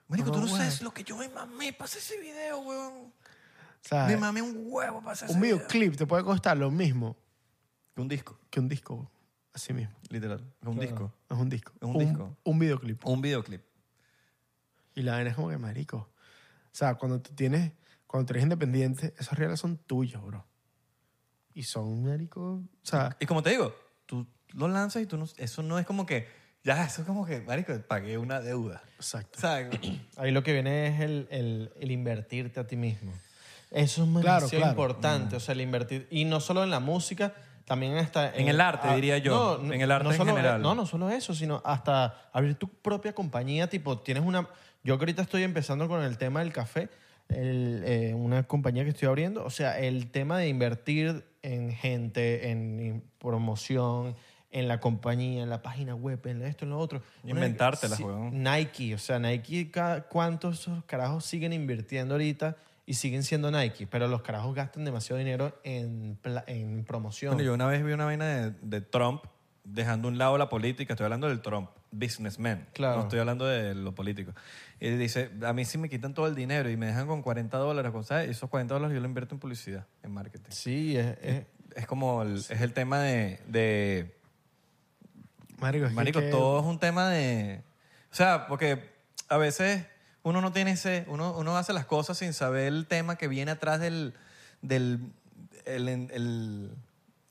[SPEAKER 1] marico,
[SPEAKER 3] No,
[SPEAKER 1] tú no
[SPEAKER 3] weón.
[SPEAKER 1] sabes lo que yo me mamé para hacer ese video, weón.
[SPEAKER 3] sea,
[SPEAKER 1] Me mame un huevo para hacer
[SPEAKER 3] Ah, eh. un videoclip te puede costar lo mismo
[SPEAKER 1] Un disco,
[SPEAKER 3] que un disco, bro. así mismo.
[SPEAKER 1] literal. Un disco.
[SPEAKER 3] Es un disco.
[SPEAKER 1] Es un disco.
[SPEAKER 3] Un videoclip.
[SPEAKER 1] Un videoclip.
[SPEAKER 3] Y la vaina es como que marico. O sea, cuando tú tienes, cuando tú eres independiente, esos reales son tuyos, bro. Y son, marico, o sea,
[SPEAKER 1] Y como te digo, tú lo lanzas y tú no, eso no es como que, ya, eso es como que, marico, pagué una deuda.
[SPEAKER 3] exacto.
[SPEAKER 1] ¿Sabes?
[SPEAKER 2] Ahí lo que viene es el, el- el invertirte a ti mismo. Eso es muy
[SPEAKER 3] Claro, claro.
[SPEAKER 2] importante,
[SPEAKER 1] Mm.
[SPEAKER 2] o sea, el invertir. Y no solo en la música, también hasta...
[SPEAKER 1] En el arte, diría yo. En el arte en
[SPEAKER 2] solo-
[SPEAKER 1] general.
[SPEAKER 2] No, no solo eso, sino hasta abrir tu propia compañía, tipo, tienes una... Yo que ahorita estoy empezando con el tema del café, el, eh, una compañía que estoy abriendo, o sea, el tema de invertir en gente, en promoción, en la compañía, en la página web, en esto, en lo otro. Una-
[SPEAKER 1] Inventártelas,
[SPEAKER 2] sí,
[SPEAKER 1] huevón.
[SPEAKER 2] Nike, o sea, Nike, ca- ¿cuántos esos carajos siguen invirtiendo ahorita y siguen siendo Nike? Pero los carajos gastan demasiado dinero en, pla- en promoción.
[SPEAKER 1] Bueno, yo una vez vi una vaina de, de Trump dejando a un lado la política. Estoy hablando del Trump, businessman.
[SPEAKER 2] Claro.
[SPEAKER 1] No estoy hablando de lo político. Y dice, a mí si me quitan todo el dinero y me dejan con 40 dólares, con, ¿sabes? esos 40 dólares yo lo invierto en publicidad, en marketing.
[SPEAKER 2] Sí, es, es-
[SPEAKER 1] Es como, el, es el tema de, de
[SPEAKER 3] Marico, es que-
[SPEAKER 1] Marico,
[SPEAKER 3] que-
[SPEAKER 1] todo es un tema de. O sea, porque a veces uno no tiene ese. Uno, uno hace las cosas sin saber el tema que viene atrás del. del el, el,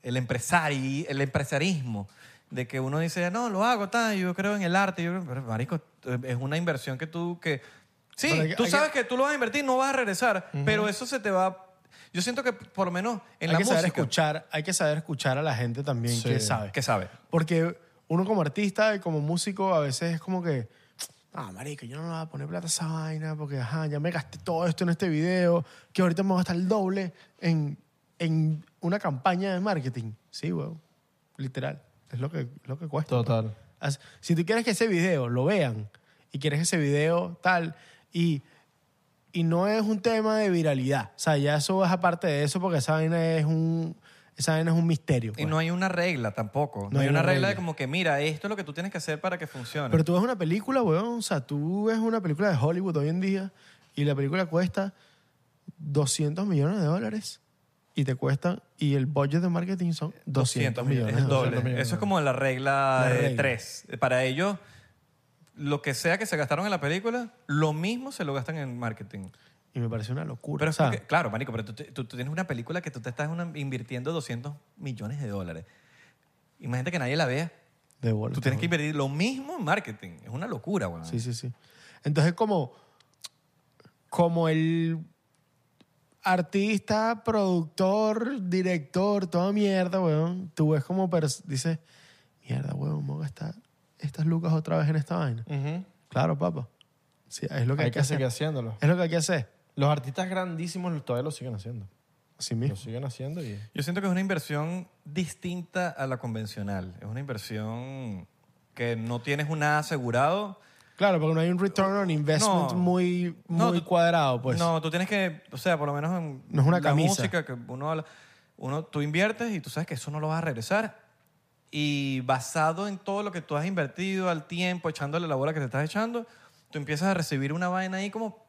[SPEAKER 1] el empresari- el empresarismo. De que uno dice, no, lo hago, tal, yo creo en el arte. Yo, creo- pero, marico, es una inversión que tú. que Sí,
[SPEAKER 3] Pero hay que-
[SPEAKER 1] tú
[SPEAKER 3] hay
[SPEAKER 1] sabes que... tú lo vas a invertir, no vas a regresar, pero eso se te va. Yo siento que por lo menos en
[SPEAKER 3] hay
[SPEAKER 1] la
[SPEAKER 3] que
[SPEAKER 1] música.
[SPEAKER 3] saber escuchar, hay que saber escuchar a la gente también que sabe.
[SPEAKER 1] Que sabe.
[SPEAKER 3] Porque uno como artista y como músico a veces es como que, ah, marico, yo no le voy a poner plata a esa vaina porque, ajá, ya me gasté todo esto en este video, que ahorita me va a gastar el doble en, en una campaña de marketing. Sí, weón. Literal. Es lo que, lo que cuesta.
[SPEAKER 2] Total.
[SPEAKER 3] pues. As- Si tú quieres que ese video lo vean y quieres que ese video tal y... Y no es un tema de viralidad. O sea, ya eso es aparte de eso porque esa vaina es un, esa vaina es un misterio.
[SPEAKER 1] Y
[SPEAKER 3] pues.
[SPEAKER 1] no hay una regla tampoco. No, hay una regla de como que, mira, esto es lo que tú tienes que hacer para que funcione.
[SPEAKER 3] Pero tú ves una película, weón. O sea, tú ves una película de Hollywood hoy en día y la película cuesta 200 millones de dólares y te cuesta y el budget de marketing son 200, millones.
[SPEAKER 1] Es el
[SPEAKER 3] de
[SPEAKER 1] doble.
[SPEAKER 3] dólares.
[SPEAKER 1] Eso es como la regla
[SPEAKER 3] La
[SPEAKER 1] de
[SPEAKER 3] regla.
[SPEAKER 1] tres. Para ellos, lo que sea que se gastaron en la película, lo mismo se lo gastan en marketing.
[SPEAKER 3] Y me parece una locura.
[SPEAKER 1] Pero
[SPEAKER 3] o
[SPEAKER 1] es
[SPEAKER 3] sea,
[SPEAKER 1] porque- claro, marico, pero tú, te- tú- tú tienes una película que tú te estás una- invirtiendo 200 millones de dólares. Imagínate que nadie la vea.
[SPEAKER 3] de bola.
[SPEAKER 1] Tú tienes que invertir lo mismo en marketing. Es una locura, weón.
[SPEAKER 3] Sí, sí, sí. Entonces, como, como el artista, productor, director, toda mierda, weón, tú ves como, pers- dices, mierda, weón, me voy a gastar estas lucas otra vez en esta vaina.
[SPEAKER 2] Ujú.
[SPEAKER 3] Claro, papá. Sí, es lo que hay,
[SPEAKER 2] Hay
[SPEAKER 3] que
[SPEAKER 2] que
[SPEAKER 3] hacer.
[SPEAKER 2] seguir haciéndolo.
[SPEAKER 3] Es lo que hay que hacer.
[SPEAKER 2] Los artistas grandísimos todavía lo siguen haciendo.
[SPEAKER 3] Así
[SPEAKER 2] Lo
[SPEAKER 3] mismo.
[SPEAKER 2] siguen haciendo y...
[SPEAKER 1] Yo siento que es una inversión distinta a la convencional. Es una inversión que no tienes un nada asegurado.
[SPEAKER 3] Claro, porque no hay un return on investment
[SPEAKER 1] No.
[SPEAKER 3] muy,
[SPEAKER 1] No,
[SPEAKER 3] muy
[SPEAKER 1] tú-
[SPEAKER 3] cuadrado, pues.
[SPEAKER 1] No, tú tienes que, o sea, por lo menos en
[SPEAKER 3] No es una
[SPEAKER 1] la
[SPEAKER 3] camisa.
[SPEAKER 1] música que uno habla, uno tú inviertes y tú sabes que eso no lo vas a regresar. Y basado en todo lo que tú has invertido al tiempo, echándole la bola que te estás echando, tú empiezas a recibir una vaina ahí como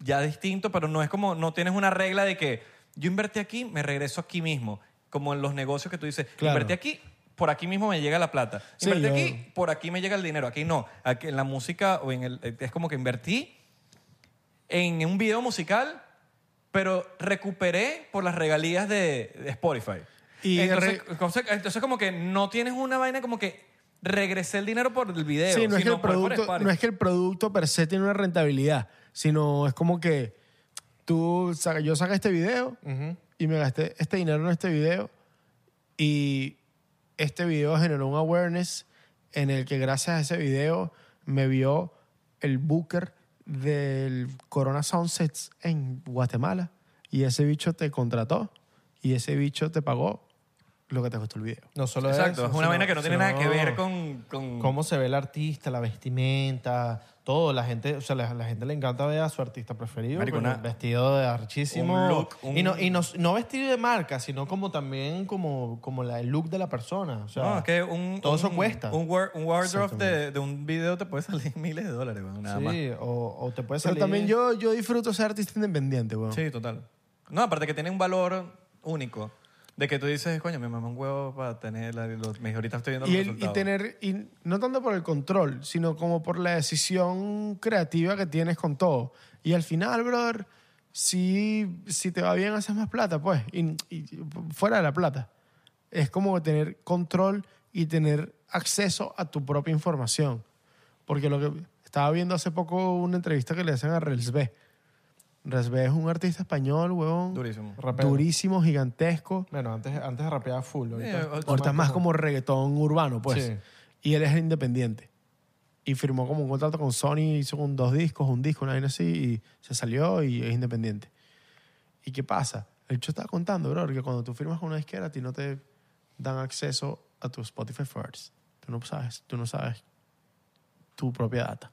[SPEAKER 1] ya distinto, pero no es como no tienes una regla de que yo invertí aquí, me regreso aquí mismo, como en los negocios que tú dices,
[SPEAKER 3] Claro.
[SPEAKER 1] invertí aquí por aquí mismo me llega la plata.
[SPEAKER 3] Sí,
[SPEAKER 1] Invertí
[SPEAKER 3] yo-
[SPEAKER 1] aquí, por aquí me llega el dinero. Aquí no. Aquí en la música o en el. Es como que invertí en un video musical, pero recuperé por las regalías de, de Spotify.
[SPEAKER 3] Y
[SPEAKER 1] entonces,
[SPEAKER 3] re-
[SPEAKER 1] cosa- entonces como que no tienes una vaina como que regresé el dinero por el video.
[SPEAKER 3] Sí, no es, que
[SPEAKER 1] sino
[SPEAKER 3] el
[SPEAKER 1] por- por
[SPEAKER 3] producto,
[SPEAKER 1] Spotify.
[SPEAKER 3] no es que el producto per se tiene una rentabilidad, sino es como que tú, saca- yo saqué este video y me gasté este dinero en este video y este video generó un awareness en el que gracias a ese video me vio el booker del Corona Sunsets en Guatemala y ese bicho te contrató y ese bicho te pagó lo que te costó el video.
[SPEAKER 2] No solo
[SPEAKER 1] Exacto,
[SPEAKER 2] eso,
[SPEAKER 1] es una
[SPEAKER 2] sino-
[SPEAKER 1] vaina que no tiene nada que
[SPEAKER 2] sino-
[SPEAKER 1] ver con... con-
[SPEAKER 2] cómo se ve el artista, la vestimenta, todo. La gente, o sea, la, la gente le encanta ver a su artista preferido
[SPEAKER 1] Marico,
[SPEAKER 2] con
[SPEAKER 1] una-
[SPEAKER 2] un vestido de archísimo.
[SPEAKER 1] un look,
[SPEAKER 2] Y,
[SPEAKER 1] un-
[SPEAKER 2] no, y no, no vestido de marca, sino como también como, como la, el look de la persona. O sea,
[SPEAKER 1] no, es que un,
[SPEAKER 2] todo eso
[SPEAKER 1] un-
[SPEAKER 2] cuesta.
[SPEAKER 1] Un, wor- un wardrobe de, de un video te puede salir [LAUGHS] miles de dólares, weón, nada más.
[SPEAKER 2] sí, o, o te puede
[SPEAKER 3] Pero
[SPEAKER 2] salir...
[SPEAKER 3] también yo, yo disfruto ser artista independiente, weón.
[SPEAKER 1] Sí, total. No, aparte que tiene un valor único. De que tú dices, coño, me mamá un huevo para tener la, los, me- ahorita estoy viendo los
[SPEAKER 3] Y, el- y
[SPEAKER 1] resultados.
[SPEAKER 3] tener, y no tanto por el control, sino como por la decisión creativa que tienes con todo. Y al final, brother, si, si te va bien, haces más plata, pues, y, y fuera de la plata. Es como tener control y tener acceso a tu propia información. Porque lo que estaba viendo hace poco una entrevista que le hacen a Rels B. Rels B es un artista español, huevón.
[SPEAKER 1] Durísimo.
[SPEAKER 4] Rapero.
[SPEAKER 3] Durísimo, gigantesco.
[SPEAKER 4] Bueno, antes, antes rapeaba full. Ahorita,
[SPEAKER 1] Eh,
[SPEAKER 3] Ahorita es más como reggaetón urbano, pues.
[SPEAKER 4] Sí.
[SPEAKER 3] Y él es independiente. Y firmó como un contrato con Sony, hizo con dos discos, un disco, una vaina así, y se salió y es independiente. ¿Y qué pasa? El chico estaba contando, bro, que cuando tú firmas con una disquera, a ti no te dan acceso a tu Spotify First. Tú no sabes, tú no sabes tu propia data.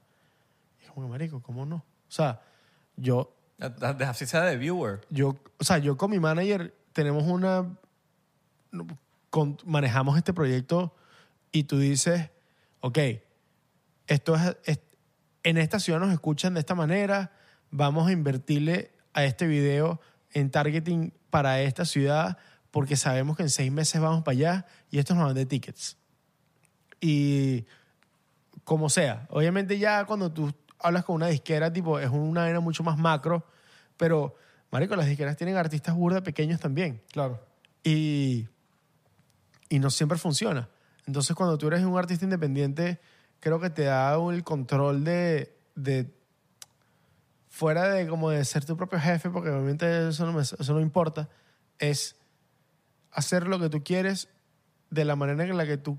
[SPEAKER 3] Y es como, marico, ¿cómo no? O sea, yo
[SPEAKER 1] Así sea de viewer.
[SPEAKER 3] yo, o sea, yo con mi manager tenemos una, con- manejamos este proyecto y tú dices, ok, esto es, es- en esta ciudad nos escuchan de esta manera, vamos a invertirle a este video en targeting para esta ciudad porque sabemos que en seis meses vamos para allá y estos nos van de tickets. Y como sea. Obviamente ya cuando tú hablas con una disquera, tipo, es una vaina mucho más macro, pero, marico, las disqueras tienen artistas burda pequeños también.
[SPEAKER 4] Claro.
[SPEAKER 3] Y, y no siempre funciona. Entonces, cuando tú eres un artista independiente, creo que te da el control de, de- fuera de como de ser tu propio jefe, porque obviamente eso no, me- eso no importa, es hacer lo que tú quieres de la manera en la que tú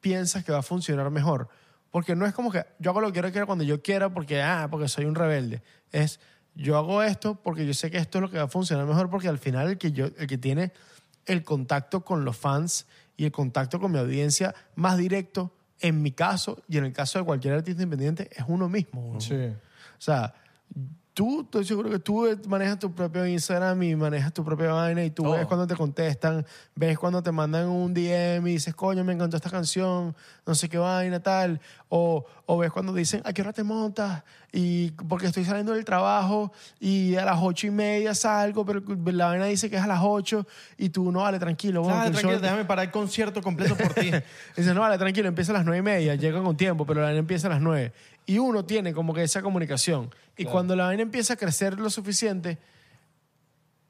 [SPEAKER 3] piensas que va a funcionar mejor. Porque no es como que yo hago lo que quiero, quiero cuando yo quiera, porque, ah, porque soy un rebelde. Es yo hago esto porque yo sé que esto es lo que va a funcionar mejor, porque al final el que, yo, el que tiene el contacto con los fans y el contacto con mi audiencia más directo, en mi caso y en el caso de cualquier artista independiente, es uno mismo. weón.
[SPEAKER 4] Sí.
[SPEAKER 3] O sea, tú, estoy seguro que tú manejas tu propio Instagram y manejas tu propia vaina y tú
[SPEAKER 1] Todo.
[SPEAKER 3] ves cuando te contestan, ves cuando te mandan un DM y dices, coño, me encantó esta canción, no sé qué vaina, tal. O, o ves cuando dicen, ¿a qué hora te montas? Y porque estoy saliendo del trabajo y a las ocho y media salgo, pero la vaina dice que es a las ocho y tú, no, vale, tranquilo. bueno, que
[SPEAKER 4] Claro,
[SPEAKER 3] el
[SPEAKER 4] tranquilo,
[SPEAKER 3] show-
[SPEAKER 4] déjame parar el concierto completo por ti.
[SPEAKER 3] Dice, no, vale, tranquilo, empieza a las nueve y media, llega con tiempo, pero la vaina empieza a las nueve. Y uno tiene como que esa comunicación. Y cuando la vaina empieza a crecer lo suficiente,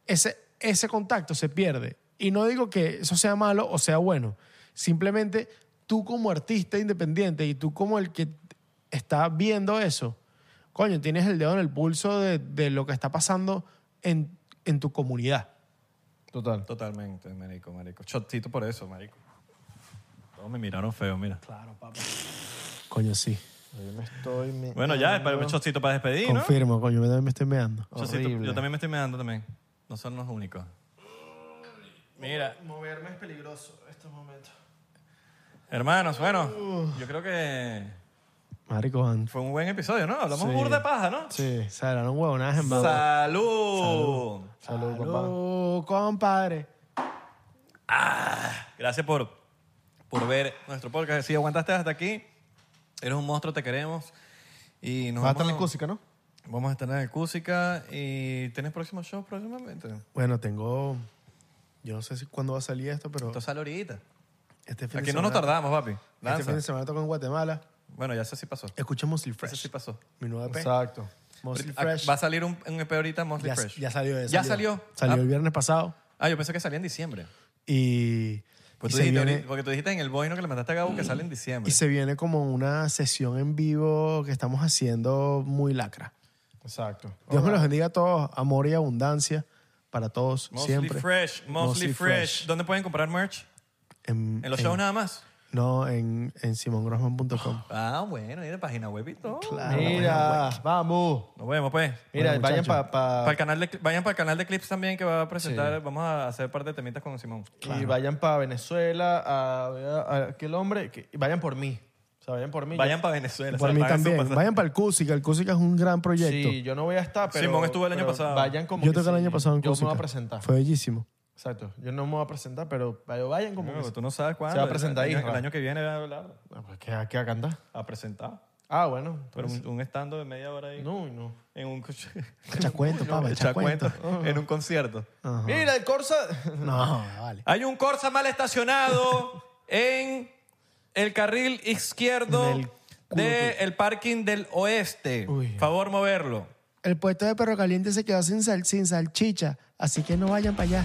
[SPEAKER 3] ese, ese contacto se pierde. Y no digo que eso sea malo o sea bueno. Simplemente tú como artista independiente y tú como el que está viendo eso, coño, tienes el dedo en el pulso de, de lo que está pasando en, en tu comunidad.
[SPEAKER 4] Total.
[SPEAKER 1] Totalmente, marico, marico. Chotito por eso, marico. Todos me miraron feo, mira.
[SPEAKER 3] Coño, sí.
[SPEAKER 1] Bueno, ya, espera, un chotito para despedir, ¿no?
[SPEAKER 3] Confirmo, coño, yo también me estoy meando.
[SPEAKER 1] Chocito, yo también me estoy meando también. No son los únicos. Mira,
[SPEAKER 4] Moverme es peligroso en estos momentos.
[SPEAKER 1] hermanos, bueno, yo creo que
[SPEAKER 3] Marico, van
[SPEAKER 1] fue un buen episodio, ¿no? Hablamos burda de paja, ¿no?
[SPEAKER 4] Sí.
[SPEAKER 3] Se hablaron huevonadas en banda.
[SPEAKER 1] Salud.
[SPEAKER 4] Salud, papá.
[SPEAKER 3] Salud, compadre.
[SPEAKER 1] Gracias por, por ver nuestro podcast. Si aguantaste hasta aquí, eres un monstruo, te queremos. Y nos
[SPEAKER 4] Va a estar
[SPEAKER 1] vamos,
[SPEAKER 4] en acústica, ¿no?
[SPEAKER 1] Vamos a estar en el Cúsica. ¿Y tienes próximos shows próximamente?
[SPEAKER 3] Bueno, tengo. Yo no sé si cuándo va a salir esto, pero.
[SPEAKER 1] Esto sale ahorita.
[SPEAKER 3] este fin de
[SPEAKER 1] Aquí no nos
[SPEAKER 3] semana-
[SPEAKER 1] tardamos, papi.
[SPEAKER 3] Este fin de
[SPEAKER 1] Lanza.
[SPEAKER 3] semana toco en Guatemala.
[SPEAKER 1] Bueno, ya eso sí pasó.
[SPEAKER 3] Escuché Mostly
[SPEAKER 1] Eso sí
[SPEAKER 3] Fresh.
[SPEAKER 1] pasó.
[SPEAKER 3] Mi nueva EP.
[SPEAKER 4] Exacto.
[SPEAKER 3] Mostly
[SPEAKER 1] Ah,
[SPEAKER 3] Fresh.
[SPEAKER 1] Va a salir un, un EP ahorita, Mostly
[SPEAKER 3] ya,
[SPEAKER 1] Fresh.
[SPEAKER 3] ya salió.
[SPEAKER 1] Ya salió.
[SPEAKER 3] Salió
[SPEAKER 1] Ah.
[SPEAKER 3] el viernes pasado.
[SPEAKER 1] Ah, yo pensé que salía en diciembre.
[SPEAKER 3] Y.
[SPEAKER 1] Pues
[SPEAKER 3] y
[SPEAKER 1] tú
[SPEAKER 3] se
[SPEAKER 1] dijiste
[SPEAKER 3] viene-
[SPEAKER 1] ahorita- porque tú dijiste en el boino que le mandaste a Gabo que sale en diciembre.
[SPEAKER 3] y se viene como una sesión en vivo que estamos haciendo muy lacra.
[SPEAKER 4] Exacto.
[SPEAKER 3] Dios me los bendiga a todos. Amor y abundancia para todos
[SPEAKER 1] Mostly
[SPEAKER 3] siempre.
[SPEAKER 1] Fresh, Mostly,
[SPEAKER 3] Mostly
[SPEAKER 1] fresh.
[SPEAKER 3] Fresh.
[SPEAKER 1] ¿Dónde pueden comprar merch?
[SPEAKER 3] En,
[SPEAKER 1] ¿En los shows nada más?
[SPEAKER 3] No, en, en simongrossman.com.
[SPEAKER 1] Ah, bueno, ir a página web y todo.
[SPEAKER 4] Mira, vamos.
[SPEAKER 1] Nos vemos, pues.
[SPEAKER 4] Mira,
[SPEAKER 3] Bueno,
[SPEAKER 4] vayan
[SPEAKER 3] muchachos.
[SPEAKER 4] para... Pa,
[SPEAKER 1] Para el canal de, vayan para el canal de clips también que va a presentar. Vamos a hacer parte de temitas con Simón.
[SPEAKER 4] Y vayan para Venezuela, a, a- a aquel hombre, que, vayan por mí. O sea, vayan por mí.
[SPEAKER 1] Vayan para Venezuela.
[SPEAKER 3] Por
[SPEAKER 1] o sea,
[SPEAKER 3] mí
[SPEAKER 1] paguen su
[SPEAKER 3] también.
[SPEAKER 1] pasaje.
[SPEAKER 3] Vayan para el Cusica. El Cusica es un gran proyecto.
[SPEAKER 4] Sí, yo no voy a estar, pero...
[SPEAKER 1] Simón estuvo el año
[SPEAKER 4] pero
[SPEAKER 1] pasado.
[SPEAKER 4] Vayan como
[SPEAKER 3] yo
[SPEAKER 4] que
[SPEAKER 3] toqué el
[SPEAKER 4] sí.
[SPEAKER 3] año pasado en
[SPEAKER 4] Yo
[SPEAKER 3] Cusica.
[SPEAKER 4] me voy a presentar.
[SPEAKER 3] Fue bellísimo.
[SPEAKER 4] Exacto. Yo no me voy a presentar, pero, pero vayan como
[SPEAKER 1] Amigo,
[SPEAKER 4] que sí.
[SPEAKER 1] tú no sabes cuándo.
[SPEAKER 4] Se va a presentar
[SPEAKER 1] el, el,
[SPEAKER 4] Isra.
[SPEAKER 1] año que viene va a hablar.
[SPEAKER 4] Ah, pues, ¿Qué, qué va a cantar?
[SPEAKER 1] A presentar.
[SPEAKER 4] Ah, bueno.
[SPEAKER 1] Pero un, un estando de media hora ahí.
[SPEAKER 4] No, no.
[SPEAKER 1] En un coche.
[SPEAKER 3] Echa
[SPEAKER 1] [LAUGHS]
[SPEAKER 3] cuento, pava, Ah, echa cuento.
[SPEAKER 1] En un concierto.
[SPEAKER 4] Mira, el Corsa.
[SPEAKER 3] No, vale.
[SPEAKER 1] [LAUGHS] Hay un Corsa mal estacionado en el carril izquierdo
[SPEAKER 3] En
[SPEAKER 1] del parking del oeste. Favor moverlo.
[SPEAKER 3] El puesto de perro caliente se quedó sin, sal- sin salchicha, así que no vayan para allá.